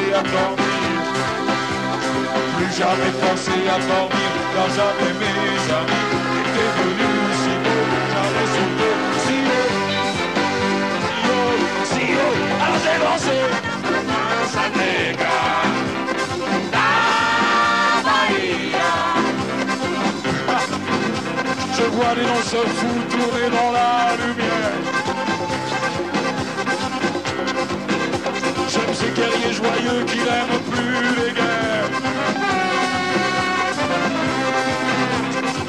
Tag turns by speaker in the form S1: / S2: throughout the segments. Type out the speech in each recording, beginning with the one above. S1: dormir. Plus jamais pensé à dormir dans un de mes amis. T'es venu si haut, j'avais sauté si haut, si haut, si haut. Alors j'ai lancé un sanéga. Ah. Je vois les noms se fous tourner dans la lumière. J'aime ces guerriers joyeux qui n'aiment plus les guerres.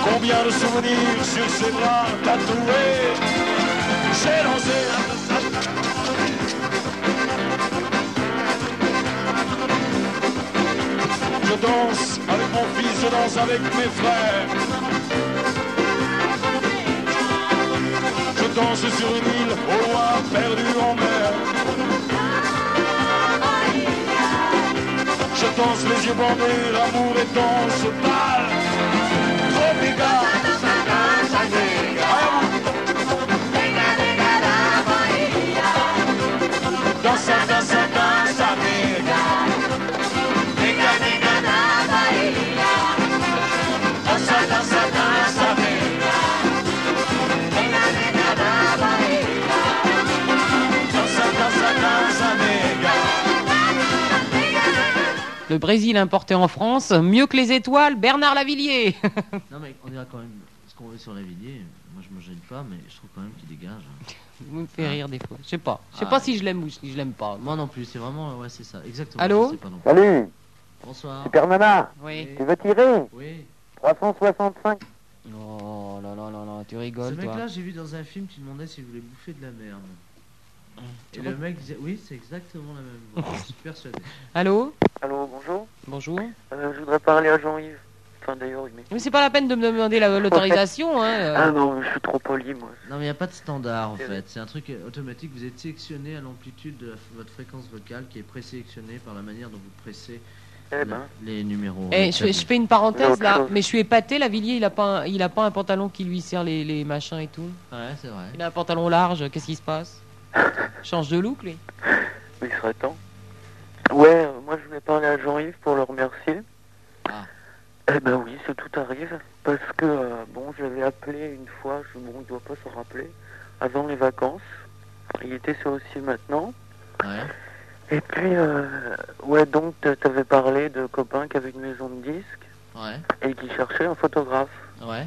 S1: Combien de souvenirs sur ses bras tatoués J'ai lancé Je danse avec mon fils, je danse avec mes frères. Je danse sur une île au loin perdue en mer. Je danse les yeux bandés, l'amour est dans ce bal tropical. Dansa, dansa, dansa, nega. Nega, nega, dansa, nega. Dansa, dansa, dansa, nega. Nega, nega, dansa, nega. Dansa, dansa, dansa, nega.
S2: Le Brésil importé en France, mieux que les étoiles, Bernard Lavillier.
S3: Non, mais on dira quand même ce qu'on veut sur la vidéo. Moi, je me gêne pas, mais je trouve quand même qu'il dégage. hein.
S2: Vous me faites rire des fois. Je sais pas. Je sais
S3: Ah.
S2: pas si je l'aime ou si je l'aime pas.
S3: Moi non plus, c'est vraiment. Ouais, c'est ça, exactement.
S2: Allô
S3: je sais pas non plus.
S4: Salut,
S3: Bonsoir.
S4: Super Nana,
S2: Oui.
S4: tu veux tirer
S3: Oui.
S4: 365
S2: Oh là là là là, tu
S3: Ce
S2: rigoles toi.
S3: mec-là, j'ai vu dans un film qui demandait s'il voulait bouffer de la merde. Et
S2: Tu
S3: le mec disait oui, c'est exactement la même voix. je suis persuadé.
S2: Allô
S4: Allô, bonjour
S2: Bonjour.
S4: Euh, Je voudrais parler à Jean-Yves. Enfin, d'ailleurs, il m'est...
S2: Mais c'est pas la peine de me demander la- l'autorisation. hein, euh.
S4: Ah non, je suis trop poli, moi.
S3: Non, mais il n'y a pas de standard en
S4: C'est
S3: fait. C'est un truc euh, automatique. Vous êtes sélectionné à l'amplitude de la- votre fréquence vocale qui est présélectionnée par la manière dont vous pressez
S4: Eh
S3: la-
S4: ben,
S3: les numéros.
S2: Eh,
S3: Les
S2: je, fais- je
S3: tableaux.
S2: fais une parenthèse
S4: Autre
S2: là,
S4: chose.
S2: mais je suis épaté. Lavillier, il a pas, un, il a pas un pantalon qui lui serre les, les machins et tout.
S3: Ouais, c'est vrai.
S2: Il a un pantalon large. Qu'est-ce qui se passe Change de look, lui.
S4: il serait temps. Ouais, euh, moi je voulais parler à Jean-Yves pour le remercier.
S3: Ah.
S4: Eh ben oui, c'est tout arrive. Parce que, euh, bon, j'avais appelé une fois, je, bon, il doit pas se rappeler, avant les vacances. Il était sur le site maintenant.
S3: Ouais.
S4: Et puis, euh, ouais, donc t- t'avais parlé de copains qui avaient une maison de disques
S3: Ouais.
S4: et qui cherchaient un photographe.
S3: Ouais.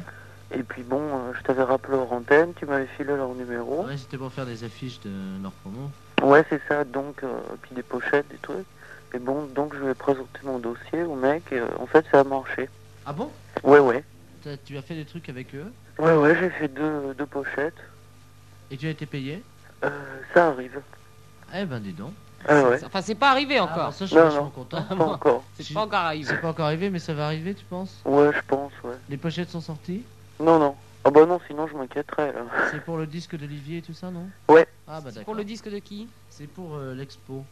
S4: Et puis bon, euh, je t'avais rappelé hors antenne, tu m'avais filé leur numéro.
S3: Ouais, c'était pour faire des affiches de leur promo.
S4: Ouais, c'est ça, donc, euh, puis des pochettes, des trucs. Et bon, donc je vais présenter mon dossier au mec, et, euh, en fait ça a marché.
S3: Ah bon
S4: Ouais, ouais.
S3: T'as- Tu as fait des trucs avec eux
S4: Ouais, ouais, j'ai fait deux, deux pochettes.
S3: et tu as été payé
S4: Euh, ça arrive.
S3: Eh ben dis donc.
S4: Ah ouais,
S2: Enfin, c'est pas arrivé
S3: Ah,
S2: encore.
S3: alors ça, je suis
S4: Non,
S3: vachement
S4: non.
S3: content.
S4: pas encore.
S2: c'est
S3: si-
S2: pas encore arrivé.
S3: C'est pas encore arrivé, mais ça va arriver, tu penses
S4: Ouais, je pense, ouais.
S3: Les pochettes sont sorties
S4: Non, non. Ah bah non, sinon je m'inquiéterais, là.
S3: C'est pour le disque d'Olivier et tout ça, non
S4: Ouais.
S3: Ah bah
S2: C'est
S3: d'accord.
S2: pour le disque de qui
S3: C'est pour euh, l'expo.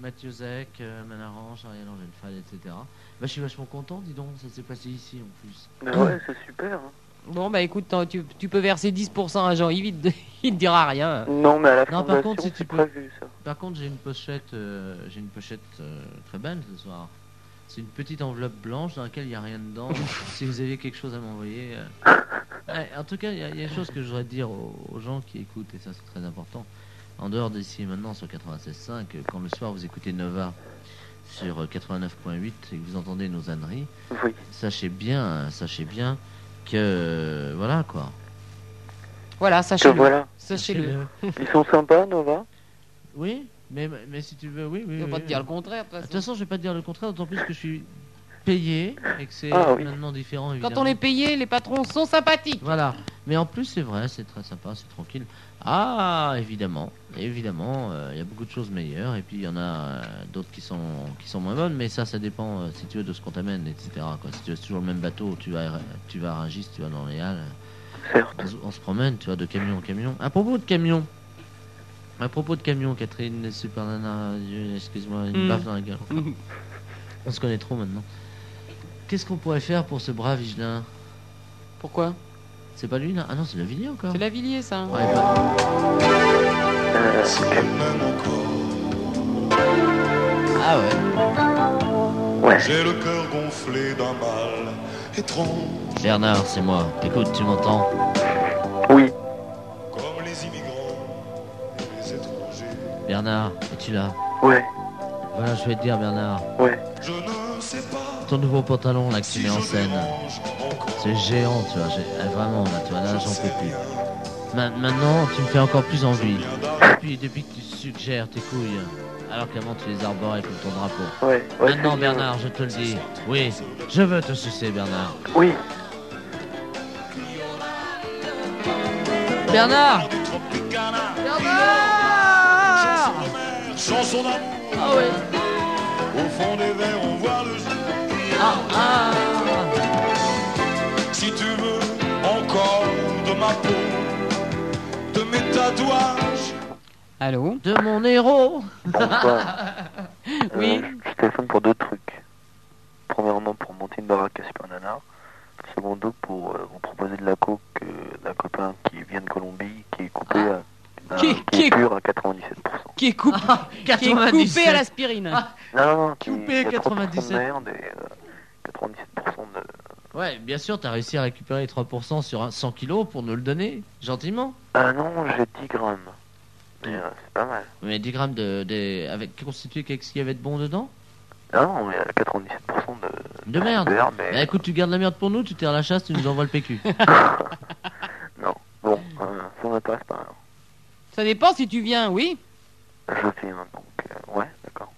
S3: Mathieu Zec, euh, Manarange, Ariel Angelfal, etc. Bah je suis vachement content, dis donc, ça s'est passé ici en plus.
S4: Mais ouais, c'est super. hein.
S2: Bon, bah écoute, t'en- tu, tu peux verser 10% à Jean-Yves, il te, il te dira rien.
S4: Non, mais à la
S3: Non, par
S4: fondation,
S3: contre, si tu
S4: c'est
S3: peux-
S4: prévu, ça.
S3: Par contre, j'ai une pochette, euh, j'ai une pochette euh, très belle ce soir. C'est une petite enveloppe blanche dans laquelle il n'y a rien dedans. si vous aviez quelque chose à m'envoyer. euh. Ouais, en tout cas, il y, a- il y a une chose que je voudrais dire aux, aux gens qui écoutent, et ça c'est très important. En dehors d'ici et maintenant sur 96.5, euh, quand le soir vous écoutez Nova sur euh, 89.8 et que vous entendez nos âneries,
S4: Oui.
S3: sachez bien, euh, sachez bien que euh, voilà quoi.
S2: Voilà,
S4: Que
S2: sachez-le.
S4: voilà.
S2: Sachez-le.
S4: Ils sont sympas, Nova
S3: Oui, mais, mais si tu veux, oui, oui.
S2: Je
S3: oui,
S2: peux pas te
S3: oui. Ah,
S2: dire le contraire. de toute
S3: De toute
S2: façon.
S3: façon, je vais pas te dire le contraire, d'autant plus que je suis payé et que c'est
S4: Ah oui.
S3: maintenant différent. Évidemment.
S2: Quand on est payé, les patrons sont sympathiques.
S3: Voilà. Mais en plus, c'est vrai, c'est très sympa, c'est tranquille. Ah, évidemment, évidemment, euh, il y a beaucoup de choses meilleures et puis il y en a euh, d'autres qui sont qui sont moins bonnes. Mais ça, ça dépend euh, si tu veux de ce qu'on t'amène, etc. Quoi. Si tu veux toujours le même bateau, tu vas tu vas à Rungis, tu vas dans les Halles.
S4: Certes.
S3: On, se- on se promène, tu vois, de camion en camion. À propos de camion. À propos de camion, Catherine, super nana, euh, excuse-moi, une
S2: Mm.
S3: baffe dans la gueule.
S2: Mm.
S3: On se connaît trop maintenant. Qu'est-ce qu'on pourrait faire pour ce brave Vigelin
S2: Pourquoi
S3: C'est pas lui là Ah non, c'est Lavillier encore
S2: C'est Lavillier, ça. hein.
S3: Ouais, bah,
S4: Euh,
S1: Si elle m'aime encore,
S3: Ah ouais
S4: Ouais.
S5: J'ai le cœur gonflé d'un mal étrange,
S3: Bernard, c'est moi. Écoute, tu m'entends
S4: Oui.
S5: comme les immigrants et les étrangers.
S3: Bernard, es-tu là
S4: Ouais.
S3: Voilà, je vais te dire, Bernard.
S4: Ouais.
S5: Je ne sais pas
S3: Ton nouveau pantalon, là, que tu
S5: si
S3: mets en
S5: je
S3: scène.
S5: dérange encore.
S3: C'est géant, tu vois. j'ai- ah, vraiment, là, tu vois, là, j'en
S5: sais
S3: peux plus.
S5: rien.
S3: Ma- maintenant, tu me fais encore plus envie.
S5: Bien d'arriver.
S3: Depuis, depuis que tu suggères tes couilles, alors qu'avant, tu les arborais comme ton drapeau.
S4: Ouais. ouais
S3: Maintenant,
S4: c'est bien.
S3: Bernard, je te le dis. Oui, je veux te sucer, Bernard.
S4: Oui.
S2: Bernard
S5: Tropicana,
S2: Bernard
S5: chanson d'amour.
S2: Ah ouais
S5: Au fond des verres, on voit le jour.
S2: Ah ah
S5: Si tu veux encore de ma peau, de mes tatouages.
S2: Allô
S3: De mon héros
S4: Bonsoir.
S2: Oui
S4: Euh, je téléphone pour deux trucs. Premièrement, pour monter une baraque à Super Nana. Secondo, pour euh, vous proposer de la coke euh, d'un copain qui vient de Colombie, qui est coupé
S3: Ah.
S4: à, d'un-
S2: Qui-
S4: qui,
S2: qui-
S4: est pur à 97%.
S2: Qui est coupé, qui est coupé à l'aspirine
S3: Ah.
S4: Non, non, non, qui
S3: Coupé
S4: 97%.
S3: à 97.
S4: De merde et, euh, 97% de...
S3: Ouais, bien sûr, t'as réussi à récupérer les 3% sur un 100 kilos pour nous le donner, gentiment.
S4: Ah non, j'ai 10 grammes. Mais euh, c'est pas mal.
S3: Mais 10 grammes de, de- avec constitué qu'avec ce qu'il y avait de bon dedans
S4: Ah non, mais à 97% de...
S3: De merde
S4: beurre, mais-
S3: Bah écoute, tu gardes la merde pour nous, tu t'es à la chasse, tu nous envoies le PQ.
S4: Non, bon, euh, ça m'intéresse pas. alors.
S2: Ça dépend si tu viens, oui
S4: Je fais un donc... euh, ouais, d'accord.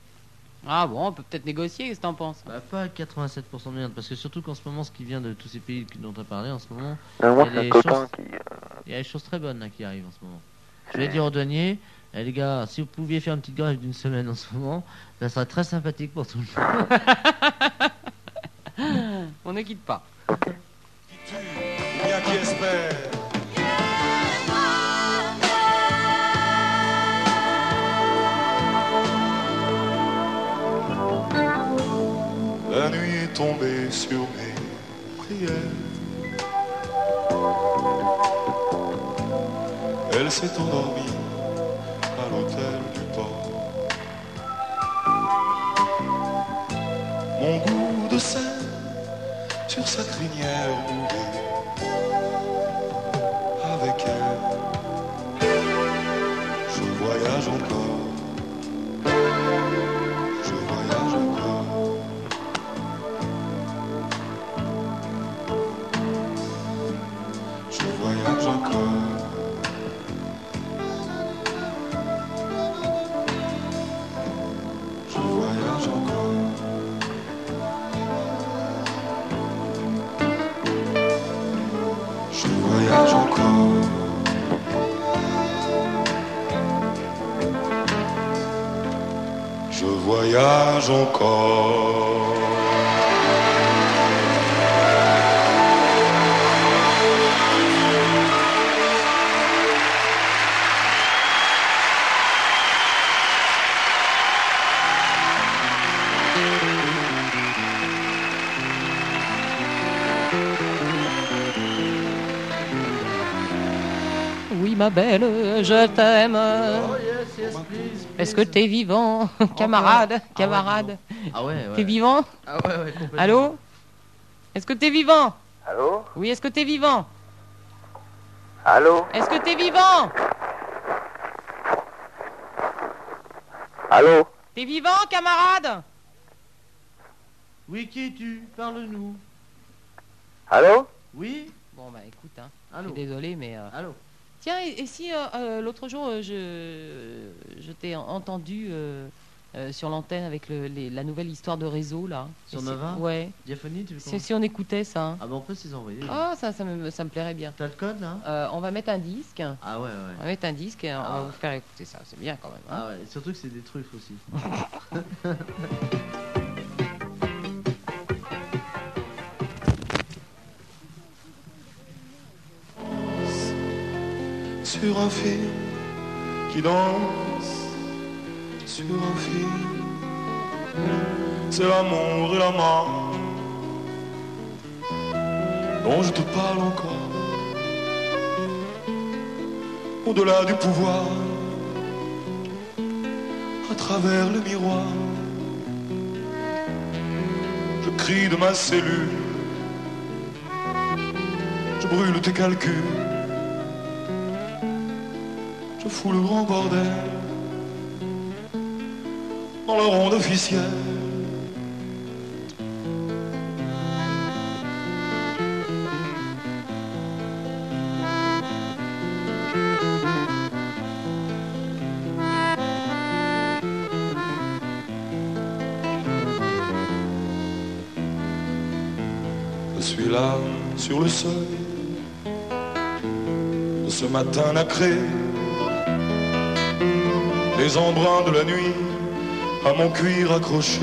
S2: Ah bon, on peut peut-être négocier, qu'est-ce que t'en penses
S3: bah pas 87% de merde, parce que surtout qu'en ce moment, ce qui vient de tous ces pays que- dont t'as parlé en ce moment,
S4: Non, moi,
S3: Il y a
S4: c'est un
S3: des
S4: copain
S3: chances-
S4: qui... euh,
S3: il y a des choses très bonnes là, qui arrivent en ce moment. Je
S4: c'est-
S3: vais dire aux douaniers, eh, les gars, si vous pouviez faire une petite grève d'une semaine en ce moment, ça serait très sympathique pour tout le monde.
S2: On ne quitte pas.
S5: Tu, ou bien qui espère. La nuit est tombée sur mes prières. Elle s'est endormie à l'hôtel du port. Mon goût de scène sur sa crinière mouillée. Avec elle, je voyage encore. Je voyage encore. Je voyage encore. Je voyage encore. Je voyage encore. Je voyage encore.
S2: Oui, ma belle, je t'aime.
S3: Oh, yes, yes, please.
S2: Est-ce que t'es vivant Camarade, camarade.
S3: Ah ouais, ouais.
S2: T'es vivant
S3: Ah ouais, ouais, complètement.
S2: Allô Est-ce que t'es vivant
S6: Allô
S2: Oui, est-ce que t'es vivant
S6: Allô
S2: Est-ce que t'es vivant
S6: Allô
S2: T'es vivant, camarade
S3: Oui, qui es-tu Parle-nous.
S6: Allô
S3: Oui
S2: Bon, bah écoute, hein, je suis
S3: Allô
S2: désolé, mais... euh,
S3: Allô
S2: Tiens, et, et si euh, euh, l'autre jour, euh, je, je t'ai entendu euh, euh, sur l'antenne avec le- les- la nouvelle histoire de réseau, là
S3: Sur
S2: Et si-
S3: Nova
S2: Ouais.
S3: Diaphonie, tu veux qu'on-
S2: Si, si on écoutait ça. hein.
S3: Ah bah on peut se les envoyer.
S2: Oh, ça, ça me, ça me plairait bien.
S3: T'as le code là
S2: Euh, on va mettre un disque.
S3: Ah ouais, ouais.
S2: On va mettre un disque et on
S3: Ah
S2: va
S3: ouais.
S2: vous faire écouter ça. C'est bien quand même. hein.
S3: Ah ouais, surtout que c'est des truffes aussi.
S5: Sur un fil qui danse. Sur un fil. C'est l'amour et la mort. Dont je te parle encore. Au-delà du pouvoir. À travers le miroir. le cri de ma cellule. Je brûle tes calculs. Je fous le grand bordel dans le ronde officiel. Je suis là, sur le seuil de ce matin nacré. Les embruns de la nuit à mon cuir accroché.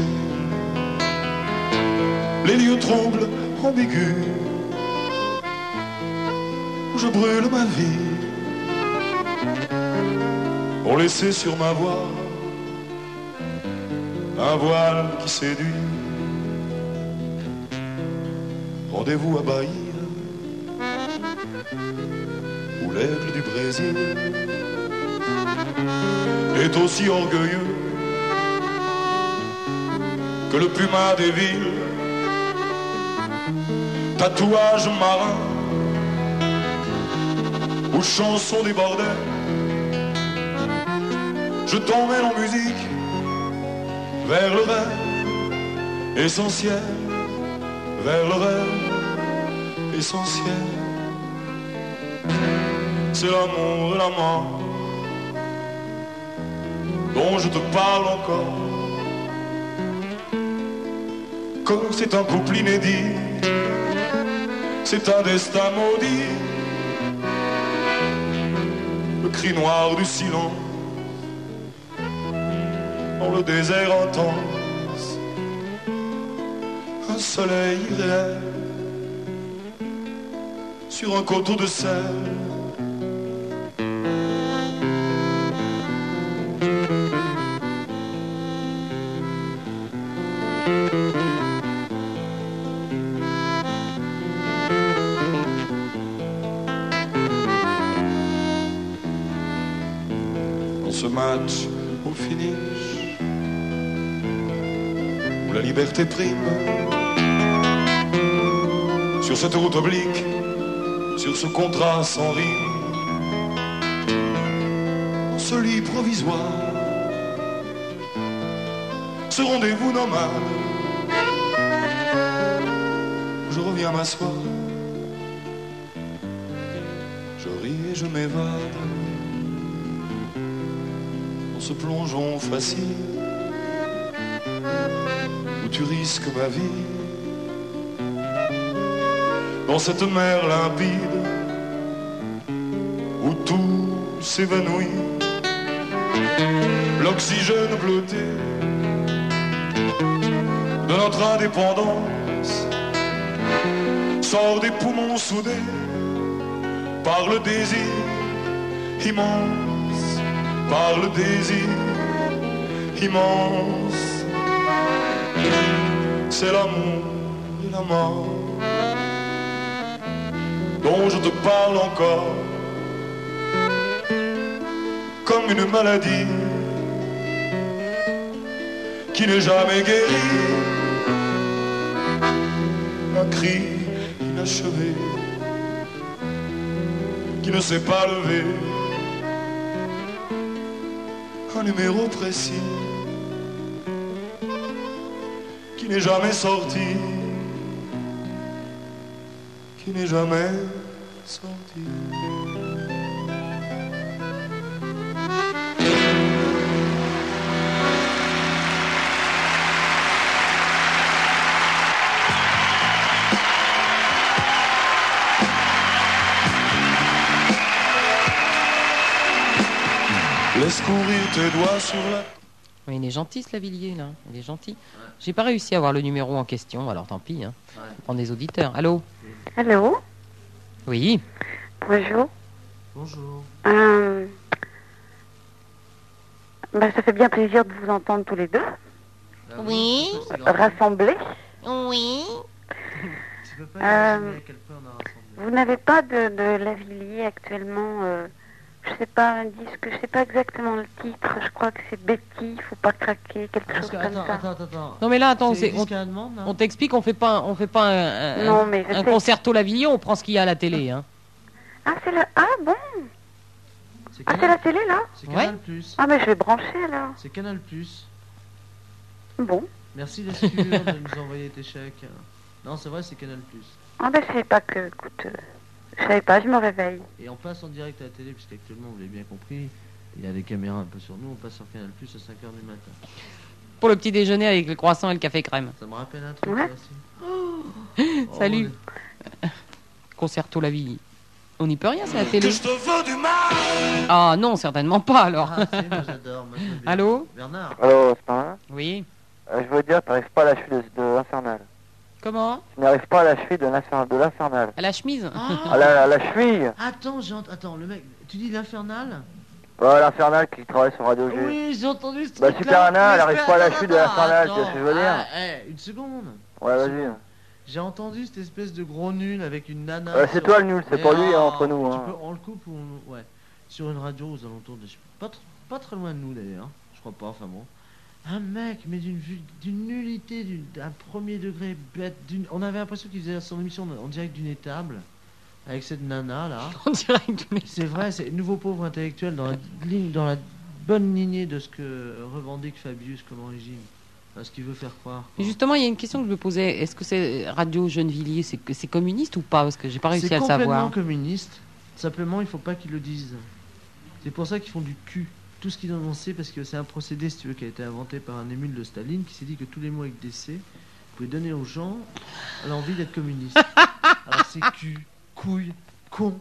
S5: Les lieux troubles, ambigus, où je brûle ma vie. Pour laisser sur ma voix un voile qui séduit. Rendez-vous à Bahia, où l'aigle du Brésil est aussi orgueilleux que le puma des villes. Tatouage marin ou chanson des bordels. Je t'emmène en musique vers le rêve essentiel, vers le rêve essentiel. C'est l'amour et la mort dont je te parle encore. Comme c'est un couple inédit, c'est un destin maudit. Le cri noir du silence, dans le désert intense, un soleil irréel, sur un coteau de sel. dans ce match au finish où la liberté prime sur cette route oblique sur ce contrat sans rime dans ce lit provisoire ce rendez-vous nomade où je reviens m'asseoir je ris et je m'évade en se plongeant facile, où tu risques ma vie, dans cette mer limpide, où tout s'évanouit, l'oxygène bleuté de notre indépendance sort des poumons soudés par le désir immense par le désir immense. C'est l'amour et la mort dont je te parle encore, comme une maladie qui n'est jamais guérie. Un cri inachevé qui ne s'est pas levé un numéro précis qui n'est jamais sorti, qui n'est jamais sorti. Laisse courir tes doigts sur la
S2: Mais il est gentil, ce Lavillier, là. Il est gentil. J'ai pas réussi à avoir le numéro en question, alors tant pis. Hein.
S3: Ouais.
S2: On prend des auditeurs. Allô
S7: Allô
S2: Oui
S7: Bonjour.
S3: Bonjour.
S7: Euh, bah, ça fait bien plaisir de vous entendre tous les deux,
S3: Ah
S8: Oui.
S3: surtout, c'est grave.
S7: rassemblés.
S8: Oui.
S3: Tu peux pas imaginer
S7: Euh,
S3: à quel point on a rassemblé.
S7: Vous n'avez pas de, de Lavillier actuellement euh,
S9: c'est pas un disque, je sais pas exactement le titre, je crois que c'est Betty, faut pas craquer, quelque
S3: Parce
S9: chose
S3: que,
S9: comme
S3: attends,
S9: ça.
S3: attends, attends, attends.
S2: Non mais là, attends,
S3: C'est
S2: c'est- on,
S3: disque à la demande, là
S2: on t'explique, on fait pas, un- on fait pas un, un-
S9: Non, mais je
S2: un
S9: sais.
S2: concerto Lavillon, on prend ce qu'il y a à la télé. Hein.
S9: Ah, c'est la... ah bon
S3: C'est
S9: Ah, c'est la
S3: Canal,
S9: télé là
S3: c'est
S2: Ouais.
S3: Canal Plus.
S9: Ah, mais je vais brancher alors.
S3: C'est Canal Plus.
S9: Bon.
S3: Merci Lescure de nous envoyer tes chèques. Non, c'est vrai, c'est Canal Plus.
S9: Ah, ben je sais pas que, écoute, euh, je savais pas, je me réveille.
S3: Et on passe en direct à la télé, puisqu'actuellement, vous l'avez bien compris, il y a des caméras un peu sur nous, on passe sur Canal Plus à 5h du matin.
S2: Pour le petit déjeuner avec le croissant et le café crème.
S3: Ça me rappelle un truc,
S9: Ouais.
S3: ça aussi.
S2: Euh.
S3: Oh,
S2: Salut. Concerto Lavillon. On n'y peut rien, c'est la télé.
S5: te veux du mal
S2: Ah non, certainement pas
S3: on est-
S2: alors.
S3: Ah, c'est, moi j'adore. moi, je veux bien.
S2: Allô
S3: Bernard
S4: Allô, c'est pas mal
S2: Oui.
S4: Euh, Je veux dire, t'arrives pas à l'achever de, de l'infernal.
S2: Comment
S4: Tu n'arrives pas à l'achever de l'infer- de l'infernal.
S2: À la chemise
S4: À la, à la cheville
S3: Ah. Attends, j'ai ent- Attends, le mec, tu dis l'infernal
S4: Bah, l'infernal qui travaille sur Radio G.
S3: Oui, j'ai entendu ce
S4: Bah,
S3: truc-là.
S4: Super Nana, elle
S3: Mais
S4: arrive
S3: espère-
S4: pas à la
S3: attends,
S4: chute de la
S3: attends,
S4: Farnal, tu
S3: attends.
S4: vois ce que je veux dire
S3: Ah, eh, une seconde.
S4: Ouais, vas-y.
S3: J'ai entendu cette espèce de gros nul avec une nana.
S4: Euh, c'est
S3: sur-
S4: toi le nul, c'est
S3: Mais
S4: pas lui
S3: non,
S4: hein, entre nous.
S3: tu
S4: Hein.
S3: peux- on le coupe ou on- ouais. Sur une radio aux alentours de je sais pas tr- pas très loin de nous d'ailleurs. hein. Je crois pas, enfin bon. Un mec, mais d'une vul- d'une nullité, d'une- d'un premier degré bête. d'une- On avait l'impression qu'il faisait son émission en en direct d'une étable avec cette nana là.
S2: En direct.
S3: C'est vrai, c'est nouveau pauvre intellectuel dans la, ligne- dans la bonne lignée de ce que revendique Fabius comme origine. Enfin, ce qu'il veut faire croire. quoi.
S2: Mais Justement, il y a une question que je me posais. Est-ce que c'est Radio Gennevilliers, c'est que- c'est communiste ou pas Parce que j'ai pas réussi
S3: C'est
S2: à le
S3: complètement
S2: savoir.
S3: communiste. Simplement, il faut pas qu'ils le disent. C'est pour ça qu'ils font du cul. Tout ce qu'ils donnent en C, parce que c'est un procédé, si tu veux, qui a été inventé par un émule de Staline qui s'est dit que tous les mots avec des C pouvaient donner aux gens l'envie d'être communiste. Alors c'est cul, couille, con,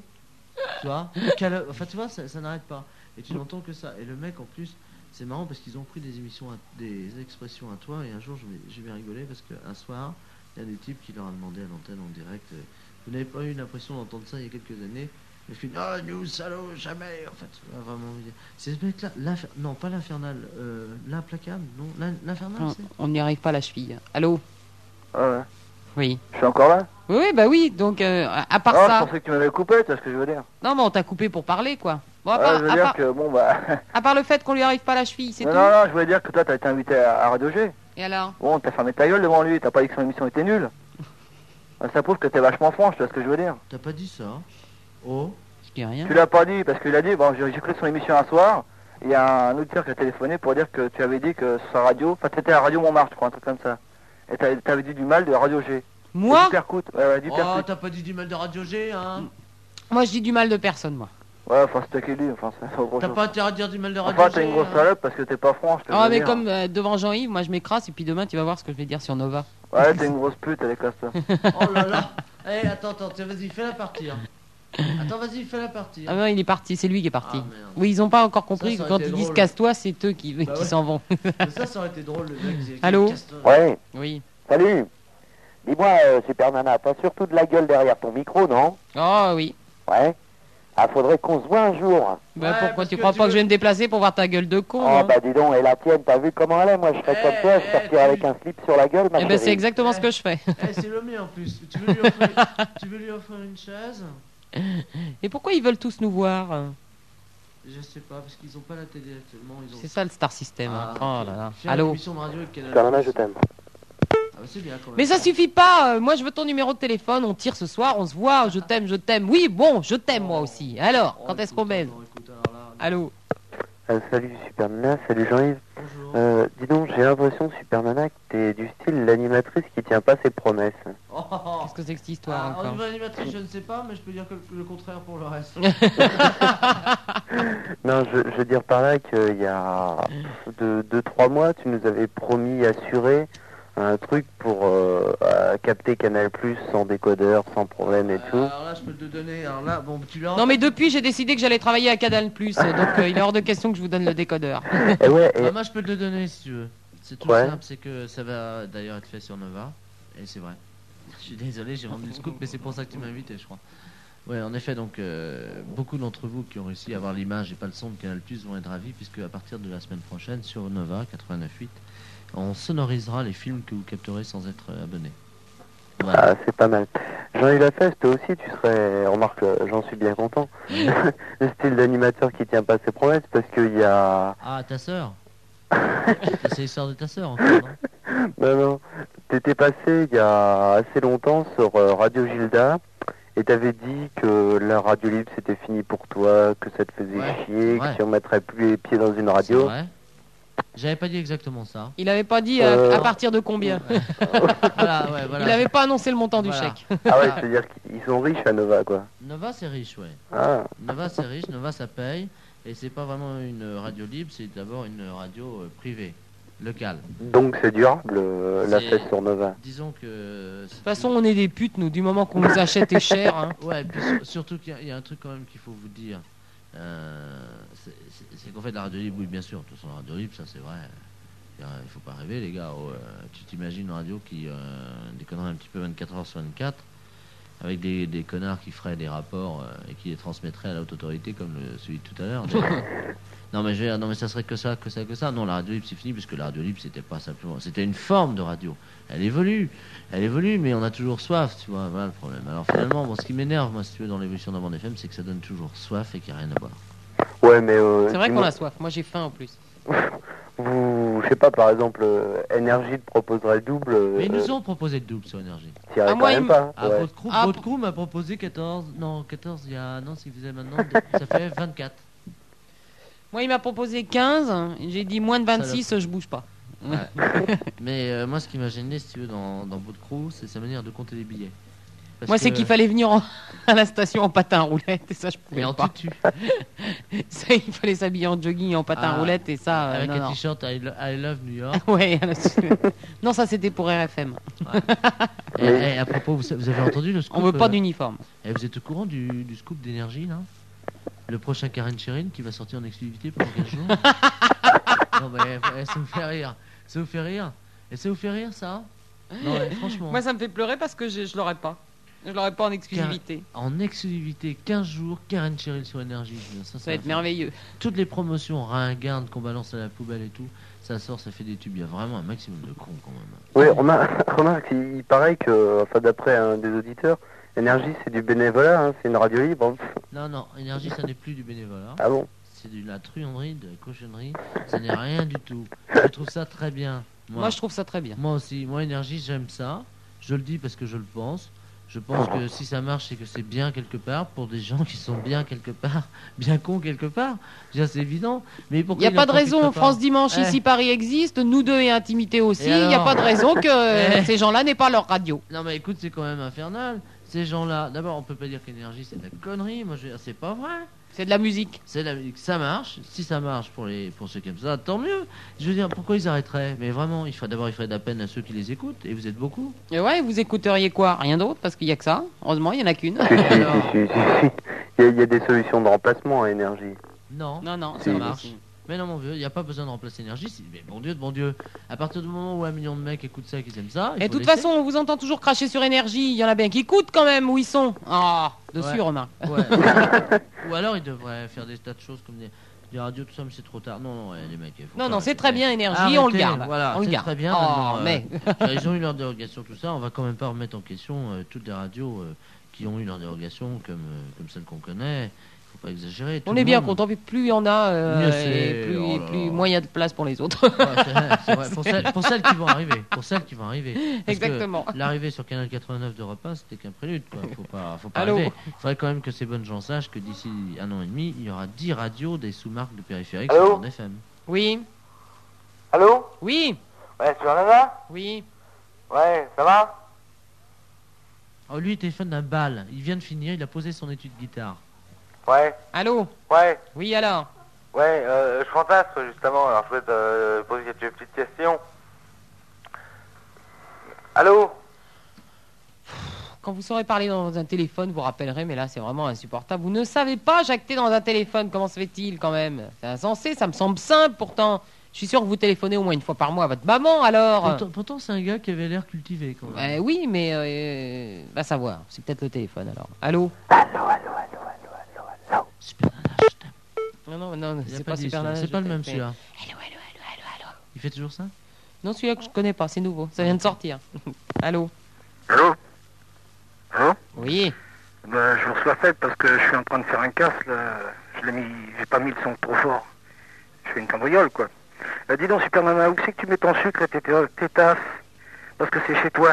S3: tu vois, calo- enfin tu vois, ça, ça n'arrête pas. Et tu n'entends que ça. Et le mec en plus, c'est marrant parce qu'ils ont pris des émissions, à- des expressions à toi. Et un jour, je vais- j'ai bien rigolé parce qu'un soir, il y a des types qui leur a demandé à l'antenne en direct. euh, vous n'avez pas eu l'impression d'entendre ça il y a quelques années Le film, ah, nous, salauds, jamais En fait, on a vraiment envie de dire. C'est ce mec-là, l'infer- non, pas l'infernal, euh, l'implacable, non l'in- L'infernal,
S2: Ah, On-
S3: c'est
S2: On n'y arrive pas, la cheville. Allô
S4: Ah ouais.
S2: Oui.
S4: Je suis encore là
S2: Oui, oui, bah oui. Donc, euh, à à part
S4: Ah,
S2: ça.
S4: je pensais que tu m'avais coupé, tu vois ce que je veux dire
S2: Non, mais on t'a coupé pour parler, quoi. Bon, à
S4: Ah,
S2: part,
S4: je veux
S2: à
S4: dire
S2: part-
S4: que, bon bah...
S2: à part le fait qu'on lui arrive pas la cheville, c'est
S4: Non,
S2: tout.
S4: non, non, je voulais dire que toi, t'as été invité à, à Radio G.
S2: Et alors
S4: Bon, Oh, t'as fermé ta gueule devant lui, t'as pas dit que son émission était nulle. Ah, Ça prouve que t'es vachement franche, tu vois ce que je veux dire
S3: T'as pas dit ça Oh
S2: Je dis rien.
S4: Tu l'as pas dit parce qu'il a dit, bon, j'ai j'ai cru son émission un soir, il y a un auditeur qui a téléphoné pour dire que tu avais dit que sa radio, enfin t'étais à Radio Montmartre, je crois, un truc comme ça. Et t'avais t'avais dit du mal de Radio G.
S2: Moi
S4: D'hypercoute, ouais, ouais,
S3: Oh,
S4: d'hypercoute.
S3: t'as pas dit du mal de Radio G, hein
S2: Moi, je dis du mal de personne, moi.
S4: Ouais, enfin c'est toi qui le dis, enfin c'est gros
S3: T'as
S4: chose.
S3: pas intérêt à dire du mal de Radio
S4: Enfin
S3: G
S4: t'es une grosse
S3: hein.
S4: salope parce que t'es pas franche, je te
S2: Ah,
S4: le
S2: mais
S4: dis, hein.
S2: comme euh, devant Jean-Yves, moi, je m'écrase et puis demain, tu vas voir ce que je vais dire sur Nova.
S4: Ouais, t'es une grosse pute, elle est classe toi.
S3: Oh là là Eh, attends, attends, tiens, vas-y, fais-la partir. Attends, vas-y, fais-la partir.
S2: Ah non, il est parti, c'est lui qui est parti.
S3: Ah, merde.
S2: oui, ils ont pas encore compris
S3: Ça, ça
S2: que quand
S3: aurait été
S2: ils disent
S3: drôle.
S2: casse-toi, c'est eux qui
S3: Bah
S2: qui
S3: ouais.
S2: s'en vont.
S3: Mais ça, ça aurait été drôle, le mec. qui- qui
S2: Allô
S3: casse-
S1: Ouais,
S2: Oui.
S1: salut. Dis-moi, euh, Super Nana, pas surtout de la gueule derrière ton micro, non
S2: Oh oui.
S1: Ouais. Ah, faudrait qu'on se voit un jour.
S2: Bah
S3: Ouais,
S2: pourquoi
S3: parce
S2: tu
S3: que
S2: crois
S3: tu
S2: pas que
S3: veux-
S2: je vais me déplacer pour voir ta gueule de con
S1: Oh,
S4: Ah,
S2: hein
S1: bah dis donc, et la tienne, t'as vu comment elle est Moi, je serais
S3: Eh,
S1: comme toi, je
S3: eh,
S1: sortirais
S3: tu-
S1: avec un slip sur la gueule, ma
S2: Eh ben
S1: chérie.
S2: c'est exactement ce
S3: Ouais.
S2: que je fais.
S3: Eh, c'est le mien en plus. Tu veux lui offrir, tu veux lui offrir une chaise
S2: Et pourquoi ils veulent tous nous voir hein
S3: Je sais pas, parce qu'ils ont pas la télé actuellement. Ils ont...
S2: C'est ça le star system. hein.
S3: Ah,
S2: Oh là là.
S3: faire une
S2: Allô.
S3: émission de radio avec Canal+.
S1: Super Nana, je t'aime.
S3: Ah, bah, c'est bien quand même.
S2: Mais ça suffit pas. euh, Moi je veux ton numéro de téléphone. On tire ce soir. On se voit. Je t'aime. Je t'aime. Oui bon. Je t'aime moi aussi. Alors
S3: Oh,
S2: quand est-ce
S3: écoute,
S2: qu'on baise
S3: alors, écoute, alors là,
S2: Allô.
S1: Euh, salut, Super Nana, salut Jean-Yves.
S3: Bonjour.
S1: Euh, dis donc, j'ai l'impression, Super Nana, que t'es du style l'animatrice qui tient pas ses promesses.
S3: Oh, oh, oh.
S2: Qu'est-ce que c'est que cette
S3: Ah,
S2: histoire
S3: en
S2: encore
S3: niveau animatrice, je ne sais pas, mais je peux dire que le- le contraire pour le reste.
S1: Non, je, je veux dire par là qu'il y a deux, deux, trois mois, tu nous avais promis, assuré un truc pour euh, euh, capter Canal Plus sans décodeur, sans problème et tout.
S3: alors là, je peux te le donner. Alors là, bon, tu l'as.
S2: Non mais depuis j'ai décidé que j'allais travailler à Canal Plus. Donc euh, il est hors de question que je vous donne le décodeur.
S1: Et Eh ouais, et-
S3: Ah, moi, je peux te le donner si tu veux. C'est tout
S1: Ouais.
S3: simple, c'est que ça va d'ailleurs être fait sur Nova. Et c'est vrai. Je suis désolé, j'ai rendu le scoop, mais c'est pour ça que tu m'as invité, je crois. Ouais, en effet, donc euh, beaucoup d'entre vous qui ont réussi à avoir l'image et pas le son de Canal Plus vont être ravis, puisque à partir de la semaine prochaine, sur Nova 89.8, on sonorisera les films que vous capterez sans être euh, abonné. Voilà.
S1: ah, c'est pas mal.
S8: Jean-Yves Lafesse, toi aussi, tu serais. Remarque, euh, j'en suis bien content. le style d'animateur qui tient pas ses promesses parce qu'il y a.
S3: Ah, ta sœur C'est l'histoire de ta sœur hein. encore,
S8: Non,
S3: non
S8: non. T'étais passé il y a assez longtemps sur euh, Radio Gilda et t'avais dit que la radio libre c'était fini pour toi, que ça te faisait
S3: Ouais,
S8: chier,
S3: ouais.
S8: que tu remettrais plus les pieds dans une radio.
S3: C'est vrai J'avais pas dit exactement ça.
S2: Il n'avait pas dit euh,
S8: Euh,
S2: à partir de combien.
S3: Voilà, hein. ouais, voilà.
S2: Il n'avait pas annoncé le montant
S3: Voilà.
S2: du chèque.
S8: Ah ouais, c'est-à-dire qu'ils sont riches à Nova, quoi.
S3: Nova, c'est riche, ouais.
S8: Ah,
S3: Nova, c'est riche, Nova, ça paye. Et c'est pas vraiment une euh, radio libre, c'est d'abord une euh, radio euh, privée, locale.
S8: donc c'est durable, euh, la
S3: C'est-
S8: fête sur Nova.
S3: Disons que. euh, c'est
S2: De toute façon, on est des putes, nous, du moment qu'on nous achète et cher. hein.
S3: Ouais, et puis sur- surtout qu'il y a- il y, a un truc quand même qu'il faut vous dire. Euh, c'est- c'est c'est qu'en fait, la radio libre, oui, bien sûr, de toute façon, la radio libre, ça c'est vrai. Il y a- il euh, faut pas rêver, les gars. oh, euh, tu t'imagines une radio qui euh, déconnerait un petit peu 24 heures sur 24, avec des, des connards qui feraient des rapports euh, et qui les transmettraient à la haute autorité, comme le- celui de tout à l'heure. d'ailleurs. non, mais je veux dire, non, mais ça serait que ça, que ça, que ça. Non, la radio libre, c'est fini, puisque la radio libre, c'était pas simplement. C'était une forme de radio. Elle évolue. Elle évolue, mais on a toujours soif, tu vois, voilà le problème. Alors finalement, bon, ce qui m'énerve, moi, si tu veux, dans l'évolution d'Avant FM, c'est que ça donne toujours soif et qu'il n'y a rien à boire.
S8: Ouais, mais. euh,
S2: C'est vrai qu'on
S8: dis-moi,
S2: a soif. Moi, j'ai faim en plus.
S8: Vous, je sais pas, par exemple, euh, NRJ te proposerait le double. euh,
S3: Mais ils nous ont proposé le double sur Énergie.
S8: t'y irais
S2: Ah,
S8: quand
S2: moi, il
S8: même
S2: me-
S8: pas.
S3: Ah,
S8: ouais.
S3: votre crew,
S2: Ah,
S3: votre crew m'a proposé 14, non, 14 il y a, non, si vous êtes maintenant, ça fait 24.
S2: Moi, il m'a proposé 15. J'ai dit moins de 26, je bouge pas.
S3: Mais euh, moi, ce qui m'a gêné, si tu veux, dans, dans votre crew, c'est sa manière de compter les billets. Parce
S2: Moi, c'est
S3: que-
S2: qu'il fallait venir en- à la station en patin à roulette. Et ça, je pouvais
S3: Mais en
S2: pas.
S3: tutu,
S2: Ça, il fallait s'habiller en jogging et en patin
S3: Ah,
S2: à roulette. Et ça, euh,
S3: avec
S2: non,
S3: un
S2: non.
S3: t-shirt I, lo- I love New York.
S2: Ouais, alors, je- non, ça c'était pour RFM.
S3: et, et Eh, à propos, vous, sa- vous avez entendu le scoop
S2: On veut pas
S3: euh,
S2: d'uniforme.
S3: Et vous êtes au courant du, du scoop d'énergie là Le prochain Karen Sherin qui va sortir en exclusivité pendant 15 jours Non mais eh, ça vous fait rire Ça vous fait rire Et ça vous fait rire ça Non mais franchement
S2: ça me fait pleurer parce que je, je l'aurais pas. Je l'aurais pas en
S3: En exclusivité 15 jours Karen Sherin sur énergie ça,
S2: Ça va être
S3: fait-
S2: merveilleux.
S3: Toutes les promotions ringardes qu'on balance à la poubelle et tout ça sort, ça fait des tubes. Il y a vraiment un maximum de cons quand même.
S8: Oui, remarque, remarque, il il paraît que, enfin, d'après un des auditeurs, NRJ c'est du bénévolat, hein, c'est une radio libre. hein.
S3: Non, non, énergie, ça n'est plus du bénévolat.
S8: Ah bon
S3: C'est de la truanderie, de la cochonnerie. Ça n'est rien du tout. Je trouve ça très bien.
S2: Moi, je trouve ça très bien.
S3: Moi aussi, moi énergie, j'aime ça. Je le dis parce que je le pense. Je pense que si ça marche, c'est que c'est bien quelque part pour des gens qui sont bien quelque part, bien cons quelque part. Je veux dire, C'est évident. Mais
S2: Il
S3: pourquoi
S2: n'y a
S3: ils
S2: pas
S3: en
S2: de raison.
S3: profitent pas
S2: France Dimanche,
S3: Eh.
S2: ici Paris existe. Nous deux et Intimité aussi.
S3: Et
S2: Il n'y a
S3: alors
S2: pas de raison que euh,
S3: Eh.
S2: ces gens-là n'aient pas leur radio.
S3: Non mais écoute, c'est quand même infernal. Ces gens-là, d'abord, on peut pas dire qu'énergie c'est de la connerie. Moi, je veux dire, c'est pas vrai.
S2: C'est de la musique.
S3: C'est la musique, ça marche. Si ça marche pour les pour ceux qui aiment ça, tant mieux. Je veux dire, pourquoi ils arrêteraient Mais vraiment, il faut d'abord, il ferait de la peine à ceux qui les écoutent. Et vous êtes beaucoup.
S2: Et Eh ouais, vous écouteriez quoi Rien d'autre parce qu'il n'y a que ça. Heureusement, il n'y en a qu'une.
S8: Si, si, si,
S3: Alors
S8: si, si, si. Il y, a- il y a des solutions de remplacement à NRJ.
S3: Non.
S2: Non, non,
S3: Ça
S2: c'est-
S3: marche. Mais non, mon vieux, il n'y a pas besoin de remplacer l'énergie. Si- Mais bon Dieu, de bon Dieu. À partir du moment où un million de mecs écoutent ça, qu'ils aiment ça. il
S2: Et de
S3: faut
S2: toute
S3: laisser.
S2: façon, on vous entend toujours cracher sur énergie. Il y en a bien qui écoutent quand même. Où ils sont Ah, dessus,
S3: Ouais.
S2: Romain.
S3: Ouais. Ou alors, ils devraient faire des tas de choses comme des, des radios, tout ça, mais c'est trop tard. Non, non, ouais, les mecs. il faut
S2: Non,
S3: pas
S2: non, c'est
S3: arrêter.
S2: très bien, énergie,
S3: Arrêtez,
S2: on le garde.
S3: Voilà,
S2: on le
S3: c'est
S2: garde.
S3: très bien.
S2: Oh,
S3: maintenant, euh,
S2: mais
S3: ils ont eu leur dérogation, tout ça. On va quand même pas remettre en question euh, toutes les radios euh, qui ont eu leur dérogation, comme, euh, comme celle qu'on connaît. faut pas exagérer. tout
S2: on
S3: le
S2: est bien
S3: monde-
S2: content. puis Plus il y en a, euh,
S3: Mieux
S2: et
S3: c'est.
S2: plus,
S3: Oh là
S2: plus
S3: là.
S2: moins il y a de place pour les autres.
S3: Ouais, c'est vrai, c'est vrai. Pour, celles, pour celles qui vont arriver. Pour celles qui vont arriver. Parce que
S2: Exactement.
S3: L'arrivée sur Canal 89 d'Europe 1, c'était qu'un prélude. Quoi. Faut pas, faut pas
S2: Allô
S3: rêver. faudrait quand même que ces bonnes gens sachent que d'ici un an et demi, il y aura 10 radios des sous-marques de périphériques
S10: Allô
S3: sur Bande FM.
S2: Oui,
S10: Allô
S2: oui,
S10: Ouais, tu en as là
S2: oui.
S10: Ouais, ça va
S3: Oh, lui, il téléphone d'un bal. Il vient de finir, il a posé son étude guitare.
S10: Ouais,
S2: Allô
S10: ouais,
S2: Oui, alors
S10: ouais, euh, je fantasme justement, alors je voulais te euh, poser quelques petites questions. Allô
S2: Quand vous saurez parler dans un téléphone, vous rappellerez, mais là, c'est vraiment insupportable. Vous ne savez pas jacter dans un téléphone. Comment se fait-il, quand même C'est insensé, ça me semble simple, pourtant. Je suis sûr que vous téléphonez au moins une fois par mois à votre maman, alors
S3: Pourtant, pourtant, c'est un gars qui avait l'air cultivé quand
S2: Euh,
S3: même.
S2: Oui, mais... Euh, va savoir. C'est peut-être le téléphone, alors. Allô
S3: Super Nana, je t'aime.
S2: Non, non, non,
S3: Il a
S2: c'est
S3: pas
S2: pas,
S3: dit
S2: super
S3: celui-là.
S2: Nana,
S3: C'est
S2: je
S3: pas le
S2: t'aime,
S3: même
S2: mais-
S3: celui-là.
S2: Allô, allô, allô, allô, allô.
S3: Il fait toujours ça
S2: Non, celui-là que je connais pas, c'est nouveau. Ça vient de sortir. Allô
S11: Allô
S2: Oui.
S4: Bah, je vous reçois faible parce que je suis en train de faire un casse, là. Je l'ai mis, j'ai pas mis le son trop fort. Je fais une cambriole, quoi. Euh, dis donc, Super Nana, où c'est que tu mets ton sucre et tes tes- tes tasses Parce que c'est chez toi.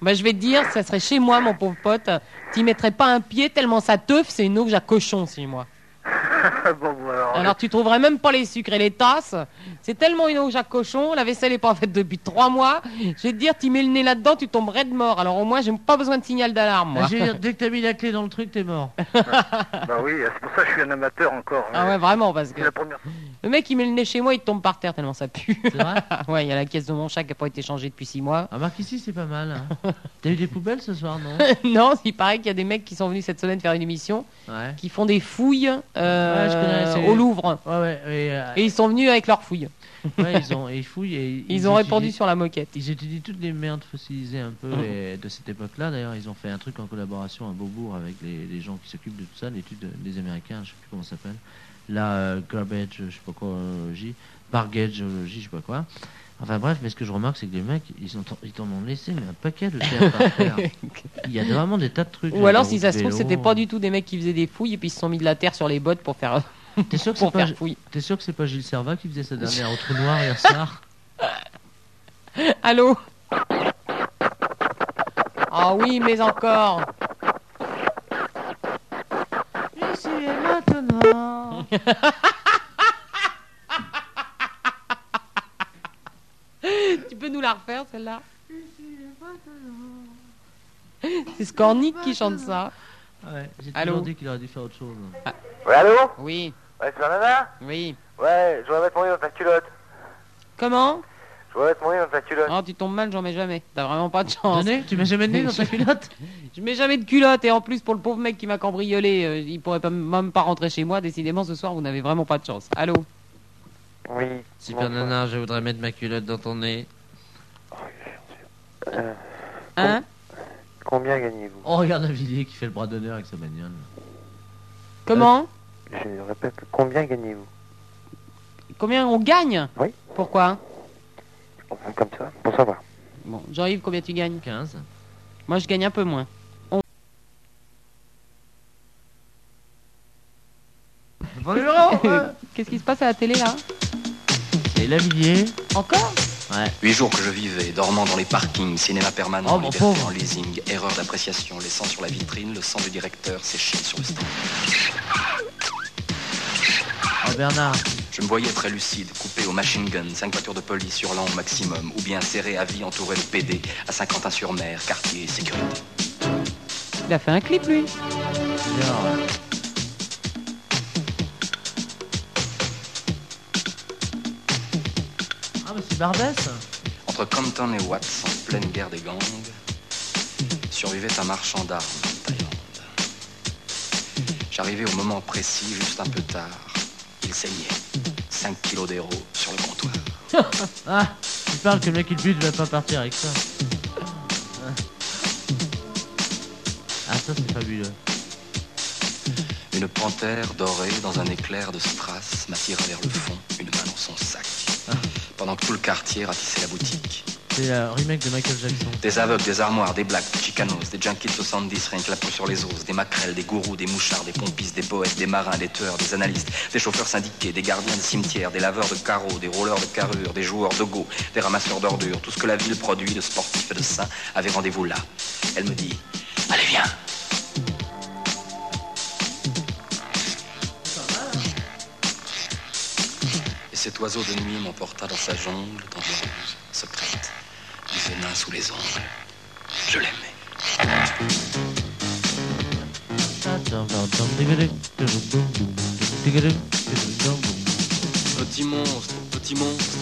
S2: Bah, je vais te dire, ça serait chez moi, mon pauvre pote. T'y mettrais pas un pied tellement ça teuf, c'est une auge à cochon, si moi.
S4: bon, bon, alors,
S2: Alors tu trouverais même pas les sucres et les tasses. C'est tellement une auge à cochon, la vaisselle est pas faite depuis trois mois. Je vais te dire, t'y mets le nez là-dedans, tu tomberais de mort. Alors au moins, j'ai pas besoin de signal d'alarme, moi.
S3: Ah, je veux dire, dès que t'as mis la clé dans le truc, t'es mort.
S4: bah oui, c'est pour ça que je suis un amateur encore. hein.
S2: Ah ouais, vraiment, parce que
S4: C'est la première.
S2: le mec, il met le nez chez moi, il tombe par terre tellement ça pue.
S3: C'est vrai
S2: ouais, il y a la caisse de mon chat qui a pas été changée depuis six mois.
S3: Remarque ici, c'est pas mal. hein. T'as eu des poubelles ce soir, non
S2: non, il paraît qu'il y a des mecs qui sont venus cette semaine faire une émission,
S3: Ouais.
S2: qui font des fouilles euh,
S3: Ouais, je connais, c'est-
S2: au Louvre.
S3: Ouais, ouais, et, euh,
S2: Et ils sont venus avec leurs fouilles.
S3: ouais, ils ont, et ils fouillent et
S2: Ils, ont
S3: étudient-
S2: répondu sur la moquette.
S3: Ils étudient toutes les merdes fossilisées un peu
S2: Mhm.
S3: et de cette époque-là. D'ailleurs, ils ont fait un truc en collaboration à Beaubourg avec les, les gens qui s'occupent de tout ça, l'étude des Américains, je sais plus comment ça s'appelle. La euh, garbage, je sais pas quoi, géologie, bargageologie, je sais pas quoi. Enfin bref, mais ce que je remarque, c'est que les mecs, ils, ont, ils t'en ont laissé mais un paquet de terre par terre. Il y a vraiment des tas de trucs.
S2: Ou alors, si ça se trouve, c'était
S3: hein.
S2: pas du tout des mecs qui faisaient des fouilles et puis ils se sont mis de la terre sur les bottes pour faire,
S3: tout. T'es sûr que c'est
S2: pour
S3: pas,
S2: faire fouille.
S3: t'es sûr que c'est pas Gilles Servat qui faisait sa dernière au trou noir hier soir
S2: Allô Ah oui, mais encore
S3: Ici et maintenant.
S2: Tu peux nous la refaire, celle-là C'est Scornic qui chante ça.
S3: Ouais, j'ai
S2: Allô
S3: toujours dit qu'il aurait dû faire autre chose.
S12: Ouais, allô
S2: Oui,
S12: Ouais, Super Nana
S2: oui.
S12: Ouais, je vais mettre mon nez dans ta culotte.
S2: Comment
S12: Je vais mettre mon nez dans ta culotte.
S2: Oh, tu tombes mal, j'en mets jamais. T'as vraiment pas de chance.
S3: Donné, tu m'as jamais donné dans ta culotte
S2: Je mets jamais de culotte et en plus, pour le pauvre mec qui m'a cambriolé, euh, il pourrait pas, même pas rentrer chez moi. Décidément, ce soir, vous n'avez vraiment pas de chance. Allô
S13: Oui.
S3: Super
S13: Bonsoir.
S3: Nana, je voudrais mettre ma culotte dans ton nez.
S2: Hein
S13: Combien gagnez-vous
S3: Oh, regarde Villiers qui fait le bras d'honneur avec sa bagnole.
S2: Comment
S13: Euh, Je répète, combien gagnez-vous
S2: Combien on gagne
S13: Oui.
S2: Pourquoi
S13: Comme ça Pour savoir.
S2: Bon, Jean-Yves, combien tu gagnes
S3: 15.
S2: Moi, je gagne un peu moins.
S3: Bonjour
S2: Qu'est-ce qui se passe à la télé, là
S3: Et là, Villiers
S2: Encore
S11: Huit jours que je vivais, dormant dans les parkings, cinéma permanent,
S3: Oh, mon
S11: liberté
S3: pauvre.
S11: en leasing, erreur d'appréciation, laissant sur la vitrine le sang du directeur séché sur le stand.
S3: Oh, Bernard
S11: Je me voyais très lucide, coupé au machine gun, cinq voitures de police hurlant au maximum, ou bien serré à vie entouré de PD à Saint-Quentin-sur-Mer, quartier sécurité.
S2: Il a fait un clip, lui.
S3: alors, Ah, mais c'est Barbès
S11: Entre Compton et Watts, en pleine guerre des gangs, survivait un marchand d'armes en Thaïlande. J'arrivais au moment précis, juste un peu tard. Il saignait. 5 kilos d'héros sur le comptoir.
S3: Ah Tu parles que le mec qui le bute va pas partir avec ça. Ah, ça c'est fabuleux.
S11: Une panthère dorée dans un éclair de strass m'attira vers le fond, une main dans son sac.
S3: Ah.
S11: Pendant que tout le quartier ratissait la boutique.
S3: C'est le remake de Michael Jackson.
S11: Des aveugles, des armoires, des blacks, des chicanos, des junkies de 70, rien que la peau sur les os, des maquerelles, des gourous, des mouchards, des pompistes, des poètes, des marins, des tueurs, des analystes, des chauffeurs syndiqués, des gardiens de cimetières, des laveurs de carreaux, des rouleurs de carrure, des joueurs de go, des ramasseurs d'ordures, tout ce que la ville produit de sportifs et de saints avait rendez-vous là. Elle me dit, allez viens Et cet oiseau de nuit m'emporta dans sa jungle dangereuse, secrète, du venin sous les ongles. Je l'aimais. Petit monstre, petit monstre,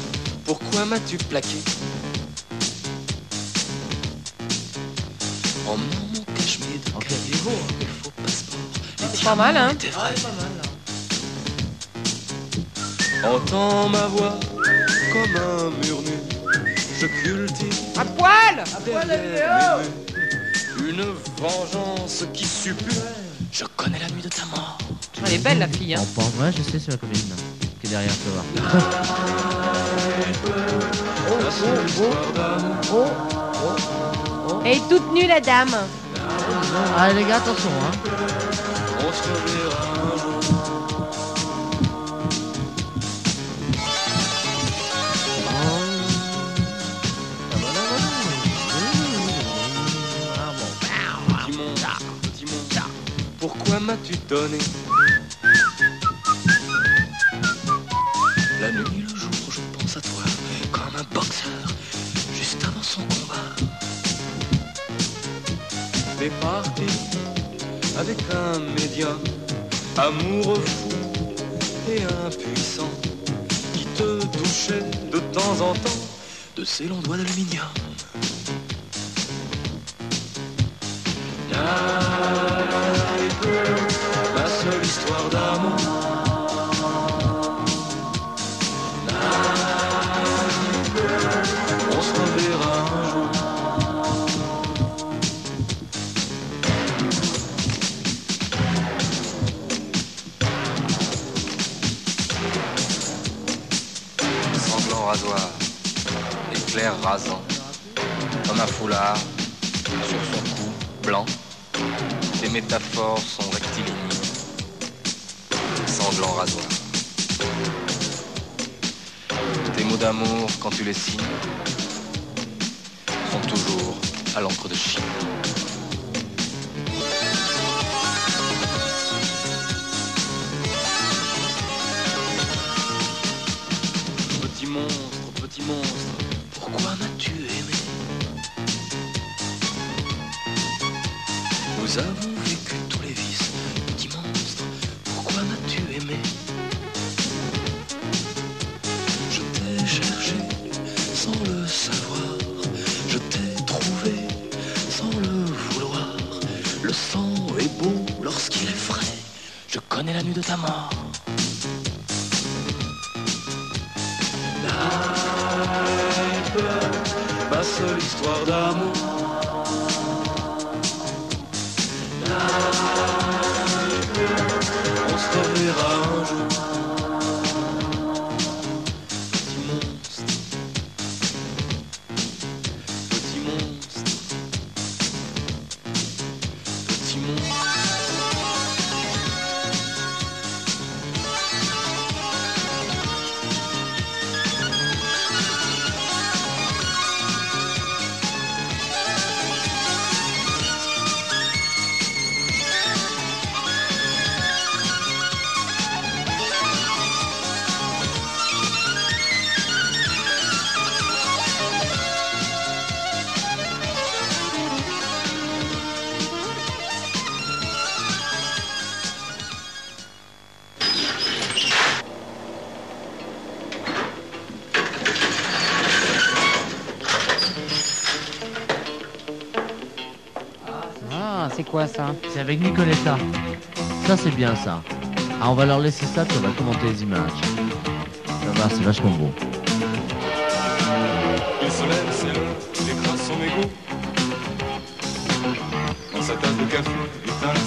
S11: pourquoi m'as-tu plaqué En mon cachemire de
S3: Ok,
S11: cahier,
S3: il est beau, hein.
S11: le faux passeport.
S2: C'est pas mal, hein
S11: T'es vrai Entends ma voix comme un murmure, je cultive
S2: À poil
S11: derrière mes mains une vengeance qui suppure. Je connais la nuit de ta mort.
S2: Elle est belle, la fille, hein
S3: On pense, ouais, je sais, c'est la comédie qui est derrière, tu vas voir.
S5: Oh.
S2: Et toute nue, la dame
S3: Attention. Allez les gars, attention. Hein.
S5: On se reverra un jour. Petit monde, petit monde, pourquoi m'as-tu donné La nuit, le jour, je pense à toi, comme un boxeur, juste avant son combat. T'es parti avec un médium, amoureux fou et impuissant, qui te touchait de temps en temps de ses longs doigts d'aluminium. Là, et peu, ma seule histoire d'amour. Là, et peu, on se reverra un jour.
S11: Sanglant rasoir, éclair rasant, comme un foulard sur son cou blanc. Tes métaphores sont rectilignes. Sanglant rasoir. Tes mots d'amour, quand tu les signes, sont toujours à l'encre de Chine.
S5: Petit monstre, petit monstre, pourquoi m'as-tu aimé Nous avons vécu tous les vices. Petit monstre, pourquoi m'as-tu aimé Je t'ai cherché sans le savoir. Je t'ai trouvé sans le vouloir. Le sang est beau lorsqu'il est frais. Je connais la nuit de ta mort. ma seule histoire d'amour. On se reverra un jour. Petit monstre, petit monstre, petit monstre.
S2: Ah, c'est quoi ça
S3: C'est avec Nicoletta. Ça, c'est bien ça. Ah, on va leur laisser ça, puis on va commenter les images. Ça va, c'est vachement beau.
S5: Il se lève, c'est l'heure, il écrase son égo. Dans sa tasse de café, éteint le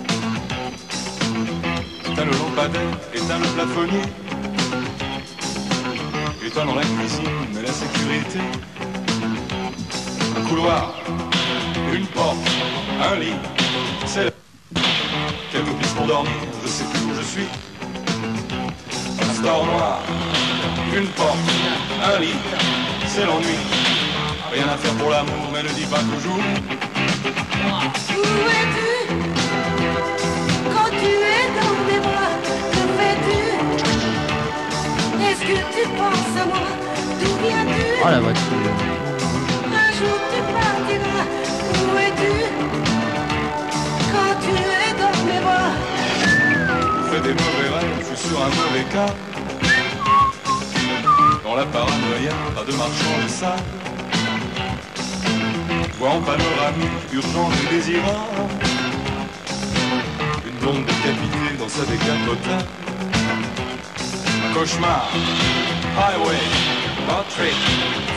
S5: stéréo. Éteint le lampadaire, éteint le plafonnier. Éteint dans la cuisine, mais la sécurité. Un couloir, une porte, un lit, c'est là. Quelques pistes pour dormir, je sais plus où je suis. Un store noir, une porte, un lit, c'est l'ennui. Rien à faire pour l'amour, mais ne dis pas toujours.
S1: Où es-tu Quand tu es dans mes bras, que fais-tu Est-ce que tu penses à moi D'où viens-tu
S3: Oh la voiture.
S1: Un jour tu partiras. Où es-tu Quand tu es dans mes bras,
S5: Fais des mauvais rêves, je suis sur un mauvais cas. Dans la paranoïa, pas de marchand de sable. Vois en panoramique, urgent et désirant. Une blonde décapitée dans sa décapotable. Un cauchemar, highway, road trip,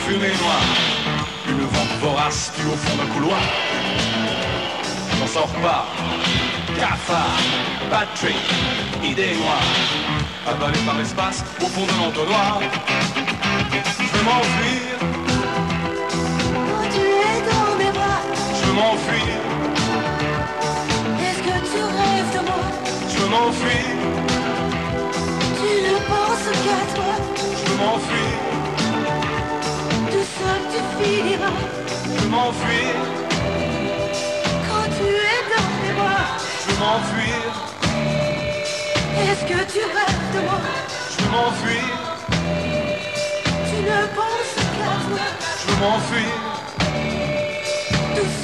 S5: fumée noire. Une vente vorace qui au fond d'un couloir. J'en sors pas, cafard, Patrick, idée noire, avalé par l'espace au fond de l'entonnoir. Je veux m'enfuir,
S14: Oh,
S1: quand tu es dans mes bras,
S5: je veux m'enfuir, m'enfuis,
S14: Tu ne penses qu'à toi,
S5: je m'enfuis,
S14: tout seul tu finiras.
S5: je m'enfuis,
S14: Quand tu es dans mes bras,
S5: je m'enfuis,
S14: est-ce que tu rêves de moi
S5: je m'enfuis,
S14: Tu ne penses qu'à toi,
S5: je m'enfuis,
S14: tout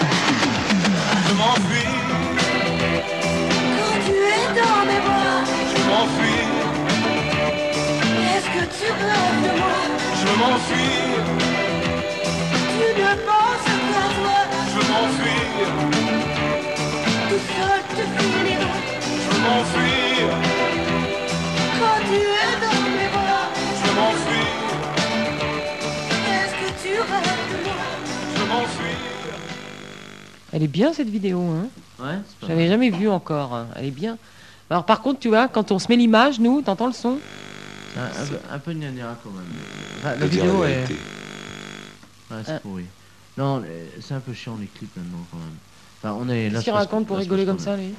S5: Je m'enfuis,
S14: Quand tu es dans mes bras,
S5: je m'enfuis,
S14: est-ce que tu rêves de moi
S5: je m'enfuis,
S14: Tu ne penses qu'à toi,
S5: je m'enfuis,
S14: tout seul tu finiras.
S5: je m'enfuis,
S14: Quand tu es dans mes bras,
S5: je m'enfuis,
S14: est-ce que tu rêves de moi
S5: je m'enfuis.
S2: Elle est bien cette vidéo, hein
S3: Ouais, c'est pas
S2: J'avais jamais vu encore. hein. Elle est bien. Alors par contre, tu vois, quand on se met l'image, nous, t'entends le son
S3: Un, un peu- un peu gnagnara quand même. Enfin, la
S2: Faut dire
S3: vidéo
S2: la
S3: est.
S2: vérité.
S3: Ouais,
S2: Euh.
S3: c'est pourri. Non, euh, c'est un peu chiant les clips maintenant quand même. Enfin, on est
S2: Qu'est-ce
S3: là.
S2: qu'il
S3: c'est parce
S2: raconte
S3: que-
S2: pour
S3: là, c'est
S2: rigoler comme
S3: parce
S2: ça, lui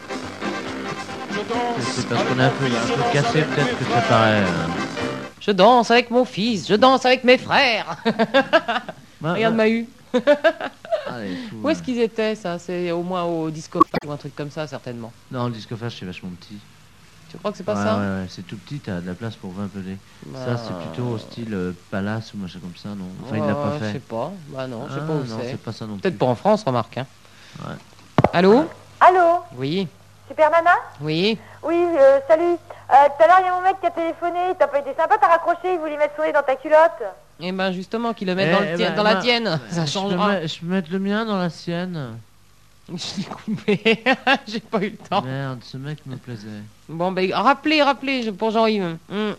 S3: qu'on- C'est parce qu'on est un peu, un peu cassé peut-être que ça paraît. euh,
S2: Je danse avec mon fils, je danse avec mes frères.
S3: Bah,
S2: Regarde Mahu.
S3: allez, Ah, fou,
S2: Où est-ce
S3: ouais.
S2: qu'ils étaient, ça C'est au moins au disco Fun ou un truc comme ça, certainement.
S3: Non, le discophage c'est vachement petit.
S2: Tu crois que c'est pas
S3: ouais,
S2: ça
S3: ouais, ouais, c'est tout petit, t'as de la place pour 20 pelés.
S2: Bah,
S3: Ça, c'est plutôt au style euh, palace ou machin comme ça, non Enfin, Ah, il
S2: Ouais,
S3: l'a pas fait.
S2: Ah, Je sais pas. Bah non, je sais
S3: Ah,
S2: pas où
S3: non,
S2: c'est.
S3: c'est pas ça non
S2: Peut-être pas en France, remarque. Hein.
S3: Ouais.
S2: Allô
S9: Allô
S2: Oui,
S9: Super Nana
S2: oui.
S9: Oui, euh, salut. Euh, Tout à l'heure, il y a mon mec qui a téléphoné. T'as pas été sympa, t'as raccroché. Il voulait mettre son nez dans ta culotte.
S2: Et ben justement, qu'ils le mettent
S3: Eh,
S2: dans, le
S3: eh
S2: tien-
S3: ben,
S2: dans la
S3: ben,
S2: tienne,
S3: ouais,
S2: ça
S3: je peux
S2: changera.
S3: mettre- Je peux mettre le mien dans la sienne.
S2: Je l'ai coupé, j'ai pas eu le temps.
S3: Merde, ce mec me plaisait.
S2: Bon, ben rappelez, rappelez je- pour Jean-Yves. Hum.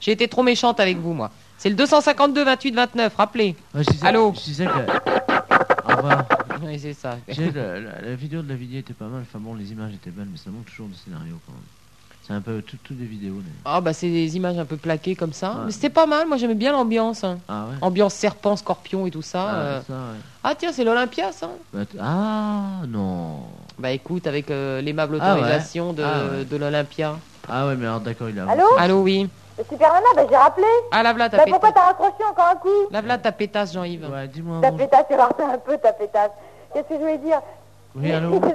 S2: J'ai été trop méchante avec vous, moi. C'est le 252 28 29, rappelez.
S3: Ouais, je disais-
S2: Allô
S3: Je disais que. Au revoir.
S2: Oui, c'est ça.
S3: Je disais que la, la- la vidéo de la vidéo était pas mal. Enfin bon, les images étaient belles, mais ça manque toujours de scénario quand même. C'est un peu tout, tout des vidéos. les-
S2: Ah, bah c'est des images un peu plaquées comme ça.
S3: Ouais.
S2: Mais c'était pas mal, moi j'aimais bien l'ambiance. hein.
S3: Ah ouais
S2: Ambiance serpent, scorpion et tout ça.
S3: Ah,
S2: euh.
S3: ça, ouais.
S2: Ah, tiens, c'est l'Olympia ça
S3: Bah, t- ah non.
S2: Bah écoute, avec euh, l'aimable
S3: Ah ouais.
S2: autorisation de,
S3: Ah ouais.
S2: de l'Olympia.
S3: Ah ouais, mais alors d'accord, il a.
S9: Allô
S2: Allô, oui.
S9: Euh, Super Nana, bah, j'ai rappelé.
S2: Ah, la v'là,
S9: Bah,
S2: ta
S9: pourquoi
S2: pétasse.
S9: t'as raccroché encore un coup
S2: La v'là, ta pétasse, Jean-Yves.
S3: Ouais, dis-moi.
S9: Ta pétasse, c'est parti un peu, ta pétasse. Qu'est-ce que je voulais dire
S3: Oui, allô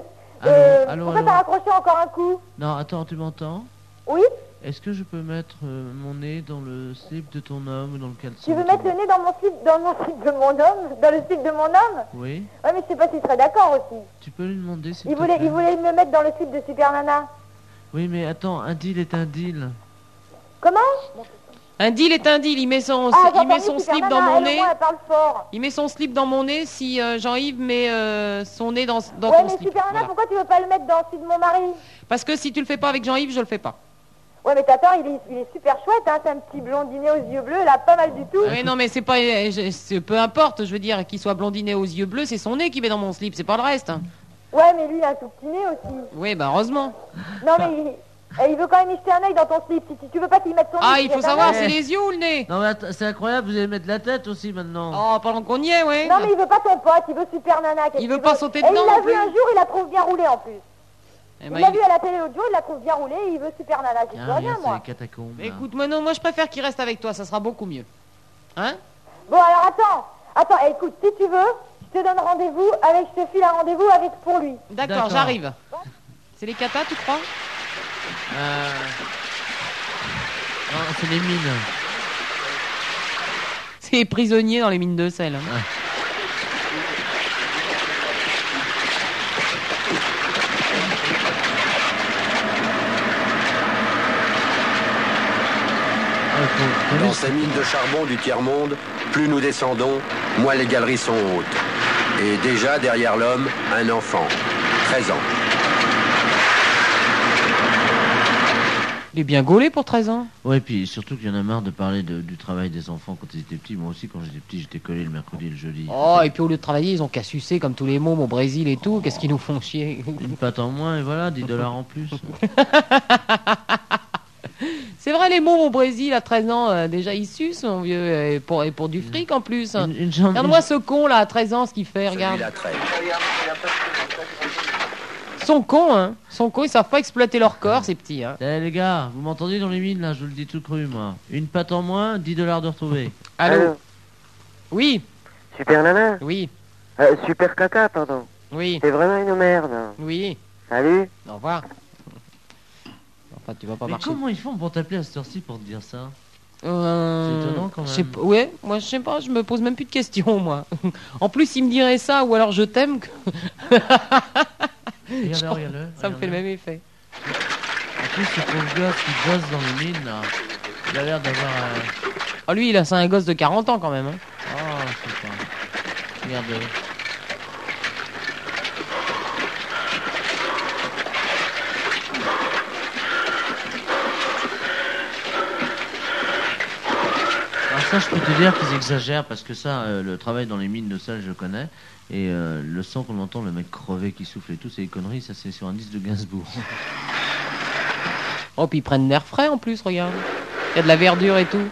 S9: Euh,
S3: Allô, allô,
S9: Pourquoi
S3: allô.
S9: t'as raccroché encore un coup
S3: Non, attends, tu m'entends
S9: Oui
S3: Est-ce que je peux mettre euh, mon nez dans le slip de ton homme ou dans le caleçon
S9: Tu veux
S3: de ton-
S9: mettre le nez dans mon slip, dans mon slip de mon homme Dans le slip de mon homme
S3: Oui.
S9: Ouais, mais je sais pas s'il serait d'accord aussi.
S3: Tu peux lui demander s'il
S9: Il
S3: te
S9: voulait,
S3: plaît
S9: il voulait me mettre dans le slip de Super Nana.
S3: Oui, mais attends, un deal est un deal.
S9: Comment
S2: Un deal est un deal, il met son,
S9: Ah, j'ai
S2: il met
S9: entendu
S2: son
S9: Super
S2: slip
S9: Nana,
S2: dans mon
S9: elle, au
S2: nez.
S9: moins, elle parle fort.
S2: Il met son slip dans mon nez si euh, Jean-Yves met euh, son nez dans, dans
S9: ouais,
S2: ton
S9: mais
S2: slip.
S9: Super Nana,
S2: Voilà.
S9: pourquoi tu veux pas le mettre dans le slip de mon mari
S2: Parce que si tu le fais pas avec Jean-Yves, je le fais pas.
S9: Ouais, mais t'attends, il est, il est super chouette, hein, c'est un petit blondinet aux yeux bleus, là, pas mal du
S3: Ah
S9: tout.
S2: Oui, non, mais c'est pas. euh, je- c'est- peu importe, je veux dire, qu'il soit blondiné aux yeux bleus, c'est son nez qui met dans mon slip, c'est pas le reste. hein.
S9: Ouais, mais lui, il a un tout petit nez aussi.
S2: Oui, bah heureusement.
S9: Non, mais il, eh, il veut quand même y jeter un œil dans ton slip. Si, si tu veux pas qu'il mette son
S2: Ah,
S9: nez,
S2: il
S9: jette
S2: faut
S9: un
S2: savoir,
S9: œil.
S2: c'est les yeux ou le nez
S3: Non, mais attends, c'est incroyable, vous allez mettre la tête aussi maintenant.
S2: Oh, pendant qu'on y est, ouais.
S9: Non, mais il veut pas ton pote, il veut Super Nana. qu'est-ce
S2: Il
S9: que
S2: veut
S9: tu
S2: pas
S9: veux
S2: sauter
S9: Eh,
S2: dedans
S9: Il l'a
S2: non
S9: vu
S2: plus.
S9: un jour, il la trouve bien roulée en plus.
S2: Eh
S9: Il
S2: ben,
S9: l'a
S2: il-
S9: vu à la télé l'autre jour, il la trouve bien roulée, il veut Super Nana. J'y
S3: Ah,
S9: peux rien,
S3: regarde, c'est
S9: moi.
S3: les catacombes. là.
S2: Écoute, moi non, moi je préfère qu'il reste avec toi, ça sera beaucoup mieux. Hein
S9: Bon, alors attends, attends, eh, écoute, si tu veux, je te donne rendez-vous avec, je te file un rendez-vous avec pour lui.
S2: D'accord,
S3: D'accord.
S2: j'arrive. C'est les katas, tu crois
S3: Euh, Non, c'est les mines.
S2: C'est les prisonniers dans les mines de sel. hein.
S3: Ah,
S15: Dans ces mines de charbon du tiers-monde, plus nous descendons, moins les galeries sont hautes. Et déjà, derrière l'homme, un enfant, 13 ans.
S2: Il est bien gaulé pour 13 ans.
S3: Ouais, puis surtout qu'il y en a marre de parler de- du travail des enfants quand ils étaient petits. Moi aussi, quand j'étais petit, j'étais collé le mercredi et le jeudi.
S2: Oh, et puis au lieu de travailler, ils ont qu'à sucer comme tous les mômes au Brésil et tout. Qu'est-ce qu'ils nous font chier
S3: Une patte en moins, et voilà, 10 dollars en plus.
S2: C'est vrai, les mômes au Brésil à 13 ans, euh, déjà ils sucent, mon vieux, euh, et pour, et pour du fric en plus. hein. Regarde-moi ce con là à 13 ans, ce qu'il fait, regarde. Son con, hein. Son con, ils savent pas exploiter leur corps, ces petits, hein.
S3: Eh les gars, vous m'entendez dans les mines là, je vous le dis tout cru moi. Une patte en moins, 10 dollars de retrouver.
S2: Allô Oui
S4: Super Nana Euh,
S2: Oui.
S4: super Caca, pardon.
S2: Oui.
S4: C'est vraiment une merde.
S2: Oui.
S4: Salut.
S2: Au revoir. Enfin, tu vas pas
S3: Mais
S2: marcher.
S3: comment ils font pour t'appeler à cette heure-ci pour te dire ça
S2: Euh,
S3: C'est étonnant, quand
S2: je
S3: même.
S2: sais pas- ouais, moi je sais pas, je me pose même plus de questions moi. En plus, il me dirait ça ou alors je t'aime. que-
S3: Regarde-le,
S2: Genre,
S3: regarde-le,
S2: ça me fait
S3: regarde-le.
S2: le même effet.
S3: En plus, ce pauvre gars qui bosse dans les mines là, il a l'air d'avoir. euh,
S2: Ah lui, il a c'est un gosse de 40 ans quand même. hein.
S3: Oh, je sais pas. Regarde-le. Alors ça, je peux te dire qu'ils exagèrent parce que ça, euh, le travail dans les mines de sel, je connais. Et euh, le son qu'on entend, le mec crevé qui souffle et tout, c'est des conneries, ça c'est sur un disque de Gainsbourg.
S2: Oh, puis ils prennent l'air frais en plus, regarde. Il y a de la verdure et tout.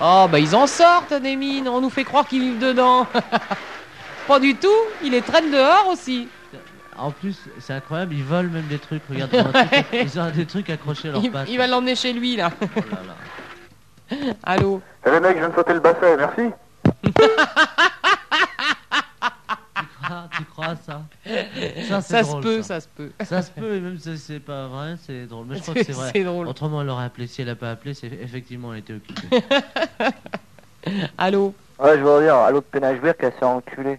S2: Oh, bah ils en sortent des mines, on nous fait croire qu'ils vivent dedans. pas du tout, ils les traînent dehors aussi.
S3: en plus, c'est incroyable, ils volent même des trucs, regarde. ils ont un truc- ils ont des trucs accrochés à leurs
S2: Il,
S3: pattes.
S2: il va l'emmener chez lui là.
S3: Oh
S2: Allô
S10: Eh mec, je viens de sauter le bassin, merci.
S3: Ah, tu crois à ça
S2: Ça,
S3: c'est
S2: se
S3: drôle,
S2: peut, ça se peut.
S3: Ça se peut, et même si c'est pas vrai, c'est drôle. Mais je crois que c'est vrai.
S2: C'est drôle.
S3: Autrement, elle aurait appelé. Si elle a pas appelé, c'est effectivement, elle était occupée.
S2: Allô
S10: Ouais, je veux dire, allô de Pénageberg, elle s'est enculée.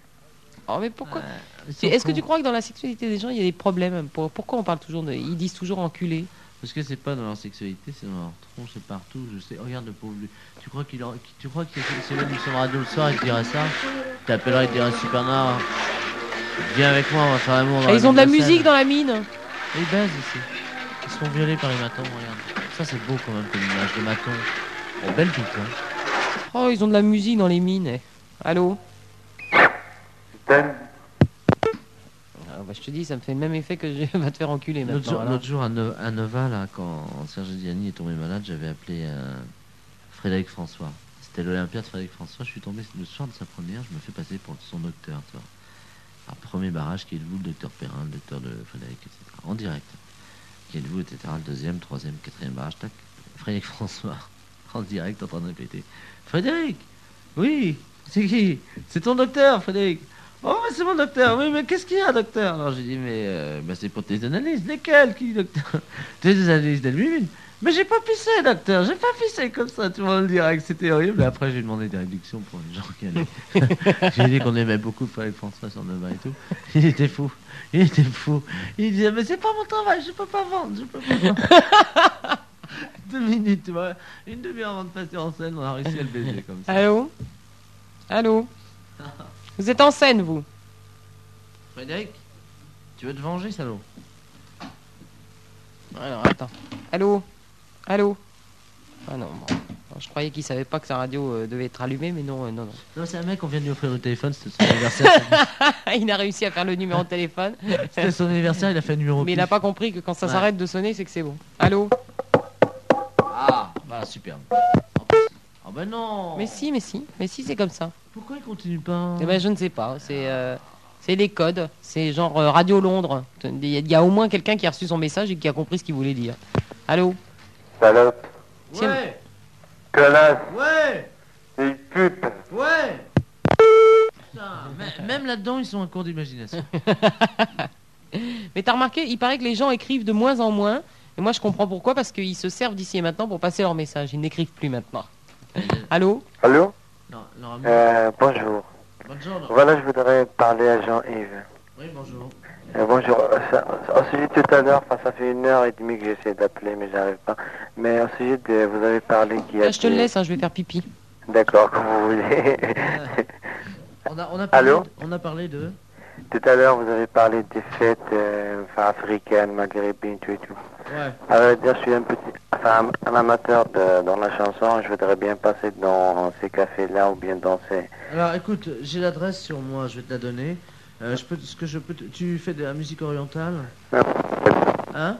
S2: Oh, mais pourquoi
S3: sauf
S2: Est-ce que
S3: qu'on-
S2: tu crois que dans la sexualité des gens, il y a des problèmes Pour- Pourquoi on parle toujours de. Ils disent toujours enculé
S3: Parce que c'est pas dans leur sexualité, c'est dans leur tronche, c'est partout. Je sais. Regarde le pauvre lui. Tu crois qu'il en- qui- tu crois que c'est même sur radio le soir, il te dirait ça T'appellerais, il te dirait super nard. Viens avec moi, on va faire l'amour. dans
S2: Et Bah, Ah, Ils ont de la
S3: mine
S2: musique
S3: scène.
S2: dans la mine
S3: Et ils baisent ici. Ils sont violés par les matons, regarde. Ça, c'est beau quand même comme image, les matons. Oh, belle pique, hein.
S2: Oh, ils ont de la musique dans les mines. eh. Allô Ah, bah, Je te dis, ça me fait le même effet que je va te faire enculer maintenant.
S3: L'autre jour,
S2: alors.
S3: l'autre jour à, Ne- à Nova, là, quand Serge Diani est tombé malade, j'avais appelé euh, Frédéric François. C'était l'Olympia de Frédéric François. Je suis tombé le soir de sa première, je me fais passer pour son docteur. tu vois. Alors, premier barrage, qui est de vous, le docteur Perrin, le docteur de Frédéric, etc. En direct. Qui est de vous, etc. Le deuxième, troisième, quatrième barrage, tac. Frédéric François, en direct, en train de péter. Frédéric Oui C'est qui C'est ton docteur, Frédéric Oh, mais c'est mon docteur, oui, mais qu'est-ce qu'il y a, docteur Alors j'ai dit, mais euh, bah, c'est pour tes analyses. Lesquelles, qui, docteur Tes analyses d'albumine Mais j'ai pas pissé, docteur, j'ai pas pissé comme ça, tu vois, le direct, c'était horrible. Et après, j'ai demandé des réductions pour les gens qui allaient. j'ai dit qu'on aimait beaucoup Frédéric François sur Nova et tout. Il était fou, il était fou. Il disait, mais c'est pas mon travail, je peux pas vendre, je peux pas vendre. Deux minutes, tu vois, une demi-heure avant de passer en scène, on a réussi à le baiser comme ça.
S2: Allô Allô Vous êtes en scène, vous
S3: Frédéric, tu veux te venger, salaud
S2: Alors, attends. Allô Allô Ah non, bon. Non, Je croyais qu'il savait pas que sa radio euh, devait être allumée, mais non, euh, non, non.
S3: Non, c'est un mec qu'on vient de lui offrir le téléphone, c'était son anniversaire.
S2: il a réussi à faire le numéro de téléphone.
S3: C'était son anniversaire, il a fait un numéro.
S2: Mais il n'a pas compris que quand ça
S3: Ouais.
S2: s'arrête de sonner, c'est que c'est bon. Allô
S3: Ah, bah superbe. Ah bah non
S2: Mais si, mais si, mais si, c'est comme ça.
S3: Pourquoi il continue pas hein
S2: Eh ben, je ne sais pas. C'est euh, c'est les codes. C'est genre euh, Radio Londres. Il y, a- il y a au moins quelqu'un qui a reçu son message et qui a compris ce qu'il voulait dire. Allô
S10: Salope.
S2: Tiens.
S10: Connasse.
S3: Ouais
S10: Et pute.
S3: Ouais Putain, mais- même là-dedans, ils sont à court d'imagination.
S2: Mais t'as remarqué, il paraît que les gens écrivent de moins en moins. Et moi, je comprends pourquoi, parce qu'ils se servent d'ici et maintenant pour passer leur message. Ils n'écrivent plus maintenant. Allô
S8: Allô
S3: Non, normalement.
S8: Euh, bonjour.
S3: Bonjour.
S8: Voilà, je voudrais parler à Jean-Yves.
S3: Oui, bonjour.
S4: Euh, bonjour, euh, ça- au sujet de tout à l'heure, enfin ça fait une heure et demie que j'essaie d'appeler mais j'arrive pas. Mais au sujet de, vous avez parlé qu'il y a...
S2: Là, je te le
S4: des-
S2: laisse, hein, je vais faire pipi.
S4: D'accord, comme vous voulez.
S3: On a, on a parlé,
S4: Allô
S3: de- on a parlé de...
S4: tout à l'heure, vous avez parlé des fêtes euh, enfin, africaines, maghrébines, tout et tout.
S3: Ouais.
S4: À vrai dire, je suis un petit, enfin, un amateur de, dans la chanson. Je voudrais bien passer dans ces cafés-là ou bien dans ces.
S3: Alors écoute, j'ai l'adresse sur moi, je vais te la donner. Euh, je peux, ce que je peux, te- tu fais de la musique orientale
S4: Euh,
S3: Hein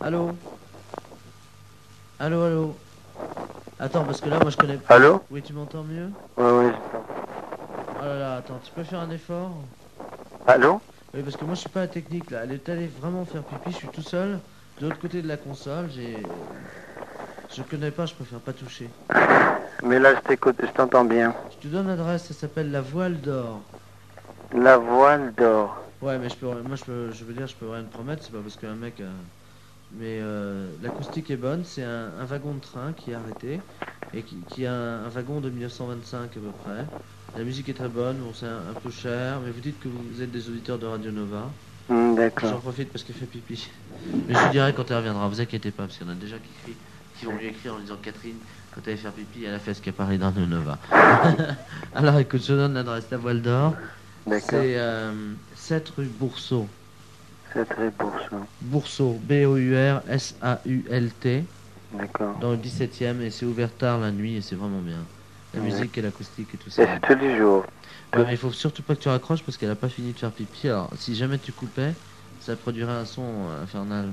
S3: Allô Allô, allô Attends, parce que là, moi, je connais pas.
S4: Allô
S3: Oui, tu m'entends mieux
S4: Ouais, ouais,
S3: Oh là là, attends, tu peux faire un effort
S4: je- Allô
S3: Oui, parce que moi, je suis pas à la technique, là. Elle est allée vraiment faire pipi, je suis tout seul. De l'autre côté de la console, j'ai... Je connais pas, je préfère pas toucher.
S4: Mais là, je t'écoute, je t'entends bien.
S3: Je te donne l'adresse, ça s'appelle la Voile d'Or.
S4: La voile d'or.
S3: Ouais, mais je peux, moi je peux, je veux dire, je peux rien te promettre, c'est pas parce qu'un mec. euh, mais euh, l'acoustique est bonne, c'est un, un wagon de train qui est arrêté et qui, qui a un, un wagon de 1925 à peu près. La musique est très bonne, bon, c'est un, un peu cher, mais vous dites que vous êtes des auditeurs de Radio Nova.
S4: Hmm, d'accord.
S3: J'en profite parce qu'il fait pipi. Mais je vous dirai quand elle reviendra, vous inquiétez pas, parce qu'il y en a déjà qui crient, qui vont lui écrire en lui disant Catherine, quand elle va faire pipi, elle a fait ce qu'elle parlait dans Radio Nova. Alors écoute, je donne l'adresse, la voile d'or.
S4: D'accord.
S3: C'est euh, 7 rue Boursault.
S4: C'est très beau, ça.
S3: Boursault, B-O-U-R-S-A-U-L-T.
S4: D'accord.
S3: Dans le 17 e et c'est ouvert tard la nuit, et c'est vraiment bien. La
S4: Ouais.
S3: musique et l'acoustique et tout ça.
S4: Et c'est tous les jours.
S3: Ouais, mais il faut surtout pas que tu raccroches parce qu'elle a pas fini de faire pipi. Alors, si jamais tu coupais, ça produirait un son euh, infernal.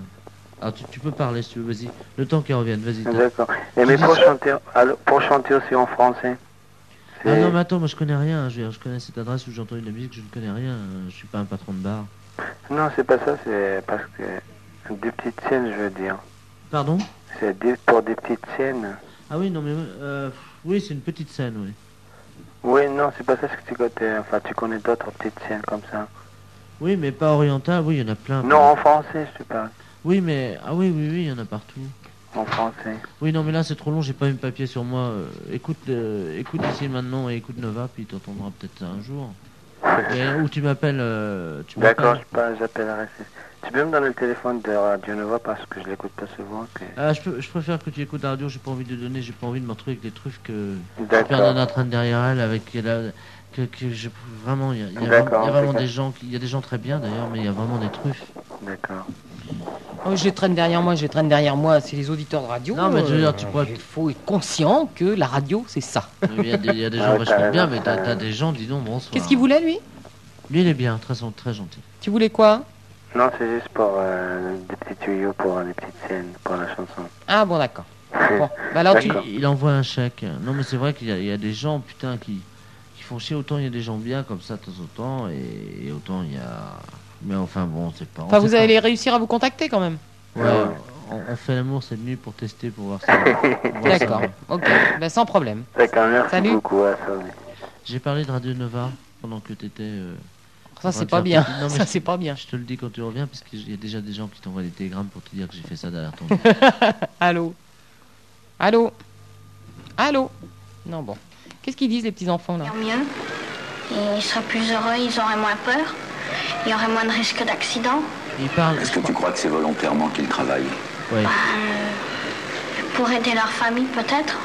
S3: Alors, tu, tu peux parler si tu veux, vas-y. Le temps qu'elle revienne, vas-y. t'as-
S4: D'accord. Et
S3: Tu
S4: mais
S3: dis
S4: pour
S3: ça-
S4: chanter, allô, pour chanter aussi en français.
S3: Ah
S4: c'est-
S3: non, mais attends, moi je connais rien. hein, Je, veux dire, je connais cette adresse où j'ai entendu de la musique, je ne connais rien. euh, Je suis pas un patron de bar.
S4: Non, c'est pas ça, c'est parce que. Des petites scènes, je veux dire.
S3: Pardon
S4: C'est des- pour des petites scènes.
S3: Ah oui, non, mais. euh, oui, c'est une petite scène, oui.
S4: Oui, non, c'est pas ça ce que tu connais. Enfin, tu connais d'autres petites scènes comme ça.
S3: Oui, mais pas oriental, oui, il y en a plein.
S4: Non, en français, je te parle.
S3: Oui, mais. Ah oui, oui, oui, il y en a partout.
S4: En français.
S3: Oui, non, mais là, c'est trop long, j'ai pas mes papiers sur moi. Euh, écoute, euh, écoute ici maintenant et écoute Nova, puis t'entendras peut-être ça un jour. Et, ou tu m'appelles. euh, tu
S4: D'accord,
S3: m'appelles.
S4: je parle, j'appellerai. c'est- Tu peux me donner le téléphone de Radio Nova parce que je l'écoute pas souvent. Que...
S3: Ah, je, peux- je préfère que tu écoutes la radio, j'ai pas envie de donner, j'ai pas envie de me retrouver avec des truffes que.
S4: D'accord.
S3: Super Nana traîne derrière elle, avec. la- que, que je- vraiment, il y a, il y a
S4: D'accord,
S3: vraiment, il y a vraiment
S4: impeccable.
S3: des gens. qui- Il y a des gens très bien d'ailleurs, mais il y a vraiment des truffes.
S4: D'accord.
S2: Oh, je les traîne derrière moi, je les traîne derrière moi, c'est les auditeurs de radio.
S3: Non, mais je veux dire, tu
S2: euh,
S3: pourrais-
S2: Il faut être conscient que la radio, c'est ça.
S3: Ah Il y a des, il y a des
S2: Ah,
S3: gens vachement bien, mais t'as t'as des gens, dis donc, bonsoir.
S2: Qu'est-ce qu'il voulait, lui
S3: Lui, il est bien, très, gen- très gentil.
S2: Tu voulais quoi
S4: Non, c'est juste pour euh, des petits tuyaux, pour euh, des petites scènes, pour la chanson.
S2: Ah, bon, d'accord. Bon, bah alors tu.
S3: Il- il envoie un chèque. Non, mais c'est vrai qu'il y, a- il y a des gens, putain, qui, qui font chier. Autant il y a des gens bien comme ça de temps en temps, et, et autant il y a. Mais enfin, bon, c'est pas. on
S2: Enfin,
S3: sait
S2: vous
S3: pas.
S2: allez réussir à vous contacter quand même.
S3: Ouais, on, on fait l'amour cette nuit pour tester, pour voir ça. pour voir ça.
S2: D'accord, ok, bah, sans problème.
S4: D'accord, merci
S2: Salut.
S4: beaucoup. À ça, oui.
S3: J'ai parlé de Radio Nova pendant que t'étais. euh,
S2: Ça,
S3: en train
S2: c'est
S3: de
S2: pas
S3: faire
S2: bien.
S3: pipi. Non, mais
S2: Ça,
S3: je-
S2: c'est pas bien.
S3: Je te le dis quand tu reviens, parce qu'il y a déjà des gens qui t'envoient des télégrammes pour te dire que j'ai fait ça derrière ton.
S2: Allô Allô Allô Non, bon. Qu'est-ce qu'ils disent, les petits-enfants, là
S16: mieux. Euh, Ils seraient plus heureux, ils auraient moins peur. Il y aurait moins de risques d'accident.
S5: Est-ce que tu crois que c'est volontairement qu'il travaille
S16: Pour aider leur famille, peut-être.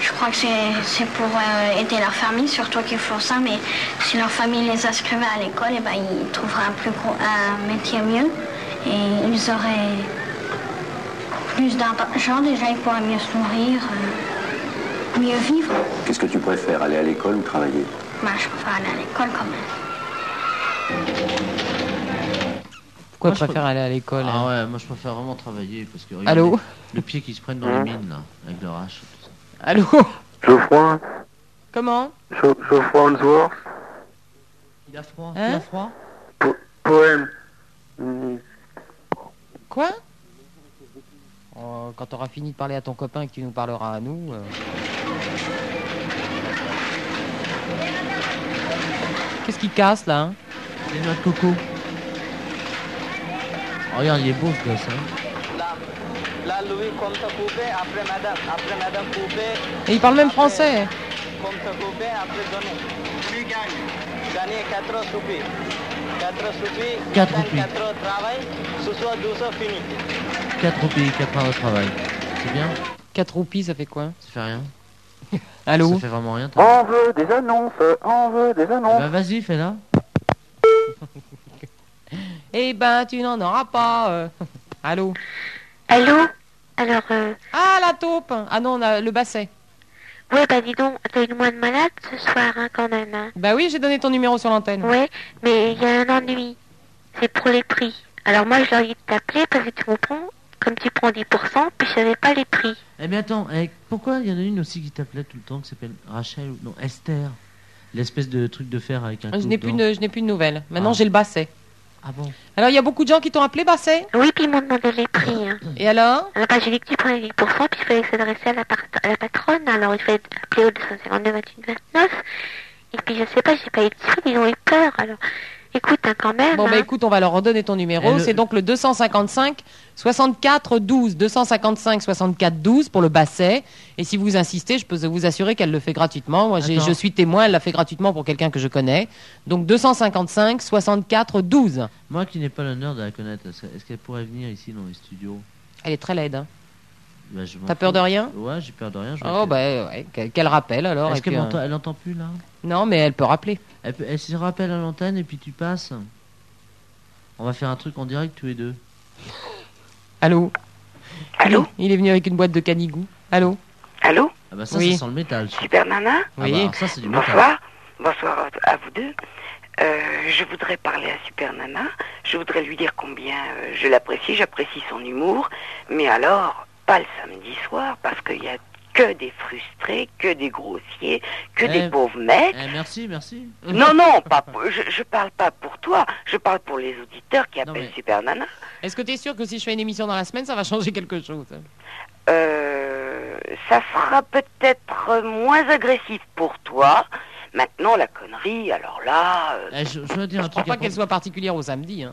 S16: Je crois que c'est c'est pour euh, aider leur famille, surtout qu'ils font ça, mais si leur famille les inscrivait à l'école, eh ben, ils trouveraient un, plus gros, un métier mieux et ils auraient plus d'argent. Déjà, ils pourraient mieux se nourrir, euh, mieux vivre.
S5: Qu'est-ce que tu préfères, aller à l'école ou travailler
S16: Ben, je préfère aller à l'école quand même.
S2: Pourquoi
S3: Moi, je
S2: préfère aller à l'école hein
S3: Ah ouais, moi je préfère vraiment travailler parce que. regarde
S2: Allô
S3: les- Le pied qui se prennent dans les mines là, avec leur hache.
S2: Allô
S10: Geoffroy
S2: Comment
S10: Jo- Geoffroy Hansworth
S3: Il a froid,
S2: Hein
S3: il a froid.
S10: Poème.
S2: Quoi Oh, Quand t'auras fini de parler à ton copain et que tu nous parleras à nous. euh. Qu'est-ce qui casse là hein
S3: Les noix de coco. Oh, regarde, il est beau ce gosse. Hein.
S2: Et il parle même français.
S17: comme ça couper, après donner. Tu gagnes. Gagner 4 soupis. 4 soupis,
S3: Quatre
S17: 4
S3: roupies.
S17: au travail, ce soir 12 heures fini.
S3: 4 roupies, 4 heures de travail. C'est bien
S2: 4 roupies, ça fait quoi
S3: Ça fait rien.
S2: Allô
S3: Ça fait vraiment rien. t'as-
S4: On veut des annonces, on veut des annonces.
S3: Bah vas-y, fais-la.
S2: Eh ben, tu n'en auras pas. euh. Allô
S7: Allô Alors, euh,
S2: Ah, la taupe Ah non, on a le basset.
S7: ouais, bah dis donc, t'as une moine malade ce soir, hein, quand même. hein.
S2: Bah oui, j'ai donné ton numéro sur l'antenne.
S7: Ouais, mais il y a un ennui. C'est pour les prix. Alors moi, j'ai envie de t'appeler parce que tu comprends, comme tu prends 10%, puis je savais pas les prix.
S3: Eh bien attends, eh, pourquoi il y en a une aussi qui t'appelait tout le temps qui s'appelle Rachel ou non Esther L'espèce de truc de fer avec un
S2: Je
S3: clou
S2: n'ai plus,
S3: dedans.
S2: de, je n'ai plus de nouvelles. Maintenant,
S3: Ah.
S2: j'ai le basset.
S3: Ah bon
S2: Alors, il y a beaucoup de gens qui t'ont appelé basset
S7: Oui, puis ils m'ont demandé les prix. hein.
S2: Et alors
S7: Alors, bah, j'ai dit que tu prenais 10%, puis il fallait s'adresser à la, part- à la patronne. Alors, il fallait appeler au 252 28 29. Et puis, je sais pas, j'ai pas eu de sous, ils ont eu peur. Alors, écoute, hein, quand même.
S2: Bon,
S7: hein.
S2: bah écoute, on va leur redonner ton numéro.
S7: Eh, le-
S2: C'est donc le 255 64 12. 255 64 12 pour le basset. Et si vous insistez, je peux vous assurer qu'elle le fait gratuitement. Moi, j'ai-
S3: Attends.
S2: je suis témoin, elle l'a fait gratuitement pour quelqu'un que je connais. Donc 255 64 12.
S3: Moi qui n'ai pas l'honneur de la connaître, est-ce est-ce qu'elle pourrait venir ici dans les studios
S2: Elle est très laide. hein.
S3: Bah, je m'en
S2: T'as peur
S3: fous.
S2: de rien
S3: Ouais, j'ai peur de rien. je
S2: Oh,
S3: vais-
S2: bah ouais, que- qu'elle rappelle alors.
S3: Est-ce
S2: et puis,
S3: qu'elle m'entend-
S2: euh,
S3: elle entend plus là
S2: Non, mais elle peut rappeler.
S3: elle, peut- elle se rappelle à l'antenne et puis tu passes. On va faire un truc en direct tous les deux.
S2: Allô Allô Il est venu avec une boîte de canigou. Allô
S6: Allô
S3: Ah bah ça,
S2: Oui.
S3: ça sent le métal. ça.
S6: Super Nana
S3: Ah
S2: Oui.
S3: bah, ça c'est du métal.
S6: Bonsoir. Bonsoir à à vous deux. Euh, je voudrais parler à Super Nana. Je voudrais lui dire combien euh, je l'apprécie. J'apprécie son humour. Mais alors, pas le samedi soir, parce qu'il n'y a que des frustrés, que des grossiers, que des
S3: Eh,
S6: pauvres mecs.
S3: eh, merci, merci.
S6: Non, non, pas pour- je, je parle pas pour toi. Je parle pour les auditeurs qui appellent Super Nana.
S2: Est-ce que tu es sûr que si je fais une émission dans la semaine, ça va changer quelque chose
S6: Euh, ça sera peut-être moins agressif pour toi. Maintenant, la connerie, alors là... euh,
S3: Eh, je, veux dire
S2: Je crois pas qu'elle soit particulière au samedi. hein.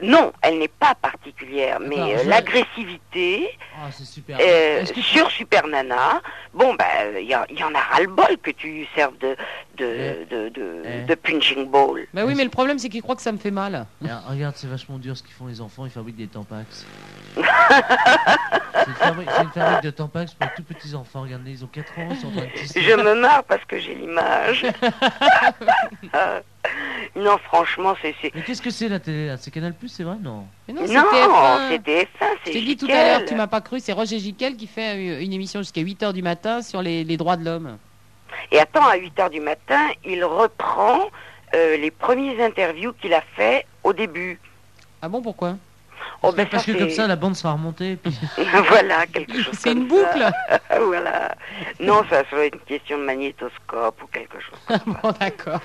S6: Non, elle n'est pas particulière, mais
S2: D'accord,
S6: euh,
S2: je-
S6: l'agressivité
S3: Ah, c'est super.
S6: euh,
S3: Est-ce que-
S6: sur Super Nana, bon, ben, il y, a- y en a ras-le-bol que tu serves de,
S3: Eh.
S6: de, de, de, de punching ball.
S2: Bah oui, mais le problème, c'est qu'il croit que ça me fait mal.
S3: Et alors, regarde, c'est vachement dur ce qu'ils font les enfants, ils fabriquent des tampax. c'est une, fabri- c'est une fabrique de tampax pour les tout petits enfants. Regardez, ils ont 4 ans, ils sont en train de tisser.
S6: Je me marre parce que j'ai l'image. non, franchement, c'est... c'est-
S3: Mais qu'est-ce que c'est la télé là C'est Canal Plus, c'est vrai Non.
S2: Mais
S6: Non,
S2: c'est TF1.
S6: c'était F1,
S2: Je
S6: c'est
S2: t'ai dit tout à
S6: Jiquel.
S2: l'heure, tu m'as pas cru, c'est Roger Giquel qui fait euh, une émission jusqu'à 8h du matin sur les, les droits de l'homme.
S6: Et attends, à 8 heures du matin, il reprend euh, les premiers interviews qu'il a fait au début.
S2: Ah bon, pourquoi
S6: Oh, ben,
S3: Parce que
S6: c'est-
S3: comme ça, la bande sera remontée. puis-
S6: voilà, quelque chose.
S2: C'est une
S6: comme
S2: boucle
S6: ça. Voilà. Non, ça serait une question de magnétoscope ou quelque chose.
S2: Ah bon, d'accord.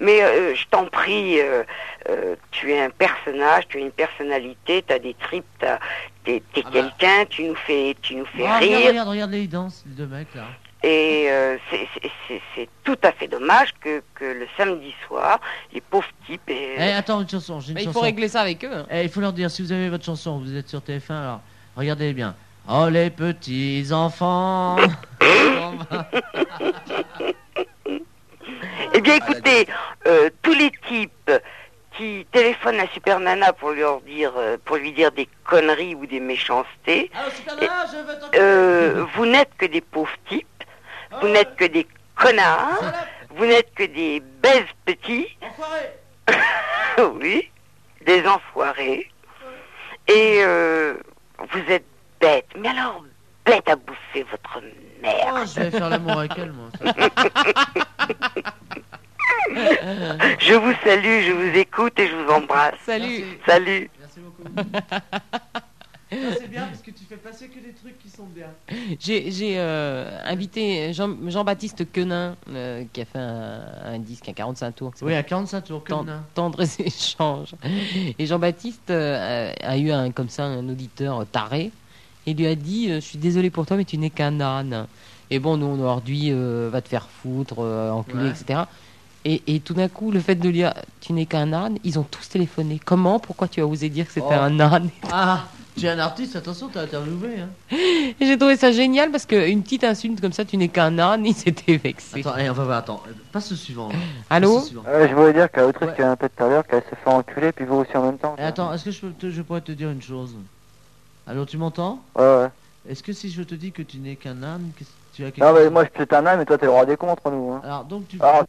S6: Mais euh, je t'en prie, euh, euh, tu es un personnage, tu es une personnalité, tu as des tripes, t'as- t'es
S2: Ah
S6: t'es
S2: bah.
S6: quelqu'un, tu nous fais, tu nous fais
S3: Ah,
S6: rire.
S3: regarde, regarde, regarde, les danses, les deux mecs là.
S6: Et euh, c'est- c'est- c'est c'est tout à fait dommage que, que le samedi soir, les pauvres types... Et,
S3: Eh, attends, une chanson, j'ai une
S2: Mais il faut
S3: chanson.
S2: régler ça avec eux. hein.
S3: Eh, il faut leur dire, si vous avez votre chanson, vous êtes sur TF1, alors regardez bien. Oh les petits enfants Bon, bah.
S6: Eh bien, écoutez, euh, tous les types qui téléphonent à Super Nana pour, leur dire, euh, pour lui dire des conneries ou des méchancetés, euh, vous n'êtes que des pauvres types, vous n'êtes que des connards, vous n'êtes que des baises petits, oui, des enfoirés, et euh, vous êtes bêtes, mais alors bêtes à bouffer votre merde.
S3: Oh, je vais faire l'amour avec elle, moi.
S6: Je vous salue, je vous écoute et je vous embrasse.
S2: Salut.
S6: Salut.
S3: Merci beaucoup. Ah, c'est bien parce que tu fais passer que des trucs qui sont bien.
S2: J'ai j'ai, euh, invité Jean- Jean-Baptiste Quenin, euh, qui a fait un, un disque à 45 tours.
S3: Oui, à 45 tours,
S2: Ten-
S3: Quenin.
S2: Tendres échanges. Et Jean-Baptiste euh, a a eu un, comme ça un auditeur taré et lui a dit euh, Je suis désolé pour toi, mais tu n'es qu'un âne. Et bon, nous, on leur dit euh, Va te faire foutre, euh, enculé,
S3: Ouais.
S2: etc. Et, et tout d'un coup, le fait de lui dire Tu n'es qu'un âne, ils ont tous téléphoné. Comment Pourquoi tu as osé dire que c'était
S3: Oh.
S2: un âne
S3: Ah, Tu es un artiste, attention, t'as interviewé. Hein.
S2: Et j'ai trouvé ça génial parce qu'une petite insulte comme ça, tu n'es qu'un âne, il s'était vexé.
S3: Attends, allez, on va voir, attends. Passe le suivant. là.
S2: Allô
S3: Passe le suivant.
S10: Euh, je voulais dire qu'à l'autrice qui a un peu tout à l'heure, qu'elle se fait enculer, puis vous aussi en même temps.
S3: Et Eh, attends, est-ce que je, peux te- je pourrais te dire une chose Alors, tu m'entends
S10: Ouais, ouais.
S3: Est-ce que si je te dis que tu n'es qu'un âne, qu'est-ce que tu as quelque
S10: Non, mais
S3: chose-
S10: moi je pète un âme et toi t'es le roi des cons entre nous. Hein.
S3: Alors, donc tu.
S4: Ah.
S10: Alors,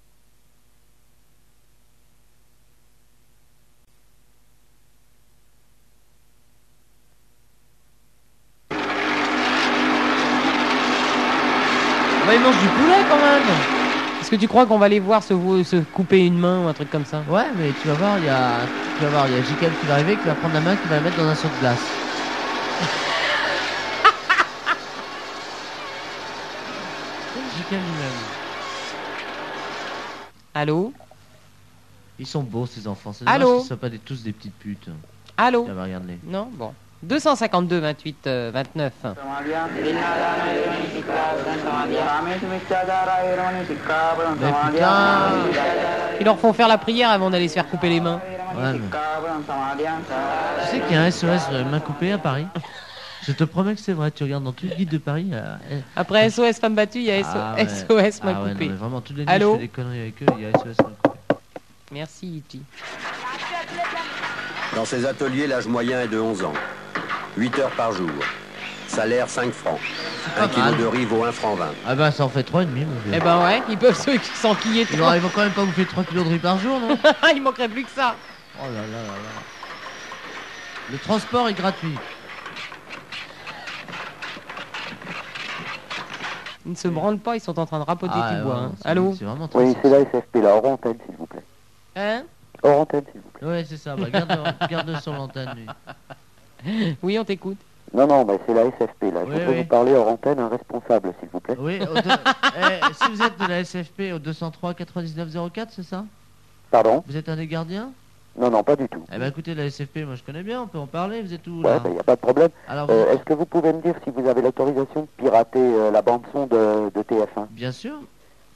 S2: Bah, il mange du poulet quand même Est-ce que tu crois qu'on va les voir se, vo- se couper une main ou un truc comme ça
S3: Ouais, mais tu vas voir, il y a. Tu vas voir, il y a Jikel qui va arriver, qui va prendre la main, qui va la mettre dans un seau de glace. Jikel lui-même.
S2: Allô
S3: Ils sont beaux ces enfants, c'est
S2: Allô
S3: dommage qu'ils soient pas des- tous des petites putes.
S2: Allô
S3: Ah bah, regarde-les.
S2: Non Bon. 252, 28, euh, 29. Ils leur font faire la prière avant d'aller se faire couper les mains.
S3: Ouais, mais- Tu sais qu'il y a un SOS euh, main coupée à Paris Je te promets que c'est vrai, tu regardes dans tout le guide de Paris. euh, eh,
S2: Après SOS femme battue, il y a SO-
S3: ah ouais.
S2: SOS main
S3: Ah ouais, non,
S2: coupée.
S3: mais vraiment, toutes les nuits, je
S2: Allô
S3: fais des conneries avec eux, il y a SOS main coupée.
S2: Merci, Iti.
S15: Dans ces ateliers, l'âge moyen est de 11 ans. 8 heures par jour. Salaire 5 francs.
S3: pas
S15: Un kilo
S3: mal.
S15: de riz vaut 1 franc 20.
S3: Ah bah ça en fait 3,5 mon vieux.
S2: Eh ben ouais, ils peuvent se- s'enquiller
S3: Ils
S2: tout.
S3: vont ils vont quand même pas bouffer 3 kilos de riz par jour, non
S2: il manquerait plus que ça.
S3: Oh là là là là. Le transport est gratuit.
S2: Ils ne se branlent pas, ils sont en train de rapoter
S3: Ah,
S2: du
S3: ouais,
S2: bois.
S3: ouais,
S2: hein.
S3: c'est-
S2: Allô
S3: C'est vraiment triste.
S8: Oui, c'est la SFP, la hors antenne, s'il vous plaît.
S2: Hein
S8: Hors antenne, s'il vous plaît.
S3: Ouais, c'est ça, bah, garde, garde sur l'antenne lui.
S2: Oui, on t'écoute.
S8: Non, non, bah, c'est la SFP, là.
S3: Oui,
S8: Je peux
S3: oui.
S8: vous parler hors antenne, un responsable, s'il vous plaît.
S3: Oui, au deux- eh, si vous êtes de la SFP au 203 99 04, c'est ça
S8: Pardon
S3: Vous êtes un des gardiens
S8: Non, non, pas du tout.
S3: Eh ben écoutez, la SFP, moi je connais bien, on peut en parler, vous êtes où
S8: Ouais,
S3: là
S8: il n'y a pas de problème.
S3: Alors,
S8: Euh,
S3: vous-
S8: Est-ce que vous pouvez me dire si vous avez l'autorisation de pirater euh, la bande-son de, de TF1
S3: Bien sûr,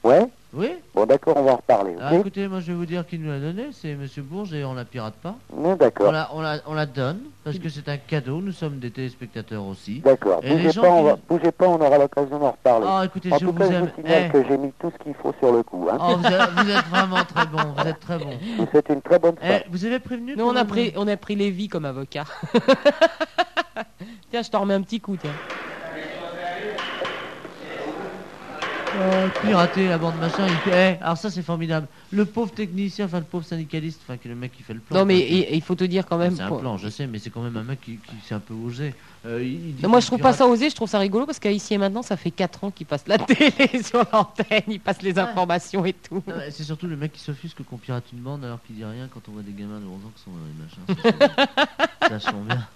S8: Ouais
S3: oui.
S8: Bon, d'accord, on va en reparler, ok
S3: Alors écoutez, moi je vais vous dire qui nous l'a donné, c'est Monsieur Bourges et on la pirate pas.
S8: Non,
S3: On
S8: Hein, d'accord.
S3: la, on, la, on la donne parce que c'est un cadeau, nous sommes des téléspectateurs aussi.
S8: D'accord.
S3: Et les
S8: Bougez
S3: gens
S8: pas, on
S3: qui-
S8: va- bougez pas, on aura l'occasion d'en reparler.
S3: Oh, écoutez,
S8: en
S3: je
S8: tout
S3: vous
S8: cas, je
S3: aime.
S8: vous signale
S3: Eh.
S8: que j'ai mis tout ce qu'il faut sur le coup. Hein.
S3: Oh, vous, êtes, vous êtes vraiment très bon, vous êtes très bon.
S8: Je vous souhaite une très bonne soirée.
S3: Eh, vous avez prévenu
S2: Nous, on
S3: qu'on
S2: a
S3: nous-
S2: pris, on a pris Lévi comme avocat. tiens, je t'en remets un petit coup, tiens.
S3: Oh, pirater la bande machin. Il... eh, alors ça c'est formidable. Le pauvre technicien, enfin le pauvre syndicaliste, enfin qui est le mec qui fait le plan.
S2: Non, mais
S3: quoi, qui-
S2: il, il faut te dire quand même.
S3: Ah, c'est un
S2: pour-
S3: plan, je sais, mais c'est quand même un mec qui, qui s'est un peu osé. Euh, il- il dit
S2: Non, moi,
S3: qu'il
S2: je trouve pas
S3: pirate-
S2: ça osé, je trouve ça rigolo parce qu'à ici et maintenant, ça fait 4 ans qu'ils passent la télé sur l'antenne, ils passent les informations et tout.
S3: Non, mais C'est surtout le mec qui s'offusque qu'on pirate une bande alors qu'il dit rien quand on voit des gamins de 11 ans qui sont dans les machins. ça, c'est- Sachons bien.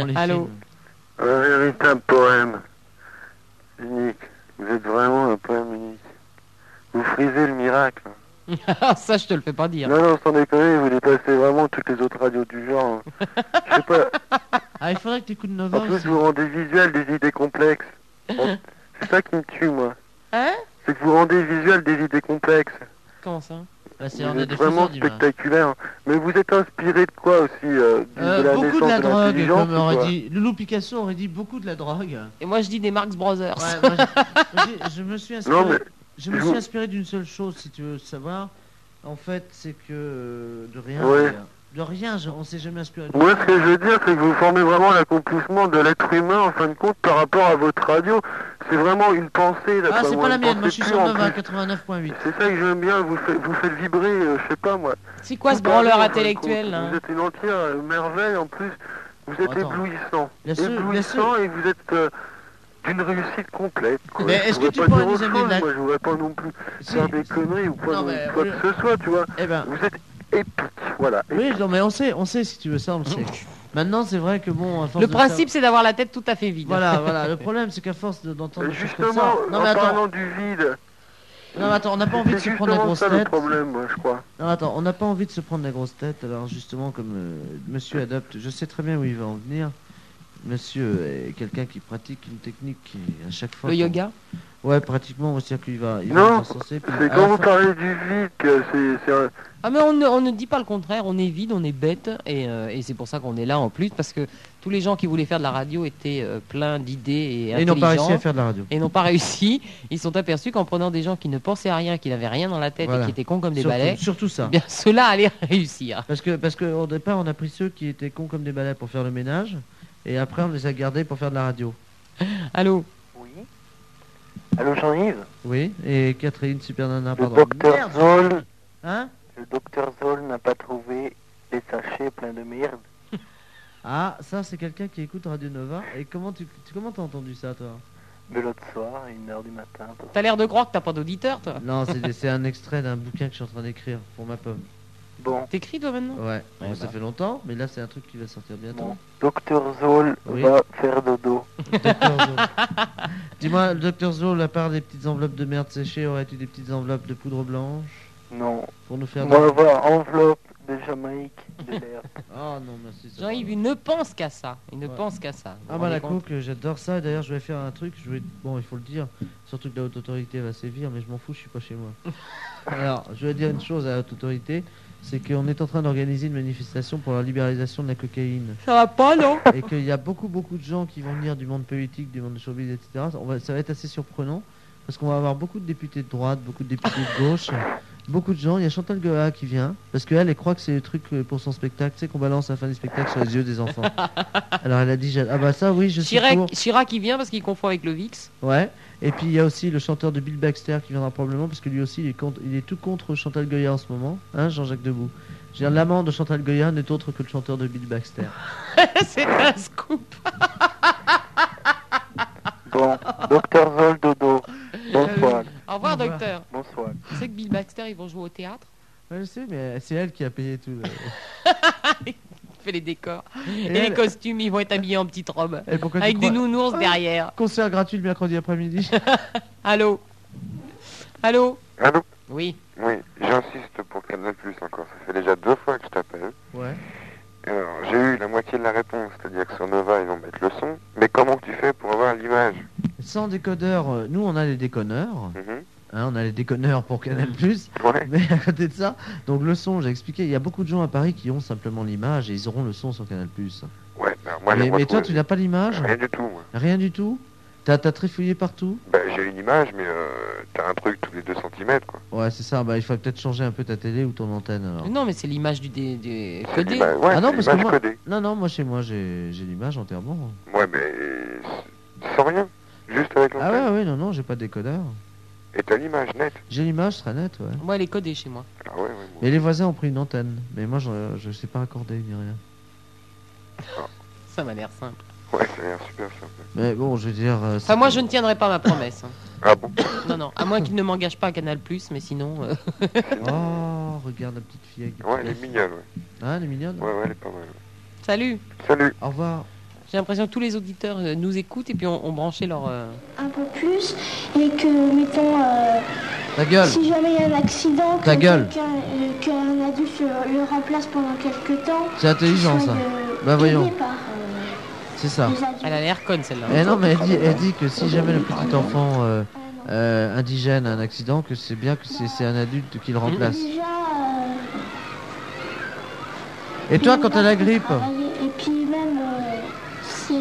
S3: On les
S2: Allô
S3: filme.
S4: Un véritable poème. Unique. Vous êtes vraiment un poème unique. Vous frisez le miracle.
S2: Ah, ça, je te le fais pas dire.
S4: Non, non, sans déconner, vous dépassez vraiment toutes les autres radios du genre. hein. Je sais pas.
S3: Ah, il faudrait que t'écoutes Nova
S4: En plus,
S3: aussi.
S4: vous rendez visuel des idées complexes. En- C'est ça qui me tue, moi.
S2: Hein
S4: C'est que vous rendez visuel des idées complexes.
S2: Comment ça
S3: Bah, c'est un
S4: Vous
S3: des
S4: êtes vraiment
S3: défenseurs du mal.
S4: spectaculaire. Mais vous êtes inspiré de quoi aussi euh, du-
S3: Euh,
S4: De la
S3: beaucoup de
S4: naissance
S3: la
S4: de
S3: drogue,
S4: l'intelligence
S3: comme
S4: ou quoi
S3: aurait dit. Loulou Picasso aurait dit beaucoup de la drogue.
S2: Et moi, je dis des Marx Brothers.
S3: Ouais, moi, je, moi, j'ai- je me suis inspiré,
S4: Non, mais-
S3: je me
S4: je
S3: suis
S4: vous-
S3: inspiré d'une seule chose, si tu veux savoir. En fait, c'est que euh, de rien,
S4: Ouais.
S3: de rien, je- on s'est jamais inspiré. de-
S4: Moi, ce que je veux dire, c'est que vous formez vraiment l'accomplissement de l'être humain, en fin de compte, par rapport à votre radio. C'est vraiment une pensée, d'après
S3: ah, c'est
S4: moi,
S3: pas la
S4: une
S3: mienne, moi je
S4: pensée
S3: suis
S4: pure,
S3: sur
S4: en
S3: Nova
S4: plus.
S3: 89.8.
S4: C'est ça que j'aime bien, vous, fait- vous faites vibrer, euh, je sais pas moi.
S2: C'est quoi ce
S4: Tout pareil,
S2: branleur
S4: en fin de
S2: intellectuel,
S4: compte.
S2: là
S4: Vous êtes une entière euh, merveille, en plus. Vous êtes
S3: attends.
S4: éblouissant.
S3: Laisse-le,
S4: Éblouissant, et vous êtes euh, d'une réussite complète. quoi.
S3: Mais
S4: Je
S3: est-ce que
S4: voudrais
S3: tu
S4: pas
S3: pourrais
S4: dire
S3: nous
S4: autre
S3: amener de
S4: chose,
S3: la-
S4: Moi, je voudrais pas non plus
S3: Si.
S4: faire des conneries ou quoi,
S3: Non, mais
S4: quoi
S3: oui.
S4: que ce soit, tu vois.
S3: Eh ben,
S4: Vous êtes épique, voilà.
S3: oui, non, mais on sait, on sait si tu veux ça, on le sait. Maintenant, c'est vrai que bon, à force
S2: Le
S3: de faire-
S2: principe, c'est d'avoir la tête tout à fait vide.
S3: Voilà, voilà, le problème c'est qu'à force de- d'entendre. des choses comme
S4: Justement,
S3: ça- non,
S4: en
S3: mais attends,
S4: parlant du vide,
S3: non, mais attends, on n'a pas envie de
S4: c'est
S3: se prendre la
S4: justement
S3: grosse
S4: ça le
S3: tête.
S4: problème, moi, je crois.
S3: Non, attends, on n'a pas envie de se prendre la grosse tête, alors justement, comme euh, monsieur adopte, je sais très bien où il va en venir. monsieur est quelqu'un qui pratique une technique qui, à chaque fois.
S2: Le
S3: qu'on-
S2: yoga
S3: Ouais, pratiquement, c'est-à-dire qu'il va. Il
S2: Non,
S3: va s'encenser, puis
S2: c'est
S3: à
S2: quand
S3: la
S2: vous
S3: fin-
S2: parlez
S18: du vide, c'est.
S2: Ah mais on ne, on ne dit pas le contraire, on est vide, on est bête et, euh, et c'est pour ça qu'on est là en plus parce que tous les gens qui voulaient faire de la radio étaient euh, pleins d'idées et,
S3: Et ils n'ont pas
S2: intelligents,
S3: réussi à faire de la radio.
S2: Et n'ont pas réussi, ils sont aperçus qu'en prenant des gens qui ne pensaient à rien, qui n'avaient rien dans la tête
S3: Voilà.
S2: et qui étaient cons comme des
S3: Surtout-
S2: balais,
S3: Surtout ça.
S2: bien ceux-là allaient réussir.
S3: Parce que parce que au départ on a pris ceux qui étaient cons comme des balais pour faire le ménage et après on les a gardés pour faire de la radio.
S2: Allô.
S4: Allô Jean-Yves
S3: Oui. Et Catherine Super Nana
S4: Le
S3: pardon.
S4: docteur
S3: Merde.
S4: Zoll.
S3: Hein
S4: Le docteur Zoll n'a pas trouvé les sachets pleins de merde.
S3: Ah ça c'est quelqu'un qui écoute Radio Nova et comment tu, tu- comment t'as entendu ça toi
S4: De l'autre soir, à 1h du matin.
S2: T'as l'air de croire que t'as pas d'auditeur toi.
S3: Non c'est des- c'est un extrait d'un bouquin que je suis en train d'écrire pour ma pomme.
S4: Bon. ben.
S2: T'écris toi maintenant
S3: Ouais.
S2: Eh
S3: Bon, ça
S2: bah.
S3: fait longtemps mais là c'est un truc qui va sortir bientôt.
S4: Docteur Zoll
S3: Oui.
S4: va faire dodo.
S3: Docteur Zoll. Dis-moi le docteur Zoll à part des petites enveloppes de merde séchée aurais-tu des petites enveloppes de poudre blanche
S4: Non.
S3: pour nous faire
S4: On
S3: de-
S4: va avoir enveloppe de Jamaïque, de l'herbe.
S3: Oh non merci. ça va.
S2: Jean-Yves, il ne pense qu'à ça. Il ne pense qu'à ça. Vous
S3: Ah
S2: vous
S3: bah
S2: rendez
S3: la
S2: compte
S3: coke, j'adore ça. D'ailleurs, je vais faire un truc. Je vais, bon, il faut le dire. Surtout que la haute autorité va sévir, mais je m'en fous, je suis pas chez moi. Alors, je vais dire une chose à la haute autorité, c'est qu'on est en train d'organiser une manifestation pour la libéralisation de la cocaïne.
S2: Ça va pas, non
S3: Et qu'il y a beaucoup, beaucoup de gens qui vont venir du monde politique, du monde de showbiz, etc. On va, ça va être assez surprenant parce qu'on va avoir beaucoup de députés de droite, beaucoup de députés de gauche, beaucoup de gens. Il y a Chantal Goa qui vient parce qu'elle, elle croit que c'est le truc euh, pour son spectacle, c'est qu'on balance à la fin du spectacle sur les yeux des enfants. Alors elle a dit, j'a- ah bah ça, oui, je suis
S2: Chirac,
S3: pour.
S2: Chirac qui vient parce qu'il confond avec le VIX.
S3: Ouais. Et puis il y a aussi le chanteur de Bill Baxter qui viendra probablement parce que lui aussi il est, contre- il est tout contre Chantal Goya en ce moment, hein Jean-Jacques Debout. Je veux dire, L'amant de Chantal Goya n'est autre que le chanteur de Bill Baxter.
S2: c'est un scoop.
S4: Bon, docteur Zoll dodo. Bonsoir.
S2: Euh, Au revoir, docteur.
S4: Bonsoir.
S2: Tu sais que Bill Baxter, ils vont jouer au théâtre.
S3: Ouais, je sais, mais c'est elle qui a payé tout. euh. le-
S2: Il fait les décors.
S3: Et
S2: Et,
S3: elle-
S2: les costumes, ils vont être habillés en petite robe.
S3: Et pourquoi tu
S2: Avec des
S3: crois-
S2: nounours
S3: Ah,
S2: derrière.
S3: Concert gratuit le mercredi après-midi.
S2: Allô Allô
S19: Allô
S2: Oui.
S19: Oui, j'insiste pour Canal Plus encore. Ça fait déjà deux fois que je t'appelle.
S3: Ouais.
S19: Alors, j'ai eu la moitié de la réponse, c'est-à-dire que sur Nova, ils vont mettre le son. Mais comment tu fais pour avoir l'image
S3: Sans décodeur, euh, nous on a les déconneurs.
S19: Mhm.
S3: Hein, on a les déconneurs pour Canal+, mais à côté de ça, donc le son, j'ai expliqué, il y a beaucoup de gens à Paris qui ont simplement l'image et ils auront le son sur Canal+.
S19: Ouais, alors moi, j'ai
S3: mais,
S19: moi,
S3: mais toi,
S19: trouvé-
S3: tu n'as pas l'image
S19: Rien du tout, moi.
S3: Rien du tout T'as t'as trifouillé partout
S19: Bah, j'ai une image, mais euh, t'as un truc tous les 2 cm, quoi.
S3: Ouais, c'est ça, bah, il faut peut-être changer un peu ta télé ou ton antenne. alors.
S2: Mais non, mais c'est l'image du, dé- du
S19: C'est
S2: codé.
S19: l'image- Bah, ouais,
S3: ah non,
S19: c'est
S3: parce que
S19: l'image
S3: moi,
S19: codée.
S3: non, non, moi chez moi, j'ai j'ai l'image entièrement.
S19: Ouais, mais euh, sans rien. Juste avec
S3: Ah
S19: l'antenne.
S3: ouais, ouais, non, non, j'ai pas de décodeur.
S19: Et t'as l'image nette.
S3: J'ai l'image, très nette, ouais.
S2: Moi, elle est codée chez moi.
S19: Ah ouais, ouais.
S3: Mais les voisins ont pris une antenne, mais moi, je, je sais pas accorder ni rien.
S2: Ça m'a l'air simple.
S19: Ouais, ça a l'air super simple.
S3: Mais bon, je veux dire... euh,
S2: Enfin, moi, je ne tiendrai pas ma promesse. hein.
S19: Ah bon
S2: Non, non, à moins qu'il ne m'engage pas à Canal+, mais sinon... euh,
S3: Oh, regarde la petite fille avec des
S19: Ouais, elle
S3: petites
S19: est mignonne, ouais.
S3: fesses. Hein, elle est mignonne
S19: Ouais, ouais, elle est pas mal.
S2: Salut
S19: Salut
S3: Au revoir
S2: J'ai l'impression que tous les auditeurs euh, nous écoutent et puis ont ont branché leur... euh,
S16: un peu plus et que, mettons, euh,
S3: Ta gueule.
S16: si jamais il y a un accident,
S3: Ta
S16: que
S3: gueule.
S16: quelqu'un- euh, qu'un adulte le, le remplace pendant quelques temps.
S3: C'est intelligent,
S16: qu'il
S3: ça.
S16: soit de-
S3: Bah, voyons.
S16: aidé par, euh,
S3: C'est ça.
S16: les adultes.
S2: Elle a l'air conne, celle-là.
S3: Eh non, mais elle dit, elle dit que si jamais le petit enfant euh, euh, indigène a un accident, que c'est bien que c'est c'est un adulte qui le remplace.
S16: Déjà, euh,
S3: Et toi,
S16: il
S3: quand
S16: a
S3: t'as la
S16: appris à
S3: grippe
S16: travailler. Et puis même, euh, c'est...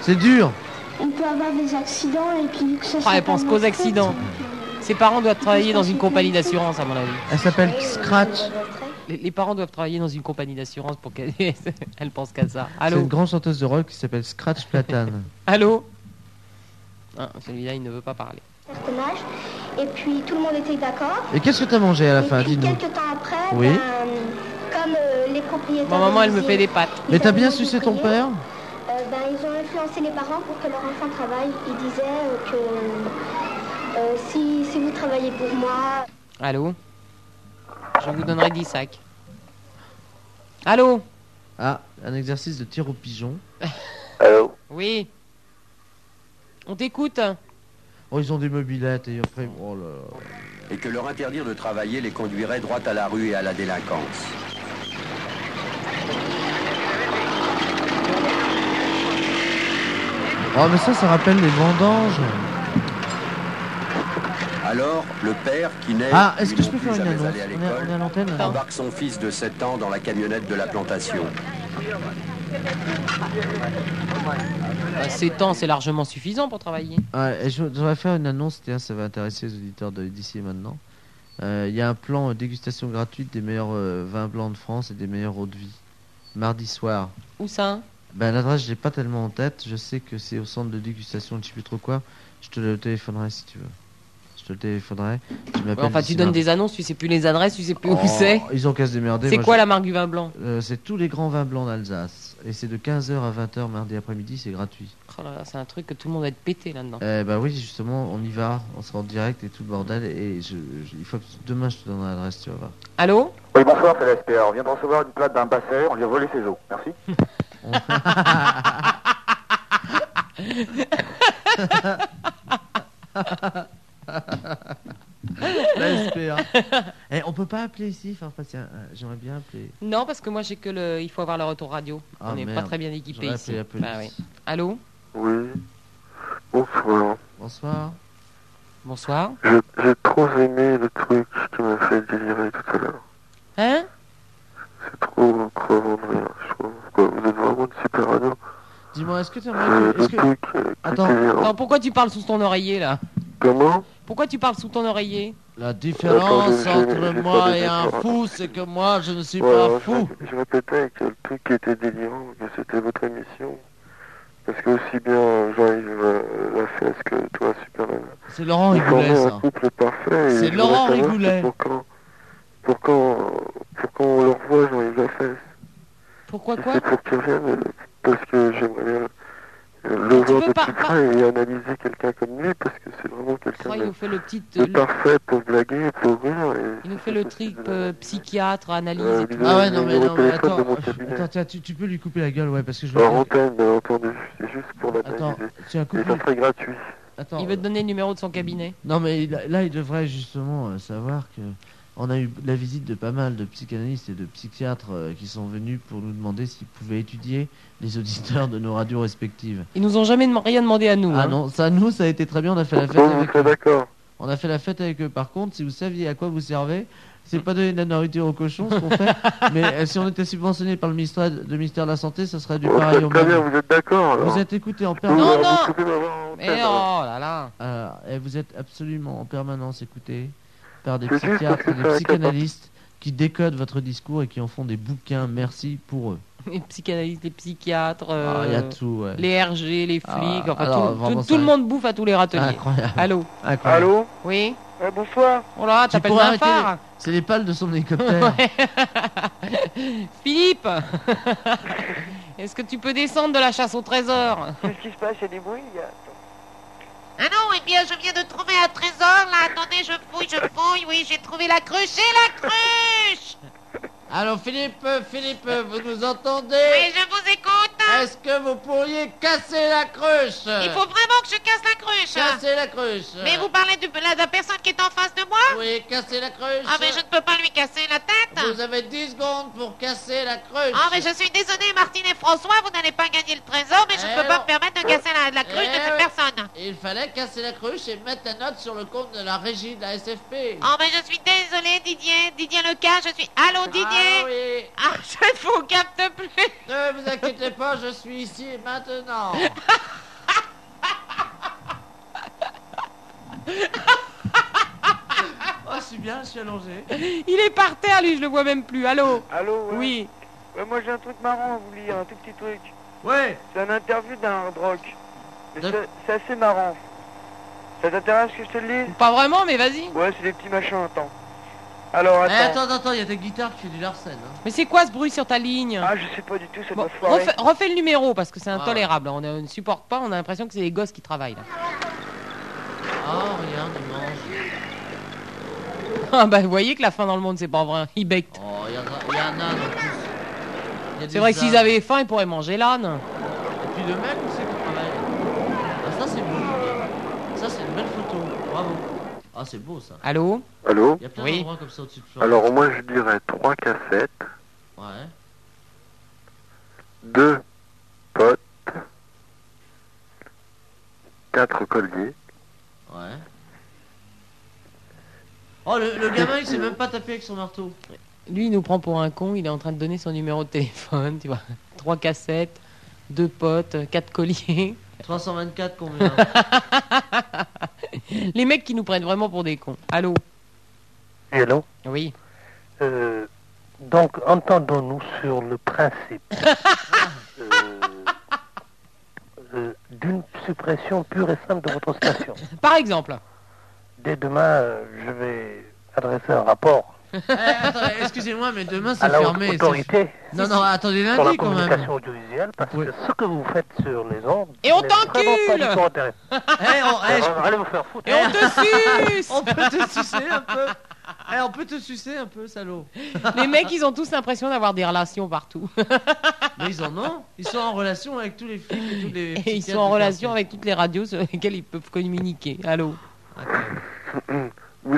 S3: C'est dur
S16: On peut avoir des accidents et puis que ça
S2: Ah,
S16: soit
S2: elle pense
S16: pas
S2: qu'aux
S16: notre faute.
S2: accidents. Ses parents doivent travailler dans une compagnie d'assurance, à mon avis.
S3: Elle s'appelle Scratch.
S2: Les, les parents doivent travailler dans une compagnie d'assurance pour qu'elle elle pense qu'à ça.
S3: C'est
S2: Allô
S3: une grande chanteuse de rock qui s'appelle Scratch Platane.
S2: Allô Ah, Celui-là, il ne veut pas parler.
S16: personnage. Et puis tout le monde était d'accord.
S3: Et qu'est-ce que t'as mangé à la
S16: Et
S3: fin,
S16: puis,
S3: dis-nous
S16: Quelques temps après,
S3: Oui.
S16: ben, comme euh, les propriétaires.
S2: Ma maman, elle me
S16: des-
S2: fait des pâtes.
S16: des
S3: Mais t'as bien
S16: animaux qui
S3: sucé ton
S16: priaient,
S3: père
S16: euh, ben, Ils ont influencé les parents pour que leur enfant travaille. Ils disaient euh, que euh, si, si vous travaillez pour moi.
S2: Allô Je vous donnerai 10 sacs. Allô
S3: Ah, un exercice de tir au pigeon.
S4: Allô
S2: Oui On t'écoute Bah,
S3: Oh, ils ont des mobilettes et après... Oh là là.
S15: et que leur interdire de travailler les conduirait droit à la rue et à la délinquance.
S3: Oh, mais ça, ça rappelle les vendanges.
S15: Alors, le père qui naît,
S3: Ah, est-ce que
S15: lui
S3: je peux
S15: non
S3: faire
S15: plus
S3: une
S15: jamais
S3: annonce
S15: allé à
S3: On est- on est à l'antenne,
S15: l'école,
S3: là.
S15: embarque son fils de 7 ans dans la camionnette de la plantation.
S2: Bah, 7 ans, c'est largement suffisant pour travailler.
S3: Ouais, et je, je vais faire une annonce, tiens, ça va intéresser les auditeurs de d'ici et maintenant. Euh, Il y a un plan euh, dégustation gratuite des meilleurs euh, vins blancs de France et des meilleurs eaux de vie. Mardi soir.
S2: Où ça
S3: Ben l'adresse, je l'ai pas tellement en tête. Je sais que c'est au centre de dégustation, je sais plus trop quoi. Je te le téléphonerai si tu veux. Je te le téléphonerai. Tu
S2: Ouais,
S3: m'appelles
S2: Enfin, tu
S3: d'ici
S2: donnes
S3: mardi.
S2: des annonces, tu sais plus les adresses, tu sais plus
S3: Oh,
S2: où c'est.
S3: Ils ont qu'à se démerder.
S2: C'est
S3: moi,
S2: quoi
S3: je-
S2: la marque du vin blanc
S3: Euh, C'est tous les grands vins blancs d'Alsace. Et c'est de 15h à 20h mardi après-midi, c'est gratuit.
S2: Oh là là, C'est un truc que tout le monde va être pété là-dedans.
S3: Eh bah oui, justement, on y va, on sera en direct et tout le bordel. Et je, je- il faut que demain je te donne l'adresse, tu vas voir.
S2: Allô
S10: Oui, bonsoir, c'est la SPA. On vient de recevoir une plainte d'un passeur, on lui a volé ses os. Merci.
S3: La SPA. Eh, on peut pas appeler ici, enfin, parce que, euh, j'aimerais bien appeler.
S2: Non, parce que moi j'ai que le. Il faut avoir le retour radio.
S3: Ah,
S2: On n'est pas
S3: merde.
S2: très bien équipé
S3: J'aurais
S2: ici.
S3: appelé la police.
S2: Bah oui. Allô
S4: Oui. Bonsoir.
S3: Bonsoir.
S2: Bonsoir.
S4: Je- J'ai trop aimé le truc qui m'a fait délirer tout à l'heure.
S2: Hein
S4: Trop incroyable de rire, je trouve. Quoi, Vous êtes vraiment une super radio.
S3: Dis-moi, est-ce que tu
S4: Euh,
S3: aimerais. que-
S4: le
S3: est-ce que-
S4: truc euh, qui
S3: Attends,
S4: délire.
S2: Ah, Attends, pourquoi tu parles sous ton oreiller là
S4: Comment
S2: Pourquoi tu parles sous ton oreiller
S3: La
S4: différence Attends, je- je- entre je- moi je- et je- un je-
S3: fou, c'est que moi je ne suis
S4: Ouais, Je, je répétais que le truc qui était délirant, que c'était votre émission. Parce que aussi bien euh, Jean-Yves euh, Lafesse que toi, Superman.
S3: C'est Laurent
S4: ils
S3: Rigoulet,
S4: formaient
S3: ça.
S4: un couple parfait. et je
S3: C'est
S4: voulais
S3: Laurent
S4: savoir si
S3: Rigoulet.
S4: Pour quand, pour quand, pour quand on le revoit, Jean-Yves Lafesse.
S2: Pourquoi
S4: quoi C'est pour qu'il revienne, euh, parce que j'aimerais bien euh, le voir de plus près et analyser quelqu'un comme lui, parce que c'est vraiment quelqu'un
S2: Oh,
S4: de,
S2: Il nous fait le petit.
S4: de
S2: le-
S4: parfait pour blaguer, pour rire. Et...
S2: Il nous fait le trip euh, psychiatre, analyse
S4: Euh,
S2: et tout.
S4: désolé,
S3: Ah ouais, non,
S4: le
S3: mais
S4: numéro
S3: non,
S4: de
S3: mais
S4: téléphone
S3: attends,
S4: de mon
S3: attends,
S4: cabinet.
S3: Ah, tiens, tu, tu peux lui couper la gueule, ouais, parce que je
S4: Alors,
S3: veux dire-
S4: antenne, bien entendu, c'est juste pour l'analyser.
S3: tu as coupé.
S4: Et ça serait gratuit.
S3: Attends,
S2: Il veut te donner le numéro de son cabinet.
S3: Non, mais il- là, il devrait justement euh, savoir que on a eu la visite de pas mal de psychanalystes et de psychiatres euh, qui sont venus pour nous demander s'ils pouvaient étudier les auditeurs de nos radios respectives.
S2: Ils nous ont jamais dem- rien demandé à nous.
S3: Ah
S2: hein.
S3: non, ça nous, ça a été très bien, on a fait la fête
S2: Bon, vous
S3: avec
S2: serez
S3: eux.
S4: d'accord.
S3: On a fait la fête avec eux. Par contre, si vous saviez à quoi vous servez, c'est pas donner de la nourriture aux cochons, ce qu'on fait. mais euh, si on était subventionné par le ministère, le ministère de la Santé, ça serait du
S4: Oh,
S3: pareil au
S4: très bien,
S3: même.
S4: vous êtes d'accord alors
S3: Vous êtes écouté en
S4: Vous,
S3: permanence.
S4: alors, vous pouvez m'avoir en
S2: Mais
S4: antenne, alors.
S2: oh là là
S3: Euh, et vous êtes absolument en permanence écouté par des
S4: C'est juste parce
S3: psychiatres
S4: que
S3: et des
S4: c'est un
S3: psychanalystes qui décodent votre discours et qui en font des bouquins. Merci pour eux.
S2: Les psychanalystes, les psychiatres, euh,
S3: Ah, il y a tout, ouais.
S2: les RG, les flics,
S3: Ah,
S2: enfin
S3: alors,
S2: tout- tout,
S3: vraiment,
S2: tout le
S3: ça-
S2: monde bouffe à tous les râteliers.
S3: Incroyable.
S2: Allô
S3: Incroyable.
S2: Oui
S18: Euh, Bonsoir.
S2: Oh là,
S3: Tu
S2: t'appelles
S3: pourrais
S2: un
S3: arrêter
S2: phare
S3: les- C'est les pales de son hélicoptère.
S2: Philippe Est-ce que tu peux descendre de la chasse au trésor
S18: Qu'est-ce qui se passe Il y a des bruits il y a-
S14: Ah non, eh bien, je viens de trouver un trésor, là. Attendez, je fouille, je fouille. Oui, j'ai trouvé la cruche. J'ai la cruche
S3: Alors Philippe, Philippe, vous nous entendez
S14: Oui, je vous écoute.
S3: Est-ce que vous pourriez casser la cruche
S14: Il faut vraiment que je casse la cruche.
S3: Euh. Cassez la cruche.
S14: Mais vous parlez de, la, de la personne qui est en face de moi
S3: Oui, cassez la cruche.
S14: Ah, mais je ne peux pas lui casser la tête.
S3: Vous avez 10 secondes pour casser la cruche.
S14: Ah, mais je suis désolée, Martine et François, vous n'allez pas gagner le trésor, mais je ne
S3: Eh
S14: peux pas me
S3: non.
S14: permettre de casser la, la cruche
S3: Eh
S14: de cette
S3: oui.
S14: personne.
S3: Il fallait casser la cruche et mettre la note sur le compte de la régie de la SFP.
S14: Oh, mais je suis désolée, Didier. Didier Leca, je suis. Allô, Didier
S3: Ah oui.
S14: Ah, je ne vous capte plus.
S3: Ne vous inquiétez pas, je suis ici et maintenant. oh, je suis bien, je suis allongé.
S2: Il est par terre, lui, je le vois même plus. Allô
S18: Allô ouais.
S2: Oui.
S18: Ouais, moi j'ai un truc marrant à vous lire, un tout petit truc.
S3: Ouais
S18: C'est un interview d'un hard rock. Mais c'est- C'est assez marrant. Ça t'intéresse que je te le lise
S2: Pas vraiment, mais vas-y.
S18: Ouais, c'est des petits machins, attends. Alors attends.
S3: Hein, Eh, attends, attends, il y a ta guitare qui fait du Larsen. Hein.
S2: Mais c'est quoi ce bruit sur ta ligne
S18: Ah, je sais pas du tout, ça
S2: Bon,
S18: doit foirer.
S2: refais, refais le numéro parce
S3: Ah,
S2: que c'est
S18: ouais.
S2: intolérable. On, ne supporte pas, on a l'impression que c'est les gosses qui travaillent là.
S3: Oh, regarde, il mange.
S2: Ah bah vous voyez que la faim dans le monde c'est pas vrai, ils bectent.
S3: Oh, il y, a un- il y a un âne en plus. Il y a des
S2: C'est vrai que s'ils
S3: ânes.
S2: avaient faim ils pourraient manger l'âne.
S3: Et puis le mec, où c'est qu'on travaille Ah, ça c'est beau. Ça c'est une belle photo. Bravo. Ah, c'est beau ça.
S2: Allô
S4: Allô
S3: Il y a plein d'endroits comme ça au-dessus de Florence.
S4: Alors moi je dirais trois cassettes,
S3: Ouais.
S4: deux potes, théâtre Collier.
S3: Ouais. Oh, le, le gamin, il s'est même pas tapé avec son marteau.
S2: Lui, il nous prend pour un con, il est en train de donner son numéro de téléphone, tu vois. Trois cassettes, deux potes, quatre colliers.
S3: 324 combien
S2: Les mecs qui nous prennent vraiment pour des cons. Allô
S20: Oui, allô
S2: Oui.
S20: Euh, donc, entendons-nous sur le principe euh, euh, d'une suppression pure et simple de votre station.
S2: Par exemple
S20: Dès demain, euh, je vais adresser un rapport
S3: Eh, attends, excusez-moi, mais demain
S20: à
S3: c'est
S20: la haute
S3: fermé. c'est-
S20: autorité
S3: Non, non, attendez
S20: pour la
S3: lundi quand même.
S20: communication audiovisuelle parce que ce que vous faites sur les ondes
S3: Et on
S20: n'est vraiment pas
S3: t'encule
S20: du tout intéressant.
S3: eh,
S20: Alors, Allez vous faire foutre.
S3: On peut te sucer un peu Eh, on peut te sucer un peu, salaud
S2: Les mecs, ils ont tous l'impression d'avoir des relations partout.
S3: Mais ils en ont Ils sont en relation avec tous les flics et tous les...
S2: Et ils sont en relation avec toutes les radios sur lesquelles ils peuvent communiquer. Allô
S4: Vous-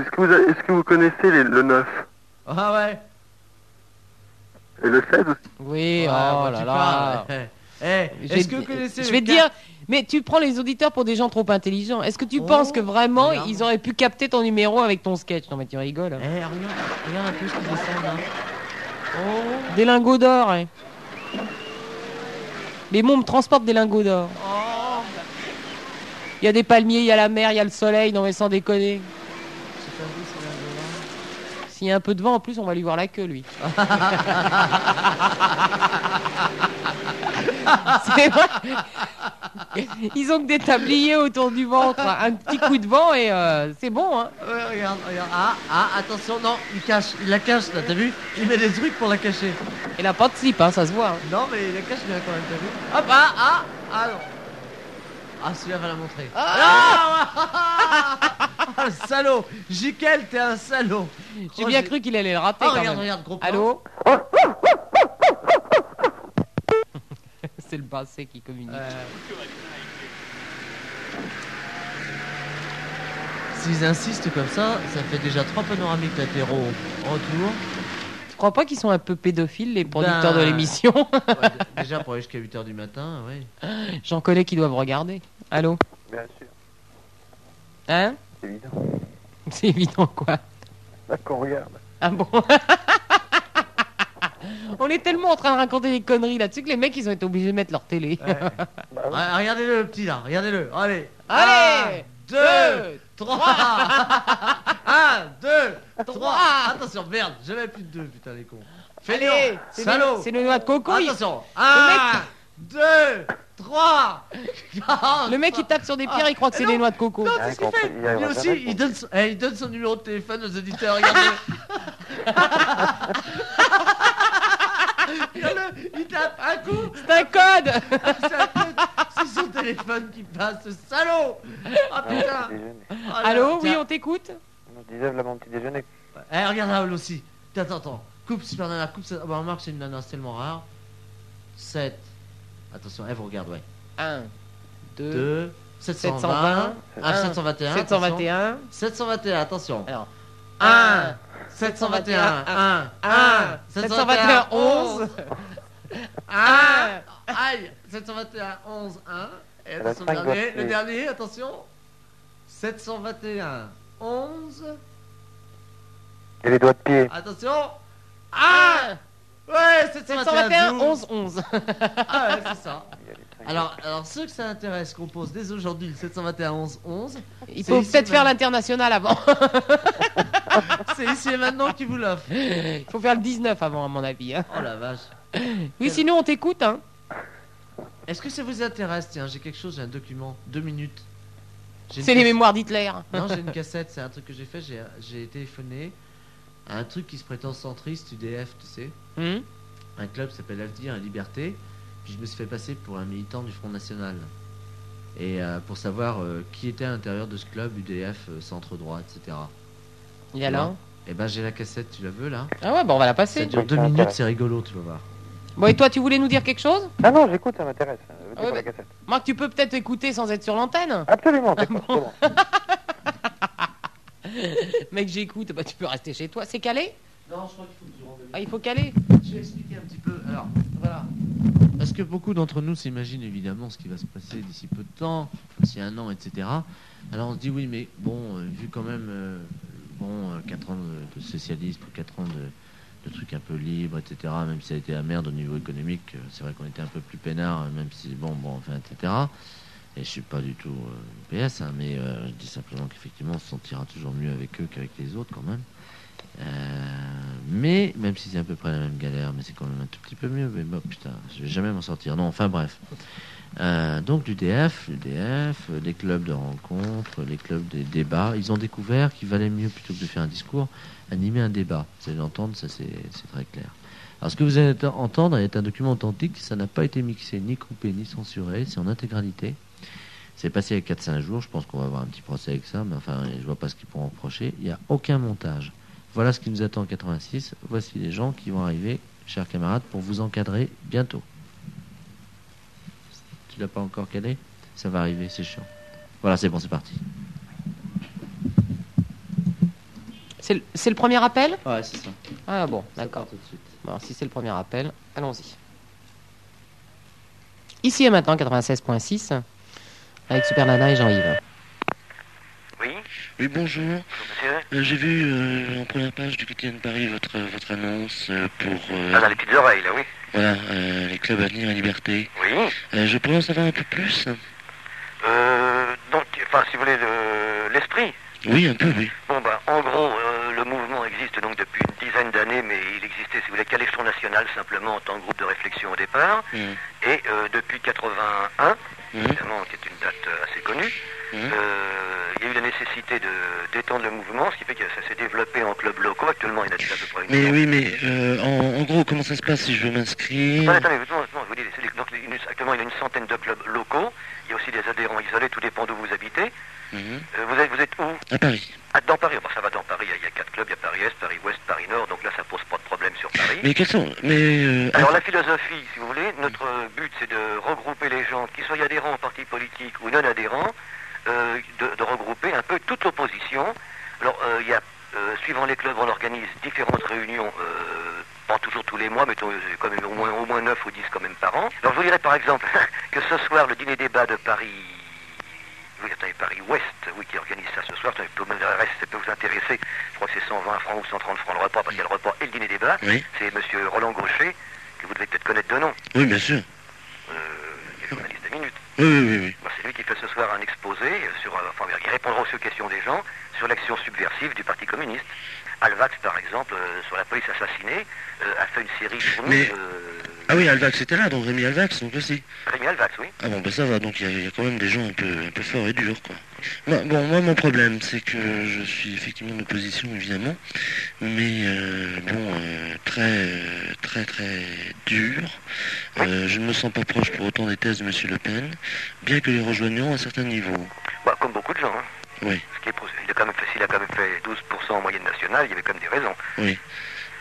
S4: Est-ce que, vous avez- est-ce que vous connaissez les- le 9
S3: Ah ouais
S4: et le 16 aussi
S2: Oui,
S3: Ah,
S2: oh
S3: bah,
S2: là
S3: tu
S2: là.
S3: parles.
S2: Je
S3: Eh, est-ce
S2: vais-
S3: que vous connaissez
S2: Je
S3: le
S2: vais te
S3: cas-
S2: dire, mais tu prends les auditeurs pour des gens trop intelligents. Est-ce que
S3: Oh,
S2: tu penses que vraiment ils auraient pu capter ton numéro avec ton sketch Non, mais tu rigoles. hein.
S3: Eh, regarde, regarde un peu ce qu'ils descendent, hein. Oh
S2: Des lingots d'or, hein. Les mômes transportent des lingots d'or.
S3: Oh.
S2: Il y a des palmiers, il y a la mer, il y a le soleil, non mais sans déconner. S'il y a un peu de vent en plus, on va lui voir la queue, lui. C'est vrai. Ils ont que des tabliers autour du ventre. Un petit coup de vent et euh, c'est bon, hein.
S3: Ouais, regarde, regarde. Ah, ah, attention, non, il cache, il la cache, là, t'as vu Il met des trucs pour la cacher.
S2: Il a pas de slip, hein, ça se voit. hein.
S3: Non, mais il la cache bien quand même, t'as vu Hop, ah, ah, ah, non. Ah, celui-là va la montrer. Ah, ah, ah, ah, le salaud Jiquel, t'es un salaud Oh,
S2: J'ai bien cru qu'il allait le rater.
S3: Ah,
S2: quand
S3: regarde,
S2: même.
S3: regarde, gros plan.
S2: Allô C'est le passé qui communique.
S3: S'ils insistent comme ça, ça fait déjà trois panoramiques latéraux en retour.
S2: Tu crois pas qu'ils sont un peu pédophiles, les producteurs
S3: Ben,
S2: de l'émission
S3: ouais, d- Déjà pour aller jusqu'à 8h du matin, oui.
S2: J'en connais qui doivent regarder. Allô
S4: Bien sûr.
S2: Hein
S4: C'est évident.
S2: C'est évident quoi
S4: Là qu'on regarde.
S2: Ah bon On est tellement en train de raconter des conneries là-dessus que les mecs ils ont été obligés de mettre leur télé.
S3: Ah, regardez-le, le petit là, regardez-le. Allez
S2: Allez
S3: 2, 3 1, 2, 3 Attention, merde, j'avais plus de 2, putain, les cons. Fainéant,
S2: c'est le-
S3: salaud
S2: c'est le noix de coco. il-
S3: Attention
S2: Le
S3: 1, 2, 3
S2: Le mec il tape sur des pierres, il croit que c'est des noix de coco.
S3: Ah, Non, c'est ce qu'il fait Lui aussi, il donne, son, eh, il donne son numéro de téléphone aux auditeurs, regardez-le Regarde-le, il tape un coup
S2: C'est un code
S3: C'est un code. C'est son téléphone qui passe, ce salaud Ah putain Ah, là,
S2: Allô, oui,
S3: tiens.
S2: on t'écoute
S8: On disait la petit déjeuner.
S3: Eh, regarde là, elle aussi. Attends, attends, attends. Coupe Super Nana, coupe. ça- Ah, bah, remarque, c'est une nana, c'est tellement rare. 7. Attention, Eve regarde, ouais.
S2: 1, 2,
S3: 2, 720.
S2: 720,
S3: 1,
S2: un,
S3: 721.
S2: 721.
S3: 721, attention.
S2: Alors.
S3: 1, 721, 1, 1, 721, 11. 1, aïe, 721, 11, 1. Et
S2: Elle a
S3: attention,
S2: cinq
S3: le dernier,
S2: boîtes,
S3: le
S2: oui.
S3: dernier, attention. 721, 11.
S8: Et les doigts de pied.
S3: Attention. Ah Ouais,
S2: 721,
S3: 721,
S2: 11, 11.
S3: Ah ouais, c'est ça. Alors, alors, ceux que ça intéresse qu'on pose dès aujourd'hui le 721 11 11.
S2: Il faut peut-être faire l'international avant.
S3: C'est ici et maintenant qui vous l'offre.
S2: Il faut faire le 19 avant, à mon avis. hein.
S3: Oh la vache.
S2: Oui, sinon on t'écoute. Hein.
S3: Est-ce que ça vous intéresse Tiens, j'ai quelque chose, j'ai un document. Deux minutes. J'ai une
S2: C'est les
S3: cassette-
S2: mémoires d'Hitler.
S3: Non, j'ai une cassette, c'est un truc que j'ai fait. J'ai- J'ai téléphoné à un truc qui se prétend centriste, UDF, tu sais.
S2: Hmm
S3: Un club qui s'appelle Avenir et Liberté. Puis je me suis fait passer pour un militant du Front National. Et euh, pour savoir euh, qui était à l'intérieur de ce club, UDF, euh, centre-droit, etc.
S2: Et alors
S3: Eh ben j'ai la cassette, tu la veux là
S2: Ah ouais, bah on va la passer.
S3: Ça dure deux minutes, c'est rigolo, tu vas voir.
S2: Bon, et toi, tu voulais nous dire quelque chose
S8: Ah non, j'écoute, ça m'intéresse.
S2: Ah ouais, bah, Marc, tu peux peut-être écouter sans être sur l'antenne
S8: Absolument,
S2: Mec, j'écoute, bah tu peux rester chez toi. C'est calé
S3: Non, je crois qu'il faut que je rendez
S2: Ah, il faut caler
S3: Je vais expliquer un petit peu. Alors, voilà. Parce que beaucoup d'entre nous s'imaginent évidemment ce qui va se passer d'ici peu de temps. c'est un an, etc. Alors on se dit oui, mais bon, euh, vu quand même, euh, bon, 4 ans de, de socialisme, 4 ans de, de trucs un peu libres, etc., même si ça a été la merde au niveau économique, euh, c'est vrai qu'on était un peu plus peinard, euh, même si, bon, bon, enfin, etc. Et je suis pas du tout euh, PS, hein, mais euh, je dis simplement qu'effectivement, on se sentira toujours mieux avec eux qu'avec les autres quand même. Euh, mais même si c'est à peu près la même galère, mais c'est quand même un tout petit peu mieux. Mais bon, putain, je vais jamais m'en sortir. Non, enfin bref. Euh, donc l'UDF, l'UDF, euh, les clubs de rencontres, les clubs des débats, ils ont découvert qu'il valait mieux plutôt que de faire un discours, animer un débat. Vous allez l'entendre, ça c'est c'est très clair. Alors ce que vous allez ent- entendre est un document authentique, ça n'a pas été mixé, ni coupé, ni censuré, c'est en intégralité. C'est passé il y a 4-5 jours, je pense qu'on va avoir un petit procès avec ça, mais enfin, je vois pas ce qu'ils pourront reprocher. Il n'y a aucun montage. Voilà ce qui nous attend en 86. Voici les gens qui vont arriver, chers camarades, pour vous encadrer bientôt. Tu l'as pas encore calé Ça va arriver, c'est chiant. Voilà, c'est bon, c'est parti.
S2: C'est le- c'est le premier appel
S3: Ouais, c'est ça.
S2: Ah bon, d'accord. Bon, si c'est le premier appel, allons-y. Ici et maintenant, 96.6, avec Super Nana et Jean-Yves.
S21: Oui Oui, bonjour. Euh, J'ai vu euh, en première page du quotidien de Paris votre, votre annonce euh, pour... euh,
S18: Ah, dans les petites oreilles, là, oui.
S21: Voilà, euh, les clubs Avenir et Liberté.
S18: Oui.
S21: Euh, je pourrais en savoir un peu plus hein.
S18: Euh, donc, enfin, si vous voulez, le- l'esprit.
S21: Oui, un peu, oui.
S18: Bon, ben, en gros, euh, le mouvement existe donc depuis une dizaine d'années, mais il existait, si vous voulez, qu'à l'échelon national, simplement en tant que groupe de réflexion au départ.
S21: Mhm.
S18: Et euh, depuis 81,
S21: Mhm.
S18: évidemment, qui est une date euh, assez connue,
S21: Mhm.
S18: euh, il y a eu la nécessité de- d'étendre le mouvement, ce qui fait que ça s'est développé en clubs locaux. Actuellement, il y en a déjà à peu près une
S21: Mais oui, mais euh, en, en gros, comment ça se passe si je veux m'inscrire
S18: Attendez, attendez, vous- non, non, je vous dis, c'est les- donc, il y a une- actuellement, il y a une centaine de clubs locaux. Il y a aussi des adhérents isolés, tout dépend d'où vous habitez.
S21: Mhm.
S18: Euh, vous, êtes, vous êtes où
S21: À Paris.
S18: Ah, Dans Paris, bon, ça va dans Paris. Il y, a, il y a quatre clubs, il y a Paris-Est, Paris-Ouest, Paris-Nord, donc là, ça pose pas de problème sur Paris.
S21: Mais quels sont Mais euh,
S18: Alors la philosophie, si vous voulez, notre euh, but c'est de regrouper les gens, qu'ils soient adhérents au parti politique ou non adhérents, euh, de, de regrouper un peu toute l'opposition. Alors euh, il y a, euh, suivant les clubs, on organise différentes réunions, euh, pas toujours tous les mois, mais quand même au moins, au moins 9 ou 10 quand même par an. Alors je vous dirais par exemple que ce soir le dîner débat de Paris oui, attendez, Paris-Ouest, oui, qui organise ça ce soir. Attendez, peut- le reste, ça peut vous intéresser. Je crois que c'est 120 francs ou 130 francs le repas, parce qu'il y a le repas et le dîner débat.
S21: Oui.
S18: C'est monsieur Roland Gaucher, que vous devez peut-être connaître de nom,
S21: Oui, bien sûr.
S18: euh, qui est journaliste de Minute.
S21: Oui, oui, oui. oui.
S18: Bon, c'est lui qui fait ce soir un exposé, euh, sur, euh, enfin, il répondra aussi aux questions des gens, sur l'action subversive du Parti communiste. Alvax, par exemple, euh, sur la police assassinée, euh, a fait une série pour nous.
S21: Mais-
S18: euh,
S21: Ah oui, Alvax était là, donc Rémi Alvax, donc aussi.
S18: Rémi Alvax, oui.
S21: Ah bon, bah ça va, donc il y a- il y, a quand même des gens un peu, un peu forts et durs, quoi. Moi- bon, moi, mon problème, c'est que je suis effectivement d'opposition, évidemment, mais euh, bon, euh, très, euh, très, très dur. Euh, je ne me sens pas proche pour autant des thèses de M. Le Pen, bien que les rejoignions à certains niveaux.
S18: Bah, comme beaucoup de gens. hein.
S21: Oui,
S18: Ce qui est, pos- il a quand même fait, s'il a quand même fait 12% en moyenne nationale, il y avait quand même des raisons.
S21: oui.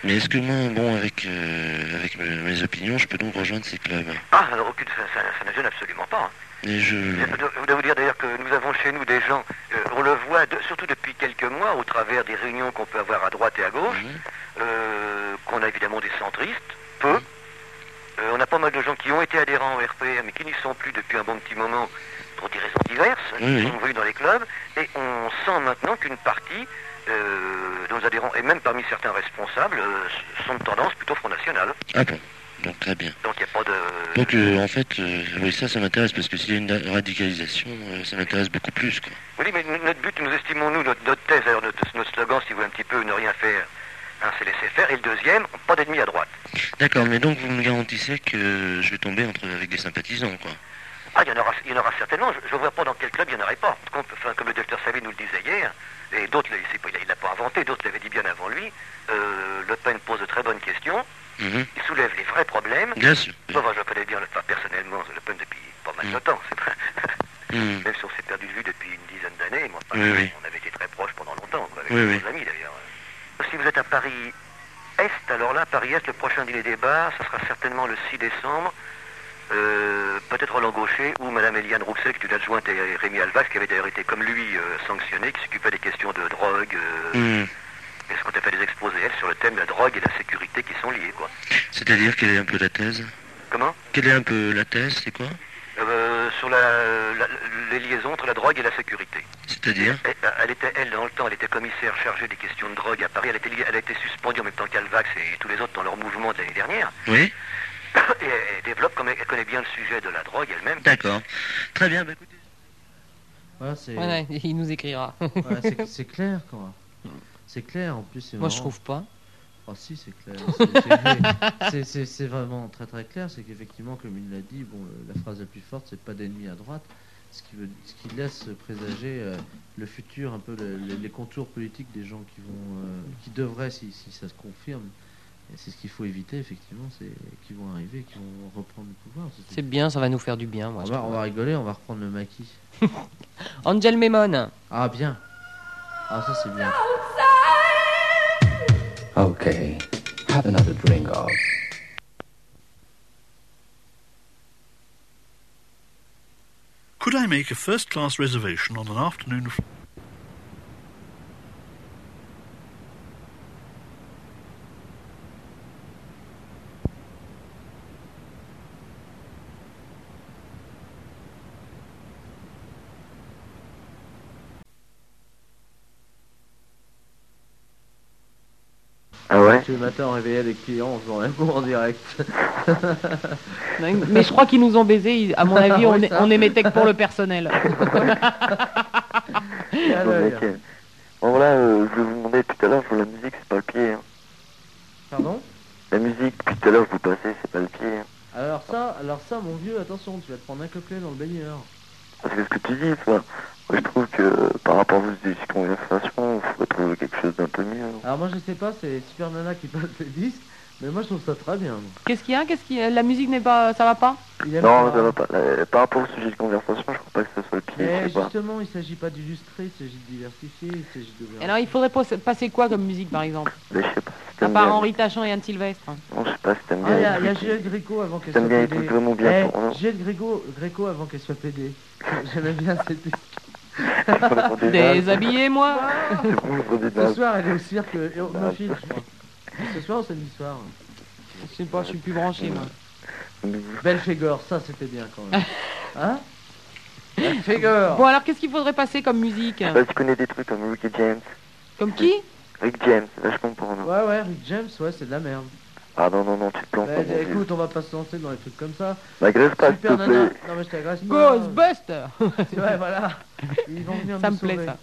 S21: Mais est-ce que moi, bon, avec, euh, avec me- mes opinions, je peux donc rejoindre ces clubs
S18: Ah, alors aucune, ça, ça, ça ne gêne absolument pas. hein.
S21: Et je...
S18: Je dois- je dois vous dire d'ailleurs que nous avons chez nous des gens, euh, on le voit de- surtout depuis quelques mois au travers des réunions qu'on peut avoir à droite et à gauche, euh, qu'on a évidemment des centristes, peu. Euh, on a pas mal de gens qui ont été adhérents au RPR mais qui n'y sont plus depuis un bon petit moment pour des raisons diverses,
S21: Oui,
S18: qui
S21: oui.
S18: sont venus dans les clubs, et on sent maintenant qu'une partie euh, de nos adhérents, et même parmi certains responsables, euh, s- sont de tendance plutôt Front National.
S21: Ah bon, donc très bien.
S18: Donc il n'y a pas de...
S21: Donc euh, en fait, euh, oui, ça, ça m'intéresse parce que s'il y a une da- radicalisation, euh, ça m'intéresse beaucoup plus. Quoi.
S18: Oui, mais n- notre but, nous estimons, nous, notre, notre thèse, alors notre, notre slogan, si vous voulez un petit peu, ne rien faire, hein, c'est laisser faire. Et le deuxième, pas d'ennemis à droite.
S21: D'accord, mais donc vous me garantissez que je vais tomber entre avec des sympathisants, quoi.
S18: Ah, il y en aura, il y en aura certainement. Je ne vois pas dans quel club il n'y en aurait pas. Comme, enfin, comme le docteur Savé nous le disait hier, et d'autres, le- c'est pas- il ne l'a pas inventé, d'autres l'avaient dit bien avant lui, euh, Le Pen pose de très bonnes questions,
S21: Mhm.
S18: il soulève les vrais problèmes.
S21: Bien sûr.
S18: Bon, moi, je le connais bien, le- enfin, personnellement, Le Pen depuis pas mal de temps. c'est vrai.
S21: Mhm.
S18: Même si on s'est perdu de vue depuis une dizaine d'années, moi, enfin,
S21: Oui, oui.
S18: on avait été très proches pendant longtemps, quoi, avec
S21: Oui,
S18: nos
S21: oui.
S18: amis d'ailleurs. Si vous êtes à Paris-Est, alors là, Paris-Est, le prochain dîner débat, ça sera certainement le 6 décembre. Euh, peut-être Roland Gaucher ou Madame Eliane Rouxel, qui est une adjointe à Rémi Alvax, qui avait d'ailleurs été comme lui euh, sanctionné, qui s'occupait des questions de drogue, euh,
S21: Hmm.
S18: parce qu'on a fait des exposés, elle, sur le thème de la drogue et de la sécurité qui sont liés, quoi.
S21: C'est-à-dire quelle est un peu la thèse
S18: Comment
S21: Quelle est un peu la thèse, c'est quoi
S18: Euh,
S22: sur la- la- les liaisons entre la drogue et la sécurité.
S21: C'est-à-dire
S22: Elle, euh, elle était, elle, dans le temps, elle était commissaire chargée des questions de drogue à Paris. Elle, était, liée- elle a été suspendue en même temps qu'Alvax et tous les autres dans leur mouvement de l'année dernière.
S21: Oui
S22: Et elle, elle développe, comme elle, elle connaît bien le sujet de la drogue elle-même.
S21: D'accord. Très bien, bah, écoutez.
S3: Voilà, c'est
S2: Voilà, il nous écrira.
S3: voilà, c'est- c'est clair, quoi. C'est clair, en plus. c'est
S2: Moi, je
S3: marrant.
S2: trouve pas.
S3: Ah si, c'est clair. C'est- c'est- c'est- C'est c'est vraiment très très clair. C'est qu'effectivement, comme il l'a dit, bon, le- la phrase la plus forte, c'est pas d'ennemis à droite. Ce qui, veut- ce qui laisse présager euh, le futur, un peu le- le- les contours politiques des gens qui vont, euh, qui devraient, si, si ça se confirme, et c'est ce qu'il faut éviter effectivement, c'est qui vont arriver, qui vont reprendre le pouvoir. c'est tout.
S2: C'est bien, ça va nous faire du bien. Moi,
S3: On
S2: je
S3: va,
S2: trouve.
S3: on va rigoler, on va reprendre le maquis.
S2: Angel Memon.
S3: Ah bien. Ah ça c'est bien.
S1: Okay, have another drink of.
S23: Could I make a first class reservation on an afternoon fl-
S4: Ah ouais
S3: Tous les matins, on réveillait des clients en faisant un cours en direct.
S2: Mais je crois qu'ils nous ont baisés. ils- À mon avis, on,
S3: Oui,
S2: est-
S3: ça.
S2: on émettait que pour le personnel.
S4: Bon, mec, euh, bon, voilà, euh, je vous demandais tout à l'heure sur la musique, c'est pas le pied. hein.
S3: Pardon
S4: La musique, puis tout à l'heure, je vous passais, c'est pas le pied. hein.
S3: Alors ça, alors ça, mon vieux, attention, tu vas te prendre un cocktail dans le baigneur.
S4: Parce que ce que tu dis, toi, moi, je trouve que euh, par rapport aux disques conversation, il faut trouver quelque chose d'un peu mieux.
S3: Alors moi, je sais pas, c'est Super Nana qui passe les disques, mais moi, je trouve ça très bien. moi.
S2: Qu'est-ce qu'il y a Qu'est-ce qu'il y a La musique n'est pas, ça va pas
S3: Il aime
S4: Non,
S3: pas.
S4: ça va pas. Euh, par rapport au sujet de conversation, je crois pas que ce soit le pied,
S3: Mais
S4: je sais pas.
S3: Eh, justement, il s'agit pas d'illustrer, il s'agit de diversifier, il s'agit de...
S2: Alors, il faudrait pos- passer quoi comme musique, par exemple
S4: Mais je sais pas si
S2: À
S4: t'aimes
S2: part
S4: bien.
S2: Henri Tachant et Anne Sylvestre.
S4: Non, je sais pas si t'aimes
S3: Ah, il y
S4: bien.
S3: a,
S4: les
S3: il y a
S4: trucs.
S3: Juliette Gréco avant qu'elle soit
S4: T'aimes bien les
S3: PD.
S4: trucs vraiment bien
S3: Eh,
S4: pour nous.
S3: Juliette Gréco, Gréco avant qu'elle soit PD. J'aimais bien cette...
S4: Des
S2: Déshabillez-moi
S3: Ce soir, elle est au cirque Hermophile, je crois. Ce soir ou samedi soir hein.
S2: Je sais pas, je suis plus branché, moi.
S3: Belphégor, ça c'était bien quand même. Hein Belphégor
S2: Bon, alors, qu'est-ce qu'il faudrait passer comme musique
S3: Bah,
S4: Je sais pas si Bah, tu connais des trucs comme Ricky James.
S2: Comme qui
S4: Rick James, vachement pour nous.
S3: Ouais, ouais, Rick James, ouais, c'est de la merde.
S4: Ah non, non, non, tu te plantes. pas,
S3: Mais,
S4: mon
S3: Bah, écoute, on va pas se lancer dans les trucs comme ça.
S4: M'agresse pas,
S3: Super
S4: s'il te plaît.
S3: Nana. Non, mais je t'agresse pas. hein.
S2: Ghostbuster
S3: Ouais, voilà. Ils vont venir
S2: Ça
S3: nous
S2: me plaît,
S3: sauver.
S2: ça.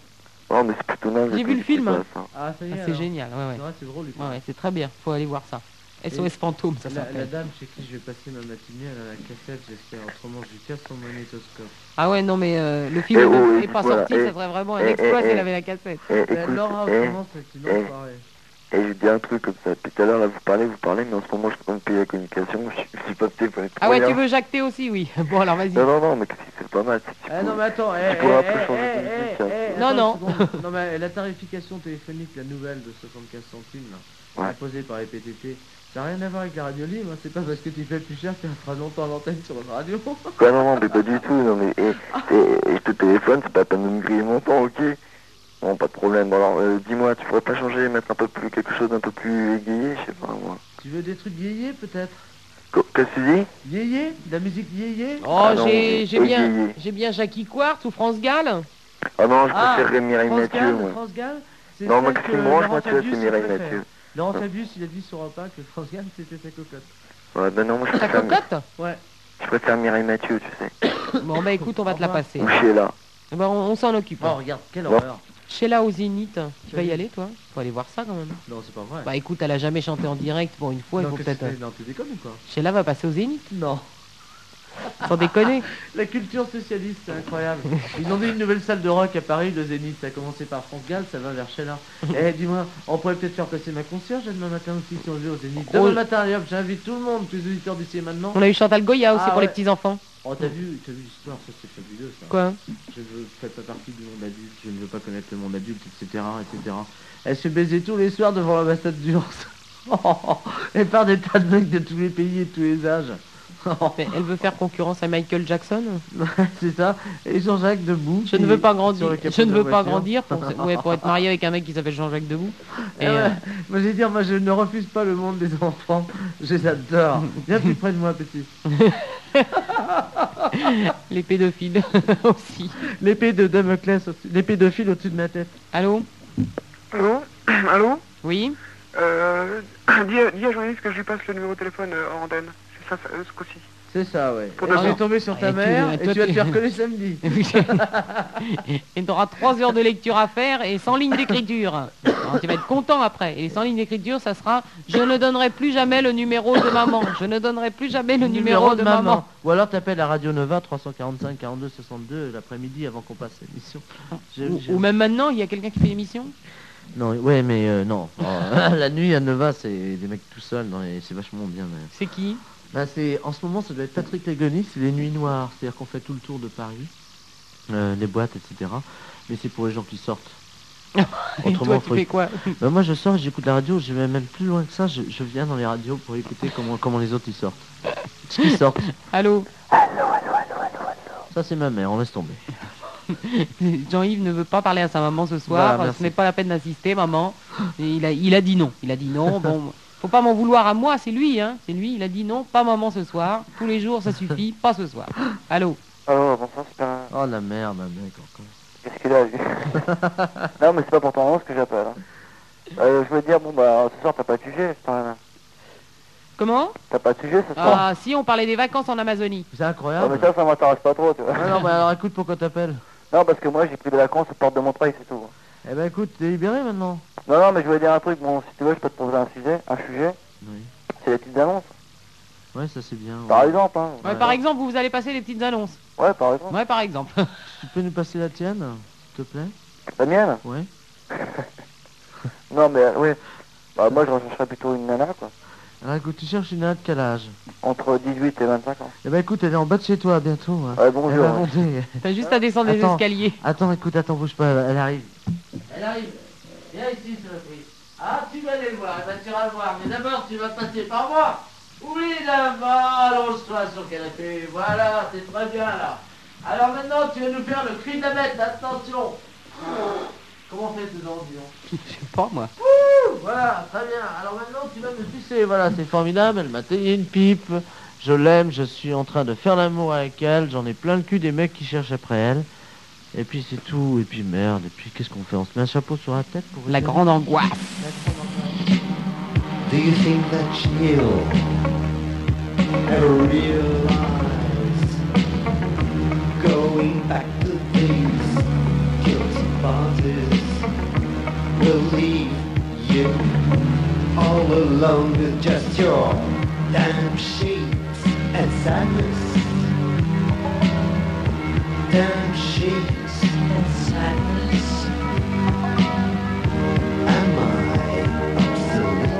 S4: Non, mais c'est plutôt naze.
S2: J'ai vu le film. hein.
S3: Ah, ça y est.
S2: Ah, c'est
S3: alors.
S2: génial, ouais, ouais.
S3: Ouais, c'est drôle. du coup.
S2: Ouais, ouais, c'est très bien, faut aller voir ça. SOS
S3: Et
S2: Fantôme, ça
S3: la, la
S2: s'appelle.
S3: dame chez qui je vais passer ma matinée, elle a la cassette, j'espère. Autrement, je lui casse son magnétoscope.
S2: Ah ouais, non, mais euh, le film
S3: Eh
S2: n'est
S3: oh,
S2: même-
S3: et
S2: n'est pas
S3: voilà,
S2: sorti,
S3: eh,
S2: ça serait vraiment un
S4: eh,
S2: exploit
S4: eh,
S2: si elle
S4: eh,
S2: avait la cassette.
S4: eh, écoute,
S3: Mais Bah, Laura,
S4: eh,
S3: autrement, c'est une
S4: eh.
S3: autre soirée.
S4: Et je vais dire un truc comme ça. Depuis tout à l'heure, là, vous parlez, vous parlez, mais en ce moment, je suis en train de payer la communication. Je je suis pas peut-être pour être
S2: Ah ouais,
S4: croyant.
S2: tu veux jacter aussi, oui. Bon, alors vas-y.
S4: Non, non, non, mais qu'est-ce que c'est pas mal. c'est-
S3: Eh non mais attends, eh, eh,
S4: pourras après
S3: eh,
S4: changer de
S3: eh,
S4: musique,
S3: eh,
S4: hein.
S3: eh,
S2: Non,
S3: attends
S2: non.
S3: une seconde. non mais la tarification téléphonique, la nouvelle de 75 centimes, là,
S4: Ouais.
S3: imposée par les PTT, ça n'a rien à voir avec la radio libre, hein. c'est pas parce que tu fais plus cher que tu resteras longtemps à l'antenne sur une radio.
S4: Quoi, non, non, mais pas du tout. Non, mais et,
S3: Ah.
S4: je te téléphone, c'est pas à peine de me griller mon temps, ok Bon, pas de problème. Bon, alors, euh, dis-moi, tu pourrais pas changer, mettre un peu plus, quelque chose d'un peu plus égayé, je sais pas, moi.
S3: tu veux des trucs yéyés peut-être
S4: Qu- Qu'est-ce que tu dis
S3: Yéyé De la musique yéyé
S2: Oh,
S4: Ah non,
S2: j'ai j'ai
S4: et-
S2: bien,
S4: et-
S2: j'ai bien Jackie Quartz ou France Gall.
S4: Ah non, je
S2: Ah,
S4: préfère Rémi
S2: France
S4: Mathieu,
S2: Gall,
S4: moi.
S3: hein, France Gall c'est
S4: Non, moi,
S3: celle que
S4: Christine Branche,
S3: Laurent
S4: moi, tu vois, c'est
S3: Fabius
S4: Mireille
S3: préfère.
S4: Mathieu.
S3: Laurent
S4: Ouais.
S3: Fabius, il a dit sur un pas que France Gall c'était sa cocotte.
S4: Ouais, ben non, moi, je
S3: Ta
S4: préfère,
S3: cocotte Ouais.
S4: je préfère Mireille Mathieu, tu sais.
S2: Bon, bah écoute, on va te la passer.
S4: Ou Sheila.
S2: Eh ben, on on s'en occupe.
S3: Oh, regarde, quelle
S4: Non.
S3: horreur.
S2: Sheila au Zénith, tu vas y
S3: Salut.
S2: aller, toi Faut aller voir ça quand même.
S3: Non, c'est pas vrai.
S2: Bah écoute, elle a jamais chanté en direct pour une fois, il
S3: Non,
S2: faut
S3: qu'est-ce que
S2: peut-être. euh.
S3: c'est Non, tu déconnes ou quoi
S2: Sheila va passer au Zénith.
S3: Non.
S2: Sans déconner.
S3: La culture socialiste, c'est incroyable. Ils ont mis une nouvelle salle de rock à Paris, le Zénith. Ça a commencé par France Gall, ça va vers Chéla. Eh, dis-moi, on pourrait peut-être faire passer ma concierge demain matin aussi si on veut au Zénith. Demain
S2: Oh.
S3: matin, allez hop, j'invite tout le monde, tous les auditeurs d'ici et maintenant.
S2: On a eu Chantal Goya aussi
S3: Ah,
S2: pour les
S3: ouais.
S2: petits-enfants.
S3: Oh, t'as vu, t'as vu l'histoire, ça c'est fabuleux ça.
S2: Quoi
S3: Je ne fais pas partie du monde adulte, je ne veux pas connaître le monde adulte, etc. etc. Elle se baisait tous les soirs devant l'ambassade d'Urse. et par des tas de mecs de tous les pays et de tous les âges.
S2: Mais elle veut faire concurrence à Michael Jackson
S3: C'est ça. Et Jean-Jacques debout.
S2: Je ne
S3: qui-
S2: veux pas
S3: sur
S2: grandir.
S3: le capot
S2: Je ne
S3: de la
S2: veux pas
S3: voiture.
S2: grandir pour, ouais, pour être marié avec un mec qui s'appelle Jean-Jacques Debout.
S3: Eh
S2: Et,
S3: ouais.
S2: euh,
S3: Moi, je vais dire, moi, je ne refuse pas le monde des enfants. Je les adore. Viens plus près de moi, petit.
S2: Les pédophiles aussi.
S3: L'épée de Damoclès, au-dessus- l'épée de fil au-dessus de ma tête.
S2: Allô
S24: Allô Allô
S2: Oui
S24: euh, dis, à- dis à journaliste que je lui passe le numéro de téléphone euh, hors antenne. C'est ça, ça, euh, ce coup-ci.
S3: C'est ça, ouais.
S24: Pour
S3: Et
S24: demain.
S3: je vais tomber sur ta
S24: Et tu-
S3: mère et
S2: toi,
S3: tu vas te
S2: tu-
S3: faire coller samedi.
S2: Et t'auras 3 heures de lecture à faire et 100 lignes d'écriture. Alors, Tu vas être content après. Et les 100 lignes d'écriture, ça sera Je ne donnerai plus jamais le numéro de maman. Je ne donnerai plus jamais le numéro, de, maman.
S25: Ou alors t'appelles la Radio Nova 345 42 62 l'après-midi avant qu'on passe l'émission. J'ai-
S2: Ou,
S25: j'ai-
S2: ou même maintenant, il y a quelqu'un qui fait l'émission
S25: Non, ouais, mais euh, non. Oh, la nuit à Nova, c'est des mecs tout seuls, dans les- c'est vachement bien. mais-
S2: C'est qui
S3: Bah, c'est en ce moment, ça doit être Patrick Légonis, c'est les Nuits Noires, c'est-à-dire qu'on fait tout le tour de Paris.
S25: Euh, les boîtes, etc. Mais c'est pour les gens qui sortent.
S3: Et toi, tu
S25: faut-
S3: fais quoi
S25: Bah, Moi, je sors, j'écoute la radio, je vais même plus loin que ça, je, je viens dans les radios pour écouter comment, comment les autres ils sortent. Ce qu'ils sortent.
S2: Allô
S25: Ça, c'est ma mère, on laisse tomber.
S2: Jean-Yves ne veut pas parler à sa maman ce soir.
S25: Voilà, Bah, merci.
S2: ce n'est pas la peine d'insister, maman. Et il, a, il a dit non. Il a dit non. Bon, faut pas m'en vouloir à moi, c'est lui. Hein. C'est lui, il a dit non. Pas maman ce soir. Tous les jours, ça suffit. Pas ce soir. Allô
S4: Alors, bonsoir, c'est pas...
S25: Oh la merde, un mec encore.
S4: Qu'est-ce qu'il a lui Non, mais c'est pas pour ton nom ce que j'appelle. hein. Euh, je veux dire, bon, bah, ce soir, t'as pas de sujet, c'est pas...
S2: Comment
S4: T'as pas de sujet ce soir
S2: Ah, si, on parlait des vacances en Amazonie.
S25: Oh. C'est
S4: Ah,
S25: incroyable.
S4: mais ça, ça m'intéresse pas trop, tu vois.
S3: Ah Hein non, bah alors écoute, pourquoi t'appelles
S4: Non, parce que moi, j'ai pris des vacances aux portes de Montreuil, c'est tout.
S3: Eh ben écoute, t'es libéré maintenant.
S4: Non, non, mais je voulais dire un truc, bon, si tu veux, je peux te poser un sujet, un sujet.
S25: Oui.
S4: C'est les petites annonces,
S25: Ouais, ça c'est bien.
S4: par
S25: ouais.
S4: exemple, hein.
S2: Ouais, Par exemple, vous vous allez passer les petites annonces.
S4: Ouais, par exemple.
S2: Ouais, par exemple.
S25: Tu peux nous passer la tienne, s'il te plaît
S4: La mienne
S25: Ouais.
S4: non, mais, euh, ouais. Bah, moi, je rechercherais plutôt une nana, quoi.
S3: Alors écoute, tu cherches une nana de quel âge
S4: Entre 18 et 25 ans.
S3: Eh ben écoute, elle est en bas de chez toi, bientôt. hein.
S4: Ouais, bonjour,
S3: Elle va
S4: ouais.
S3: monter.
S2: T'as juste à descendre les
S3: Attends,
S2: escaliers.
S3: Attends, écoute, attends, bouge pas, elle arrive.
S25: Elle arrive. Viens ici, saloperie. Ah, tu vas aller voir, eh ben, tu vas voir. Mais d'abord, tu vas passer par moi. Oui, d'abord, allonge-toi sur le canapé. Voilà, c'est très bien, là. Alors maintenant, tu vas nous faire le cri de la bête. Attention. Comment on fait ce genre, disons
S2: Pas moi.
S25: Ouh, Voilà, très bien. Alors maintenant, tu vas me sucer. Voilà, c'est formidable. Elle m'a taillé une pipe. Je l'aime, je suis en train de faire l'amour avec elle. J'en ai plein le cul des mecs qui cherchent après elle. Et puis c'est tout. Et puis merde. Et puis qu'est-ce qu'on fait On se met un chapeau sur la tête pour...
S2: La grande angoisse.
S1: Do you think that she'll ever realize going back to these guilty parties will leave you all alone with just your damn sheets and sadness? Damn sheets and sadness. Am I obsolete?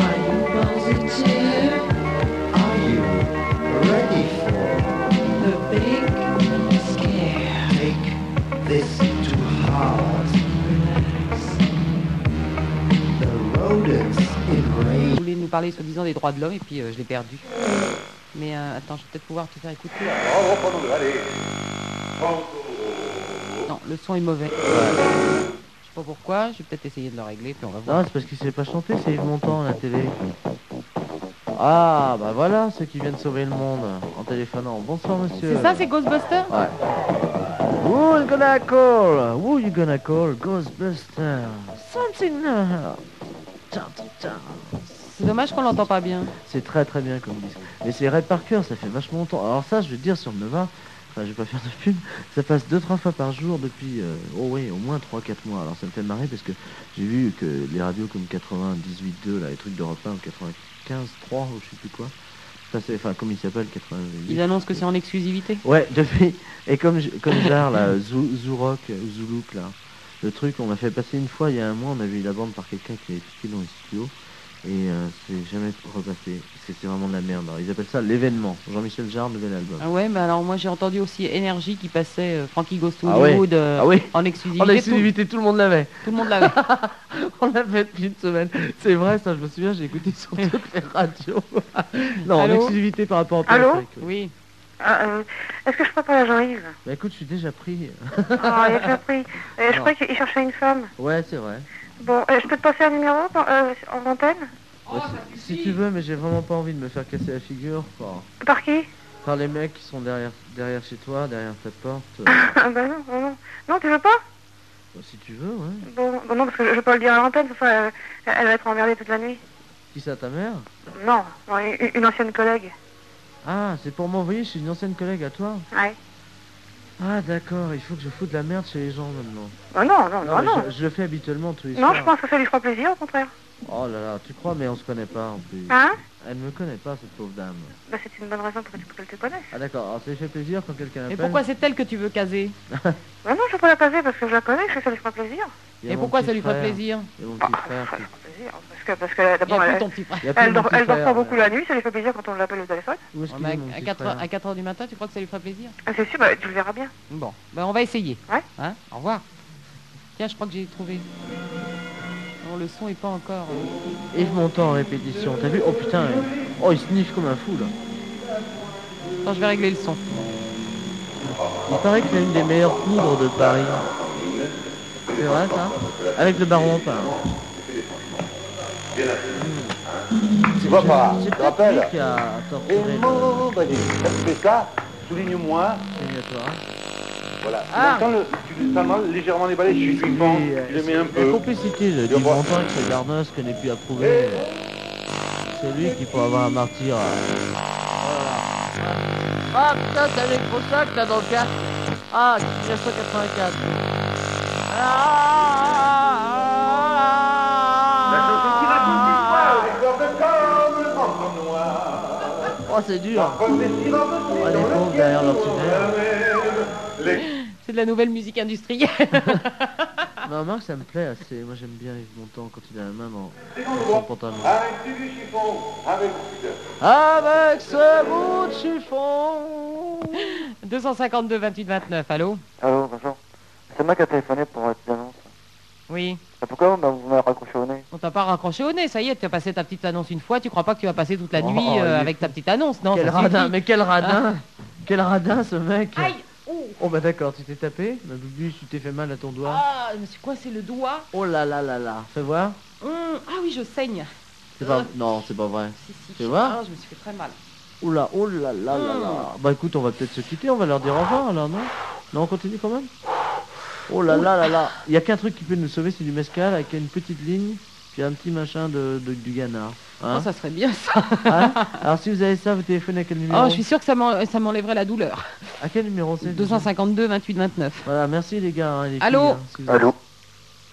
S1: Are you positive? Are you ready for the big scare? Take this to heart. Relax. The rodents
S2: Je
S1: enrage.
S2: voulais nous parler soi-disant des droits de l'homme et puis euh, je l'ai perdu. Mais euh, attends, je vais peut-être pouvoir te faire écouter. Non, le son est mauvais. Je sais pas pourquoi, je vais peut-être essayer de le régler puis on va voir.
S3: Non, c'est parce qu'il sait pas chanter, c'est Yves Montand à la télé. Ah, bah voilà, ceux qui viennent sauver le monde en téléphonant. Bonsoir, monsieur.
S2: C'est ça, c'est Ghostbuster
S3: Ouais. Who you gonna call? Who you gonna call? Ghostbuster. Something. uh, tum, tum, tum.
S2: C'est dommage qu'on l'entend pas bien.
S3: C'est très très bien comme disque. Mais c'est Red Parker, ça fait vachement longtemps. Alors ça, je vais te dire sur Nova, enfin je vais pas faire de pub, ça passe deux trois fois par jour depuis, euh, oh oui, au moins 3-4 mois. Alors ça me fait marrer parce que j'ai vu que les radios comme 98.2, là, les trucs d'Europe 1, 95.3 ou je sais plus quoi, passaient- enfin comme il s'appelle, 98.
S2: Ils annoncent que c'est en exclusivité.
S3: Ouais, depuis. Et comme je- comme Jar là, Zou- Zourok, euh, Zoulouk là, le truc on m'a fait passer une fois il y a un mois, on a vu la bande par quelqu'un qui avait piqué dans les studios et euh, c'est jamais repassé. C'était vraiment de la merde. Alors, ils appellent ça l'événement. Jean-Michel Jarre, nouvel album.
S2: Ah ouais, mais alors moi j'ai entendu aussi Energy qui passait euh, Frankie Ghost to
S3: Ah ouais.
S2: Hollywood euh,
S3: Ah ouais.
S2: en exclusivité.
S3: En exclusivité, tout, le monde l'avait.
S2: Tout, tout le monde l'avait.
S3: on l'avait depuis une semaine. C'est vrai, ça, je me souviens, j'ai écouté sur toutes les radios. non, en
S9: Allô
S3: exclusivité par rapport à
S9: Allô
S2: Oui.
S9: Ah, euh, Est-ce que je peux parler à Jean-Yves
S3: Bah écoute, je suis déjà pris.
S9: Ah, il est déjà pris. Euh, je
S3: Non.
S9: croyais qu'il cherchait une femme.
S3: Ouais, c'est vrai.
S9: Bon, euh, je peux te passer un numéro par- euh, en antenne
S2: Ah,
S3: Oh, Ouais, si- si tu veux, mais j'ai vraiment pas envie de me faire casser la figure. quoi.
S9: Par qui
S3: Par les mecs qui sont derrière, derrière chez toi, derrière ta porte. euh,
S9: Ah bah non, non, non. Non, tu veux pas
S3: bah, si tu veux, ouais.
S9: bon, bon, non, parce que je, je peux le dire à l'antenne, parce que, euh, elle va être emmerdée toute la nuit.
S3: Qui ça, ta mère
S9: Non, non, une, une ancienne collègue.
S3: Ah, c'est pour m'envoyer chez une ancienne collègue à toi
S9: Ouais.
S3: Ah, d'accord, il faut que je foute de la merde chez les gens maintenant.
S9: Ah non, non, non,
S3: mais
S9: non.
S3: Je, je le fais habituellement tous les
S9: Non,
S3: soirs.
S9: je pense que ça lui fera plaisir, au contraire.
S3: Oh là là, tu crois, mais on se connaît pas en plus.
S9: Hein
S3: Elle me connaît pas, cette pauvre dame.
S9: Bah, c'est une bonne raison pour qu'elle te connaisse.
S3: Ah, d'accord, alors ça lui fait plaisir quand quelqu'un appelle.
S2: Mais pourquoi c'est elle que tu veux caser
S9: Bah non, je peux la passer parce que je la connais, je sais que ça lui fera plaisir.
S3: Il y a
S2: Et
S3: mon
S2: pourquoi
S3: petit
S2: ça lui ferait
S3: frère.
S2: plaisir
S3: Il y a mon petit
S9: Ah,
S3: frère. qui-
S9: Plaisir, Parce que, parce que d'abord,
S2: Il y a plus
S9: elle,
S2: ton petit frère.
S3: Il y a plus
S9: Ah elle,
S3: mon
S9: dort,
S3: petit
S9: elle dort pas
S3: frère,
S9: beaucoup
S3: ouais.
S9: la nuit, ça lui fait plaisir quand on l'appelle au téléphone.
S3: Où est-ce
S2: Ouais,
S3: qu'il
S2: mais
S3: est, mon
S2: à,
S3: petit
S2: 4,
S3: frère
S2: à 4 heures du matin, tu crois que ça lui ferait plaisir
S9: Ah, c'est sûr, bah, tu le verras bien.
S2: Bon, bah on va essayer. Hein Au revoir. Tiens, je crois que j'ai trouvé. Non, le son est pas encore. euh,
S3: Yves Montand en répétition, t'as vu Oh putain, euh, oh il sniffe comme un fou là.
S2: Attends, je vais régler le son.
S3: Il paraît que c'est une des meilleures poudres de Paris. C'est vrai ça Avec le baron en pain.
S24: Tu vois pas,
S3: C'est
S24: je te
S3: peut-être lui
S24: rappelle.
S3: qui a torturé
S24: Et mon body. Ça tu fais ça, souligne-moi. Voilà.
S3: Ah.
S24: Maintenant, le- tu le seulement légèrement déballé, je suis flippant, je le mets un
S3: La
S24: peu.
S3: complicité de Yves Montand avec ses Darnos que n'est plus à prouver. C'est lui qui pourrait avoir un martyr. euh,
S1: Ah putain, c'est avec Pochak là dans le casque. Ah, 1984.
S3: Oh c'est dur Oh les pauvres derrière leur petit
S2: C'est de la nouvelle musique industrielle.
S3: Non, Marc, ça me plaît assez. Moi, j'aime bien Yves Montand quand il a la main dans, dans son pantalon.
S1: Ah, Avec ce bout de chiffon.
S2: 252 28 29, allô
S4: Allô, bonjour. C'est moi qui ai téléphoné pour votre annonce.
S2: Oui.
S4: Pourquoi vous m'avez raccroché au nez
S2: On t'a pas raccroché au nez, ça y est, tu as passé ta petite annonce une fois, tu crois pas que tu vas passer toute la nuit
S3: Oh, il
S2: euh,
S3: est
S2: avec ta petite annonce, non
S3: quel
S2: ça
S3: radin,
S2: suffit.
S3: mais quel radin Quel radin, ce mec
S2: Ah. Aïe Ouh.
S3: Oh, bah d'accord, tu t'es tapé Ma boubuse, tu t'es fait mal à ton doigt.
S2: Ah, je me suis coincé le doigt.
S3: Oh là là là là Fais voir
S2: Hum, Ah oui, je saigne.
S3: C'est pas...
S2: Euh.
S3: Non, c'est pas vrai. Fais
S2: Ah,
S3: voir
S2: je me suis fait très mal.
S3: Oula, oh là là là là Bah écoute, on va peut-être se quitter, on va leur dire au revoir, alors, non Non, on continue quand même Oh là là là là Il y a qu'un truc qui peut nous sauver, c'est du mescal avec une petite ligne, puis un petit machin de, de- du Ghana. Hein
S2: Oh, ça serait bien ça.
S3: Hein Alors si vous avez ça, vous téléphonez à quel numéro
S2: Oh, je suis sûr que ça m'en- ça m'enlèverait la douleur.
S3: À quel numéro c'est
S2: 252 28 29.
S3: Voilà, merci les gars. hein, les
S2: Allô
S3: filles, hein, si vous-
S4: Allô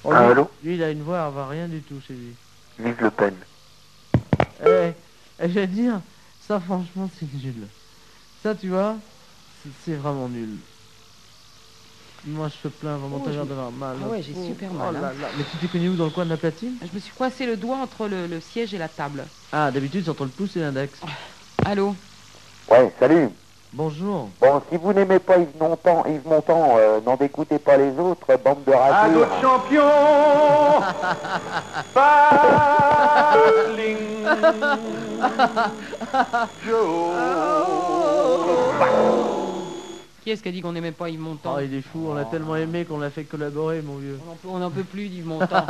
S3: Oh, lui,
S4: Allô
S3: lui, il a une voix, elle va rien du tout chez lui.
S4: Vive Le Pen.
S3: Eh, eh, je vais te dire, ça franchement c'est nul. Ça tu vois, c'est- c'est vraiment nul. Moi je te plains vraiment,
S2: Oh,
S3: t'as
S2: je-
S3: l'air d'avoir mal.
S2: Ah
S3: hein.
S2: ouais, j'ai
S3: Oh,
S2: super
S3: oh
S2: mal,
S3: là
S2: hein. Ah,
S3: là. Mais tu t'es connu où dans le coin de la platine
S2: Je me suis coincé le doigt entre le, le siège et la table.
S3: Ah, d'habitude c'est entre le pouce et l'index.
S2: Oh. Allô
S4: Ouais, salut.
S3: Bonjour.
S4: Bon, si vous n'aimez pas Yves Montand, Yves Montand, euh, n'en découtez pas les autres, euh, bande de
S2: Ah,
S24: À
S4: ratures.
S24: notre champion Battling
S2: Qui est-ce qui a dit qu'on n'aimait pas Yves Montand
S3: Oh, il est fou, on l'a tellement aimé qu'on l'a fait collaborer, mon vieux.
S2: On en peut- On n'en peut plus d'Yves Montand.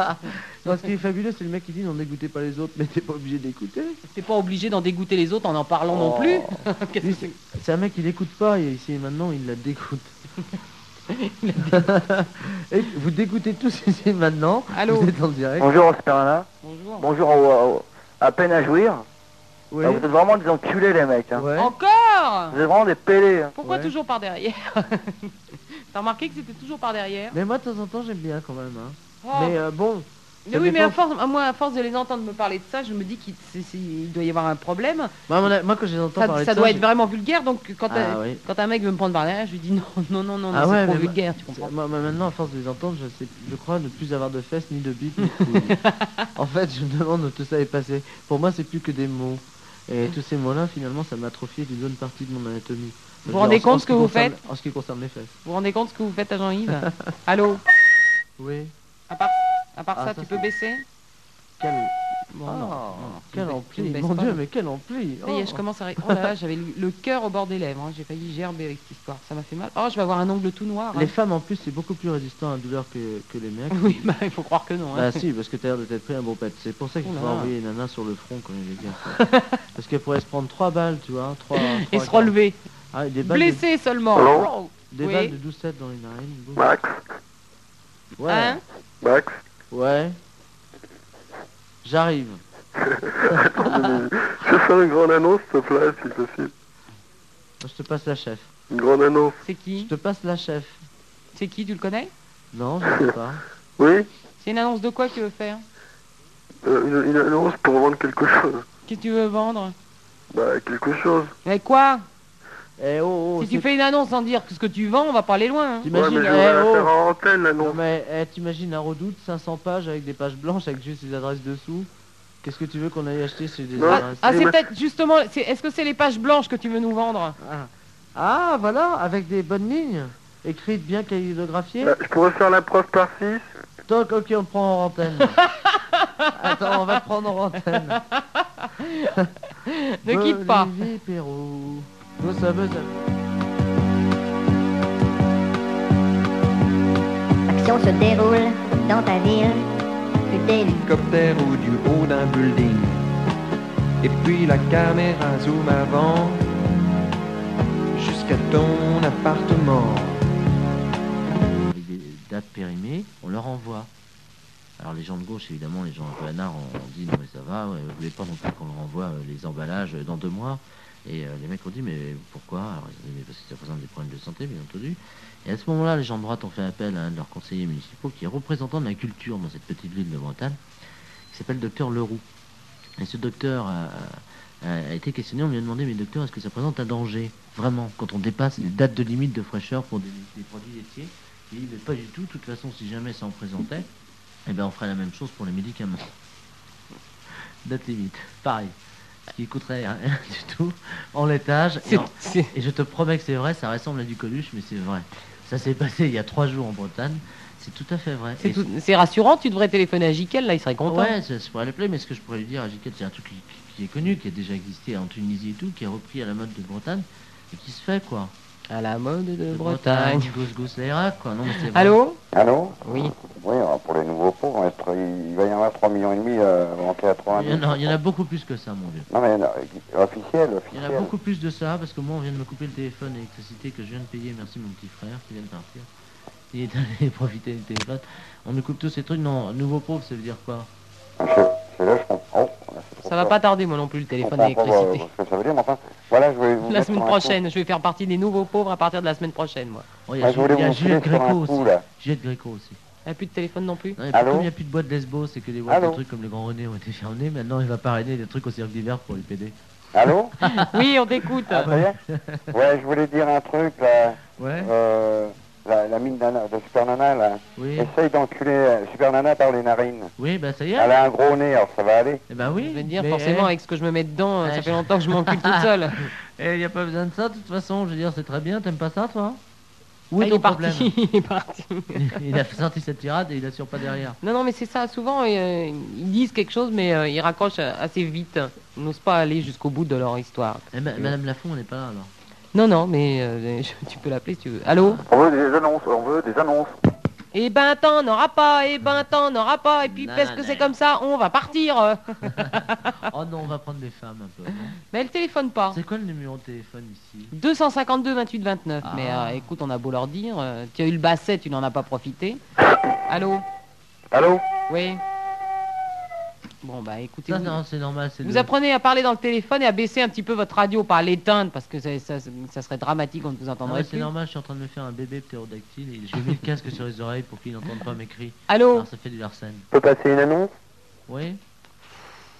S3: Non, ce qui est fabuleux, c'est le mec qui dit n'en dégoûtez pas les autres, mais t'es pas obligé d'écouter.
S2: T'es pas obligé d'en dégoûter les autres en en parlant non
S3: Oh.
S2: plus.
S3: Lui, c'est- C'est un mec qui l'écoute pas, et ici et maintenant il la dégoûte. Et vous dégoûtez tous ici et maintenant.
S26: Allô
S3: Vous êtes en direct.
S26: Bonjour, Sperana.
S2: Bonjour.
S26: Bonjour, au- au- à peine à jouir.
S3: Oui.
S26: Ah, vous êtes vraiment des enculés, les mecs. hein.
S2: Encore
S26: Vous êtes vraiment des pélés. hein.
S2: Pourquoi toujours par derrière T'as remarqué que c'était toujours par derrière
S3: Mais moi de temps en temps j'aime bien quand même. hein.
S2: Oh.
S3: Mais euh, bon.
S2: Mais
S3: ça
S2: oui, mais à
S3: dépend-
S2: force, à moi, à force de les entendre me parler de ça, je me dis qu'il c'est- c'est- il doit y avoir un problème.
S3: Moi, mon- moi, quand je les entends
S2: Ça,
S3: parler
S2: ça
S3: de
S2: doit
S3: ça,
S2: être vraiment vulgaire, donc quand,
S3: Ah
S2: un,
S3: oui.
S2: quand un mec veut me prendre par derrière, je lui dis non, non, non, non, non,
S3: Ah
S2: c'est
S3: ouais,
S2: trop
S3: mais-
S2: vulgaire, tu
S3: je-
S2: comprends
S3: moi, moi, maintenant à force de les entendre, je, sais, je crois ne plus avoir de fesses ni de bites. ni de couilles. en fait, je me demande où tout ça est passé. Pour moi, c'est plus que des mots. Et tous ces mots-là, finalement, ça m'a atrophié d'une bonne partie de mon anatomie.
S2: Vous vous
S3: Je-
S2: rendez
S3: en- en
S2: compte
S3: ce
S2: que
S3: qui
S2: vous
S3: concerne-
S2: faites
S3: En ce qui concerne les fesses.
S2: Vous vous rendez compte ce que vous faites à Jean-Yves Allô
S3: Oui.
S2: À part, à part
S3: Ah,
S2: ça,
S3: ça,
S2: tu peux baisser
S3: Quel...
S2: Bon,
S3: Ah,
S2: non, non, non, tu
S3: quel
S2: ne ba- tu ne
S3: ampli,
S2: baisses pas,
S3: mon dieu,
S2: non.
S3: mais quel ampli
S2: Ça y est, je
S3: Oh.
S2: commence à... ré- Oh là là, j'avais le, le cœur au bord des lèvres, hein, j'ai failli gerber avec cette histoire, ça m'a fait mal. Oh, je vais avoir un ongle tout noir.
S3: Les
S2: hein.
S3: femmes, en plus, c'est beaucoup plus résistant à la douleur que, que les mecs.
S2: Oui, bah, il faut croire que non. hein.
S3: Bah si, parce que t'as l'air de t'être pris un bon pet. C'est pour ça qu'il
S2: Oh là
S3: faut
S2: là.
S3: envoyer les nanas sur le front quand il est bien. parce qu'elles pourraient se prendre trois balles, tu vois. Trois, trois
S2: Et se relever.
S1: Ah, et des balles de-
S2: Blessé seulement.
S1: Allô Des
S2: Oui.
S1: balles de 12-7 dans les narines. boum.
S4: Max
S1: Ouais.
S2: Hein
S4: Max
S1: Ouais. J'arrive.
S4: Je fais une grande annonce, s'il te plaît, si possible.
S1: Je te passe la chef.
S4: Une grande annonce.
S2: C'est qui
S1: Je te passe la chef.
S2: C'est qui Tu le connais
S1: Non, je sais pas.
S4: Oui
S2: C'est une annonce de quoi que tu veux faire
S4: euh, une, une annonce pour vendre quelque chose.
S2: Qu'est-ce que tu veux vendre
S4: Bah, quelque chose.
S2: Mais quoi
S1: Eh oh,
S2: Si tu fais une annonce sans dire ce que tu vends, on va pas aller loin. hein.
S1: T'imagines,
S4: mais je voudrais
S1: eh,
S4: la
S1: oh.
S4: faire en antenne, l'annonce.
S1: Non, mais eh, t'imagines un redoute, 500 pages avec des pages blanches avec juste les adresses dessous. Qu'est-ce que tu veux qu'on aille acheter chez des
S2: Ah,
S1: adresses
S2: ah, c'est peut-être justement. c'est- Est-ce que c'est les pages blanches que tu veux nous vendre
S1: Ah, voilà, avec des bonnes lignes, écrites bien calligraphiées.
S4: Bah, je pourrais faire la preuve par 6.
S1: Donc, ok, on le prend en antenne. Attends, on va le prendre en antenne.
S2: Ne quitte pas.
S1: Olivier Perrault. Nous sommes à-
S27: L'action se déroule dans ta ville. Tu délices
S19: hélicoptère ou du haut d'un building. Et puis la caméra zoom avant jusqu'à ton appartement.
S3: avec des dates périmées, on leur envoie. Alors les gens de gauche, évidemment, les gens un peu anards, on, on dit non mais ça va, ouais, vous voulez pas non plus qu'on leur envoie euh, les emballages euh, dans deux mois. Et euh, les mecs ont dit mais pourquoi Alors ils ont dit mais parce que ça présente des problèmes de santé, bien entendu. Et à ce moment-là, les gens de droite ont fait appel à un de leurs conseillers municipaux qui est représentant de la culture dans cette petite ville de Bretagne, qui s'appelle Docteur Leroux. Et ce docteur euh, a, a- a été questionné, on lui a demandé mais docteur, est-ce que ça présente un danger Vraiment, quand on dépasse les dates de limite de fraîcheur pour des, des produits laitiers il dit, mais pas du tout, de toute façon, si jamais ça en présentait, eh ben on ferait la même chose pour les médicaments. Date limite, pareil. Ce qui coûterait rien du tout en laitage. Et, en- et je te promets que c'est vrai, ça ressemble à du coluche, mais c'est vrai. Ça s'est passé il y a trois jours en Bretagne, c'est tout à fait vrai.
S2: C'est
S3: Et
S2: tout- C'est rassurant, tu devrais téléphoner à Jiquel, là, il serait content.
S3: Ouais, ça, ça pourrait l'appeler, mais ce que je pourrais lui dire à Jiquel, c'est un truc qui, qui est connu, qui a déjà existé en Tunisie et tout, qui est repris à la mode de Bretagne, et qui se fait, quoi.
S2: À la mode de,
S3: Bretagne.
S2: Bretagne.
S3: Gauche, gauche, la Irak, quoi. Non, mais c'est vrai.
S2: Allô
S4: Allô
S2: Oui.
S4: Oui, alors, pour les nouveaux pauvres, est-ce que- il va y en avoir 3 millions et demi euh, montés à 3
S3: Il y, en a, il y en a beaucoup plus que ça, mon vieux.
S4: Non, mais non, officiel,
S3: Il y en
S4: officiel.
S3: a beaucoup plus de ça, parce que moi, on vient de me couper le téléphone et l'électricité que je viens de payer. Merci, mon petit frère qui vient de partir. Il est allé profiter du téléphone. On nous coupe tous ces trucs. Non, nouveau pauvre, ça veut dire quoi
S4: C'est là, je comprends.
S2: Ça va pas tarder, moi non plus, le
S4: Je
S2: téléphone et
S4: comprends pas
S2: l'électricité.
S4: euh, ce que ça veut dire, mais enfin, voilà, je voulais vous
S2: La
S4: mettre
S2: semaine
S4: sur un
S2: prochaine, Oh, je vais faire partie des nouveaux pauvres à partir de la semaine prochaine, moi.
S3: Oh,
S4: coup. Moi, je voulais vous filer sur un coup, là.
S3: Juliette Gréco aussi.
S2: Il a plus de téléphone non plus
S3: Non, et puis, comme il n'y a plus de boîte lesbo, c'est que les boîtes de
S2: Allô
S3: trucs comme le Grand René ont été fermées. Maintenant, il va parrainer des trucs au cirque d'hiver pour les PD.
S4: Allô
S2: Oui, on t'écoute.
S4: Ah, ça y est Ouais, je voulais dire un truc, là.
S3: Ouais.
S4: Euh, la, la mine nana- de Super Nana, là.
S3: Oui.
S4: Essaye d'enculer euh, Super Nana par les narines.
S3: Oui, bah ça y est.
S4: Elle a un gros nez, alors ça va aller.
S3: Eh ben oui.
S2: Je veux dire,
S3: mais,
S2: forcément,
S3: eh,
S2: avec ce que je me mets dedans, euh,
S3: Ouais,
S2: ça fait
S3: je-
S2: longtemps que je m'encule toute seule.
S3: Eh, il n'y a pas besoin de ça, de toute façon. Je veux dire, c'est très bien. T'aimes pas ça, toi Où
S2: Ah,
S3: est
S2: il
S3: ton
S2: est parti,
S3: problème
S2: il est parti.
S3: Il a sorti cette tirade et il assure pas Ah, derrière.
S2: Non, non, mais c'est ça. Souvent, euh, ils disent quelque chose, mais euh, ils raccrochent euh, assez vite. Ils n'osent pas aller jusqu'au bout de leur histoire.
S3: Eh, ma- Madame Lafont, on n'est pas là, alors.
S2: Non, non, mais euh, je- tu peux l'appeler si tu veux. Allô
S28: On veut des annonces, on veut des annonces.
S2: Eh ben, t'en auras pas, eh ben, t'en auras pas. Et puis,
S3: Non,
S2: parce
S3: non,
S2: que
S3: non.
S2: c'est comme ça, on va partir.
S3: Oh non, on va prendre des femmes un peu. non
S2: mais elle téléphone pas.
S3: C'est quoi le numéro de téléphone ici
S2: 252 28 29. Mais euh,
S3: Ah.
S2: écoute, on a beau leur dire. euh, tu as eu le basset, tu n'en as pas profité. Allô
S28: Allô
S2: Oui. Bon, bah écoutez.
S3: Ça,
S2: vous-
S3: non, c'est normal. c'est
S2: Vous
S3: le-
S2: apprenez à parler dans le téléphone et à baisser un petit peu votre radio, pas à l'éteindre, parce que ça, ça- ça serait dramatique, on ne vous
S3: Ah ouais,
S2: entendrait
S3: c'est
S2: plus.
S3: normal, je suis en train de me faire un bébé ptérodactyle et j'ai mis le casque sur les oreilles pour qu'il n'entende pas mes cris.
S2: Allô
S3: Alors ça fait du larsen.
S4: On peut passer une annonce
S3: Oui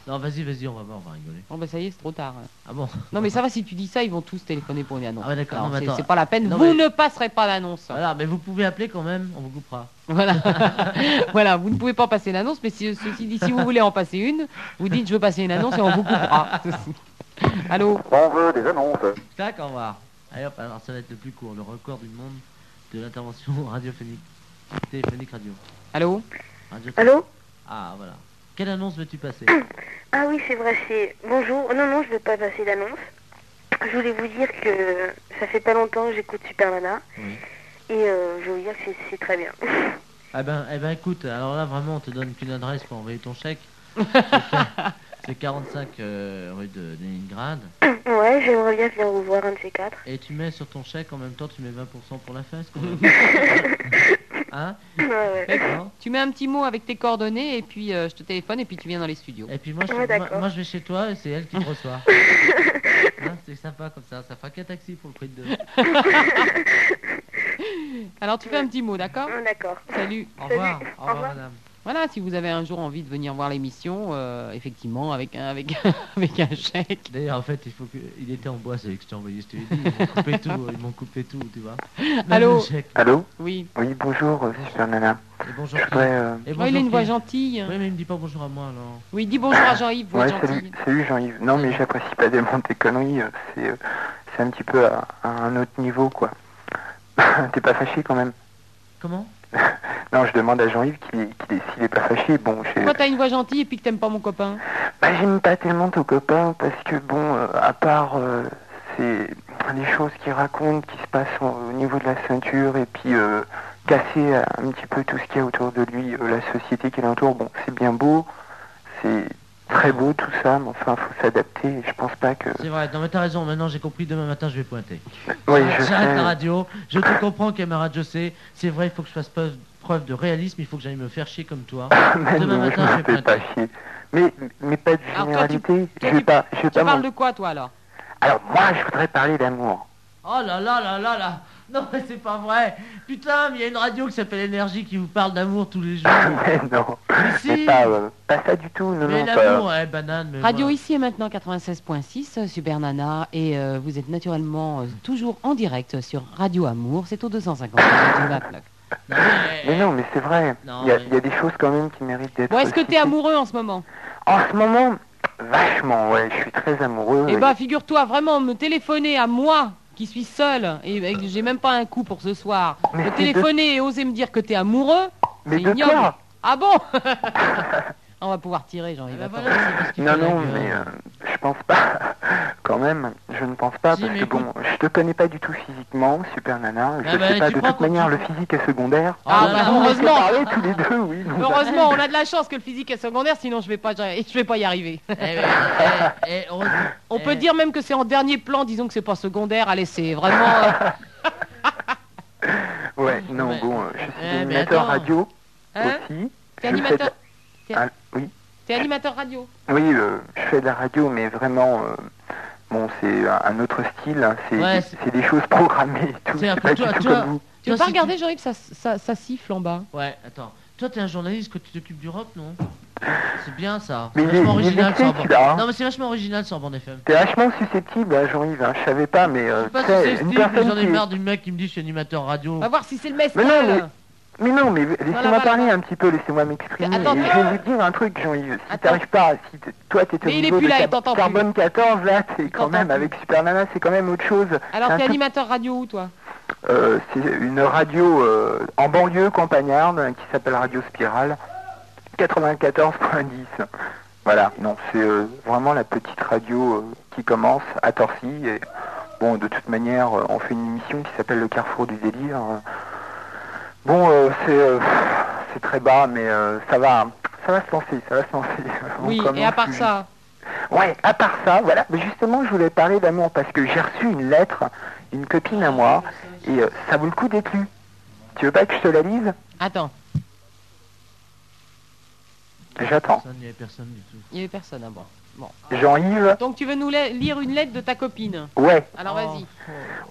S3: Non, vas-y, vas-y, on va voir, on va rigoler.
S2: Bon, bah ça y est, c'est trop tard.
S3: Ah bon
S2: Non, mais ça va, si tu dis ça, ils vont tous téléphoner pour une annonce.
S3: Ah ouais, d'accord,
S2: Alors,
S3: non, mais
S2: c'est-
S3: attends.
S2: c'est pas la peine,
S3: Non,
S2: vous
S3: mais-
S2: ne passerez pas l'annonce.
S3: Voilà, mais vous pouvez appeler quand même, on vous coupera.
S2: Voilà. voilà, vous ne pouvez pas passer l'annonce, mais si, ceci dit, si vous voulez en passer une, vous dites je veux passer une annonce et on vous coupera. Allô
S28: On veut des annonces.
S3: Tac, au revoir. Allez hop, alors ça va être le plus court, le record du monde de l'intervention radiophonique. Téléphonique radio.
S2: Allô
S3: Radio-
S9: Allô
S3: Ah, voilà. Quelle annonce veux-tu passer
S9: Ah oui, c'est vrai, c'est... Bonjour. Non, non, je ne veux pas passer d'annonce. Je voulais vous dire que ça fait pas longtemps que j'écoute Super Nana.
S3: Oui.
S9: Et euh, je veux dire que c'est- c'est très bien.
S3: Ah ben, eh ben écoute, alors là vraiment on te donne qu'une adresse pour envoyer ton chèque. Je te- C'est 45 euh, rue de Leningrad.
S29: Ouais, j'aimerais bien venir vous voir un de ces quatre.
S3: Et tu mets sur ton chèque en même temps, tu mets 20% pour la fesse. Quand même. hein
S2: D'accord. Tu mets un petit mot avec tes coordonnées et puis euh, je te téléphone et puis tu viens dans les studios.
S3: Et puis moi, je,
S29: Ouais,
S3: moi-
S29: d'accord.
S3: moi, je vais chez toi et c'est elle qui te reçoit. Hein, c'est sympa comme ça, ça fera qu'un taxi pour le prix de deux.
S2: Alors tu fais un petit mot, d'accord
S29: D'accord.
S2: Salut.
S3: Au revoir, au revoir, madame.
S2: Voilà, si vous avez un jour envie de venir voir l'émission, euh, effectivement, avec un, avec, avec un chèque.
S3: D'ailleurs, en fait, il faut que... il était en bois, c'est que je t'ai envoyé, je te l'ai dit. Ils m'ont coupé
S2: Ah.
S3: tout, ils m'ont coupé tout, tu vois. Même le chèque.
S19: Allô
S2: Oui.
S19: Oui, bonjour, euh, c'est Super Nana.
S3: Et bonjour.
S19: Je voudrais, euh,
S3: Et
S2: Oh, il a une
S3: Jean-Pierre.
S2: voix gentille.
S3: Oui, mais il me dit pas bonjour à moi, alors.
S2: Oui, dis bonjour à Jean-Yves, voix
S19: Ouais,
S2: gentille.
S19: salut, salut Jean-Yves. Non, mais j'apprécie pas tellement tes conneries. euh, C'est euh, c'est un petit peu à, à un autre niveau, quoi. T'es pas fâché quand même
S3: Comment
S19: Non, je demande à Jean-Yves qu'il est- qu'il est- s'il est pas fâché. Bon, j'ai-
S2: Pourquoi t'as une voix gentille et puis que t'aimes pas mon copain
S19: bah, j'aime pas tellement ton copain parce que, bon, euh, à part euh, c'est les choses qu'il raconte qui se passent au, au niveau de la ceinture et puis euh, casser euh, un petit peu tout ce qu'il y a autour de lui, euh, la société qui l'entoure, bon, c'est bien beau, c'est très beau tout ça, mais enfin, faut s'adapter. et Je pense pas que.
S3: C'est vrai, non mais t'as raison, maintenant j'ai compris, demain matin je vais pointer.
S19: Oui,
S3: J'arrête-
S19: je
S3: J'arrête
S19: sais.
S3: la radio, je te comprends camarade, je sais, c'est vrai, il faut que je fasse preuve, preuve de réalisme, il faut que j'aille me faire chier comme toi.
S19: Mais
S3: demain
S19: non, je
S3: matin
S19: me
S3: je vais
S19: fais
S3: pointer.
S19: pas chier. Mais, mais pas de
S2: Ah, toi, tu-
S19: généralité.
S2: toi,
S19: je vais pas, je vais
S2: Tu
S19: pas
S2: parles
S19: m'en-
S2: de quoi, toi, alors
S19: Alors moi, je voudrais parler d'amour.
S3: Oh là là là là là Non mais c'est pas vrai Putain, mais il y a une radio qui s'appelle Énergie qui vous parle d'amour tous les jours.
S19: mais non,
S3: si.
S19: mais pas, euh, pas ça du tout. Non,
S3: mais
S19: non, pas-
S3: l'amour, eh banane, mais
S2: Radio
S3: moi-
S2: ici et maintenant 96.6, euh, Super Nana, et euh, vous êtes naturellement euh, toujours en direct sur Radio Amour, c'est au 250. Radio Matlock.
S19: Mais non, mais c'est vrai.
S2: Eh. Non,
S19: Il y, a-
S2: mais-
S19: il y a des choses quand même qui méritent d'être.
S2: Bon, est-ce que
S19: aussi-
S2: t'es amoureux en ce moment
S19: En ce moment, vachement, ouais, je suis très amoureux.
S2: Eh
S19: et-
S2: bah, figure-toi, vraiment, me téléphoner à moi, qui suis seul, et, et que j'ai même pas un coup pour ce soir,
S19: Mais
S2: me
S19: c'est
S2: téléphoner et oser me dire que t'es amoureux,
S19: Mais
S2: c'est
S19: de
S2: ignoble.
S19: quoi
S2: ah bon On va pouvoir tirer, Jean-Yves.
S3: Ah ben
S2: attends.
S19: non, non, mais euh, je pense pas. Quand même, je ne pense pas
S2: Si,
S19: parce
S2: mais
S19: que bon, je te connais pas du tout physiquement, super nana. Je
S3: Ah bah,
S19: sais pas.
S3: tu
S19: De
S3: crois
S19: toute
S3: qu'on-
S19: manière, le physique est secondaire.
S2: Ah, bah,
S19: on s'est
S2: heureusement.
S19: parlé tous les deux, oui. donc-
S2: Heureusement, on a de la chance que le physique est secondaire, sinon je vais pas, je vais pas y arriver.
S3: Eh, heureusement.
S2: On peut dire même que c'est en dernier plan, disons que c'est pas secondaire. Allez, c'est vraiment. euh,
S19: Ouais, non, bon, euh, je suis
S3: Eh,
S2: mais
S19: animateur
S2: attends.
S19: radio
S2: Hein
S19: aussi.
S2: T'es
S19: Je fais de-
S2: animateur, t'es-
S19: Ah, oui,
S2: t'es animateur radio.
S19: oui, euh, je fais de la radio, mais vraiment, euh, bon, c'est un, un autre style. hein, C'est
S3: Ouais,
S19: c'est des choses programmées et tout.
S3: C'est un
S19: c'est
S3: peu
S19: pas
S3: toi-
S19: du Bah, tout
S3: toi-
S19: comme vous.
S2: Tu
S3: Toi,
S2: veux pas
S3: si tu-
S2: regarder, Jean-Yves, ça, ça, ça siffle en bas.
S3: Ouais, attends. Toi, t'es un journaliste que tu t'occupes d'Europe, non C'est bien ça.
S19: Mais
S3: C'est
S19: il est- il est
S3: vachement original
S19: vexé,
S3: sur Bon-
S19: celui-là, hein.
S3: Non, mais c'est vachement original sur Bande FM.
S19: T'es vachement susceptible, hein, Jean-Yves. hein, Je savais pas, mais euh,
S3: Je sais pas
S19: tu
S3: si
S19: sais,
S3: c'est
S19: une
S3: Steve, mais
S19: personne
S3: j'en ai
S19: qui-
S3: marre du mec qui me dit je suis animateur radio.
S2: Va voir si c'est le
S19: Mais non, mais,
S2: mescal.
S19: mais non, mais
S2: là-bas,
S19: laissez-moi parler un petit peu, laissez-moi m'exprimer.
S2: Attends,
S19: Et je
S2: attends.
S19: vais vous dire un truc, Jean-Yves. Si t'arrives pas, à- si t- toi t'étais au
S2: Mais il est
S19: niveau
S2: plus
S19: de
S2: là, il
S19: Car-
S2: t'entend plus.
S19: Carbone 14, là, c'est quand
S2: t'entend
S19: même avec Super Nana, c'est quand même autre chose.
S2: Alors,
S19: C'est un
S2: t'es
S19: tout
S2: animateur radio où, toi
S19: Euh, c'est une radio euh, en banlieue campagnarde euh, qui s'appelle Radio Spirale 94.10. Voilà, non, c'est euh, vraiment la petite radio euh, qui commence à Torcy. Et, bon, de toute manière, euh, on fait une émission qui s'appelle Le Carrefour du délire. hein. Bon, euh, c'est euh, pff, c'est très bas, mais euh, ça va, ça va se lancer, ça va se lancer. On
S2: Oui,
S19: commence
S2: et à
S19: tout
S2: part
S19: juste.
S2: ça.
S19: Ouais, à part ça, voilà. Mais justement, je voulais parler d'amour parce que j'ai reçu une lettre d'une copine à moi et euh, ça vaut le coup d'être lu. Tu veux pas que je te la lise
S2: Attends,
S19: J'attends.
S3: Personne, il y avait personne du tout.
S2: il y avait personne avant. Bon.
S19: Jean-Yves
S2: Donc, tu veux nous la- lire une lettre de ta copine
S19: Ouais,
S2: Alors, vas-y.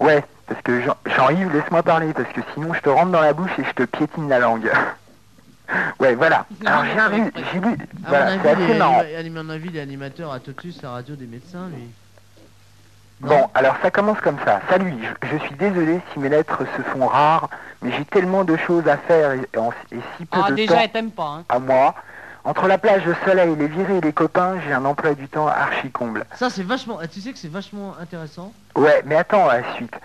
S19: ouais. Parce que Jean- Jean-Yves, laisse-moi parler parce que sinon je te rentre dans la bouche et je te piétine la langue. ouais, voilà. Alors j'ai un ré- j'ai lu.
S3: À mon
S19: Voilà,
S3: avis,
S19: c'est
S3: il
S19: assez
S3: est-
S19: marrant.
S3: il est- à mon avis, il est animateur à Totus, la radio des médecins, lui.
S19: Bon, alors ça commence comme ça. Salut, je, je suis désolé si mes lettres se font rares, mais j'ai tellement de choses à faire et, et en- et si peu
S2: Ah,
S19: de
S2: déjà,
S19: temps.
S2: elle t'aime pas. hein.
S19: à moi. Entre la plage, le soleil, les virées et les copains, j'ai un emploi du temps archi comble.
S3: Ça, c'est vachement. ah, Tu sais que c'est vachement intéressant.
S19: Ouais, mais attends à la suite.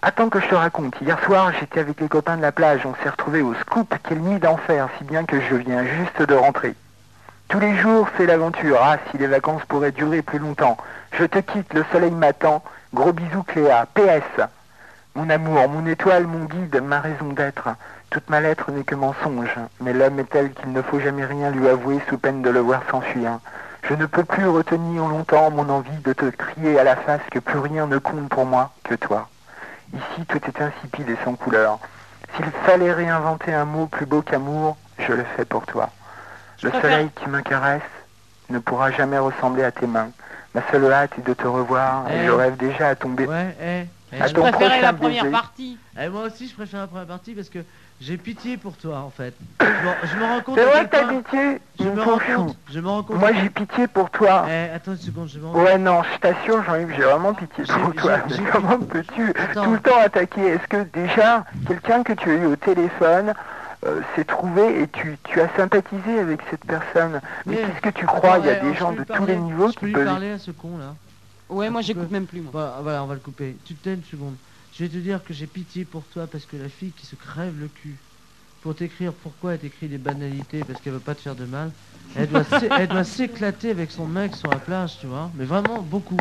S19: Attends que je te raconte. Hier soir, j'étais avec les copains de la plage. On s'est retrouvés au scoop. Quelle nuit d'enfer, si bien que je viens juste de rentrer. Tous les jours, c'est l'aventure. Ah, si les vacances pourraient durer plus longtemps. Je te quitte, le soleil m'attend. Gros bisous, Cléa. PS. Mon amour, mon étoile, mon guide, ma raison d'être. Toute ma lettre n'est que mensonge. Mais l'homme est tel qu'il ne faut jamais rien lui avouer sous peine de le voir s'enfuir. Je ne peux plus retenir longtemps mon envie de te crier à la face que plus rien ne compte pour moi que toi. Ici, tout est insipide et sans couleur. S'il fallait réinventer un mot plus beau qu'amour, je le fais pour toi. Le
S18: préfère-
S19: soleil qui me caresse ne pourra jamais ressembler à tes mains. Ma seule hâte est de te revoir et
S3: Eh.
S19: je rêve déjà à tomber.
S3: Eh,
S19: à
S3: je
S19: ton
S3: préférais
S19: prochain
S3: la première
S19: baiser.
S2: partie.
S3: Et Eh, moi aussi, je préfère la première partie parce que j'ai pitié pour toi, en fait. Je me- je me rends compte.
S19: C'est
S3: à
S19: vrai
S3: quel
S19: que t'as
S3: point-
S19: pitié
S3: Je
S19: Mon
S3: me
S19: pauvre
S3: rends
S19: chou.
S3: compte. Je me rends compte.
S19: Moi, j'ai pitié pour toi.
S3: Eh, attends une seconde, je me rends compte.
S19: Ouais, non, je t'assure, Jean-Yves, j'ai vraiment pitié pour toi.
S3: j'ai-
S19: Mais
S3: j'ai-
S19: comment peux-tu tout le temps attaquer Est-ce que déjà, quelqu'un que tu as eu au téléphone euh, s'est trouvé et tu, tu as sympathisé avec cette personne Mais,
S3: Mais-
S19: qu'est-ce que tu crois Il y a
S3: Attends, eh,
S19: des
S3: je
S19: gens
S3: peux
S19: de
S3: lui
S19: tous les
S3: parler
S19: niveaux
S3: Je peux
S19: qui
S3: lui
S19: peuvent...
S3: parler à ce con là.
S2: Ouais, moi j'écoute même plus moi.
S3: Voilà, ah, voilà, on va le couper. Tu t'aimes une seconde. Je vais te dire que j'ai pitié pour toi parce que la fille qui se crève le cul pour t'écrire pourquoi elle t'écrit des banalités parce qu'elle veut pas te faire de mal, elle doit s'é- elle doit s'éclater avec son mec sur la plage, tu vois. Mais vraiment beaucoup.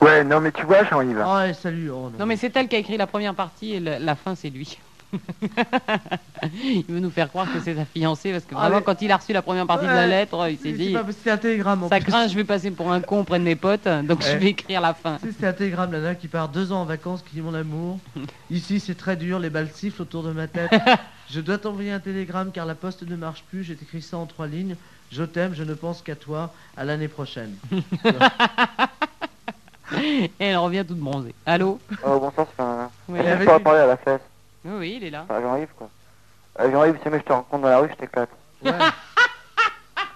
S19: Ouais, non, mais tu vois, Jean-Yves...
S3: Ouais, salut. oh non.
S2: Non mais c'est elle qui a écrit la première partie et le- la fin c'est lui. il veut nous faire croire que c'est sa fiancée parce que
S3: Ah,
S2: vraiment
S3: mais-
S2: quand il a reçu la première partie de la
S3: Ouais.
S2: lettre, il s'est
S3: C'est
S2: dit
S3: pas possible, c'est un télégramme. en
S2: ça
S3: plus.
S2: craint, je vais passer pour un con près de mes potes, donc je
S3: Ouais.
S2: vais écrire la fin.
S3: Tu sais, C'est un télégramme, la nana qui part deux ans en vacances, qui dit mon amour. Ici, c'est très dur, les balles sifflent autour de ma tête. Je dois t'envoyer un télégramme car la poste ne marche plus. J'ai écrit ça en trois lignes. Je t'aime, je ne pense qu'à toi. À l'année prochaine.
S2: Et elle revient toute bronzée. Allô
S8: Oh, bonsoir, c'est pas
S2: Oui.
S8: Est-ce que je pourrais parler à la fesse
S2: Oui, oui, il est là.
S8: Enfin, Ah, Jean-Yves, quoi. Euh, Jean-Yves, si mais je te rencontre dans la rue, je t'éclate.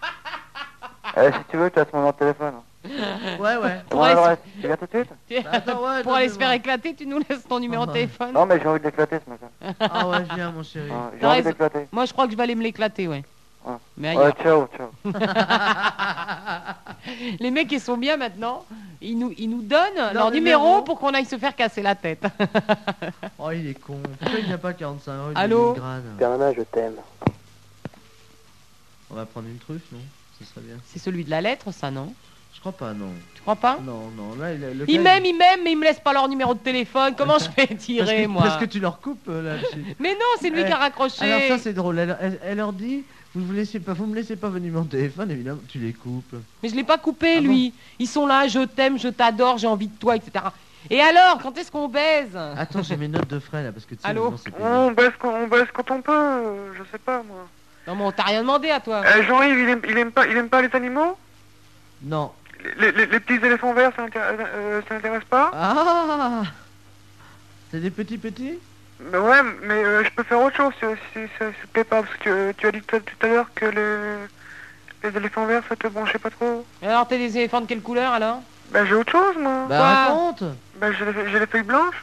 S8: Euh, si tu veux, tu as mon numéro de téléphone.
S3: Ouais, ouais.
S8: Mon adresse. Tu viens tout de suite
S2: Pour aller se faire éclater, tu nous laisses ton numéro de téléphone
S8: Non, mais j'ai envie de l'éclater ce matin.
S3: Ah ouais, viens, mon chéri.
S8: Ah, J'ai
S2: T'as
S8: envie de
S2: raison.
S8: l'éclater.
S2: Moi, je crois que je vais aller me l'éclater, ouais.
S8: Ouais.
S2: Mais
S8: Ouais,
S2: ailleurs.
S8: ciao, ciao.
S2: Les mecs, ils sont bien maintenant. Ils nous, ils nous donnent leur
S3: les
S2: numéro
S3: numéros.
S2: pour qu'on aille se faire casser la tête.
S3: Oh, il est con. Pourquoi il n'y a pas 45 heures il
S2: Allô
S3: est grade.
S8: Bernard, je t'aime.
S3: On va prendre une truffe, non Ce serait bien.
S2: C'est celui de la lettre, ça, non
S3: Je crois pas, non.
S2: Tu crois pas
S3: Non, non, là, il a- le
S2: Ils
S3: gars,
S2: m'aiment, ils m'aiment, mais ils me laissent pas leur numéro de téléphone. Comment je vais
S3: Parce
S2: tirer,
S3: que,
S2: moi
S3: parce que tu leur coupes euh, là. dessus
S2: Mais non, c'est lui
S3: Eh,
S2: qui a raccroché.
S3: Alors ça c'est drôle. Elle, elle- elle leur dit, vous ne laissez pas, vous me laissez pas venir mon téléphone. Évidemment, tu les coupes.
S2: Mais je l'ai pas
S3: Ah
S2: coupé, lui. Ils sont là, je t'aime, je t'adore, j'ai envie de toi, etc. Et alors, quand est-ce qu'on baise
S3: Attends, j'ai mes notes de frais là parce que. tu sais,
S2: Allô
S3: maintenant, c'est pénible.
S24: On baisse, quand, on baisse quand on peut, euh, je sais pas moi.
S2: Non, mais on t'a rien demandé à toi.
S24: Euh, Jean-Yves, il aime, il, aime pas, il aime pas les animaux
S3: Non.
S24: les, les- les petits éléphants verts, ça n'intéresse pas
S3: Ah C'est des petits petits
S24: Bah ouais, mais euh, je peux faire autre chose si, si- si ça te plaît pas, parce que euh, tu as dit tout, tout à l'heure que le- les éléphants verts, ça te branchait pas trop.
S2: Et Alors, t'es des éléphants de quelle couleur alors
S24: Bah j'ai autre chose moi.
S3: Bah raconte.
S24: Bah j'ai les- j'ai les feuilles blanches.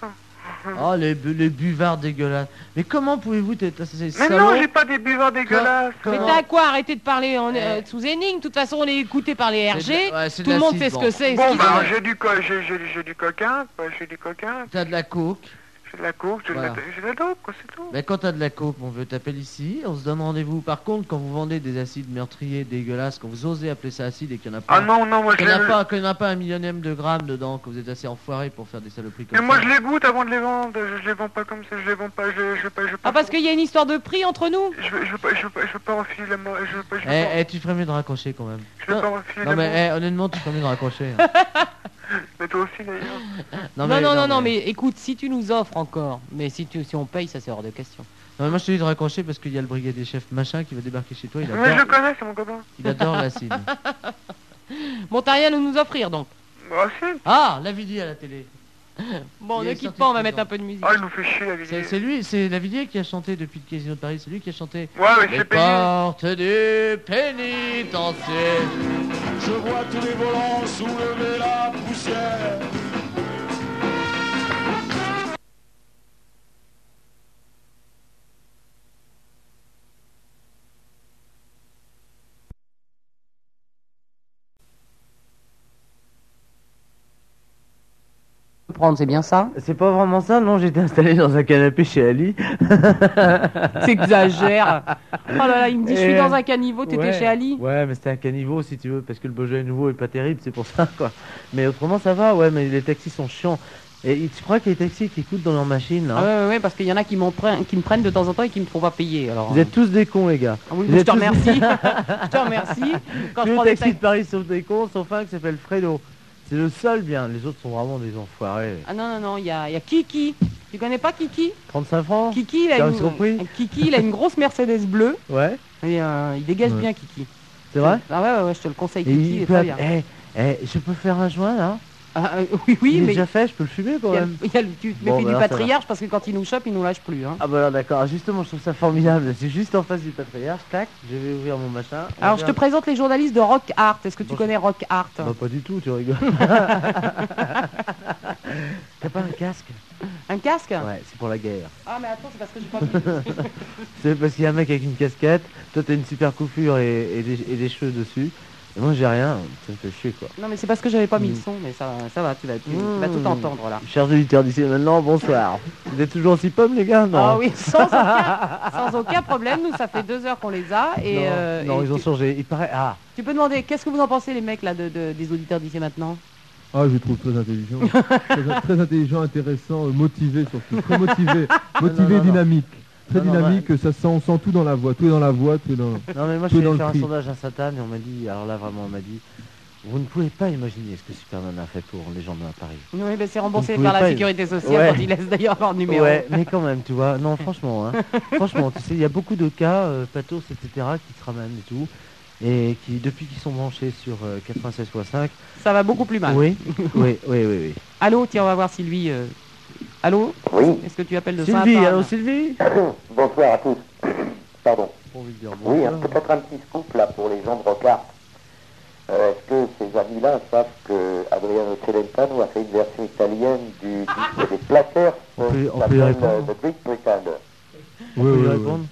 S3: Oh les, bu- les buvards dégueulasses. Mais comment pouvez-vous être ces
S24: Mais
S3: salauds
S24: non, j'ai pas des buvards dégueulasses.
S2: Mais t'as à quoi arrêter de parler en, euh, sous énigme De toute façon, on est écouté par les RG.
S3: de la- ouais, Eh. c'est de
S2: Tout le
S3: la
S2: monde
S3: cible,
S2: sait ce
S3: bon.
S2: que c'est.
S24: Bon
S2: ce qu'ils
S24: bah
S2: ont.
S24: j'ai du, co j'ai- j'ai- j'ai du coquin, bah, j'ai du coquin,
S3: T'as de la coke.
S24: j'ai de la coke, j'ai de la-
S3: Voilà.
S24: j'ai de la dope, quoi, c'est tout.
S3: Mais Ben, quand t'as de la coke, on veut t'appeler ici. On se donne rendez-vous. Par contre, quand vous vendez des acides meurtriers dégueulasses, quand vous osez appeler ça acide et qu'il y en a pas.
S24: Ah non, non, moi,
S3: qu'il
S24: je
S3: y en a
S24: l'aime.
S3: pas, qu'il y en a pas un millionième de grammes dedans, que vous êtes assez enfoiré pour faire des saloperies comme
S24: Mais moi
S3: ça.
S24: je les goûte avant de les vendre, je, je les vends pas comme ça, je les vends pas, je, je, je, je,
S2: Ah, parce qu'il y a une histoire de prix entre nous
S24: je, veux- je veux pas, je veux pas, je veux pas refiler la mort, je veux pas, je veux
S3: Eh,
S24: pas,
S3: eh, tu ferais mieux de raccrocher quand même.
S24: je veux pas refiler
S3: Non
S24: la mort.
S3: mais eh, honnêtement, tu ferais mieux de raccrocher. hein.
S24: Mais toi aussi d'ailleurs.
S2: non, non, non, non, mais... écoute, si tu nous offres encore, mais si, tu, si on paye, ça c'est hors de question.
S3: Non, mais moi je te dis de raccrocher parce qu'il y a le brigadier chef machin qui va débarquer chez toi. Il
S24: Mais je le
S3: adore,
S24: connais, c'est mon copain.
S3: il adore l'acide.
S2: Bon, t'as rien à nous offrir donc.
S24: Bah si.
S3: Ah, la vidéo à la télé.
S2: Bon,
S3: Il
S2: ne
S3: est
S2: quitte
S3: sorti
S2: pas, on
S3: de
S2: va
S3: prison.
S2: mettre un peu de musique.
S24: Ah, il nous fait chier la vidéo.
S3: C'est c'est lui, c'est Lavillier qui a chanté depuis le Casino de Paris, c'est lui qui a chanté
S24: Ouais, mais
S3: Les
S24: c'est payé.
S3: portes du pénitencier.
S14: Je vois tous les volants soulever la poussière.
S2: prendre, c'est bien ça
S11: C'est pas vraiment ça, non, j'étais installé dans un canapé chez Ali.
S2: T'exagères. Oh là là, il me dit, je suis
S11: Et,
S2: dans un caniveau, t'étais
S11: ouais.
S2: chez Ali
S11: Ouais, mais c'était un caniveau si tu veux, parce que le Beaujolais nouveau est pas terrible, c'est pour ça quoi. Mais autrement ça va, ouais, mais les taxis sont chiants.
S3: Et tu crois que les taxis qui écoutent dans leur machine, là
S2: Ah ouais, ouais, ouais, parce qu'il y en a qui, m'en prennent, qui me prennent de temps en temps et qui me font pas payer. Alors,
S3: Vous êtes tous des cons, les gars.
S2: Ah oui,
S3: Vous
S2: je
S3: êtes
S2: te
S3: tous des-
S2: remercie. je te remercie. Quand
S3: Tous
S2: je
S3: les
S2: prends des
S3: taxis
S2: taxis...
S3: de Paris sont des cons, sauf un qui s'appelle Fredo. C'est le seul bien. Les autres sont vraiment des enfoirés.
S2: Ah non, non, non, il y a, il y a Kiki. Tu connais pas Kiki
S3: 35 francs
S2: Kiki, il a,
S3: T'as
S2: une...
S3: compris
S2: Kiki, il a une grosse Mercedes bleue.
S3: Ouais.
S2: Et euh, il dégage
S3: Ouais.
S2: bien, Kiki.
S3: C'est vrai
S2: Ah ouais, ouais, ouais, je te le conseille,
S3: Et
S2: Kiki, il,
S3: il
S2: est
S3: peut
S2: très
S3: app-
S2: bien.
S3: Eh, eh, je peux faire un joint, là
S2: Ah, euh, oui, oui,
S3: Il est
S2: mais...
S3: déjà fait, je peux le fumer, quand
S2: il y a-
S3: même.
S2: il y a le- tu te
S3: Bon,
S2: méfies
S3: bah
S2: du
S3: là, ça va.
S2: patriarche parce que quand il nous chope, il nous lâche plus. Hein.
S3: Ah bah là, d'accord. Ah, Justement, je trouve ça formidable. C'est juste en face du patriarche. Tac, je vais ouvrir mon machin. On
S2: Alors, je te
S3: regarde.
S2: présente les journalistes de Rock Art. Est-ce que tu connais Rock Art
S3: Bah, pas du tout, tu rigoles. T'as pas un casque
S2: Un casque
S3: Ouais, c'est pour la guerre.
S2: Ah, mais attends, c'est parce que j'ai pas vu.
S3: c'est parce qu'il y a un mec avec une casquette, toi t'as une super coiffure et, et des, et des cheveux dessus, et moi j'ai rien, ça me fait chier quoi.
S2: non, mais c'est parce que j'avais pas mis le
S3: Mm.
S2: son, mais ça, va- ça va, tu vas, tu- tu vas tout
S3: Mmh.
S2: entendre là.
S3: Chers auditeurs d'ici maintenant, bonsoir. Vous êtes toujours si pommes les gars Non.
S2: Ah oui, sans aucun, sans aucun problème, nous ça fait deux heures qu'on les a et,
S3: non,
S2: euh,
S3: non,
S2: et
S3: ils ont
S2: tu,
S3: changé. Il paraît. Ah,
S2: tu peux demander qu'est-ce que vous en pensez les mecs là de, de- des auditeurs d'ici maintenant
S7: Ah, je les trouve très intelligent. très, très intelligent, intéressant, euh, motivé surtout. Très motivé.
S3: Ah,
S7: Motivé, dynamique. Très
S3: Non, non,
S7: dynamique, ça sent, on sent tout dans la voix. Tout est dans la voix, tout est dans,
S3: non mais moi
S7: tout est
S3: je suis
S7: dans
S3: allé
S7: le
S3: faire un
S7: cri.
S3: sondage à Satan et on m'a dit, alors là vraiment on m'a dit, vous ne pouvez pas imaginer ce que Superman a fait pour les gens de Paris.
S2: Oui, ben c'est
S3: Vous
S2: remboursé
S3: pouvez
S2: par la
S3: pas-
S2: sécurité sociale
S3: Ouais.
S2: quand ils laissent d'ailleurs leur numéro.
S3: Ouais, mais quand même, tu vois. Non, franchement, hein. franchement, tu sais, il y a beaucoup de cas, euh, pathos, etc., qui se ramènent et tout, et qui, depuis qu'ils sont branchés sur euh, 96.5,
S2: ça va beaucoup plus mal.
S3: Oui, oui, oui, oui, oui.
S2: Allô, tiens, on va voir si lui. euh, Allô
S3: Oui.
S2: Est-ce que tu appelles de
S3: Sylvie,
S2: Saint-Anne
S3: allô Sylvie
S4: Bonsoir à tous. Pardon. Oui, hein,
S3: bonsoir.
S4: peut-être un petit scoop là pour les gens de Rocard. Euh, Est-ce que ces amis-là savent que Adriano Celentano a fait une version italienne du disque des Platters euh,
S3: peut-
S4: qui
S3: on peut y
S4: s'appelle euh,
S3: répondre.
S4: The Big Pretender
S3: On peut lui répondre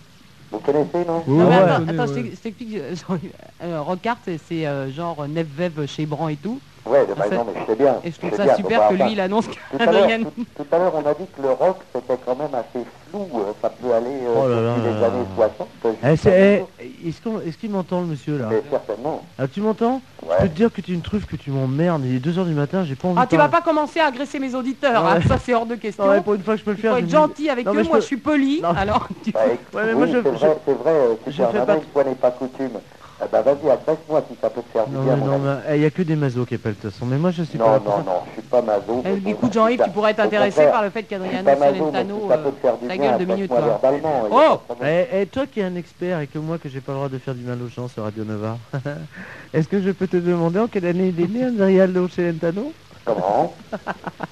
S4: Vous connaissez, non
S2: Non, mais Ah, attends, attends, je t'ex- je t'explique. euh, euh, Rock Art, c'est- c'est euh, genre Nevvev chez Bran et tout.
S4: Ouais, de- bah,
S2: En fait-
S4: non, mais je sais bien.
S2: Et je trouve
S4: sais
S2: ça
S4: bien,
S2: super
S4: bah,
S2: que
S4: bah,
S2: lui, il annonce
S4: Tout à l'heure,
S2: qu'Adrian...
S4: tout- tout à l'heure, on a dit que le rock, c'était quand même assez flou. euh, Ça peut aller euh,
S3: Oh là là
S4: depuis
S3: là
S4: les
S3: là
S4: années
S3: là.
S4: 60.
S3: Eh,
S4: jusqu'à
S3: c'est- eh, Est-ce qu'on- est-ce qu'il m'entend le monsieur là
S4: Mais certainement.
S3: Ah, tu m'entends Je peux te dire que tu es une truffe, que tu m'emmerdes. Il est 2h du matin, j'ai pas envie
S2: Ah,
S3: de
S2: tu vas
S3: parler.
S2: pas commencer à agresser mes auditeurs, hein,
S3: Ouais.
S2: ça c'est hors de question.
S3: Non, mais pour une fois que je peux le
S2: Il
S3: faire,
S2: faut
S3: je
S2: être
S3: me-
S2: gentil avec
S3: Non, mais
S2: eux,
S3: je
S2: moi
S3: peux-
S2: je suis poli, alors tu...
S4: Bah, écoute,
S3: Ouais, mais moi,
S4: oui,
S3: je-
S4: c'est vrai,
S3: je-
S4: c'est vrai, euh,
S3: je
S4: super,
S3: fais
S4: maintenant
S3: pas-
S4: que toi n'est pas coutume. Eh ben, vas-y, adresse-moi si ça peut te faire du
S3: Non,
S4: bien.
S3: mais
S4: mon
S3: non,
S4: ami.
S3: mais eh, il y a que des mazos qui appellent de toute façon. Mais moi je suis pas
S4: non,
S3: là pour
S4: non,
S3: ça.
S4: non, je suis pas maso.
S2: Eh, Écoute Jean-Yves, tu pourrais être
S4: Au
S2: intéressé
S4: contraire,
S2: par le fait
S4: je suis
S2: qu'Adriano
S4: pas maso, mais si
S2: Celentano...
S4: ça peut te faire
S2: euh,
S4: du
S2: Ta
S4: bien,
S2: gueule de minutes,
S4: adresse-moi
S2: toi.
S4: verbalement. il y a
S2: Oh
S4: pas de problème.
S3: Eh, eh, toi qui es un expert et que moi que j'ai pas le droit de faire du mal aux gens sur Radio Nova, est-ce que je peux te demander en quelle année il est né Adriano Celentano
S4: Comment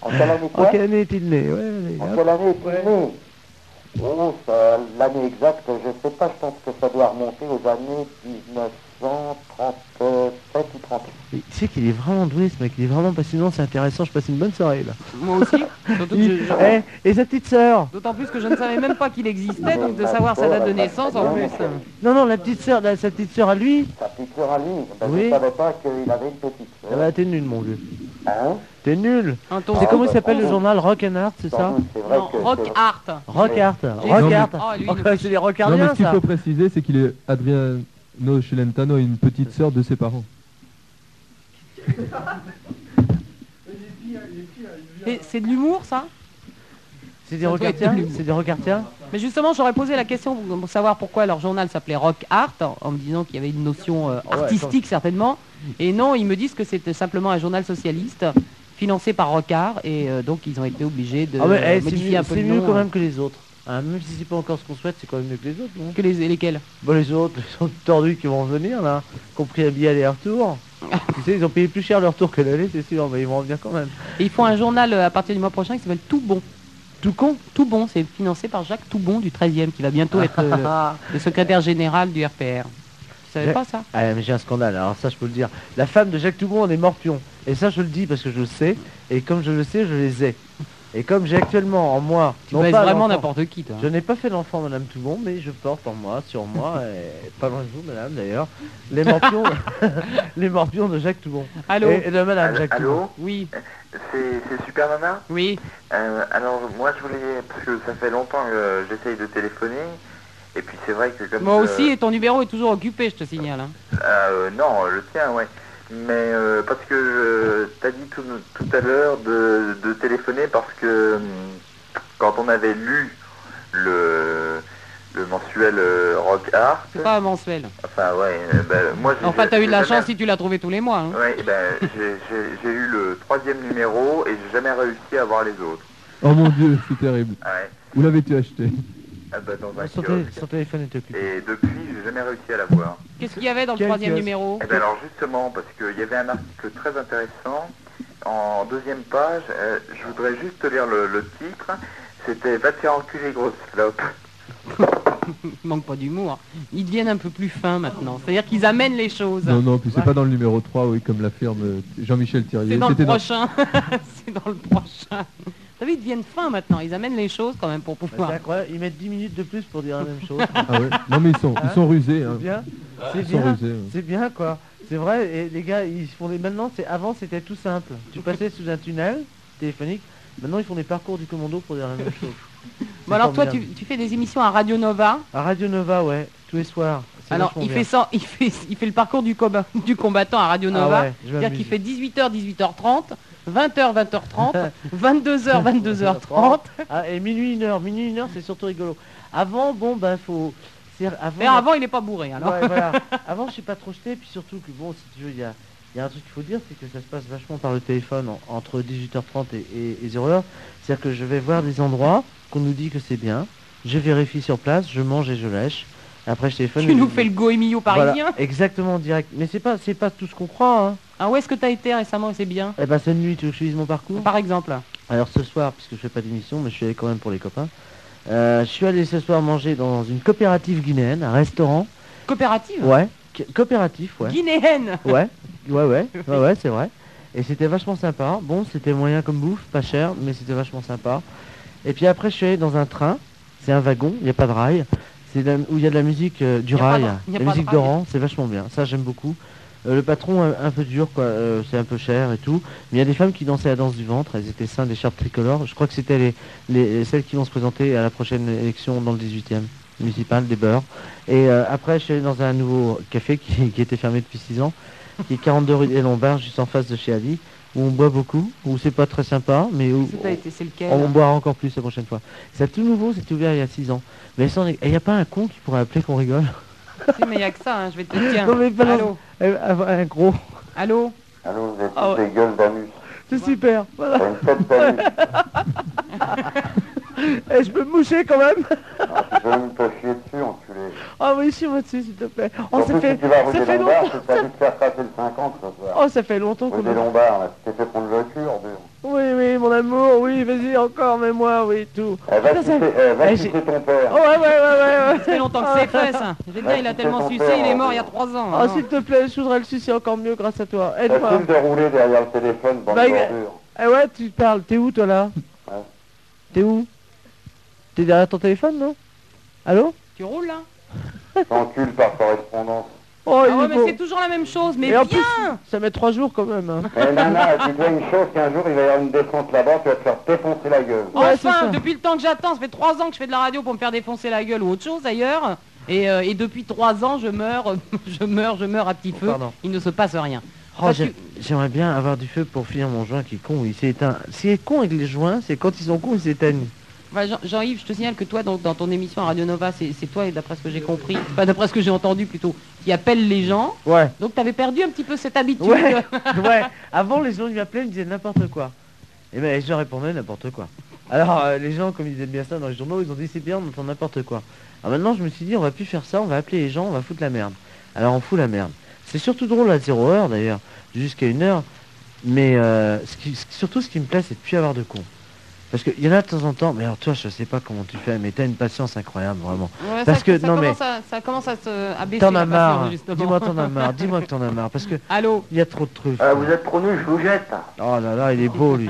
S4: En quelle année
S3: En
S4: quoi
S3: quelle année est-il né Ouais, allez,
S4: En
S3: hop.
S4: quelle année es-tu né Oh, ça, l'année exacte, je sais pas, je pense que ça doit remonter aux années 1937 ou 38.
S3: Mais Tu sais qu'il est vraiment doué ce mec, il est vraiment passionnant, c'est intéressant, je passe une bonne soirée là.
S2: Moi aussi, surtout que
S3: Il-
S2: je- je-
S3: eh, et sa petite sœur
S2: D'autant plus que je ne savais même pas qu'il existait, donc de savoir sa date de naissance en plus... euh,
S3: Non, non, la petite sœur, la- sa petite sœur à lui
S4: Sa petite sœur à lui, ben, je
S3: Oui.
S4: savais pas qu'il avait une petite
S3: Ah
S4: sœur.
S3: bah t'es nul mon vieux.
S4: Hein
S3: T'es nul
S2: Un ton-
S3: C'est comment il
S4: Ah,
S3: s'appelle
S4: bah,
S3: le
S4: sans
S3: journal Rock and Art, c'est ça
S4: Sans doute, c'est vrai que
S2: Rock
S4: c'est-
S2: Art
S3: Rock Art,
S2: Et-
S3: Rock Art.
S2: Ah, lui,
S3: Oh,
S2: il-
S3: C'est les
S7: Non, mais
S3: rockardiens
S7: ce qu'il
S3: ça
S7: faut préciser, c'est qu'il est Adriano Celentano est une petite sœur de ses parents.
S2: C'est- C'est de l'humour ça
S3: C'est des
S2: Ça doit être
S3: rockardiens
S2: nul.
S3: C'est des rockardiens
S2: Mais justement, j'aurais posé la question pour pour savoir pourquoi leur journal s'appelait Rock Art, en- en me disant qu'il y avait une notion euh, artistique certainement. Et non, ils me disent que c'était simplement un journal socialiste financé par Rockart, et euh, donc ils ont été obligés de
S3: Ah ouais, eh,
S2: euh,
S3: c'est
S2: modifier
S3: mieux,
S2: un peu
S3: c'est
S2: le
S3: mieux
S2: nom,
S3: quand
S2: hein.
S3: même que les autres. Hein, même si c'est pas encore ce qu'on souhaite, c'est quand même mieux que les autres, non
S2: Que les, lesquels
S3: Bon, les autres, les autres tordus qui vont revenir, là, compris à billet aller-retour. tu sais, ils ont payé plus cher leur tour que l'aller, c'est sûr, mais ils vont revenir quand même.
S2: Et ils font un journal euh, à partir du mois prochain qui s'appelle Tout Bon.
S3: Tout con
S2: Tout Bon, c'est financé par Jacques Tout Bon du 13e, qui va bientôt être euh, le, le secrétaire général du RPR. Tu savais
S3: J'ai-
S2: pas ça
S3: Ah, mais j'ai un scandale, alors ça, je peux le dire. La femme de Jacques Toubon en est morpion. Et ça, je le dis parce que je le sais, et comme je le sais, je les ai. Et comme j'ai actuellement en moi...
S2: Tu
S3: non
S2: baises
S3: pas
S2: vraiment
S3: l'enfant-
S2: n'importe qui, toi.
S3: Je n'ai pas fait d'enfant, madame Toubon, mais je porte en moi, sur moi, et pas loin de vous, madame, d'ailleurs, les morpions, les morpions de Jacques Toubon.
S2: Allô
S3: et, et de Eh, ben, madame Jacques
S19: Allô Euh,
S3: Toubon.
S2: Oui.
S19: C'est c'est Super Nana
S2: Oui.
S19: Euh, alors moi je voulais, parce que ça fait longtemps que j'essaye de téléphoner, et puis c'est vrai que comme...
S2: Moi
S19: euh,
S4: Ah,
S2: aussi, et ton numéro est toujours occupé, je te signale. hein.
S19: euh, non, le tien, ouais.
S4: Mais euh, parce que euh, t'as dit tout, tout à l'heure de, de téléphoner parce que hum, quand on avait lu le, le mensuel euh, Rock Art,
S2: C'est pas mensuel.
S4: enfin ouais, euh, ben, moi j'ai...
S2: Enfin, t'as eu de la
S4: j'ai jamais-
S2: chance si tu l'as trouvé tous les mois. hein.
S4: Ouais, ben, j'ai- j'ai j'ai eu le troisième numéro et j'ai jamais réussi à voir les autres.
S7: Oh mon dieu, c'est terrible.
S4: Ouais.
S7: Où l'avais-tu acheté
S4: Ah ben, dans un
S3: Son, tél-
S4: kiosque.
S3: son téléphone était occupé.
S4: Et depuis, j'ai jamais réussi à la voir.
S2: Qu'est-ce qu'il y avait dans le troisième numéro
S4: Eh ben alors justement, parce qu'il y avait un article très intéressant, en deuxième page, euh, je voudrais juste te lire le, le titre, c'était « Va te faire enculer, grosse flotte
S2: Manque pas d'humour. Ils deviennent un peu plus fins maintenant. C'est-à-dire qu'ils amènent les choses.
S7: Non, non, puis c'est pas dans le numéro 3, oui, comme l'affirme euh, Jean-Michel Thirier.
S2: C'est dans le
S7: C'était
S2: prochain. c'est dans le prochain. Vous savez, ils deviennent fins maintenant. Ils amènent les choses quand même pour
S3: Bah,
S2: pouvoir.
S3: c'est incroyable, ils mettent 10 minutes de plus pour dire la même chose.
S7: Ah ouais. Non, mais ils sont- ils sont rusés, hein.
S3: C'est bien, c'est
S7: Ils sont
S3: bien,
S7: rusés, hein. ouais.
S3: c'est bien quoi. C'est vrai, et les gars, ils font des... Maintenant, c'est avant, c'était tout simple. Tu passais sous un tunnel téléphonique, maintenant ils font des parcours du commando pour dire la même chose.
S2: Bon, alors toi, tu, tu fais des émissions à Radio Nova.
S3: À Radio Nova, ouais, tous les soirs. C'est
S2: Alors,
S3: vachement
S2: il
S3: bien.
S2: fait, ça- il, fait, il fait le parcours du, combat- du combattant à Radio
S3: Ah
S2: Nova.
S3: ouais, je
S2: C'est-à-dire qu'il
S3: m'amuse.
S2: fait 18h, 18h30, 20h, 20h30, 22h, 22h30.
S3: Ah, et minuit, une heure, minuit, une heure, c'est surtout rigolo. Avant, bon, ben, faut... c'est- Avant,
S2: Mais avant, il n'est pas bourré. Alors.
S3: Ah, Ouais, voilà. Avant, je sais pas trop jeté, puis surtout que, bon, si tu veux, il y a, il y a un truc qu'il faut dire, c'est que ça se passe vachement par le téléphone en- entre 18h30 et, et, 0h. C'est-à-dire que je vais voir des endroits qu'on nous dit que c'est bien, je vérifie sur place, je mange et je lèche. Après, je téléphone.
S2: Tu
S3: et je
S2: nous
S3: dis-
S2: fais le goémio parisien
S3: Voilà, exactement, en direct. Mais c'est pas, c'est pas tout ce qu'on croit, hein.
S2: Ah, où est-ce que t'as été récemment et c'est bien
S3: Eh ben, cette nuit, tu veux que je te dise mon parcours
S2: Par exemple.
S3: Alors ce soir, puisque je fais pas d'émission, mais je suis allé quand même pour les copains, euh, je suis allé ce soir manger dans une coopérative guinéenne, un restaurant.
S2: Coopérative
S3: Ouais, qui- coopératif, ouais.
S2: Guinéenne
S3: Ouais, ouais, ouais, ouais, ouais, c'est vrai. Et c'était vachement sympa. Bon, c'était moyen comme bouffe, pas cher, mais c'était vachement sympa. Et puis après, je suis allé dans un train. C'est un wagon, il n'y a pas de rail. C'est là où il y a de la musique euh, du
S2: Y a pas de-
S3: rail,
S2: y a
S3: la
S2: pas de
S3: musique
S2: rail.
S3: d'Oran, c'est vachement bien. Ça, j'aime beaucoup. Euh, le patron, euh, un peu dur, quoi. euh, c'est un peu cher et tout. Mais il y a des femmes qui dansaient la danse du ventre. Elles étaient saintes d'écharpes tricolores. Je crois que c'était les, les, celles qui vont se présenter à la prochaine élection dans le 18e municipal des beurs. Et euh, après, je suis allé dans un nouveau café qui, qui était fermé depuis 6 ans, qui est 42 rue des Lombards, juste en face de chez Ali, où on boit beaucoup, où c'est pas très sympa, mais où
S2: Où t'as été C'est lequel hein
S3: on, on boira encore plus la prochaine fois. C'est tout nouveau, c'est ouvert il y a 6 ans. Mais sans... Il n'y a pas un con qui pourrait appeler qu'on rigole
S2: Si, mais il a que ça, hein, je vais te dire.
S3: Non, mais
S2: Allô
S3: balance- Euh, Un gros.
S2: Allô
S4: Allons, vous êtes
S3: Ah
S4: tous
S3: ouais.
S4: des gueules d'amus.
S3: C'est super. Voilà.
S4: T'as une tête d'amus.
S3: Et Eh, je peux me moucher quand même
S4: Je vais me te chier dessus, enculé.
S3: Ah oui, sur moi dessus, s'il te plaît.
S4: En
S3: Oh, ça
S4: plus,
S3: fait,
S4: si tu vas rue
S3: ça
S4: des
S3: fait
S4: Lombards,
S3: longtemps.
S4: tu t'as vu te faire passer le 50 ce soir.
S3: Oh, ça fait longtemps
S4: Rue
S3: qu'on
S4: des
S3: a...
S4: Lombards, là, tu t'es fait prendre le cul, ordure.
S3: Oui, oui, mon amour, oui, vas-y, encore, mais moi, oui, tout.
S4: Eh, va
S3: Putain, ça-
S4: sucer- eh, va
S3: Eh,
S4: sucer
S3: j'ai-
S4: ton père.
S3: Oh, ouais, ouais, ouais, ouais, ouais.
S2: Ça fait longtemps que c'est fait, ça. Je vais te dire, il a tellement sucé, il est mort il y a 3 ans. hein.
S3: Oh,
S2: alors.
S3: s'il te plaît, je voudrais le sucer encore mieux grâce à toi. Aide-moi.
S4: Facile de rouler derrière le téléphone, bande
S3: Bah,
S4: d'ordures.
S3: Eh ouais, tu parles. T'es où, toi, là
S4: Ouais.
S3: T'es où T'es derrière ton téléphone, non Allô
S2: Tu roules, là
S4: T'encules par correspondance.
S3: Oh,
S2: Ah
S3: il
S2: ouais,
S3: est
S2: mais
S3: beau.
S2: c'est toujours la même chose, mais
S3: Et en
S2: bien
S3: plus, ça met trois jours, quand même. hein.
S4: Eh Nana, dis-toi une chose qu'un jour il va y avoir une descente là-bas, tu vas te faire défoncer la gueule.
S2: Enfin, depuis le temps que j'attends, ça fait 3 ans que je fais de la radio pour me faire défoncer la gueule ou autre chose d'ailleurs. Et, euh, et depuis 3 ans, je meurs, je meurs, je meurs à petit feu.
S3: Oh, pardon.
S2: Il ne se passe rien.
S3: Oh,
S2: Enfin,
S3: j'ai-
S2: tu-
S3: J'aimerais bien avoir du feu pour finir mon joint qui est con. Il s'est éteint. Ce qui est con avec les joints, c'est quand ils sont cons, ils s'éteignent.
S2: enfin, Jean- Jean-Yves, je te signale que toi, donc, dans ton émission à Radio Nova, c'est c'est toi, et d'après ce que j'ai compris, enfin, d'après ce que j'ai entendu plutôt, qui appelle les gens.
S3: Ouais.
S2: Donc t'avais perdu un petit peu cette habitude.
S3: Ouais, ouais. Avant, les gens ils m'appelaient, ils me disaient n'importe quoi. Et ben, je répondais n'importe quoi. Alors, euh, les gens, comme ils aiment bien ça dans les journaux, ils ont dit c'est bien, on entend n'importe quoi. Alors maintenant, je me suis dit, on va plus faire ça, on va appeler les gens, on va foutre la merde. Alors, on fout la merde. C'est surtout drôle à 0 heure d'ailleurs, jusqu'à une heure. Mais euh, ce qui, ce qui- surtout, ce qui me plaît, c'est de plus avoir de cons. Parce qu'il y en a de temps en temps, mais alors toi, je sais pas comment tu fais, mais t'as une patience incroyable, vraiment.
S2: Ouais,
S3: Parce
S2: ça,
S3: que,
S2: ça
S3: non, mais.
S2: commence à, ça commence à, se, à baisser.
S3: T'en
S2: la
S3: as marre,
S2: passion,
S3: hein.
S2: justement.
S3: dis-moi t'en as marre, dis-moi que t'en as marre, parce que...
S2: Allô
S3: Il y a trop de trucs.
S4: Euh, vous êtes trop nuls, je vous jette.
S3: Oh là là, il est beau, lui.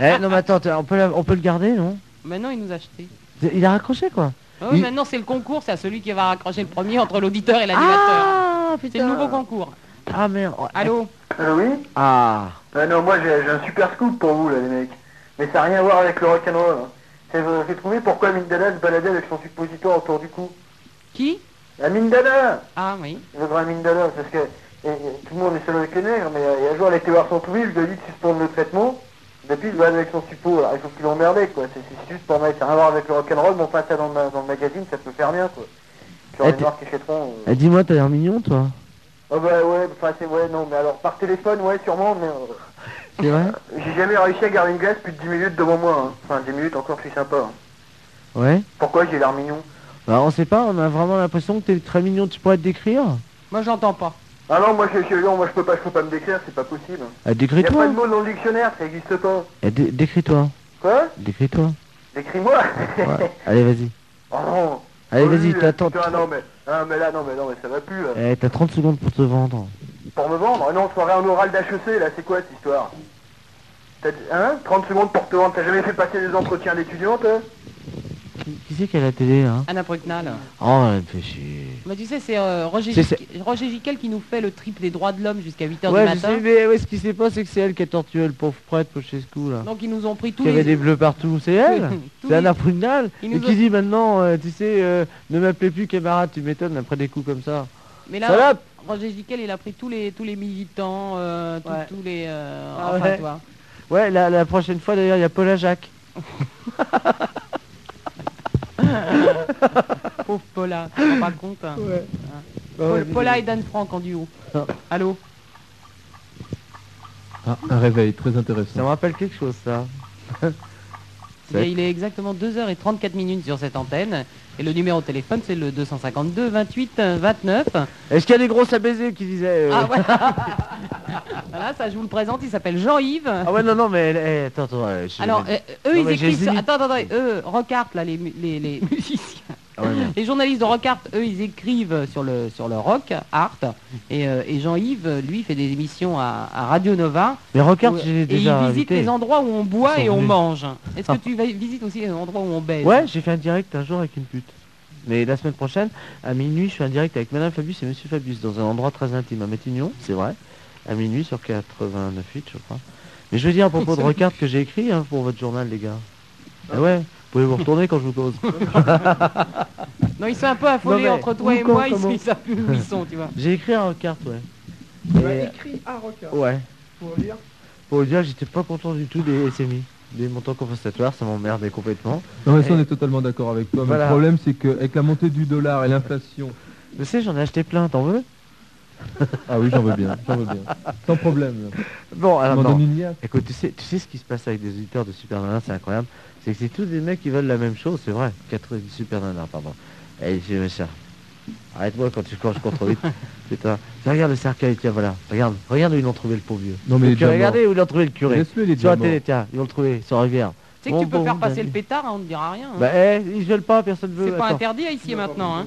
S3: eh, non mais attends, t'as- on peut, la- on peut le garder, non
S2: Maintenant, il nous a acheté.
S3: Il a raccroché, quoi.
S2: Ah oui,
S3: Il-
S2: maintenant, c'est le concours, c'est à celui qui va raccrocher le premier entre l'auditeur et l'animateur. c'est le nouveau concours.
S3: Ah merde.
S2: Allô
S4: Euh, oui
S3: Ah.
S4: Euh, non, moi j'ai j'ai un super scoop pour vous là, les mecs. Mais ça n'a rien à voir avec le rock'n'roll. hein. C'est- Vous avez trouvé pourquoi Mindana se baladait avec son suppositoire autour du cou
S2: Qui
S4: La Mindana
S2: Ah oui.
S4: Le grand Mindana, parce que Et, et tout le monde est seul avec les nerfs, mais euh, et un jour, elle était voir son toubib, je lui ai dit de suspendre le traitement. Depuis, je vais avec son suppôt, alors il faut plus l'emmerder, quoi. C'est- C'est juste pour mettre rien à voir avec le rock'n'roll, mais on passe ça dans le, ma- dans le magazine, ça peut faire bien, quoi. Sur
S3: Eh,
S4: les
S3: t'es-
S4: noirs qui fêteront, euh,
S3: Eh, Dis-moi, t'as l'air mignon, toi
S4: Oh bah ouais, enfin c'est ouais, non, mais alors par téléphone, ouais, sûrement, mais euh,
S3: C'est vrai
S4: j'ai jamais réussi à garder une glace plus de 10 minutes devant moi. hein. Enfin, 10 minutes encore, c'est sympa. hein.
S3: Ouais
S4: Pourquoi j'ai l'air mignon
S3: Bah, on sait pas, on a vraiment l'impression que t'es très mignon, tu pourrais te décrire
S2: Moi, j'entends pas.
S4: Ah non, moi je, je- non, moi, je peux pas, je peux pas me décrire, c'est pas possible.
S3: Ah,
S4: Il a
S3: décris-toi
S4: pas de mot dans le dictionnaire, ça existe pas.
S3: Eh, dé- Décris-toi
S4: Quoi
S3: Décris-toi
S4: Décris-moi
S3: Ouais, allez, vas-y.
S4: Oh non
S3: Allez,
S4: Oh,
S3: vas-y,
S4: lui,
S3: t'attends.
S4: Putain, non, mais, ah, mais là, non, mais non, mais ça va plus, là.
S3: Eh, t'as 30 secondes pour te vendre.
S4: Pour me vendre Ah Non, soirée en oral d'HEC, là, c'est quoi cette histoire T'as- Hein 30 secondes pour te vendre, t'as jamais fait passer des entretiens hein? d'étudiants, toi
S3: Qui, qui c'est qui a la télé, là hein
S2: Anna Brucknal.
S3: Oh, elle me fait chier.
S2: Bah, tu sais, c'est euh, Roger,
S3: C'est-
S2: Jic- Roger Jiquel qui nous fait le trip des droits de l'homme jusqu'à 8h
S3: Ouais,
S2: du
S3: je
S2: matin.
S3: sais, mais ouais, ce qui s'est passé, c'est que c'est elle qui a torturé le pauvre prêtre pour chez ce coup, là.
S2: Donc ils nous ont pris tous
S3: qui avait
S2: les...
S3: des bleus partout, c'est elle
S2: Tous
S3: C'est
S2: les-
S3: Anna Prunal
S2: Ils nous
S3: Et qui
S2: ont-
S3: dit maintenant, euh, tu sais, euh, ne m'appelez plus camarade, tu m'étonnes après des coups comme ça.
S2: Mais là,
S3: Salope
S2: Roger Jiquel, il a pris tous les tous les militants, euh, tous- tous les... euh,
S3: Ah
S2: enfin,
S3: ouais.
S2: tu vois.
S3: Ouais, la, la prochaine fois d'ailleurs, il y a Paula Jacques.
S2: Pauvre Paula, tu te rends pas compte hein. Hein.
S3: Bah ouais,
S2: Paul- Paula
S3: désolé.
S2: et Dan Franck en duo.
S3: Ah.
S2: Allô
S7: Ah, un réveil, très intéressant.
S3: Ça me rappelle quelque chose, ça.
S2: Il est, Eh il est exactement 2h34 minutes sur cette antenne. Et le numéro de téléphone, c'est le 252 28 29.
S3: Est-ce qu'il y a des grosses à baiser qui disaient... euh,
S2: Ah ouais Voilà, ça je vous le présente, il s'appelle Jean-Yves.
S3: Ah ouais, non, non, mais... eh, attends, attends, ouais, je suis
S2: Alors,
S3: désolé.
S2: euh, eux,
S3: Non,
S2: ils
S3: mais
S2: écrivent... sur-
S3: j'hésite.
S2: Attends, attends, attends, eux, Rockart, là, les, mu- les, les musiciens.
S3: Ah ouais, merde.
S2: Les journalistes de Rock Art, eux, ils écrivent sur le, sur le rock art. Et, euh, et Jean-Yves, lui, fait des émissions à, à Radio Nova.
S3: Mais Rock Art,
S2: Où-
S3: je l'ai
S2: Et
S3: déjà
S2: il visite
S3: invité.
S2: les endroits où on boit
S3: Ils sont
S2: et on
S3: venus.
S2: mange. Est-ce que
S3: Ah.
S2: tu vas- visites aussi les endroits où on baise
S3: Ouais, j'ai fait un direct un jour avec une pute. Mais la semaine prochaine, à minuit, je fais un direct avec Madame Fabius et Monsieur Fabius dans un endroit très intime à Métignon, c'est vrai. À minuit sur 89 8, je crois. Mais je veux dire à propos de Rocard que j'ai écrit hein, pour votre journal, les gars. Ah ouais, vous pouvez vous retourner quand je vous pose.
S2: Non, ils sont un peu affolés
S3: Non, mais
S2: entre toi
S3: où,
S2: et
S3: quand,
S2: moi, ils,
S3: comment
S2: ils savent plus où ils sont, tu vois.
S3: j'ai écrit à Rocard, ouais.
S24: Tu as
S3: Et-
S24: écrit un record.
S3: Ouais.
S24: Pour lire.
S3: Pour vous dire, j'étais pas content du tout des SMI, des montants compensatoires, ça m'emmerdait complètement.
S7: Non mais ça on
S3: Et-
S7: est totalement d'accord avec toi, mais
S3: Voilà.
S7: le problème c'est qu'avec la montée du dollar et l'inflation...
S3: Je sais, j'en ai acheté plein, t'en veux
S7: Ah oui, j'en veux bien, j'en veux bien. Sans problème. là.
S3: Bon, alors
S7: M'en
S3: non.
S7: donne une liasse.
S3: Écoute, tu sais, tu sais ce qui se passe avec des auditeurs de Super Nana, c'est incroyable. C'est que c'est tous des mecs qui veulent la même chose, c'est vrai. 90 Super Nana, pardon. Et je me ça. Arrête-moi quand tu quand je cours trop vite. Putain. Tiens, regarde le cercueil, tiens, voilà. Regarde, regarde où ils l'ont trouvé le pauvre vieux.
S7: Non, mais il
S3: Le
S7: est
S3: curé,
S7: déjà
S3: regardez
S7: mort.
S3: où ils l'ont trouvé le curé.
S7: Laisse-le, il est
S3: sur la
S7: déjà mort.
S3: télé, tiens, ils l'ont trouvé, sur Rivière.
S2: Tu sais que tu peux faire passer le pétard, hein, on ne dira rien. hein.
S3: Bah, eh, ils veulent pas, personne veut.
S2: C'est pas
S3: attends.
S2: interdit ici et maintenant. Hein.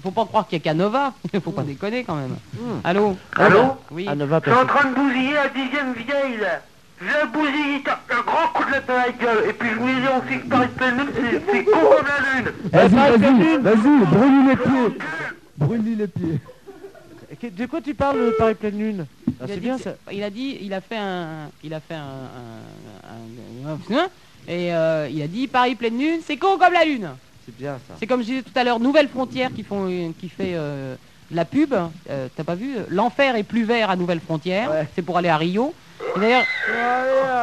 S2: Faut pas croire qu'il y a Canova. Faut pas déconner quand même. Allô
S3: Allô
S2: Oui.
S3: Canova,
S30: Je suis en train de bousiller la dixième vieille là. Je la bousille, t'as un grand coup de la dans la gueule. Et puis je vous disais, on fixe Paris de lune, c'est- c'est con comme la lune.
S3: Eh, Paris de
S7: vas-y,
S3: Lune
S7: vas-y, brûle les pieds Brûle les pieds
S3: Eh, Que- De quoi tu parles, euh, Paris pleine lune Ah,
S2: Il a
S3: C'est
S2: dit
S3: bien
S2: que
S3: ça.
S2: Il a dit, il a fait un, il a fait un, un- un- un- un- et euh, il a dit Paris pleine lune, c'est con comme la lune.
S3: C'est bien ça.
S2: C'est comme je disais tout à l'heure, Nouvelle Frontière qui font, euh, qui fait euh, de la pub. Euh, T'as pas vu L'enfer est plus vert à Nouvelle Frontière. C'est pour aller à Rio. Et D'ailleurs,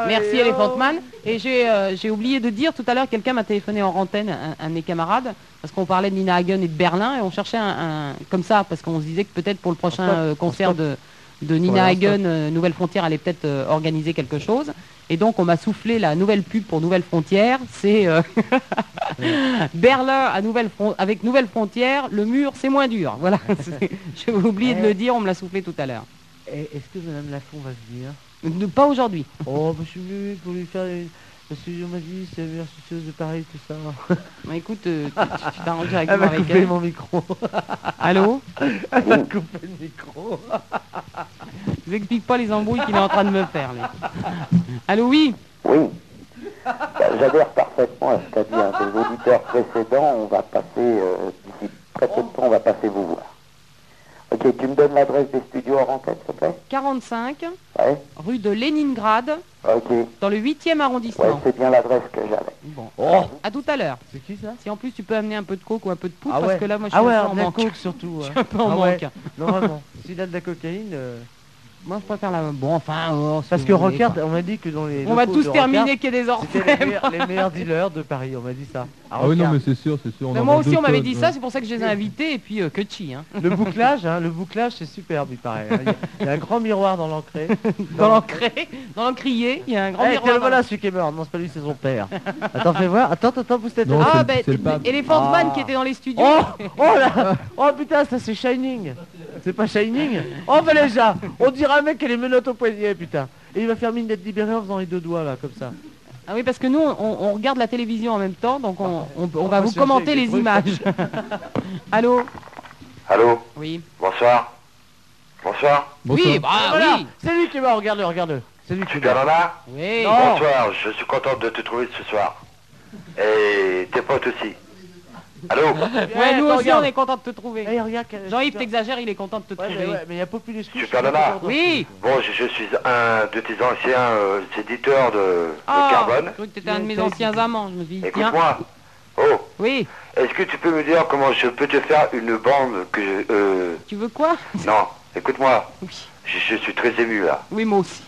S2: merci
S3: allez,
S2: Elephant Man. Et j'ai, euh, j'ai oublié de dire tout à l'heure, quelqu'un m'a téléphoné en antenne, un, un de mes camarades, parce qu'on parlait de Nina Hagen et de Berlin, et on cherchait un, un- comme ça, parce qu'on se disait que peut-être pour le prochain
S3: stop,
S2: euh,
S3: en
S2: concert
S3: stop.
S2: de, de Nina
S3: Voilà,
S2: Hagen,
S3: stop.
S2: euh, Nouvelle Frontière allait peut-être euh, organiser quelque chose. Et donc on m'a soufflé la nouvelle pub pour Nouvelle Frontière, c'est euh, Berlin à Nouvelle Fron- avec Nouvelle Frontière, le mur c'est moins dur. Voilà, c'est- j'ai oublié de le dire, on me l'a soufflé tout à l'heure.
S3: Eh, Est-ce que Euh, Madame Lafont va venir
S2: Ne- Pas aujourd'hui.
S3: Oh, bah, je suis venu pour lui faire une... Parce que je m'a dit, c'est la meilleure soucieuse de Paris, tout ça.
S2: Bah, écoute, euh, tu tu t'arranges avec
S3: Elle
S2: moi
S3: m'a
S2: avec
S3: coupé
S2: elle.
S3: mon micro.
S2: Allô
S3: Elle m'a coupé le micro.
S2: Je vous explique pas les embrouilles qu'il est en train de me faire. Là. Allô, oui
S31: Oui. Bah,
S32: Ben,
S31: J'adhère parfaitement à ce qu'a dit un des auditeurs précédents. On va passer, euh, d'ici très peu de temps, on va passer vous voir.
S32: Ok, tu me donnes l'adresse des studios à Rantaine, s'il te plaît
S2: 45,
S32: Ouais.
S2: rue de Leningrad,
S32: Ok.
S2: dans le 8e
S32: Ouais,
S2: arrondissement.
S32: c'est bien l'adresse que j'avais.
S2: Bon.
S4: Oh.
S2: À tout à l'heure. C'est qui ça Si en plus tu peux amener un peu de coke ou un peu de poudre,
S3: Ah ouais.
S2: parce que là moi je suis
S3: ah ouais,
S2: un peu en
S3: de la
S2: manque.
S3: coke surtout.
S2: Je suis
S3: hein.
S2: un peu en
S3: Ah ouais.
S2: manque.
S3: Non, vraiment. S'il a de la cocaïne. euh,
S2: Moi je préfère la. Bon, enfin. oh, si
S3: Parce
S2: vous
S3: que
S2: voulez,
S3: Rocard,
S2: quoi.
S3: on m'a dit que dans les.
S2: On va
S3: locaux
S2: tous
S3: de
S2: terminer
S3: Rocard,
S2: quai des Orfèvres.
S3: C'était les, meilleurs- les meilleurs dealers de Paris, on m'a dit ça.
S7: Ah oui, non, mais c'est sûr, c'est sûr.
S2: Mais moi aussi on m'avait dit ça, c'est pour ça que je les ai invités et puis euh, que chi. Hein.
S3: Le bouclage, hein, le bouclage, c'est superbe, il paraît. hein. Il y a- il y, a un grand miroir dans l'encré.
S2: Dans l'encrier, dans l'encrier, il y a un grand
S3: Eh,
S2: miroir.
S3: tiens,
S2: dans
S3: voilà celui qui est mort. Non, c'est pas lui, c'est son père. Attends, fais voir. Attends, attends, pousse ta tête.
S2: le- ah ben, Elephant
S3: Ah.
S2: Man qui était dans les studios.
S3: Oh, oh là Oh putain, ça c'est Shining C'est pas Shining Oh bah déjà On dirait un mec qui a les menottes au poignet, putain Et il va faire mine d'être libéré en faisant les deux doigts, là, comme ça.
S2: Ah oui, parce que nous, on, on regarde la télévision en même temps, donc on, on- on va
S3: Ah, va
S2: vous
S3: chercher
S2: commenter
S3: avec
S2: les
S3: des
S2: images.
S3: trucs.
S2: Allô
S4: Allô
S2: Oui.
S4: Bonsoir. Bonsoir.
S2: Oui, bah
S3: Ah, Voilà,
S2: oui
S3: C'est lui qui est mort, regarde-le, regarde-le C'est lui qui est
S4: Tu es
S3: mort.
S4: là
S2: Oui
S3: Non.
S4: Bonsoir, je suis contente de te trouver ce soir. Et tes potes aussi. Allô
S2: Ouais, nous
S3: attends,
S2: aussi
S3: regarde.
S2: on est content de te trouver. Jean-Yves, t'exagères, il est content de te
S3: Ouais, mais,
S2: trouver.
S3: ouais, mais il y a Populus Club,
S4: Super Nana
S2: Oui
S4: Bon, je, je suis un de tes anciens euh, éditeurs de, de
S2: Ah,
S4: Carbone.
S2: je croyais que t'étais un de mes anciens amants, je me suis dit, tiens.
S4: Écoute-moi. Oh
S2: Oui
S4: Est-ce que tu peux me dire comment je peux te faire une bande que je... euh,
S2: Tu veux quoi
S4: Non, écoute-moi. Je, je suis très ému là.
S2: Oui, moi aussi.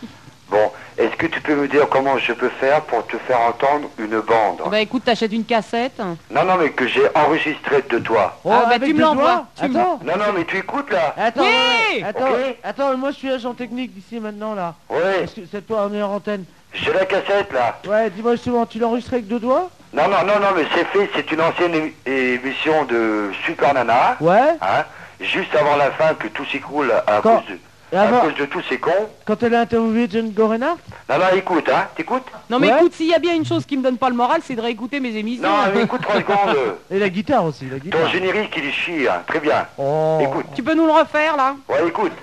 S4: Bon, est-ce que tu peux me dire comment je peux faire pour te faire entendre une bande
S2: Bah écoute, t'achètes une cassette. hein.
S4: Non, non, mais que j'ai enregistré de toi.
S2: ah bah
S3: avec
S2: tu me
S3: deux
S2: l'envoies.
S3: doigts
S2: tu me-
S3: Attends.
S4: Non, non, mais tu écoutes là.
S3: Attends,
S2: Oui
S3: ouais, ouais. attends,
S4: Ok.
S3: attends, moi je suis agent technique d'ici maintenant là.
S4: Oui,
S3: Est-ce que c'est toi, on est en antenne
S4: j'ai la cassette là.
S3: Ouais, dis-moi justement, tu l'as enregistré avec deux doigts
S4: Non, non, non, non, mais c'est fait, c'est une ancienne émi- émission de Super Nana.
S3: Ouais.
S4: Hein, juste avant la fin que tout s'écroule à,
S3: Quand-
S4: cause de,
S3: Et
S4: à
S3: avant-
S4: cause de tous ces cons.
S3: Quand elle a interviewé John Gorenard
S4: Non, non, écoute, hein, t'écoutes
S2: Non mais
S3: Ouais.
S2: écoute, s'il y a bien une chose qui me donne pas le moral, c'est de réécouter mes émissions.
S4: Non, mais écoute 30 secondes.
S3: Et la guitare aussi, la
S4: Ton
S3: guitare.
S4: générique, il est chier, hein, très bien.
S3: Oh.
S4: Écoute,
S2: Tu peux nous le refaire là
S4: ouais, écoute.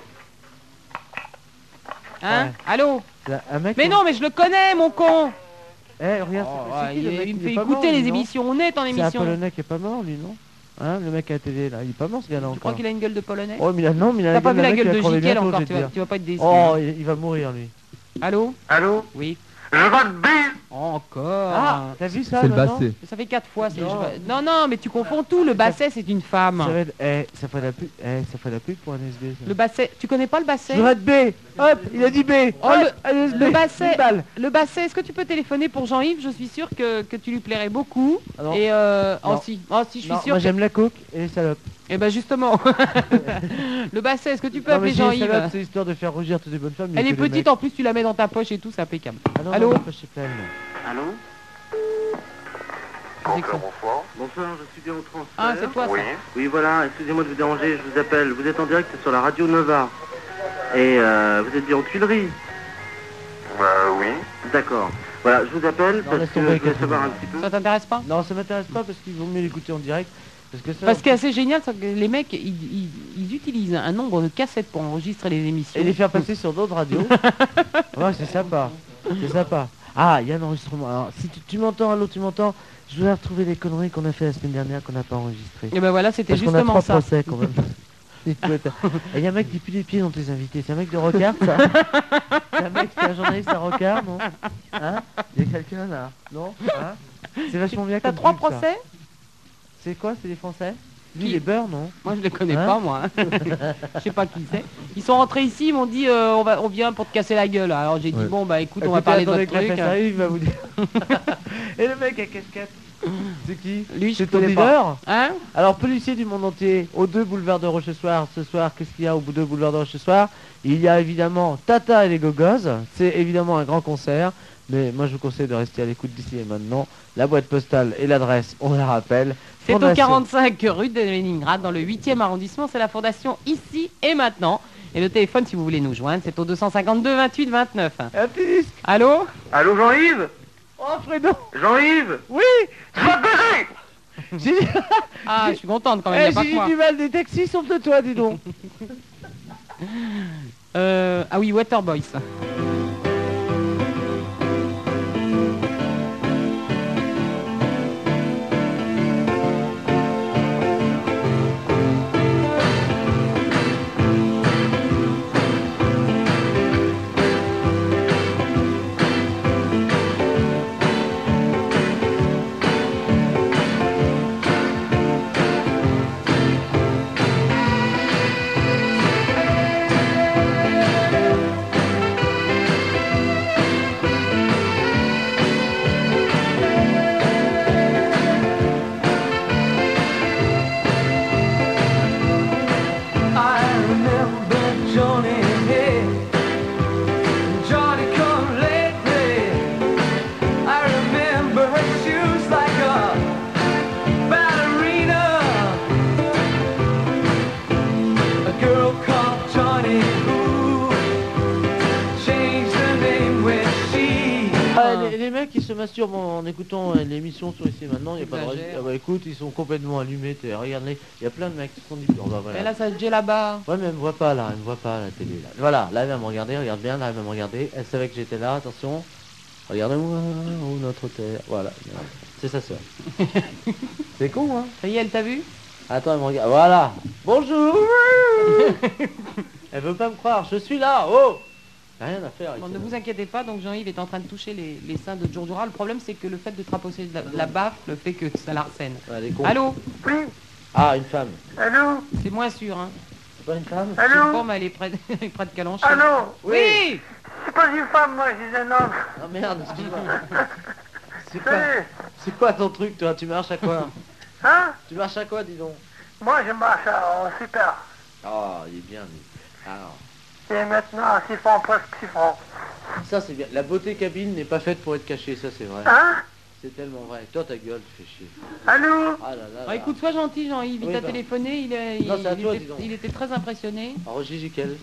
S2: Hein Allô
S3: Là, un mec.
S2: Mais non, mais je le connais, mon con
S3: Eh, regarde,
S2: Oh,
S3: c'est- c'est
S2: ouais,
S3: qui le mec
S2: Il me
S3: est
S2: fait
S3: pas
S2: écouter
S3: mort,
S2: les
S3: lui, non
S2: émissions, on est en
S3: C'est un
S2: émission.
S3: Polonais qui est pas mort, lui, non Hein, le mec à la télé, là, il est pas mort ce gars-là
S2: Tu crois
S3: encore.
S2: qu'il a une gueule de polonais
S3: Oh, mais il a- non, mais il a
S2: T'as pas vu la
S3: d'un mec
S2: gueule
S3: qui
S2: de
S3: va crever
S2: Jiquel
S3: bientôt,
S2: encore,
S3: je vais
S2: tu
S3: te
S2: vas,
S3: dire.
S2: tu vas pas être déçu.
S3: Oh, il, il va mourir, lui.
S2: Allô
S1: Allô
S2: Oui.
S1: Je vais te dire
S2: Encore
S3: Ah, t'as vu ça
S7: C'est le
S3: maintenant
S7: basset.
S2: Ça fait quatre fois. c'est- je-
S3: Non.
S2: Non. non, mais tu confonds tout. Le basset, c'est une femme.
S3: Ça va être- Eh, ça fait la pub, eh, ça fait la pub pour un SB. ça.
S2: Le basset, tu connais pas le basset
S3: J'aurais de B Hop, il a dit B
S2: Oh,
S3: Hop,
S2: le-
S3: un SB
S2: Le basset,
S3: Une balle
S2: le basset. Est-ce que tu peux téléphoner pour Jean-Yves Je suis sûr que, que tu lui plairais beaucoup.
S3: Ah non.
S2: Et euh, oh,
S3: Non.
S2: si, oh si, je suis
S3: Non,
S2: sûr.
S3: moi
S2: que-
S3: j'aime la coke et les salopes.
S2: Eh ben justement, le basset. Est-ce que tu peux
S3: Non,
S2: appeler
S3: mais j'ai les salopes,
S2: Jean-Yves
S3: c'est histoire de faire rougir toutes les bonnes femmes.
S2: Elle est petite, en plus tu la mets dans ta poche et tout, c'est impeccable.
S3: Ah
S2: Allô
S33: Allô
S4: bonsoir.
S33: Bonsoir, je suis bien au transfert.
S2: Ah, c'est toi ça.
S4: Oui.
S33: Oui, voilà, excusez-moi de vous déranger, je vous appelle. Vous êtes en direct sur la radio Nova. Et euh, vous êtes bien aux Tuileries
S4: Bah oui.
S33: D'accord. Voilà, je vous appelle
S3: Non,
S33: parce
S3: laisse
S33: que je
S3: tomber,
S33: voulais
S3: Catherine.
S33: savoir un petit peu.
S2: Ça t'intéresse pas
S3: Non, ça m'intéresse pas parce qu'il vaut mieux l'écouter en direct. Parce que ça.
S2: Parce que c'est génial, c'est que les mecs, ils, ils- ils utilisent un nombre de cassettes pour enregistrer les émissions.
S3: Et les faire passer sur d'autres radios. ouais, c'est sympa. C'est sympa. Ah, il y a un enregistrement. Alors, si tu, tu m'entends, allô, tu m'entends, je voudrais retrouver les conneries qu'on a fait la semaine dernière qu'on n'a pas enregistrées.
S2: Et ben voilà, c'était
S3: Parce qu'on a trois
S2: justement ça.
S3: procès quand même. Il faut être- Et Il y a un mec qui pue les pieds dans tes invités. C'est un mec de Rocard, ça C'est un mec, c'est un journaliste à Rocard, non Hein Il y a quelqu'un là Non Hein C'est vachement bien
S2: T'as
S3: comme
S2: trois
S3: pub, ça.
S2: procès
S3: C'est quoi C'est des Français Lui,
S2: Qui-
S3: il est beurre, non
S2: Moi je les connais
S3: Hein
S2: pas moi. hein. Je sais pas qui c'est. Ils sont rentrés ici, ils m'ont dit euh, on va on vient pour te casser la gueule. Alors j'ai dit
S7: Ouais.
S2: bon bah écoute on va parler de
S3: Écoutez,
S2: notre
S3: attendez que
S2: truc.
S3: la fesse arrive, il va vous dire. Et le mec à casquette C'est qui
S2: Lui je
S3: C'est ton
S2: connais pas.
S3: leader
S2: Hein
S3: Alors, policiers du monde entier, aux deux boulevards de Rochessoir, ce soir, qu'est-ce qu'il y a au bout de boulevard de Rochessoir Il y a évidemment Tata et les Gogos, c'est évidemment un grand concert, mais moi je vous conseille de rester à l'écoute d'ici et maintenant. La boîte postale et l'adresse, on la rappelle.
S2: C'est au
S3: Fondation-
S2: 45 rue de Leningrad dans le 8e arrondissement, c'est la fondation ici et maintenant. Et le téléphone si vous voulez nous joindre, c'est au 252 28 29.
S3: Un petit disque
S2: Allô
S1: Allô Jean-Yves
S3: Oh, Fredo
S1: Jean-Yves
S3: Oui
S1: Sois gaucher
S3: J'ai dit-
S2: Ah, je suis contente Ah, quand même,
S3: Eh,
S2: y a pas
S3: j'ai
S2: que
S3: dit
S2: moi.
S3: du mal des taxis, sauf de toi, dis donc
S2: Euh, ah oui, Waterboys.
S34: Allô
S3: Ah,
S2: Ah.
S3: les mecs qui se masturbent en, en écoutant euh, l'émission sur ici maintenant, il n'y a pas de raison.
S2: Exagère.
S3: Ah bah écoute, ils sont complètement allumés, t'es- regarde-les. Il y a plein de mecs qui sont différents. Bah, voilà.
S2: Mais là, ça se dit là-bas.
S3: Ouais, mais elle me voit pas là, elle me voit pas à la télé. Là. Voilà, là elle va me regarder, regarde bien, là elle va me regarder. Elle savait que j'étais là, attention. Regarde-moi, oh notre terre. Voilà, c'est sa soeur. c'est con, hein
S2: Ça y est, elle t'a vu
S3: Attends, elle me regarde. Voilà, bonjour Elle veut pas me croire, je suis là, oh Rien à faire. avec
S2: Bon,
S3: ça.
S2: ne vous inquiétez pas, donc Jean-Yves est en train de toucher les, les seins de Giorgiora. Le problème, c'est que le fait de trapasser de la, la baffe le fait que ça l'arsène.
S3: con.
S2: Allô
S24: Oui
S3: Ah, une femme.
S24: Allô
S2: C'est moins sûr, hein.
S3: C'est pas une femme
S24: Allô
S2: mais elle est près de, elle est près de Calanchon.
S24: Allô
S2: Oui
S24: C'est pas une femme, moi, c'est un homme.
S3: Ah merde, excuse-moi. C'est quoi, c'est quoi ton truc, toi Tu marches à quoi
S24: Hein
S3: Tu marches à quoi, dis donc
S24: Moi, je marche à- en super.
S3: Ah, il est bien, lui. Alors,
S24: Et maintenant, à 6 francs, presque 6 francs.
S3: ça c'est bien. La beauté cabine n'est pas faite pour être cachée, ça c'est vrai.
S24: Hein
S3: C'est tellement vrai. Toi, ta gueule, tu fais chier.
S24: Allô
S3: Ah là là.
S2: Bon, Bah, écoute, sois gentil, Jean-Yves. Il
S3: Oui,
S2: t'a
S3: bah.
S2: téléphoné, il, est-
S3: Non,
S2: il-
S3: c'est à
S2: il
S3: toi, dis
S2: était,
S3: donc.
S2: il était très impressionné.
S3: Roger Jiquel.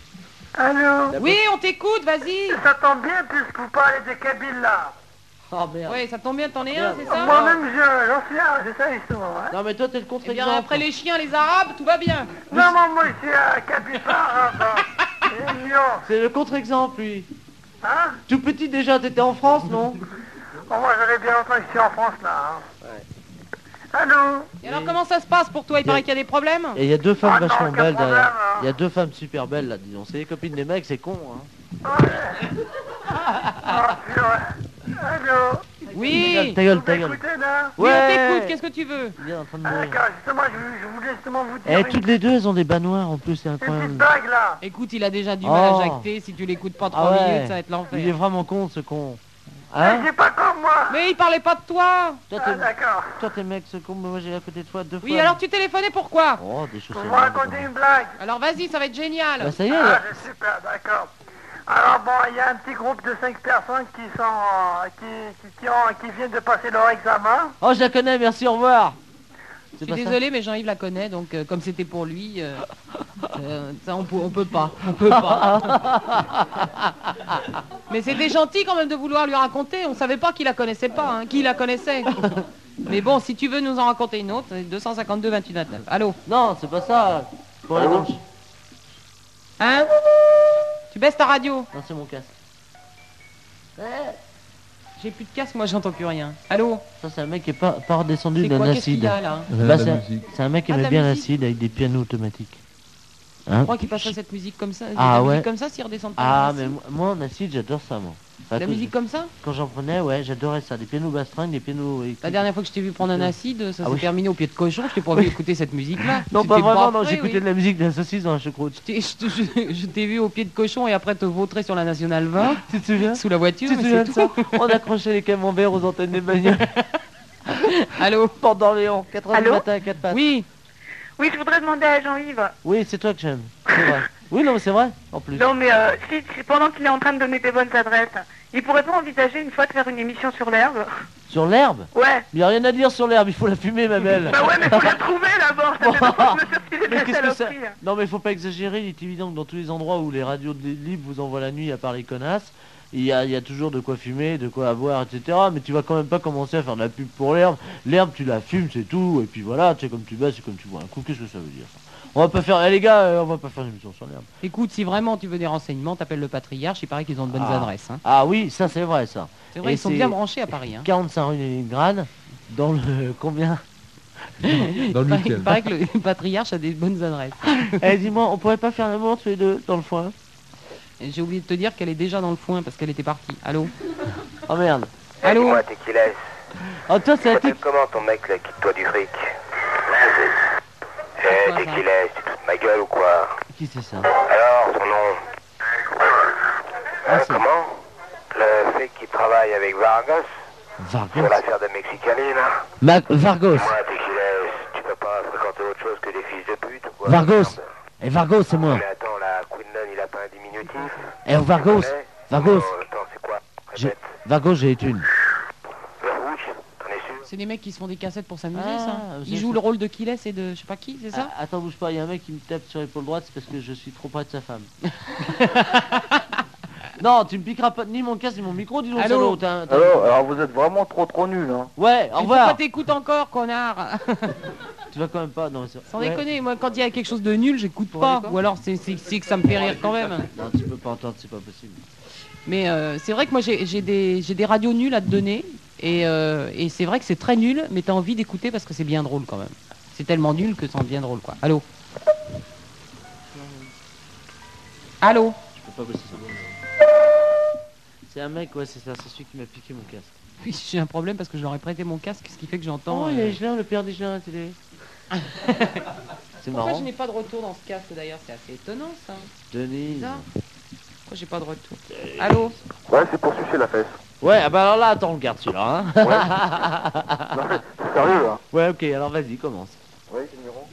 S24: Allô
S3: La
S2: Oui, on t'écoute, vas-y
S24: Ça tombe bien puisque vous parlez de Kabyle là.
S3: Oh merde.
S2: Oui, ça tombe bien, t'en es un, c'est ça
S24: Moi-même, je- j'en suis là, c'est ça l'histoire. Hein.
S3: Non, mais toi, t'es le
S2: Eh bien,
S3: contre-exemple.
S2: après les chiens, les arabes, tout va bien
S24: Non, moi, moi, je suis à Kabila, Lyon.
S3: C'est le contre-exemple, lui.
S24: Hein
S3: Tout petit déjà, t'étais en France, non
S24: Bon, moi, j'avais bien longtemps que je suis en France là. Hein. Allô
S2: Et alors, comment ça se passe pour toi Il paraît qu'il y a des problèmes
S3: Et il y a deux femmes
S24: Ah non,
S3: vachement
S24: aucun
S3: belles
S24: problème,
S3: derrière.
S24: hein.
S3: Il y a deux femmes super belles là, disons. C'est les copines des mecs, c'est con. Hein.
S24: Ah, purée. Allô
S2: Oui
S3: Ta gueule, ta gueule.
S24: Écoutez là
S2: Oui, on
S3: Ouais.
S2: t'écoute, qu'est-ce que tu veux
S3: Il est en train de
S24: Ah,
S3: mourir.
S24: D'accord, justement, je, je voulais justement vous dire
S3: Eh,
S24: une
S3: toutes les deux, elles ont des bas noirs en plus, c'est incroyable.
S24: blague là.
S2: Écoute, il a déjà du mal
S3: Oh.
S2: à jacter, si tu l'écoutes pas
S3: Ah
S2: trois
S3: ouais.
S2: minutes, ça va être
S3: Il est
S2: l'enfer.
S3: vraiment con ce con. Hein
S24: Mais c'est Eh, pas comme moi
S2: Mais il parlait pas de toi
S3: Toi
S24: Ah,
S3: t'es
S24: d'accord.
S3: toi, t'es mec ce con, mais moi j'ai à côté de toi deux fois.
S2: Oui, alors tu téléphonais pourquoi
S3: Oh, des choses.
S24: Vous me racontez une blague
S2: Alors vas-y, ça va être génial
S3: Bah ça y est.
S24: Ah,
S3: là.
S24: c'est super, d'accord. Alors Ah bon, il y a un petit groupe de 5 personnes qui sont euh, qui, qui, qui ont, qui viennent de passer leur examen.
S3: Oh, je la connais, merci, au revoir.
S2: Je
S3: pas
S2: suis
S3: ça
S2: désolé, mais Jean-Yves la connaît, donc euh, comme c'était pour lui, euh, euh, ça on peut, on peut pas, on peut pas. mais c'était gentil quand même de vouloir lui raconter. On savait pas qu'il la connaissait pas, hein, qui la connaissait. mais bon, si tu veux nous en raconter une autre, c'est 252 28 29. Allô.
S3: Non, c'est pas ça. Pour la manche.
S2: Hein Tu baisses ta radio. Eh,
S3: Non, c'est mon casque.
S2: J'ai plus de casque, moi j'entends plus rien. Allô.
S3: Ça, c'est un mec qui est pas, pas redescendu
S2: C'est
S3: d'un
S2: quoi Qu'est-ce qu'il
S3: acide.
S2: y a là
S3: Bah,
S7: La
S3: c'est un-
S7: musique.
S3: c'est un mec qui
S2: Ah, de
S3: aimait
S2: la
S3: bien
S2: musique.
S3: l'acide avec des pianos automatiques.
S2: Je
S3: Hein
S2: crois qu'il passerait cette musique comme ça.
S3: Ah
S2: la musique
S3: ouais.
S2: Comme ça, s'il redescend pas.
S3: Ah,
S2: dans la-
S3: mais moi- moi en acide, j'adore ça, moi. Enfin,
S2: La
S3: quand-
S2: musique comme ça
S3: Quand j'en prenais, ouais, j'adorais ça. Des pianos bastringues, des pianos. électriques.
S2: La dernière fois que je t'ai vu prendre un acide, ça
S3: Ah
S2: s'est
S3: oui.
S2: terminé au pied de cochon. Je t'ai pas vu écouter cette musique-là.
S3: Non,
S2: C'était
S3: pas vraiment, non,
S2: vrai,
S3: j'écoutais
S2: oui.
S3: de la musique hein, de la saucisse dans la choucroute.
S2: T'es- Je, te- je- je t'ai vu au pied de cochon et après te vautrer sur la Nationale 20
S3: Tu te souviens
S2: sous la voiture.
S3: Tu te
S2: mais
S3: souviens
S2: c'est
S3: de
S2: tout.
S3: ça On accrochait les camemberts aux antennes des bagnoles.
S2: Allô
S3: Pendant Léon, 4 heures du
S29: Allô
S3: matin à 4 pattes.
S2: Oui,
S29: Oui, je voudrais demander à Jean-Yves.
S3: Oui, c'est toi que j'aime. C'est vrai. Oui, non, mais c'est vrai, en plus.
S29: Non, mais euh, si, si- pendant qu'il est en train de donner des bonnes adresses, il pourrait pas envisager une fois de faire une émission sur l'herbe
S3: Sur l'herbe
S29: Ouais.
S3: Il n'y a rien à dire sur l'herbe, il faut la fumer, ma belle.
S29: Bah ouais, mais faut la trouver d'abord. Ça fait deux fois que je me suis refilé
S3: Mais
S29: des
S3: qu'est-ce que ça
S29: saloperies.
S3: Non, mais faut pas exagérer, il est évident que dans tous les endroits où les radios de- libres vous envoient la nuit, à part les connasses, il y, a, il y a toujours de quoi fumer, de quoi avoir, etc. Mais tu vas quand même pas commencer à faire de la pub pour l'herbe. L'herbe, tu la fumes, c'est tout. Et puis voilà, tu sais, comme tu bats, c'est comme tu bois un coup. Qu'est-ce que ça veut dire ça On va pas faire. Eh les gars, euh, on va pas faire une émission sur l'herbe.
S2: écoute, si vraiment tu veux des renseignements, t'appelles le patriarche, il paraît qu'ils ont de bonnes
S3: Ah.
S2: adresses. hein.
S3: Ah oui, ça c'est vrai, ça.
S2: C'est vrai,
S3: Et
S2: ils sont
S3: c'est
S2: bien branchés à Paris. hein.
S3: 45 rue Leningrad, dans le. Combien
S7: Dans le
S2: Il paraît-
S7: huitième.
S2: il paraît que le patriarche a des bonnes adresses.
S3: Eh, dis-moi, on pourrait pas faire l'amour tous les deux, dans le foin
S2: Et J'ai oublié de te dire qu'elle est déjà dans le foin parce qu'elle était partie. Allô
S3: Oh merde.
S2: Allô
S22: Dis-moi, t'es qui laisse
S3: Oh, toi, c'est la
S22: T'es
S3: tique.
S22: comment ton mec là Quitte-toi du fric. Eh,
S2: Pourquoi,
S22: t'es
S2: ça
S22: qui laisse Tu te fous de ma gueule ou quoi
S3: Qui c'est ça
S22: Alors, ton nom Euh,
S3: Ah, c'est
S22: Comment Le fait qu'il travaille avec Vargas
S3: Vargas.
S22: sur l'affaire de Mexicali, là
S3: Ma- Vargos.
S22: Moi, t'es qui laisse Tu peux pas fréquenter autre chose que des fils de pute ou quoi
S3: Vargos.
S22: Merde.
S3: Eh, Vargos, c'est moi.
S22: Mais attends, là, Quinlan, il a pas un diminutif
S3: Eh, Vargos. Vargos.
S22: Oh, Attends, c'est quoi
S3: J'ai- Vargos, j'ai les thunes.
S22: Le rouge T'en es sûr
S2: C'est des mecs qui se font des cassettes pour s'amuser,
S3: Ah,
S2: ça.
S3: je
S2: Ils jouent
S3: sais.
S2: le rôle de Kiles et de je sais pas qui, c'est ça
S3: Ah, attends, bouge pas, il y a un mec qui me tape sur l'épaule droite, c'est parce que je suis trop près de sa femme. Non, tu me piqueras pas ni mon casque ni mon micro, dis donc
S2: Allô hein,
S3: salaud, t'as- t'as-
S8: Alors, alors vous êtes vraiment trop trop nul. Hein.
S3: Ouais, au
S2: Mais pourquoi
S3: revoir.
S2: t'écoutes encore, connard
S3: Tu vas quand même pas, non, mais ça-
S2: Sans
S3: Ouais.
S2: déconner, moi quand il y a quelque chose de nul, j'écoute pas. Ou alors c'est c'est- c'est que ça me fait rire quand même.
S3: Non, tu peux pas entendre, c'est pas possible.
S2: Mais euh, c'est vrai que moi j'ai j'ai des, j'ai des radios nulles à te donner. Et, euh, et c'est vrai que c'est très nul, mais t'as envie d'écouter parce que c'est bien drôle quand même. C'est tellement nul que c'est bien drôle quoi. Allô Allô
S3: Je peux pas bosser sur moi. C'est un mec, ouais, c'est ça, c'est celui qui m'a piqué mon casque.
S2: Oui, j'ai un problème parce que je leur ai prêté mon casque, ce qui fait que j'entends.
S3: Oh, il y a
S2: euh,
S3: Gelin, le père des Gelin à la télé. c'est
S2: Pourquoi
S3: marrant.
S2: je n'ai pas de retour dans ce casque d'ailleurs C'est assez étonnant ça.
S3: Denise.
S2: Bizarre. Pourquoi j'ai pas de retour Allô
S4: Ouais, c'est pour sucer la fesse.
S3: Ouais, ah bah alors là, attends, on le garde celui-là. Hein.
S4: Sérieux, hein
S3: ouais, ok, alors vas-y, commence.
S4: Ouais, quel numéro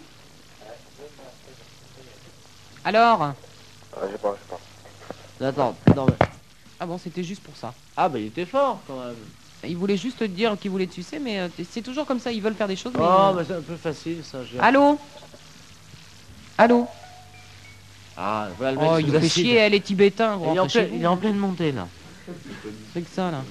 S2: Alors
S4: Ah, j'ai pas, j'ai pas.
S3: Attends, non mais...
S2: Ah bon, c'était juste pour ça.
S3: Ah bah il était fort quand même.
S2: Ils voulaient juste te dire qu'ils voulaient te sucer, mais euh, c'est toujours comme ça, ils veulent faire des choses. Mais,
S3: Oh,
S2: euh,
S3: mais c'est un peu facile ça. je-
S2: Allô Allô
S3: Ah, voilà le mec
S2: Oh,
S3: sous
S2: il fait
S3: acide.
S2: chier, elle est tibétain.
S3: Il est, en plein- il est en pleine montée là.
S2: C'est que ça là.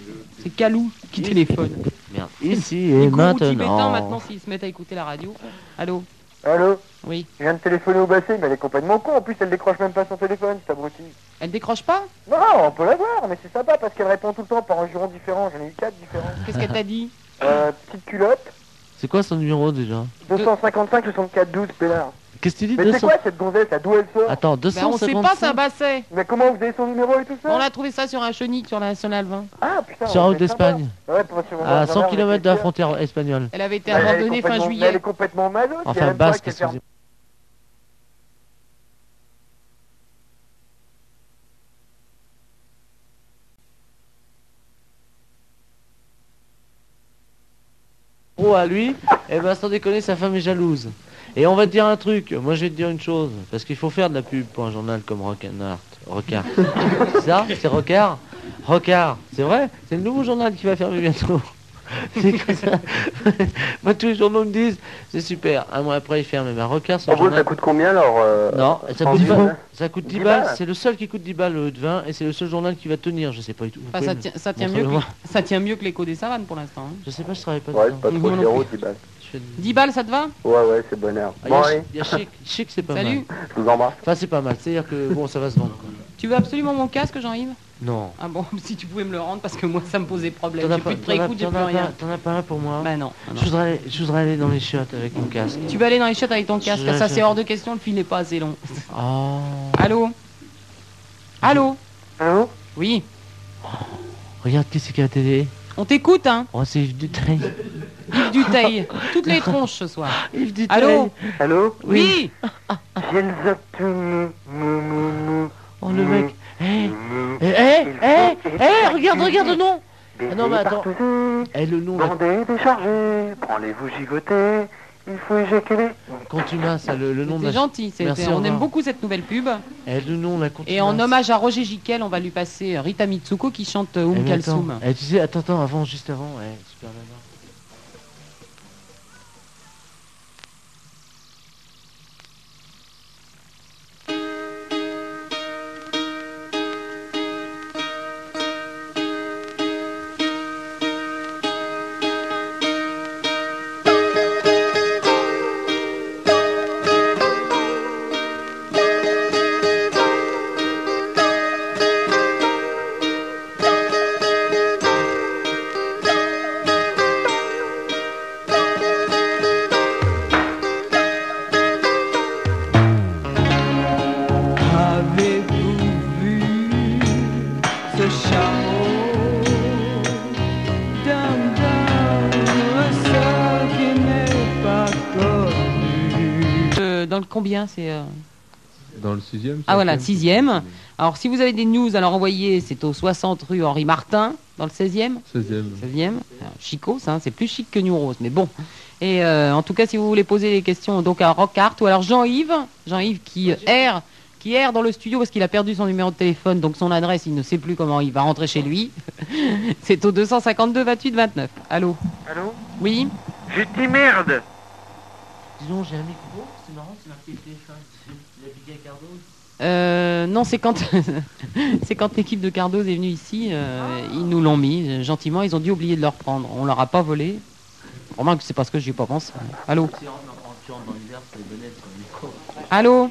S2: C'est Calou qui téléphone.
S3: Merde. Ici et
S2: Gourou tibétain
S3: maintenant.
S2: maintenant s'ils se mettent à écouter la radio. Allô
S10: Allô
S2: Oui.
S10: Je viens de téléphoner au bassin, mais elle est complètement con. En plus, elle décroche même pas son téléphone, cette abrutie.
S2: Elle décroche pas
S10: Non, on peut la voir, mais c'est sympa parce qu'elle répond tout le temps par un juron différent. J'en ai eu quatre différents.
S2: Qu'est-ce qu'elle t'a dit
S10: Euh, petite culotte,
S3: C'est quoi son numéro déjà
S10: 255 64 12, pélard.
S3: Qu'est-ce que tu dis
S10: Mais c'est
S3: 200
S10: quoi cette gonzesse à d'où elle sort
S3: Attends,
S2: Bah, on sait pas, c'est un basset.
S10: Mais comment vous avez son numéro et tout ça
S2: On a trouvé ça sur un chenille sur la nationale 20.
S10: Ah putain
S3: Sur la route d'Espagne.
S10: Ouais, parce que-
S3: À 100
S10: Bernard,
S3: km de la frontière espagnole.
S2: Elle avait été
S10: Mais elle est
S2: abandonnée fin
S10: complètement- mais Elle est
S2: juillet.
S10: complètement malote. il y a
S3: Enfin,
S10: même pas
S3: basque,
S10: qu'à faire-
S3: excusez-moi. Pro à lui, et ben sans déconner, sa femme est jalouse. Et on va te dire un truc, moi je vais te dire une chose, parce qu'il faut faire de la pub pour un journal comme Rock'n'Art. Rock'art. C'est ça C'est Rock'art Rock'art, c'est vrai C'est le nouveau journal qui va fermer bientôt. C'est comme ça. moi tous les journaux me disent, c'est super. Un mois après, il ferme. Mais Rock'art, c'est
S8: En
S3: un
S8: gros, Ah ça
S3: journal...
S8: coûte combien alors euh,
S3: Non, ça
S8: en
S3: coûte,
S8: vivant
S3: pas- ça coûte 10
S8: 10
S3: balles,
S8: hein balles.
S3: c'est le seul qui coûte 10 balles le de 20 et c'est le seul journal qui va tenir, je sais pas du tout. Vous
S2: Enfin,
S3: pouvez
S2: Ah, ça,
S3: me-
S2: tient, ça, tient mieux
S3: montrez-le
S2: que,
S3: moi.
S2: ça tient mieux que l'écho des savanes pour l'instant. hein.
S3: Je sais pas, je travaille pas
S8: Ouais,
S3: dedans.
S8: c'est pas trop
S2: Moi non
S8: zéro, 10 balles.
S2: 10 balles, ça te va
S8: Ouais, ouais, c'est bonheur.
S3: Ah, y a
S8: Bon,
S3: Chi-
S8: allez.
S3: y a Chic, Chic, c'est pas
S2: Salut.
S3: mal.
S8: Je vous embrasse.
S3: Enfin, c'est pas mal, c'est-à-dire que bon, ça va se vendre. quoi.
S2: Tu veux absolument mon casque, Jean-Yves
S3: Non.
S2: Ah bon, si tu pouvais me le rendre parce que moi ça me posait problème.
S3: T'en as
S2: J'ai
S3: pas-
S2: plus de
S3: t'en as-
S2: préécoute, j'ai
S3: t'en
S2: plus
S3: as
S2: rien.
S3: pas- T'en as pas un pour moi hein
S2: Bah non.
S3: Je voudrais, aller- je voudrais aller dans les chiottes avec mon casque.
S2: Tu vas aller dans les chiottes avec ton casque,
S3: Je-
S2: ça
S3: je-
S2: c'est hors de question, le fil n'est pas assez long.
S3: Oh.
S2: Allô Allô
S10: Allô
S2: Oui,
S3: Regarde qui c'est qui a la télé.
S2: on t'écoute hein,
S3: Oh, c'est Yves Duteil.
S2: Yves Duteil. Toutes les tronches ce soir.
S3: Yves Duteil.
S2: Allô
S10: Allô
S2: Oui
S3: Oh, le mec. Eh, eh, eh, eh, eh, regarde, regarde, non. Ah non, mais attends. Eh, le nom. là.
S10: Bandez, déchargez, prends-les-vous gigoter, il faut éjaculer.
S3: Quand tu m'as, Ah, ça, le, le nom de
S2: C'est
S3: la-
S2: gentil, c'est-
S3: bah, Merci,
S2: c'est-
S3: au
S2: on
S3: revoir.
S2: aime beaucoup cette nouvelle pub.
S3: Eh, le nom, la
S2: Et en hommage à Roger Giquel, on va lui passer euh, Rita Mitsuko qui chante euh,
S3: Eh,
S2: Um
S3: mais attends.
S2: Kalsum.
S3: Eh, tu sais, attends, attends, avant, juste avant. Eh, super nana.
S1: Avez-vous vu ce chameau d'un d'un seul qui n'est pas connu
S2: Euh, dans le combien c'est euh,
S7: Dans le sixième
S2: Ah voilà,
S7: cinquième,
S2: sixième. Alors si vous avez des news, alors envoyez, c'est au 60 rue Henri Martin, dans le 16e.
S7: Seizième.
S2: 16e. Alors, Chicos, hein, c'est plus chic que New Rose, mais bon. Et euh, en tout cas, si vous voulez poser des questions donc à Rockart ou alors Jean-Yves, Jean-Yves qui euh, erre, qui erre dans le studio parce qu'il a perdu son numéro de téléphone, donc son adresse, il ne sait plus comment il va rentrer chez lui. c'est au 252 28 29. Allô
S18: Allô
S2: Oui
S18: Je dis merde
S3: Oh, Dis donc, j'ai un micro, c'est marrant, c'est marqué téléphone. Il a piqué à Cardo.
S2: Euh, non, c'est quand, c'est quand l'équipe de Cardoz est venue ici, euh, ils nous l'ont mis euh, gentiment, ils ont dû oublier de le reprendre. On leur a pas volé. Remarque, c'est parce que j'y ai pas pensé. Allô
S3: Si on rentre en- tu rentres dans l'hiver, c'est les bonnettes sur le micro.
S2: Allô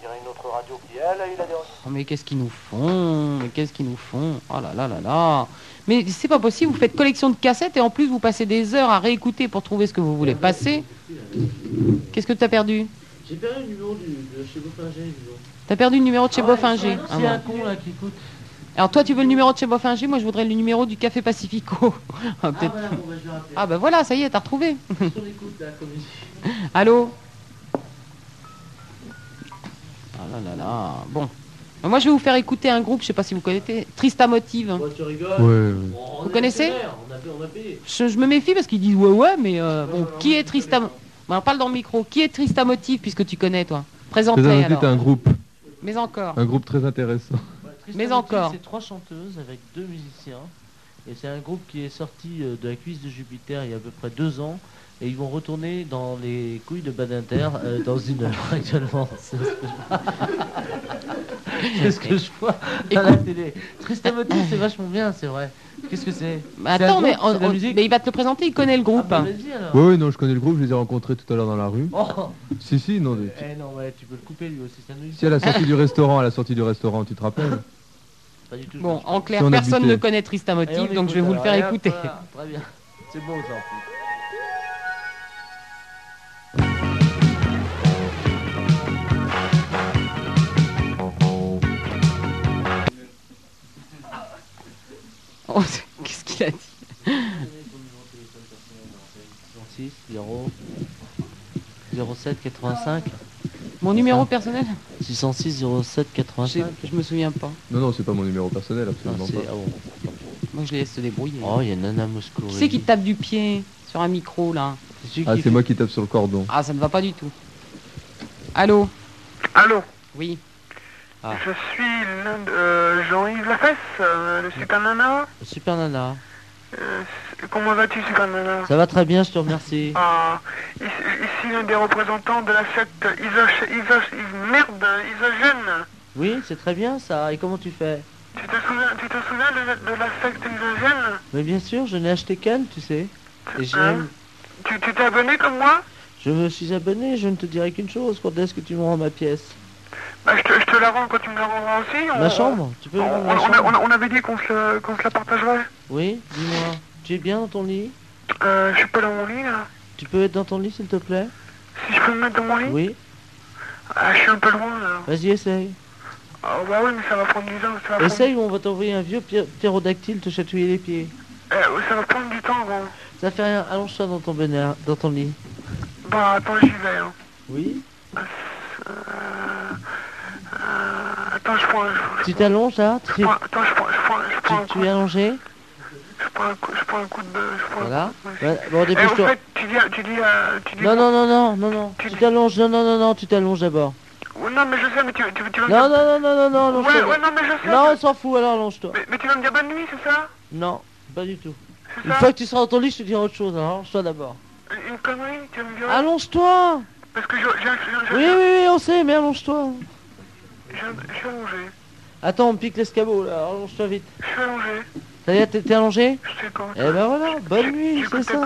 S10: Une autre radio qui, elle, a eu la dernière.
S2: Oh, mais qu'est-ce qu'ils nous font Mais qu'est-ce qu'ils nous font Oh là là là là Mais c'est pas possible, vous faites collection de cassettes et en plus vous passez des heures à réécouter pour trouver ce que vous voulez passer. Qu'est-ce que tu as perdu
S3: J'ai perdu le numéro du, de chez Boffinger, dis donc.
S2: T'as perdu le numéro de chez
S3: Ah ouais,
S2: Boffinger.
S3: c'est
S2: Ah
S3: un
S2: bon.
S3: con là qui écoute.
S2: Alors toi tu veux le numéro de chez Boffinger, moi je voudrais le numéro du Café Pacifico. Ah,
S3: Ah
S2: peut-être-
S3: voilà, bon bah je vais rappeler.
S2: Ah, bah voilà, ça y est, t'as retrouvé.
S3: On écoute la comédie.
S2: Allô Ah là là là, bon. Mais Moi je vais vous faire écouter un groupe, je sais pas si vous connaissez, Trista Motive.
S3: Bon, Bah, tu rigoles
S7: Ouais,
S3: On- on
S2: Vous
S3: est
S2: connaissez
S3: vénère, on a, on a payé.
S2: Je, je me méfie parce qu'ils disent ouais ouais, mais euh, bon, qui est Tristam ben, Parle dans le micro. Qui est Tristamotive puisque tu connais toi
S7: C'est
S2: Présente-les
S7: un,
S2: alors.
S7: c'est un groupe,
S2: Mais encore.
S7: un groupe très intéressant.
S3: Tristan
S2: Mais
S3: Motif,
S2: encore.
S3: C'est trois chanteuses avec deux musiciens. Et c'est un groupe qui est sorti euh, de la cuisse de Jupiter il y a à peu près deux ans. Et ils vont retourner dans les couilles de Badinter euh, dans une heure actuellement. C'est ce que je- C'est ce que je vois à la télé. Tristan Motif, c'est vachement bien, c'est vrai. Qu'est-ce que c'est
S2: Mais attends, mais, on- on- mais il va te le présenter, il connaît le groupe.
S3: Ah, bah, Vas-y alors.
S7: Oui, oui, non, je connais le groupe, je les ai rencontrés tout à l'heure dans la rue.
S3: Oh.
S7: Si, si, non. des-
S3: Eh non, ouais, tu peux le couper lui aussi, ça nous
S7: Si à la sortie du restaurant, à la sortie du restaurant, tu te rappelles
S3: Pas du tout.
S2: Bon, en clair,
S7: Si on a
S2: personne
S7: buté.
S2: ne connaît
S3: Allez, on
S2: Tristamotive, donc
S3: écoute, euh,
S2: je vais vous le
S3: alors,
S2: faire
S3: et hop,
S2: écouter.
S3: voilà, très bien. C'est bon, ça. en fait.
S2: Oh, c'est- Qu'est-ce qu'il a dit
S3: Gentil, 0 07 85
S2: Mon numéro personnel
S3: 606 07 85
S2: Je me souviens pas.
S7: Non, non, c'est pas mon numéro personnel, absolument
S3: Ah, c'est-
S7: pas.
S3: ah
S2: Moi je les laisse se débrouiller.
S3: Oh, il y a Nana Moscou.
S2: Qui c'est qui te tape du pied sur un micro là
S7: Ah, c'est moi qui tape sur le cordon.
S2: Ah, ça ne va pas du tout. Allô
S24: Allô
S2: Oui. Ah.
S24: Je suis l'un de- euh, Jean-Yves Lafesse, euh, le Super Nana.
S3: Super Nana.
S24: Euh, c'est- comment vas-tu, Super Nana
S3: Ça va très bien, je te remercie.
S24: Ah, ici, ici l'un des représentants de la secte iso- iso- merde, isogène.
S3: Oui, c'est très bien ça. Et comment tu fais
S24: Tu te souviens, tu te souviens de, la- de la secte isogène
S3: Mais bien sûr, je n'ai acheté qu'elle, tu sais. Et
S24: Hein
S3: j'aime.
S24: Tu tu t'es abonné comme moi
S3: Je me suis abonné, je ne te dirai qu'une chose. Quand est-ce que tu me rends ma pièce
S24: bah, je, te, je te la rends quand tu me la rendras aussi. on-
S3: Ma chambre Tu peux
S24: on,
S3: me rendre
S24: on-
S3: ma
S24: on a-
S3: chambre
S24: on a- on avait dit qu'on se, la- qu'on se la partagerait.
S3: Oui, dis-moi. Tu es bien dans ton lit
S24: Euh, je suis pas dans mon lit là.
S3: Tu peux être dans ton lit, s'il te plaît
S24: Si je peux me mettre dans mon lit
S3: Oui.
S24: Ah, je suis un peu loin là.
S3: Vas-y, essaye.
S24: Ah bah oui, mais ça va prendre du temps. Ça va,
S3: Essaye ou on va t'envoyer un vieux pié- pyrodactyle te chatouiller les pieds.
S24: prendre, euh, ça va prendre du temps. Bon.
S3: Ça fait rien, allonge-toi dans ton bonheur, dans ton lit.
S24: Bah attends, j'y vais. Hein.
S3: Oui
S24: Attends, je prends, je,
S3: Tu t'allonges là tu,
S24: prends- attends, je prends, je prends, je prends, un
S3: tu
S24: coup-
S3: es allongé
S24: je prends un coup, je prends un coup de, je prends.
S3: Voilà.
S24: Un coup de...
S3: Ouais, Bon,
S24: Eh, au
S3: dépêche-toi.
S24: fait, tu dis, tu dis, euh, tu dis.
S3: Non, non, non, non, non, non. Tu t'allonges, non, non, non, non, tu t'allonges d'abord.
S24: Ouais, non, mais je sais, mais tu, tu, tu vas. me
S3: Non,
S24: dire-
S3: non, non, non, non, non, allonge-toi.
S24: Ouais, ouais, non, mais je sais.
S3: Non, on s'en fout, alors allonge-toi.
S24: Mais, mais tu vas me dire bonne nuit, c'est ça
S3: Non, pas du tout.
S24: C'est
S3: Une
S24: ça
S3: fois que tu seras dans ton lit, je te dirai autre chose, alors allonge-toi d'abord.
S24: Une connerie, tu vas me dire.
S3: Allonge-toi
S24: Parce que j'ai, j'ai, j'ai,
S3: Oui, oui, oui, on sait, mais allonge-toi.
S24: j'ai- je suis allongé.
S3: Attends, on me pique l'escabeau, là, allonge-toi vite.
S24: Je suis allongé.
S3: Ça y est, t'es t'es allongé
S24: Je sais quand.
S3: Eh ben voilà, bonne nuit, c'est ça.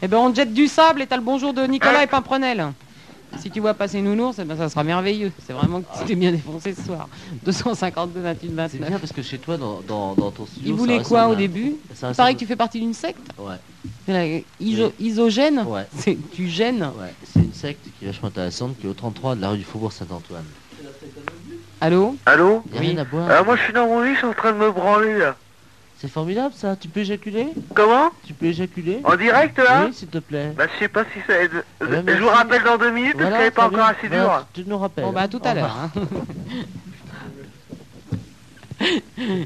S2: Eh ben on te jette du sable et t'as le bonjour de
S3: Ah.
S2: Nicolas et Pimprenel. Si tu vois passer Nounours, eh ben, ça sera merveilleux. C'est vraiment que tu t'es bien défoncé ce soir. 252 28
S3: C'est bien
S2: 29.
S3: parce que chez toi, dans, dans, dans ton studio.
S2: Il
S3: ça
S2: voulait
S3: ressemble
S2: quoi au
S3: à-
S2: début
S3: ça
S2: Il paraît
S3: ressemble-
S2: que tu fais partie d'une secte
S3: Ouais,
S2: C'est la- iso- Isogène
S3: ouais.
S2: C'est- Tu gênes
S3: ouais. C'est une secte qui est vachement intéressante qui est au 33 de la rue du Faubourg Saint-Antoine.
S2: Allô
S3: Allô Il y a
S2: Oui.
S3: rien à boire.
S2: Ah,
S3: moi je suis dans mon lit, je suis en train de me branler là. C'est formidable ça, tu peux éjaculer
S24: Comment
S3: Tu peux éjaculer
S24: En direct, là
S3: Oui, s'il te plaît.
S24: Bah, je sais pas si ça aide.
S3: ben,
S24: je
S3: merci.
S24: vous rappelle dans deux minutes parce
S3: Voilà,
S24: qu'elle n'est pas
S3: très
S24: encore
S3: bien.
S24: assez
S3: Voilà,
S24: dure.
S3: tu nous rappelles. Ah,
S2: Bon bah à tout
S3: Au
S2: à l'heure.
S3: revoir.
S2: hein.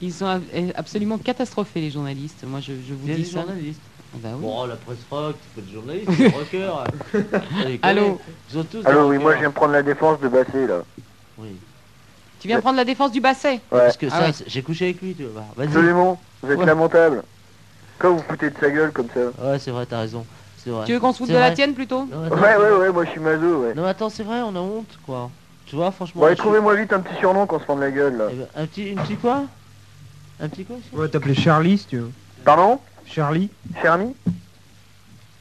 S2: Ils sont ab- absolument catastrophés les journalistes. Moi je, je vous
S3: Il y a
S2: dis
S3: des
S2: ça.
S3: journalistes.
S2: Ah Bah, oui.
S3: Bon, Oh, la presse rock, c'est pas de journaliste, c'est des rockers. Allez,
S2: Allô
S3: Ils ont tous des
S10: Allô, oui, moi je
S3: rockers.
S10: viens prendre la défense de Bassé là.
S3: Oui.
S2: Tu viens prendre la défense du basset
S3: Parce que
S2: Ah
S3: ça,
S2: ouais.
S3: c'est- j'ai couché avec lui, tu vois. Vas-y.
S10: Absolument, vous êtes
S3: Ouais.
S10: lamentable. Quand vous foutez de sa gueule comme ça.
S3: Ouais, c'est vrai, t'as raison. C'est- c'est vrai.
S2: Tu veux qu'on se foute
S3: C'est
S2: de la
S3: vrai.
S2: tienne plutôt
S3: Non, attends.
S10: Ouais, ouais, ouais, moi je suis maso, ouais.
S3: Non, mais attends, c'est vrai, on a honte, quoi. Tu vois, franchement.
S10: Bon, allez,
S3: je- Eh ben,
S10: trouvez-moi vite un petit surnom qu'on se prend de la gueule, là.
S3: Un petit, une petite quoi Un petit quoi
S15: On va t'appeler Charlie si tu veux.
S10: Pardon
S15: Charlie
S10: Charlie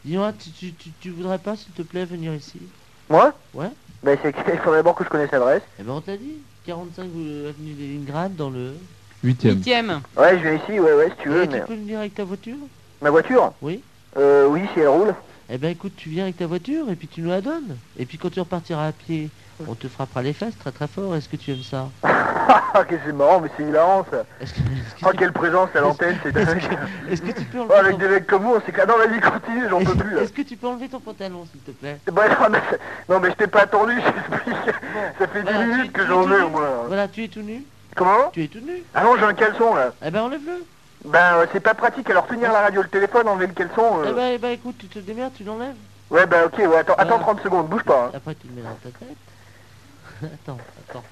S3: Dis-moi, tu, tu, tu, tu voudrais pas, s'il te plaît, venir ici
S10: Moi
S3: Ouais.
S10: Bah, c'est que- il faudrait d'abord que je connaisse l'adresse.
S3: Eh ben, on t'a dit 45 euh, avenue Leningrad dans le.
S10: Huitième.
S2: Huitième.
S10: Ouais, je viens ici, ouais, ouais, si tu veux,
S3: Et tu
S10: mais...
S3: peux venir avec ta voiture
S10: Ma voiture
S3: Oui.
S10: Euh, oui, si elle roule.
S3: Eh ben, écoute, tu viens avec ta voiture et puis tu nous la donnes. Et puis quand tu repartiras à pied, on te frappera les fesses très très fort. Est-ce que tu aimes ça
S10: Ah, que c'est marrant, mais c'est hilarant, ça. Oh, quelle présence à l'antenne, c'est dingue.
S3: Est-ce que tu peux
S10: Oh, avec des mecs comme vous, c'est que... Non, vas-y, continue, j'en peux plus, là.
S3: Est-ce que tu peux enlever ton pantalon, s'il te plaît
S10: Bah, non, mais, c'est- non, mais je t'ai pas attendu, j'explique. Ça fait 10
S3: Voilà, tu-
S10: minutes
S3: tu
S10: que
S3: es
S10: j'en
S3: tout
S10: veux,
S3: nu.
S10: moi.
S3: Voilà, tu es tout nu.
S10: Comment
S3: Tu es tout nu.
S10: Ah non, j'ai un caleçon, là.
S3: Eh ben, enlève-le.
S10: Ben, euh, c'est pas pratique, alors tenir la radio, le téléphone, enlever le caleçon... euh,
S3: Eh ben, eh ben, écoute, tu te démerdes, tu l'enlèves.
S10: Ouais, bah, ok, ouais, attends,
S3: Euh.
S10: attends 30 secondes, bouge pas. hein.
S3: Après, tu le mets dans ta tête. attends, attends.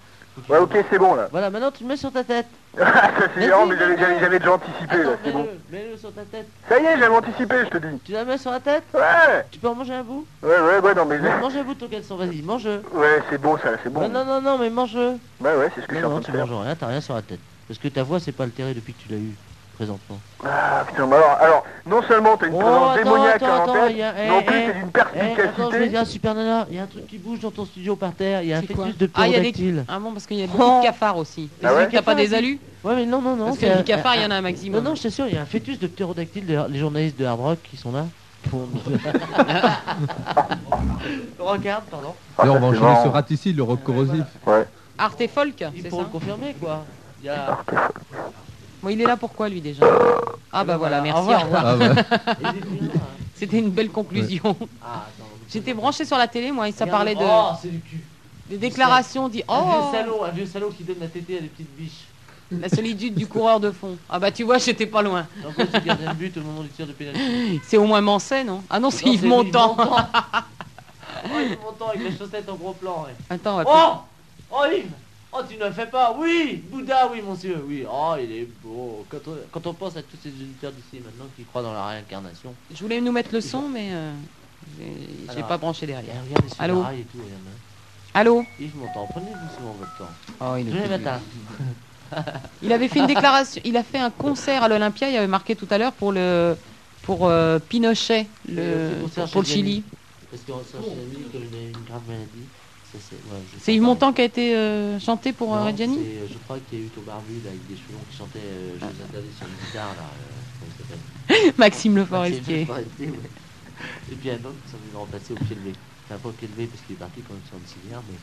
S10: Ouais, ok, c'est bon, là.
S3: Voilà, maintenant, tu le mets sur ta tête.
S10: Ah, ça, c'est
S3: Vas-y,
S10: hilarant, mais j'avais-
S3: mets-le.
S10: j'avais j'avais déjà anticipé, là,
S3: Attends,
S10: c'est bon.
S3: mets-le, mets-le sur ta tête.
S10: Ça y est, j'avais anticipé, je te dis.
S3: Tu la mets sur la tête
S10: Ouais
S3: Tu peux en manger un bout
S10: Ouais, ouais, ouais, non, mais...
S3: Mange- Mange un bout de ton caleçon, vas-y, mange.
S10: Ouais, c'est bon, ça, c'est bon.
S3: Non, non, non, non, mais mange.
S10: Ben Ouais, ouais, c'est ce que je suis
S3: Non,
S10: en
S3: non,
S10: train
S3: tu
S10: de faire.
S3: manges rien, t'as rien sur la tête. Parce que ta voix s'est pas altérée depuis que tu l'as eue, présentement.
S10: Ah, putain, mais alors, alors, non seulement t'as une
S3: Oh,
S10: présence
S3: attends,
S10: démoniaque
S3: attends,
S10: à
S3: attends,
S10: l'antenne,
S3: il y a-
S10: mais en
S3: eh,
S10: plus,
S3: eh,
S10: c'est d'une
S3: Eh, attends, je vais
S10: perspicacité...
S3: dire, super nana, il y a un truc qui bouge dans ton studio par terre, il y a un fœtus de
S2: Ah, il y a des...
S3: ptérodactyle.
S2: ah bon, parce qu'il y a beaucoup de cafards aussi.
S3: Ah ouais
S2: Est-ce qu'il n'y a pas des alus
S3: Ouais, mais non, non, non.
S2: Parce
S3: c'est
S2: que
S3: un-
S2: du cafard,
S3: un-
S2: il y en a un maximum.
S3: Non, non, je t'assure, il y a un fœtus de ptérodactyle, d'ailleurs, les journalistes de Hard Rock qui sont là. pour- Regarde, pardon.
S7: D'ailleurs, on va
S3: Ah, c'est
S7: enchaîner
S3: marrant.
S7: sur Ratissi, le rock corrosif.
S10: Ouais.
S2: Artefolk, c'est ça
S3: Pour le confirmer, quoi. Il y a-
S2: Bon, il est là pourquoi lui déjà Ah bah voilà, merci, au
S3: ben revoir.
S2: revoir.
S3: Ah ouais.
S2: C'était une belle conclusion. J'étais branché sur la télé, moi, et ça
S3: Regarde,
S2: parlait de
S3: Oh, c'est du cul.
S2: des déclarations dit
S3: Un vieux
S2: oh
S3: salaud, un vieux salaud qui donne la tétée à des petites biches.
S2: la solitude du coureur de fond. Ah bah tu vois, j'étais pas loin.
S3: Donc, quand tu gardes un but au moment du tir de pénalité.
S2: C'est au moins Mancet, non Ah non, c'est
S3: Non,
S2: Yves
S3: c'est
S2: Montand.
S3: Yves Montand. Oh, Yves Montand avec les chaussettes en gros plan, ouais.
S2: Attends, on va
S3: Oh Oh Yves Oh tu ne le fais pas Oui Bouddha, oui monsieur, oui. Oh il est beau. Quand on, quand on pense à tous ces auditeurs d'ici maintenant qui croient dans la réincarnation.
S2: Je voulais nous mettre le son, mais euh, j'ai- j'ai
S3: Alors,
S2: pas branché derrière.
S3: eh, regarde les
S2: Allô
S3: funérailles et tout, regarde, hein.
S2: Allô
S3: Yves Montand, prenez-vous souvent votre temps.
S2: Oh, il est
S3: Tous les
S2: fou, lui.
S3: matins.
S2: Il avait fait une déclaration, il a fait un concert à l'Olympia, il avait marqué tout à l'heure pour le pour euh, Pinochet,
S3: Euh,
S2: le,
S3: c'est
S2: pour,
S3: concert
S2: le
S3: chez
S2: Chili.
S3: Gianni. Parce qu'on sort chez Gianni comme une, une grave maladie. Ça, c'est ouais, je
S2: C'est
S3: sais
S2: Yves
S3: pas.
S2: Montand qui a été euh, chanté pour euh,
S3: Non,
S2: Red Gianni
S3: c'est, euh, Je crois qu'il y a eu ton barbu là, avec des cheveux longs qui chantait euh,
S2: Ah.
S3: Je vous interdis sur une guitare là. euh, comment il s'appelle
S2: Maxime Le
S3: Maxime
S2: Forestier.
S3: Le Forestier, ouais. Et puis un autre qui s'en est remplacé au pied levé. Enfin pas au pied levé parce qu'il est parti quand même sur une civière mais.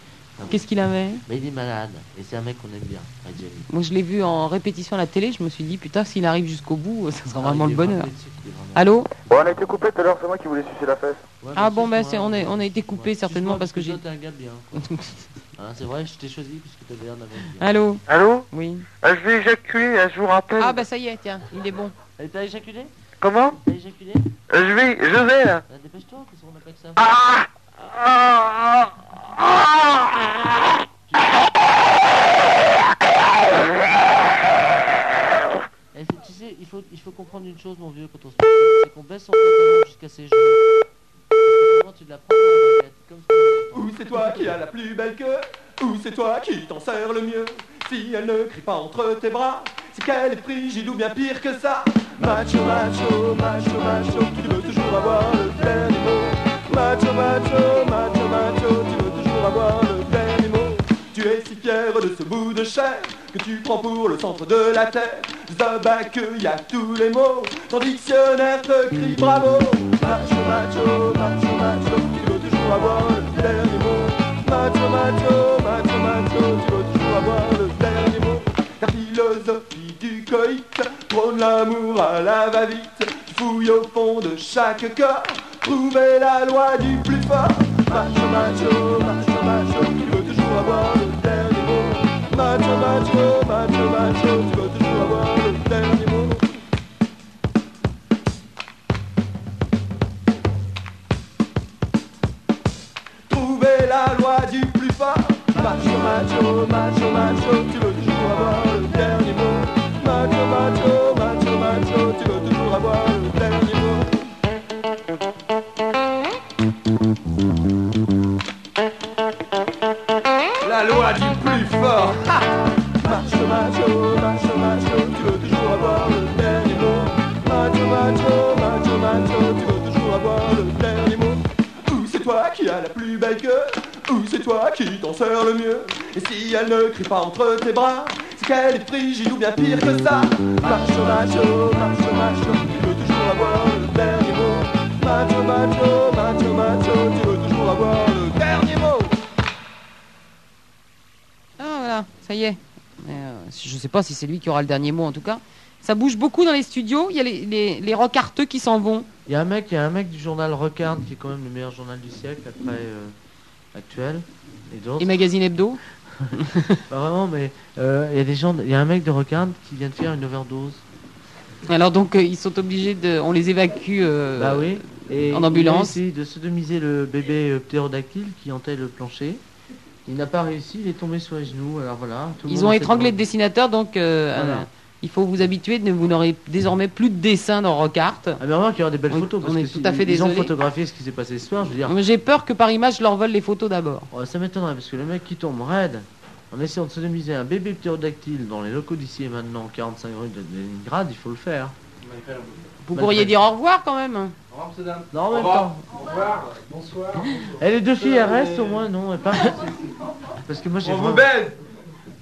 S2: Qu'est-ce qu'il avait
S3: Mais il est malade et c'est un mec qu'on aime bien, Red Gianni.
S2: Moi, je l'ai vu en répétition à la télé, je me suis dit, putain, s'il arrive jusqu'au bout, euh, ça sera
S3: Ah,
S2: vraiment
S3: il
S2: le
S3: est
S2: bonheur.
S3: vraiment dessus, il est vraiment-
S2: Allô
S4: Bon, on a été coupé tout à l'heure, c'est moi qui voulais sucer la fesse.
S3: Ouais,
S2: Ah
S3: mais
S2: bon, ben,
S3: suce-moi,
S2: c'est- on, est-
S3: euh,
S2: on a été coupé
S3: suce-moi,
S2: certainement
S3: parce
S2: parce que j'ai...
S3: toi, t'es un gars bien. quoi. Hein, c'est vrai, je t'ai choisi parce que t'avais l'air d'un mec bien.
S2: Allô
S24: Allô
S2: Oui.
S24: Ah, je vais éjaculer, là, je vous
S4: Euh.
S24: rappelle.
S2: Ah bah ça y est, tiens, il est bon.
S3: Et T'as éjaculé
S24: Comment
S3: T'as éjaculé
S24: Euh, Je vais, je vais là.
S3: Bah, Dépêche-toi, qu'est-ce qu'on appelle ça
S24: Ah, ah,
S3: Eh, c'est- tu sais, il faut, il faut comprendre une chose, mon vieux, quand on se masturbe, c'est qu'on baisse son pantalon jusqu'à ses genoux. Parce que vraiment, tu de la prends dans la baguette, comme ça.
S16: Ou c'est toi qui as la plus belle queue Ou c'est toi qui t'en sers le mieux Si elle ne crie pas entre tes bras C'est qu'elle est frigide ou bien pire que ça Macho, macho, macho, macho Tu veux toujours avoir le dernier mot Macho, macho, macho, macho Tu veux toujours avoir le dernier mot Tu es si fier de ce bout de chair Que tu prends pour le centre de la terre Zabac, y a tous les mots Ton dictionnaire te crie bravo Macho, macho, macho, macho Tu veux toujours avoir le dernier mot Macho, macho, macho, macho Tu veux toujours avoir le dernier mot La philosophie du coït Prône l'amour à la va-vite Qui fouille au fond de chaque corps Trouver la loi du plus fort Macho, macho, macho, macho Tu veux toujours avoir le dernier mot Macho, macho, macho, macho Tu veux toujours avoir le dernier mot trouver la loi du plus fort. Macho, macho, macho, macho, tu veux toujours avoir le dernier mot. Macho, macho, macho, macho, tu veux toujours avoir le dernier mot. toi qui t'en sers le mieux. Et si elle ne crie pas entre tes bras, c'est qu'elle est frigide ou bien pire que ça. Macho, macho, macho, macho, tu veux toujours avoir le dernier mot. Macho, macho, macho, macho, tu veux toujours avoir le dernier mot.
S2: Ah voilà, ça y est. Euh, je sais pas si c'est lui qui aura le dernier mot en tout cas. Ça bouge beaucoup dans les studios, il y a les, les, les rocarteux qui s'en vont.
S3: Il y a un mec, il y a un mec du journal Rocard qui est quand même le meilleur journal du siècle après euh, actuel et d'autres.
S2: Et magazine hebdo
S3: Pas vraiment, mais euh, il y a des gens, il y a un mec de Rocard qui vient de faire une overdose.
S2: Alors donc euh, ils sont obligés de... On les évacue euh,
S3: Bah oui. Et
S2: en ambulance.
S3: Il a essayé de sodomiser le bébé euh, ptérodactyle qui hantait le plancher. Il n'a pas réussi, il est tombé sur les genoux. Alors voilà. tout le
S2: Ils
S3: monde
S2: ont
S3: a
S2: étranglé
S3: cette-
S2: le dessinateur donc euh,
S3: Voilà.
S2: euh, il faut vous habituer, ne- vous n'aurez désormais plus de dessin dans Rocard.
S3: Ah mais remarque, il y aura des belles
S2: On-
S3: photos.
S2: on
S3: parce
S2: est
S3: que
S2: tout
S3: si
S2: à fait
S3: Ils ont
S2: désolé.
S3: photographié ce qui s'est passé ce soir. Je veux dire,
S2: Mais J'ai peur que par image je leur vole les photos d'abord.
S3: oh, ça m'étonnerait parce que le mec qui tombe raide en essayant de sodomiser un bébé ptérodactyle dans les locaux d'ici et maintenant 45 rue de Leningrad, il faut le faire.
S2: Vous
S3: Malgré-
S2: pourriez dire au revoir quand même.
S15: Au revoir, monsieur, dame.
S3: Non, en
S15: Au
S3: même
S15: revoir.
S3: temps.
S15: Au revoir. Bonsoir. bonjour.
S3: Et Eh, les deux filles, elles
S15: Euh,
S3: restent au moins, non elles partent. Parce que moi, j'ai
S15: On vous
S3: vraiment-
S15: baise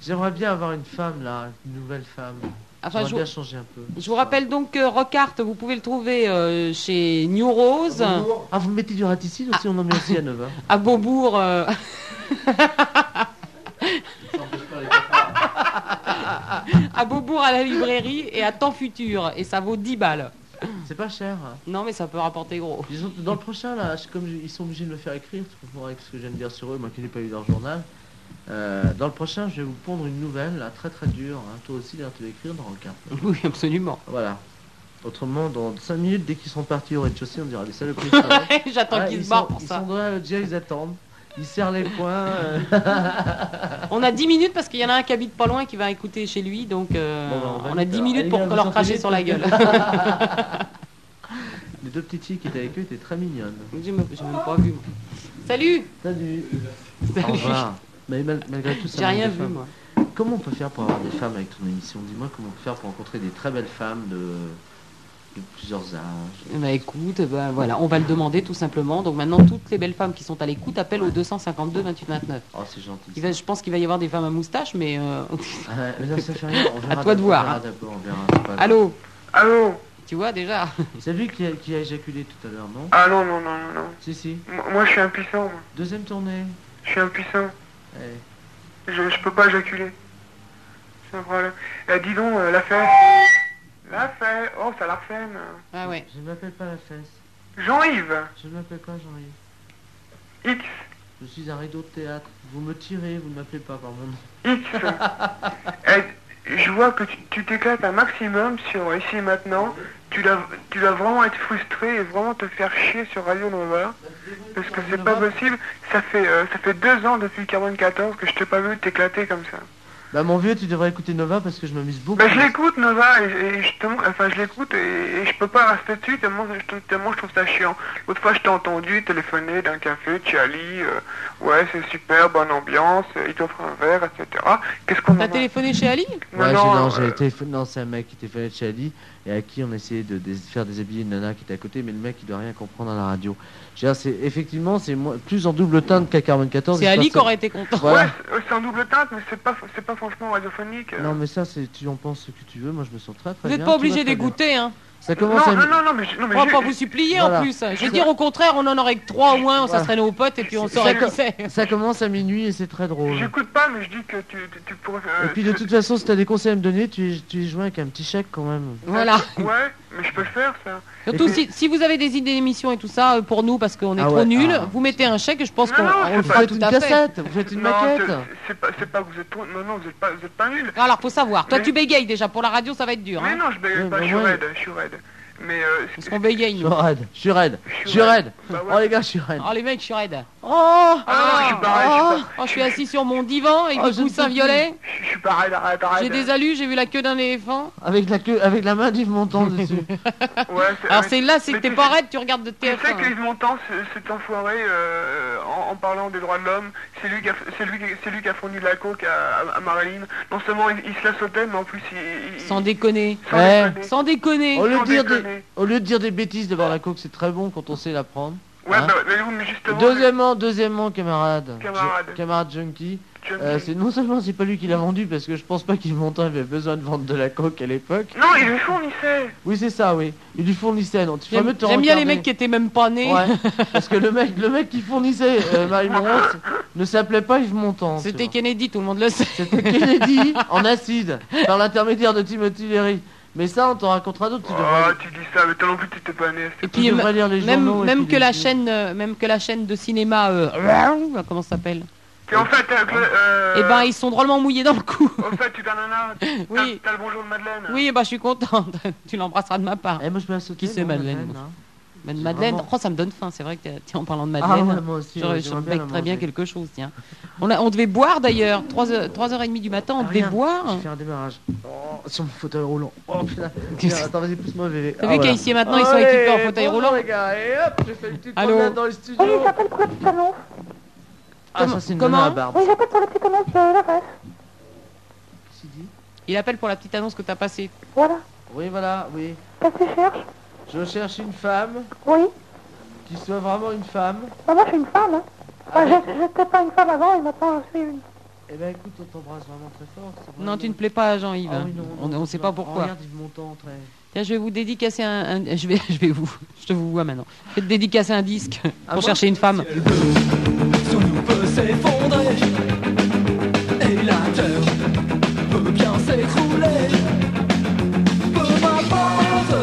S3: J'aimerais bien avoir une femme, là, une nouvelle femme.
S2: Enfin,
S3: J'aimerais
S2: je-
S3: bien changer un peu.
S2: Je vous rappelle donc que Rocard, vous pouvez le trouver euh, chez New Rose.
S3: Bonjour. Ah, vous mettez du raticide aussi, on en met aussi à hein. 9h.
S2: À Beaubourg. euh, à Beaubourg à la librairie et à temps futur. Et ça vaut 10 balles.
S3: C'est pas cher. hein.
S2: Non, mais ça peut rapporter gros.
S3: Dans le prochain, là, je- comme je- ils sont obligés de me faire écrire, tu comprends avec ce que je viens de dire sur eux, moi qui n'ai pas eu leur journal. euh, dans le prochain, je vais vous pondre une nouvelle, là, très très dure. hein. Toi aussi, d'ailleurs, tu vas écrire dans le cadre.
S2: Oui, absolument.
S3: Voilà. Autrement, dans 5 minutes, dès qu'ils seront partis au rez-de-chaussée, on dira des saloperies.
S2: J'attends
S3: Ah,
S2: qu'ils
S3: ils
S2: se barrent
S3: sont-
S2: pour
S3: ils
S2: ça.
S3: sont là, déjà, ils attendent. Ils serrent les poings. euh.
S2: On a 10 minutes parce qu'il y en a un qui habite pas loin qui va écouter chez lui. Donc euh,
S3: Bon, bah, on va
S2: on, a
S3: vite,
S2: 10
S3: alors.
S2: minutes
S3: Allez,
S2: pour
S3: viens,
S2: leur
S3: vous
S2: cracher
S3: sortez
S2: sur la
S3: vite.
S2: gueule.
S3: Les deux petites filles qui étaient avec eux étaient très mignonnes.
S2: J'ai même pas vu. Salut
S3: Salut
S2: Salut.
S3: Au revoir. Mais mal- malgré tout, ça
S2: J'ai
S3: manque
S2: rien
S3: de
S2: vu,
S3: femmes.
S2: moi.
S3: Comment on peut faire pour avoir des femmes avec ton émission Dis-moi comment on peut faire pour rencontrer des très belles femmes de, de plusieurs âges.
S2: Eh ben, écoute, ben, voilà, on va le demander tout simplement. Donc maintenant, toutes les belles femmes qui sont à l'écoute appellent au 252 28 29.
S3: Oh, c'est gentil.
S2: Il va- je pense qu'il va y avoir des femmes à moustache, mais... euh,
S3: Ah, mais non, ça fait rien. On
S2: à
S3: verra
S2: toi de
S3: d'abord,
S2: voir.
S3: On verra
S2: hein.
S3: d'abord, on verra. C'est pas grave.
S2: Allô
S24: Allô
S2: Tu vois déjà
S3: C'est lui qui a, qui a éjaculé tout à l'heure, non
S24: Ah non, non, non, non, non.
S3: Si, si.
S24: Moi, moi, je suis impuissant, moi.
S3: Deuxième tournée.
S24: Je suis impuissant.
S3: Eh.
S24: Je, je peux pas éjaculer. C'est un problème. Eh, dis donc, euh, la fesse. La fesse. Oh, ça la refait.
S2: Ah ouais.
S3: Je ne m'appelle pas la fesse.
S24: Jean-Yves
S3: Je ne m'appelle pas Jean-Yves.
S24: X.
S3: Je suis un rideau de théâtre. Vous me tirez, vous ne m'appelez pas par mon nom.
S24: X. Eh, je vois que tu tu t'éclates un maximum sur ici et maintenant. Tu dois, tu dois vraiment être frustré et vraiment te faire chier sur Radio Nova. Parce que c'est pas possible. Ça fait, euh, ça fait deux ans depuis 44 que je t'ai pas vu t'éclater comme ça.
S3: Bah mon vieux, tu devrais écouter Nova parce que je m'amuse beaucoup.
S24: Bah, je l'écoute, Nova, et, et je te- enfin, je l'écoute et, et je peux pas rester dessus tellement, je trouve- tellement je trouve ça chiant. L'autre fois, je t'ai entendu téléphoner d'un café, Tchali, euh, ouais, c'est super, bonne ambiance, euh, il t'offre un verre, etc. Qu'est-ce qu'on a
S2: téléphoné chez Ali
S24: Non,
S3: Ouais, j'ai-
S24: non,
S3: non, j'ai
S24: euh,
S3: été- non, c'est un mec qui était fait de Chali et à qui on essayait de dés- faire déshabiller une nana qui était à côté, mais le mec il doit rien comprendre à la radio. Je veux dire, c'est effectivement c'est moins- plus en double teinte qu'à 44.
S2: C'est
S3: il se
S2: Ali
S3: passe-
S2: qui aurait été content.
S3: Voilà.
S24: Ouais, c'est- c'est en double teinte, mais c'est pas, c'est pas franchement radiophonique. euh.
S3: Non mais ça c'est tu en penses ce que tu veux. Moi je me sens très très
S2: Vous n'êtes
S3: bien,
S2: pas
S3: tout
S2: obligé
S3: va très
S2: d'écouter,
S3: bien.
S2: hein
S3: Ça commence
S24: non,
S3: à
S24: non,
S3: me-
S24: non, non, mais, je- non, mais
S2: on va
S24: je-
S2: pas vous supplier
S3: Voilà.
S2: en plus. hein. Je
S3: Ça-
S2: veux dire, au contraire, on en aurait que trois au moins, ça
S3: Voilà.
S2: serait nos potes et puis on
S3: Ça
S2: saurait qui
S3: com-
S2: c'est.
S3: Ça commence à minuit et c'est très drôle.
S24: J'écoute pas, mais je dis que tu, tu, tu pourrais. euh,
S3: Et puis de toute façon, si t'as des conseils à me donner, tu es, tu es joint avec un petit chèque quand même.
S2: Voilà.
S24: euh, Ouais, mais je peux le faire, ça.
S2: Surtout si, si vous avez des idées d'émissions et tout ça euh, pour nous parce qu'on est
S3: Ah
S2: trop
S3: ouais,
S2: nuls,
S3: ah.
S2: vous mettez un chèque et je pense
S24: Non,
S2: qu'on
S24: non,
S2: on le
S24: c'est
S2: fera
S24: pas-
S2: tout
S24: Une
S2: à fait.
S3: cassette, vous faites une
S24: Non,
S3: maquette.
S24: c'est- c'est pas, c'est pas que vous êtes trop. Non, non, vous êtes pas, vous êtes pas nuls.
S2: Alors faut savoir, Ah, toi
S24: Mais-
S2: tu bégayes déjà, pour la radio ça va être dur.
S24: Mais
S2: Hein.
S24: non, je bégaye
S2: Ouais,
S24: pas,
S2: bah
S24: je suis
S2: ouais.
S24: raide, je suis raide. Mais euh,
S2: Parce qu'on bégaye
S3: Je
S2: nous.
S3: suis raide, je suis raide, je suis raide.
S35: Bah
S3: Oh les gars, je suis raide.
S2: Oh les mecs, je suis raide. Oh,
S24: Ah, non, je suis pareil, je suis
S2: oh,
S24: pareil.
S2: oh, je suis assis sur mon divan avec
S3: Oh,
S2: des
S3: je ne
S2: coussins
S3: peux plus.
S2: violets.
S24: je suis pas raide, raide, raide.
S2: J'ai des alus, j'ai vu la queue d'un éléphant.
S3: Avec la queue, avec la main d'Yves Montand dessus.
S24: Ouais, c'est-
S2: Alors
S24: mais-
S2: c'est là, c'est que
S24: mais
S2: t'es
S24: tu
S2: pas
S24: sais-
S2: raide, tu regardes de
S24: Tu
S2: TF1.
S24: sais que
S2: hein.
S24: Yves Montand, ce- cet enfoiré, euh, en, en parlant des droits de l'homme, c'est lui, qui a- c'est lui, qui- c'est lui qui a fourni de la coke à, à- à Marilyn. Non seulement il, il se la sautait, mais en plus il... il-
S2: Sans déconner.
S24: Sans
S3: Ouais.
S24: déconner.
S2: Sans déconner.
S3: Au lieu,
S24: Sans
S3: de dire
S24: déconner.
S3: des, au lieu de dire des bêtises devant la coke, c'est très bon quand on sait la prendre.
S24: il-
S35: Ouais,
S36: Hein
S35: bah, mais oui, mais justement.
S3: Deuxièmement, deuxièmement, camarade.
S35: Camarade.
S3: Ju- camarade Junkie. euh, c'est non seulement c'est pas lui qui l'a vendu parce que je pense pas qu'il montant avait besoin de vendre de la coke à l'époque.
S35: Non, il lui fournissait.
S3: Oui c'est ça oui. Il lui fournissait non. Tu
S2: J'aime
S3: fameux temps
S2: j'aime bien
S3: retardé.
S2: les mecs qui étaient même pas nés.
S3: Ouais. parce que le mec le mec qui fournissait euh, Marie Morante ne s'appelait pas Yves Montand.
S2: C'était Kennedy, tout le monde le sait.
S3: C'était Kennedy en acide par l'intermédiaire de Timothy Leary. Mais ça on t'en racontera d'autres. tu devrais-
S35: Oh, tu dis ça, mais toi non plus, t'étais pas né.
S2: Et puis,
S3: devrais
S2: euh,
S3: lire les
S2: même,
S3: journaux et
S2: même
S3: puis
S2: que
S3: les
S2: la
S3: films.
S2: chaîne, euh, même que la chaîne de cinéma, euh, comment ça s'appelle
S35: Et en fait, avec le, euh,
S2: Eh ben, ils sont drôlement mouillés dans le cou.
S35: en fait, tu nana,
S2: Oui.
S35: t'as le bonjour de Madeleine.
S2: Oui, eh ben, je suis contente. tu l'embrasseras de ma part.
S3: Eh, moi, je peux la sauter.
S2: Qui c'est Madeleine
S3: Madeleine, hein.
S2: Ben, Madeleine,
S3: vraiment-
S2: oh, ça me donne faim. C'est vrai que tiens, en parlant de
S3: Ah,
S2: Madeleine,
S3: ouais, moi aussi,
S2: je,
S3: ouais,
S2: je
S3: j'aimerais bien
S2: mec
S3: la
S2: très bien
S3: manger.
S2: quelque chose. Tiens, on, a, on devait boire d'ailleurs 3 heures, 3h30 du matin. On devait
S3: Regarde,
S2: boire.
S3: J'ai fait un démarrage. Oh, sur mon fauteuil roulant. Oh putain. Tiens, Attends, vas-y, pousse-moi, bébé. Ah,
S2: T'as vu qu'à ici et maintenant, ils sont équipés en fauteuil
S3: bonjour,
S2: roulant
S3: les gars, et hop, j'ai fait une petite
S2: Allô
S3: promenade dans le studio. Oui, j'appelle pour la petite annonce. Ah, ça, c'est une nana à
S9: bah,
S3: barbe.
S2: j'appelle pour la petite annonce
S24: euh,
S2: la Il appelle pour la petite annonce que t'as passée.
S3: Voilà. Oui, voilà, oui.
S2: Qu'est-ce que tu cherches
S3: Je cherche une femme.
S24: Oui.
S3: Qui soit vraiment une femme.
S24: Bah, moi, je suis une femme. Hein.
S9: Ah,
S24: Enfin,
S9: bah,
S24: j'ai- j'étais pas une femme avant et maintenant je suis une.
S3: Eh ben, écoute, on t'embrasse vraiment très fort. c'est vraiment-
S2: Non, tu ne plais pas à Jean-Yves.
S3: Ah
S2: hein.
S3: oui, non,
S2: on,
S3: non,
S2: on sait
S3: non.
S2: pas pourquoi.
S3: Regarde, Yves Montand, très.
S2: Tiens, je vais vous dédicacer un, un- je vais, je vais vous, je te vous vois maintenant. Je vais te dédicacer un disque pour
S24: bon
S2: chercher une femme.
S24: Sous nous peut s'effondrer et la terre peut bien s'écrouler. Peu m'importe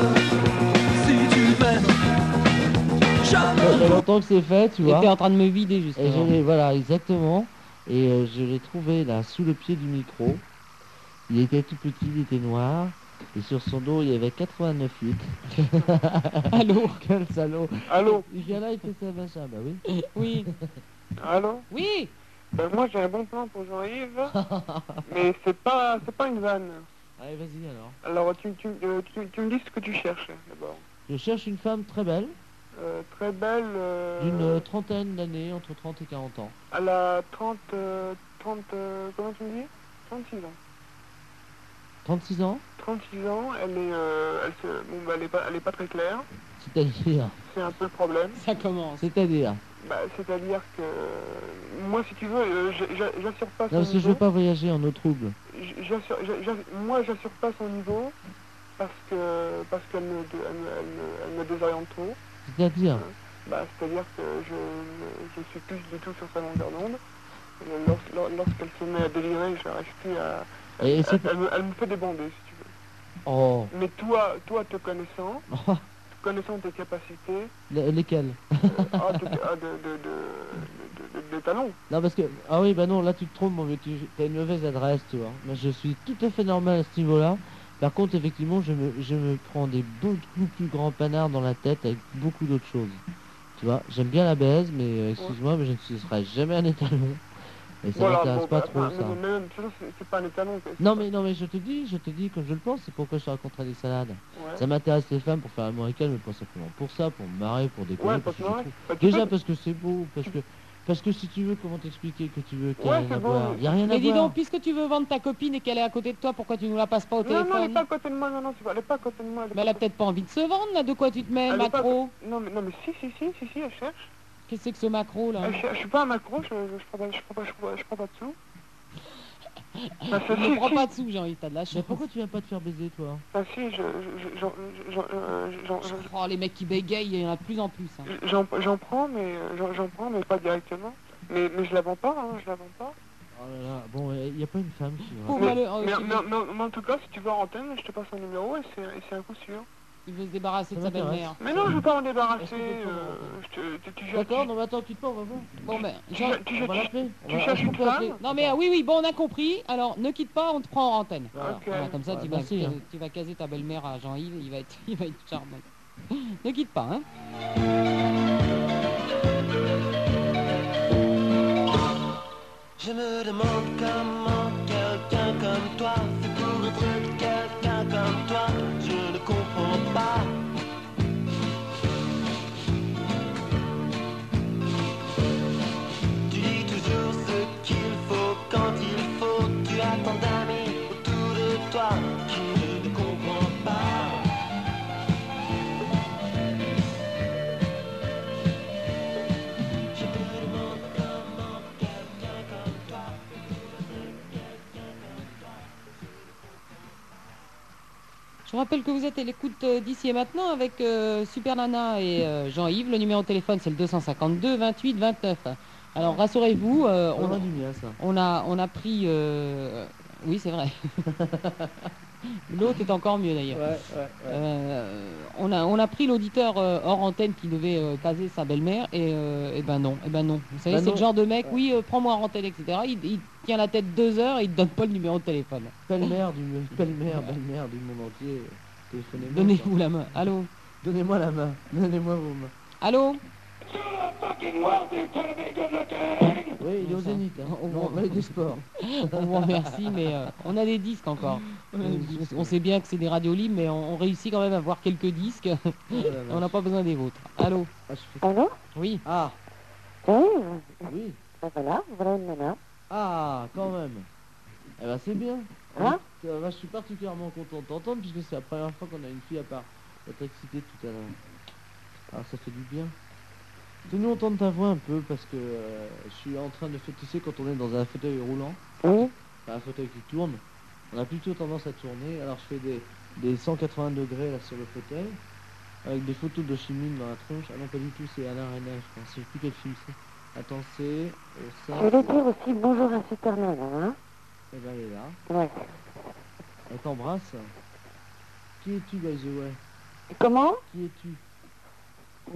S24: si tu m'aimes. Jamais.
S3: Ça fait longtemps que c'est fait, tu vois.
S2: J'étais en train de me vider
S3: Et je
S2: justement.
S3: l'ai- voilà, exactement. Et euh, je l'ai trouvé là, sous le pied du micro. Il était tout petit, il était noir. Et sur son dos, il y avait 89 litres.
S2: Allô
S3: Quel salaud
S24: Allô
S3: Il vient là, il fait ça, machin, bah oui.
S2: Oui.
S24: Allô
S2: Oui
S24: Ben moi j'ai un bon plan pour Jean-Yves, mais c'est pas c'est pas une vanne.
S3: Allez, vas-y alors.
S24: Alors tu, tu, euh, tu, tu me dis ce que tu cherches d'abord.
S3: Je cherche une femme très belle,
S24: Euh, très belle, euh,
S3: d'une euh, trentaine d'années, entre 30 et 40 ans.
S24: à la 30, euh, 30, euh, comment tu me dis 36 ans.
S3: 36 ans,
S24: 36 ans, elle est, euh, elle se, bon bah elle est pas, elle est pas très claire,
S3: c'est-à-dire.
S24: c'est un peu le problème.
S2: Ça commence.
S3: C'est-à-dire.
S24: Bah c'est-à-dire que, euh, moi si tu veux, euh, j'a- j'a- j'assure pas
S3: Non,
S24: son
S3: parce que je
S24: niveau.
S3: veux pas voyager en eau trouble.
S24: J- j'assure- j'a- j'a- moi j'assure pas son niveau, parce que, parce qu'elle me, dé- elle me- elle me- elle me désoriente trop.
S3: C'est-à-dire.
S24: Bah, c'est-à-dire que je ne suis plus du tout sur sa longueur d'onde. Euh, lors- lors- Lorsqu'elle se met à délirer, je n'arrive plus à...
S3: Et
S24: elle,
S3: c'est pas-
S24: elle me, elle me fait débander, si tu veux.
S3: Oh.
S24: Mais toi, toi te connaissant, connaissant tes capacités,
S3: Le- lesquels
S24: ah, de, ah, de, de, de- de- de- de talons.
S3: Non parce que ah oui bah non là tu te trompes mon vieux, tu as une mauvaise adresse tu vois. Moi je suis tout à fait normal à ce niveau-là. Par contre effectivement je me je me prends des beaucoup plus grands panards dans la tête avec beaucoup d'autres choses. Tu vois j'aime bien la baise mais euh, excuse-moi mais je ne suis- serai jamais un étalon et ça
S24: Voilà,
S3: m'intéresse
S24: bon,
S3: pas
S24: bah,
S3: trop
S24: bah,
S3: ça.
S24: mais- mais même, de toute façon, c'est- c'est pas un étalon. c'est-
S3: Non mais non mais je te dis je te dis comme je le pense c'est pourquoi je te raconterai des salades.
S24: Ouais.
S3: Ça m'intéresse les femmes pour faire l'amour avec elles mais pas simplement pour ça pour me marrer pour déconner
S24: Ouais,
S3: parce que
S24: parce que
S3: je
S24: ouais,
S3: trouve-
S24: bah, tu
S3: déjà
S24: peux-
S3: parce que c'est beau parce que parce que si tu veux comment t'expliquer que tu veux qu'il y a
S24: Ouais,
S3: rien
S24: c'est
S3: à
S24: bon.
S3: voir il y a rien à
S2: Mais dis
S3: voir.
S2: donc, puisque tu veux vendre ta copine et qu'elle est à côté de toi, pourquoi tu nous la passes pas au
S24: Non, non, elle
S2: téléphone
S24: n'est pas à côté de moi, non, non, c'est pas- elle n'est pas à côté de moi.
S2: Mais elle a peut-être pas envie de se vendre là. De quoi tu te mets,
S24: Elle est pas-
S2: macro
S24: Non, mais, non, mais si, si, si, si, si, elle cherche.
S2: Qu'est-ce que c'est que ce macro là
S24: Euh, Je, je suis pas un macro, je, je, je prends pas, je, prends pas, je, prends pas, je prends pas de sous. Parce que
S2: Ne
S24: si,
S2: prends
S24: si,
S2: pas de sous, Jean-Yves, t'as de la chance.
S3: Pourquoi tu viens pas te faire baiser toi
S24: enfin, Bah, si, je, je, je- j'en- j'en- euh, j'en- j'en-
S2: Oh, les mecs qui bégayent, il y en a de plus en plus. hein.
S24: j'en- j'en prends, mais euh, j'en- j'en prends, mais pas directement. Mais, mais je la vends pas, hein, je la vends pas.
S3: Oh là là, bon il y a pas une femme qui
S2: Oh,
S24: mais,
S2: bah, le- oh,
S24: mais-
S2: c'est-
S24: mais- mais- mais en tout cas, si tu veux en antenne, je te passe un numéro et c'est et c'est un coup sûr.
S2: Il veut se débarrasser de
S3: Ça
S2: sa
S3: m'intéresse.
S2: belle-mère.
S24: Mais non, je veux pas en débarrasser.
S3: Est-ce que tu peux
S24: euh, je te- tu- tu-
S3: D'accord non mais attends quitte pas on va voir.
S2: Bon, ben,
S24: tu-
S2: Jean-
S24: tu- tu-
S3: On va
S24: tu-
S3: l'appeler.
S24: tu
S3: On va-
S24: cherches
S3: on
S24: une
S3: peut
S24: femme
S3: appeler.
S2: Non mais euh, oui oui bon on a compris. Alors ne quitte pas, on te prend en antenne.
S3: Voilà.
S24: Ok.
S2: Voilà, comme ça
S3: Ouais,
S2: tu, vas,
S3: merci, hein.
S2: tu vas caser ta belle-mère à Jean-Yves, il va être il va être charmant. ne quitte pas hein.
S1: Je me demande comment quelqu'un comme toi fait pour être quelqu'un comme toi. Je ne comprends pas. Tu dis toujours ce qu'il faut quand il faut. Tu as tant d'amis autour de toi. Je ne comprends pas.
S2: Je vous rappelle que vous êtes à l'écoute euh, d'ici et maintenant avec euh, Super Nana et euh, Jean-Yves. Le numéro de téléphone, c'est le 252 28 29. Alors rassurez-vous, euh,
S3: On
S2: on,
S3: du mien, ça.
S2: on a, on a pris... euh, Oui, c'est vrai. L'autre est encore mieux d'ailleurs. Euh, on, a, on a pris l'auditeur euh, hors antenne qui devait euh, caser sa belle-mère et, euh, eh ben non, et ben non. Vous savez,
S3: Ben
S2: c'est le
S3: non.
S2: genre de mec,
S3: Ouais.
S2: oui, euh, prends-moi hors antenne, etc. Il, il tient la tête deux heures et il te donne pas le numéro de téléphone.
S3: Belle-mère du, belle-mère, belle-mère du monde entier. Téléphonez-moi.
S2: Donnez-vous la main. Allô
S3: Donnez-moi la main. Donnez-moi vos mains.
S2: Allô
S3: Oui, il est au zénith. Hein. Non, mais du sport.
S2: On vous remercie, mais euh, on a des disques encore.
S3: On a des
S2: Euh,
S3: disques,
S2: on sait bien que c'est des radios libres, mais on, on réussit quand même à avoir quelques disques. on n'a pas besoin des vôtres. Allô
S9: Allô
S2: Oui.
S3: Ah.
S9: Oui.
S3: Oui.
S9: Ben voilà, voilà une nana.
S3: Ah, quand même. Eh ben, c'est bien.
S9: Hein
S3: Euh, moi, je suis particulièrement content de t'entendre puisque c'est la première fois qu'on a une fille à part. On t'a excité tout à l'heure. Ah, ça fait du bien. Fais-nous entendre ta voix un peu parce que euh, je suis en train de féticher quand on est dans un fauteuil roulant.
S9: Oui.
S3: Enfin, un fauteuil qui tourne. On a plutôt tendance à tourner. Alors je fais des, des 180 degrés là sur le fauteuil. Avec des photos de chimine dans la tronche. Ah non, pas du tout, c'est Alain René, je pense. Je sais plus quel film c'est. Attends, c'est... euh, ça...
S9: Je voulais dire aussi bonjour à Superman, hein
S3: Eh ben, elle est là.
S9: Ouais.
S3: Elle t'embrasse. Qui es-tu, by the way
S9: Comment
S3: Qui es-tu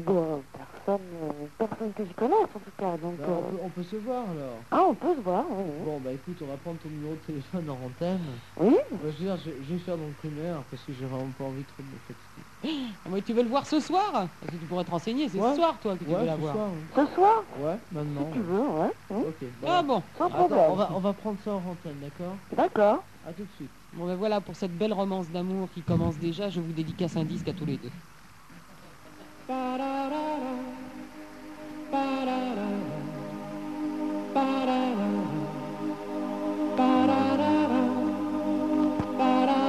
S9: Bon, personne, euh, personne que je connaisse en tout cas, donc...
S3: Bah,
S9: euh,
S3: on, peut, on peut se voir alors.
S9: Ah, on peut se voir, oui. oui.
S3: Bon, bah écoute, on va prendre ton numéro de téléphone en antenne.
S9: Oui
S3: Moi, je, veux dire, je, je vais faire dans le primaire parce que j'ai vraiment pas envie trop de me fatiguer.
S2: Ah, mais tu veux le voir ce soir Parce que tu pourrais te renseigner, c'est
S3: Ouais.
S2: ce soir toi que tu
S3: Ouais,
S2: veux la
S3: ce
S2: voir.
S3: soir,
S9: Ce soir
S3: Ouais, maintenant.
S9: Si tu veux, ouais. oui.
S3: Ok. bah,
S2: Ah bon
S9: Sans
S3: Attends,
S9: problème.
S3: on, va, on va prendre ça en antenne, d'accord
S9: D'accord.
S3: À tout de suite.
S2: Bon ben voilà, pour cette belle romance d'amour qui commence déjà, je vous dédicace un disque à tous les deux.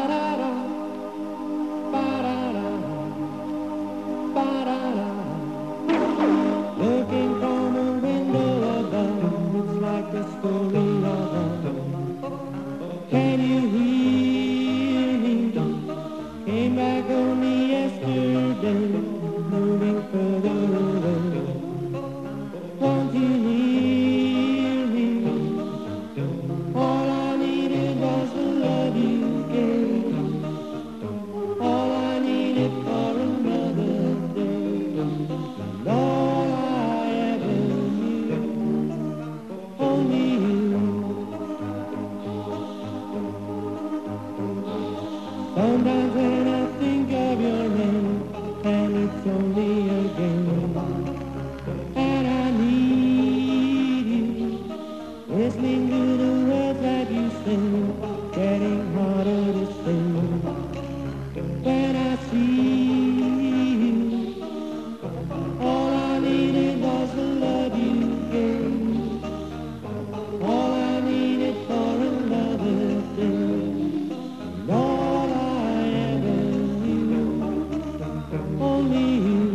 S9: euh.
S1: Looking from a window above, it's like a story of love. Can you hear me? Came back only yesterday, moving further away. Won't you hear me? All I needed was the love you gave. All I needed for another day. And all I ever knew, only you. Sometimes when I think of your name, and it's only a game, and I need you, listening to the words that you sing, getting harder to sing. When I see you. All I needed was the love you gave. All I needed for another day. And all I ever knew, only you.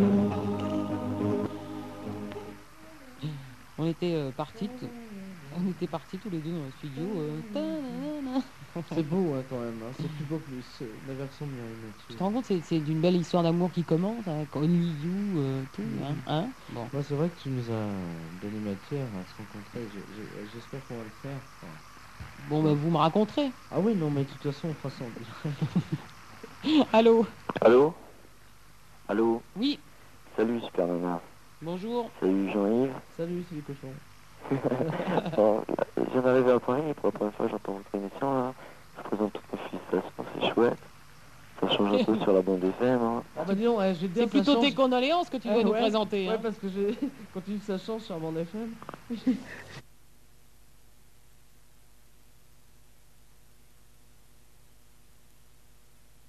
S2: On était euh, partis t- on était partis tous les deux dans le studio. euh, ta-na-na-na.
S3: C'est beau, hein, quand même. hein. C'est plus beau que le- c'est- la version de Mireille Mathieu.
S2: Tu te rends compte, c'est c'est d'une belle histoire d'amour qui commence avec Only You, euh, tout, hein, hein Bon.
S3: Moi, c'est vrai que tu nous as donné matière à se rencontrer. Je- je- J'espère qu'on va le faire.
S2: Bon,
S3: bah,
S2: ben vous me raconterez.
S3: Ah oui, non, mais de toute façon, on fera ça en direct.
S2: Allô
S4: Allô Allô
S2: Oui,
S4: Salut Super Nana.
S2: bonjour.
S4: Salut Jean-Yves.
S3: Salut, c'est les cochons.
S4: Bon, je viens d'arriver à Paris et pour la première fois j'entends votre émission là. Je présente toutes mes félicitations, c'est chouette. Ça change un peu sur la bande FM. Hein.
S3: Ah bah dis donc, eh, je vais te dire,
S2: C'est
S3: ça
S2: plutôt tes
S3: change.
S2: condoléances que tu
S3: Ah
S2: dois nous
S3: ouais,
S2: présenter.
S3: Ouais,
S2: hein.
S3: parce que j'ai- quand tu dis que ça change sur Bande FM,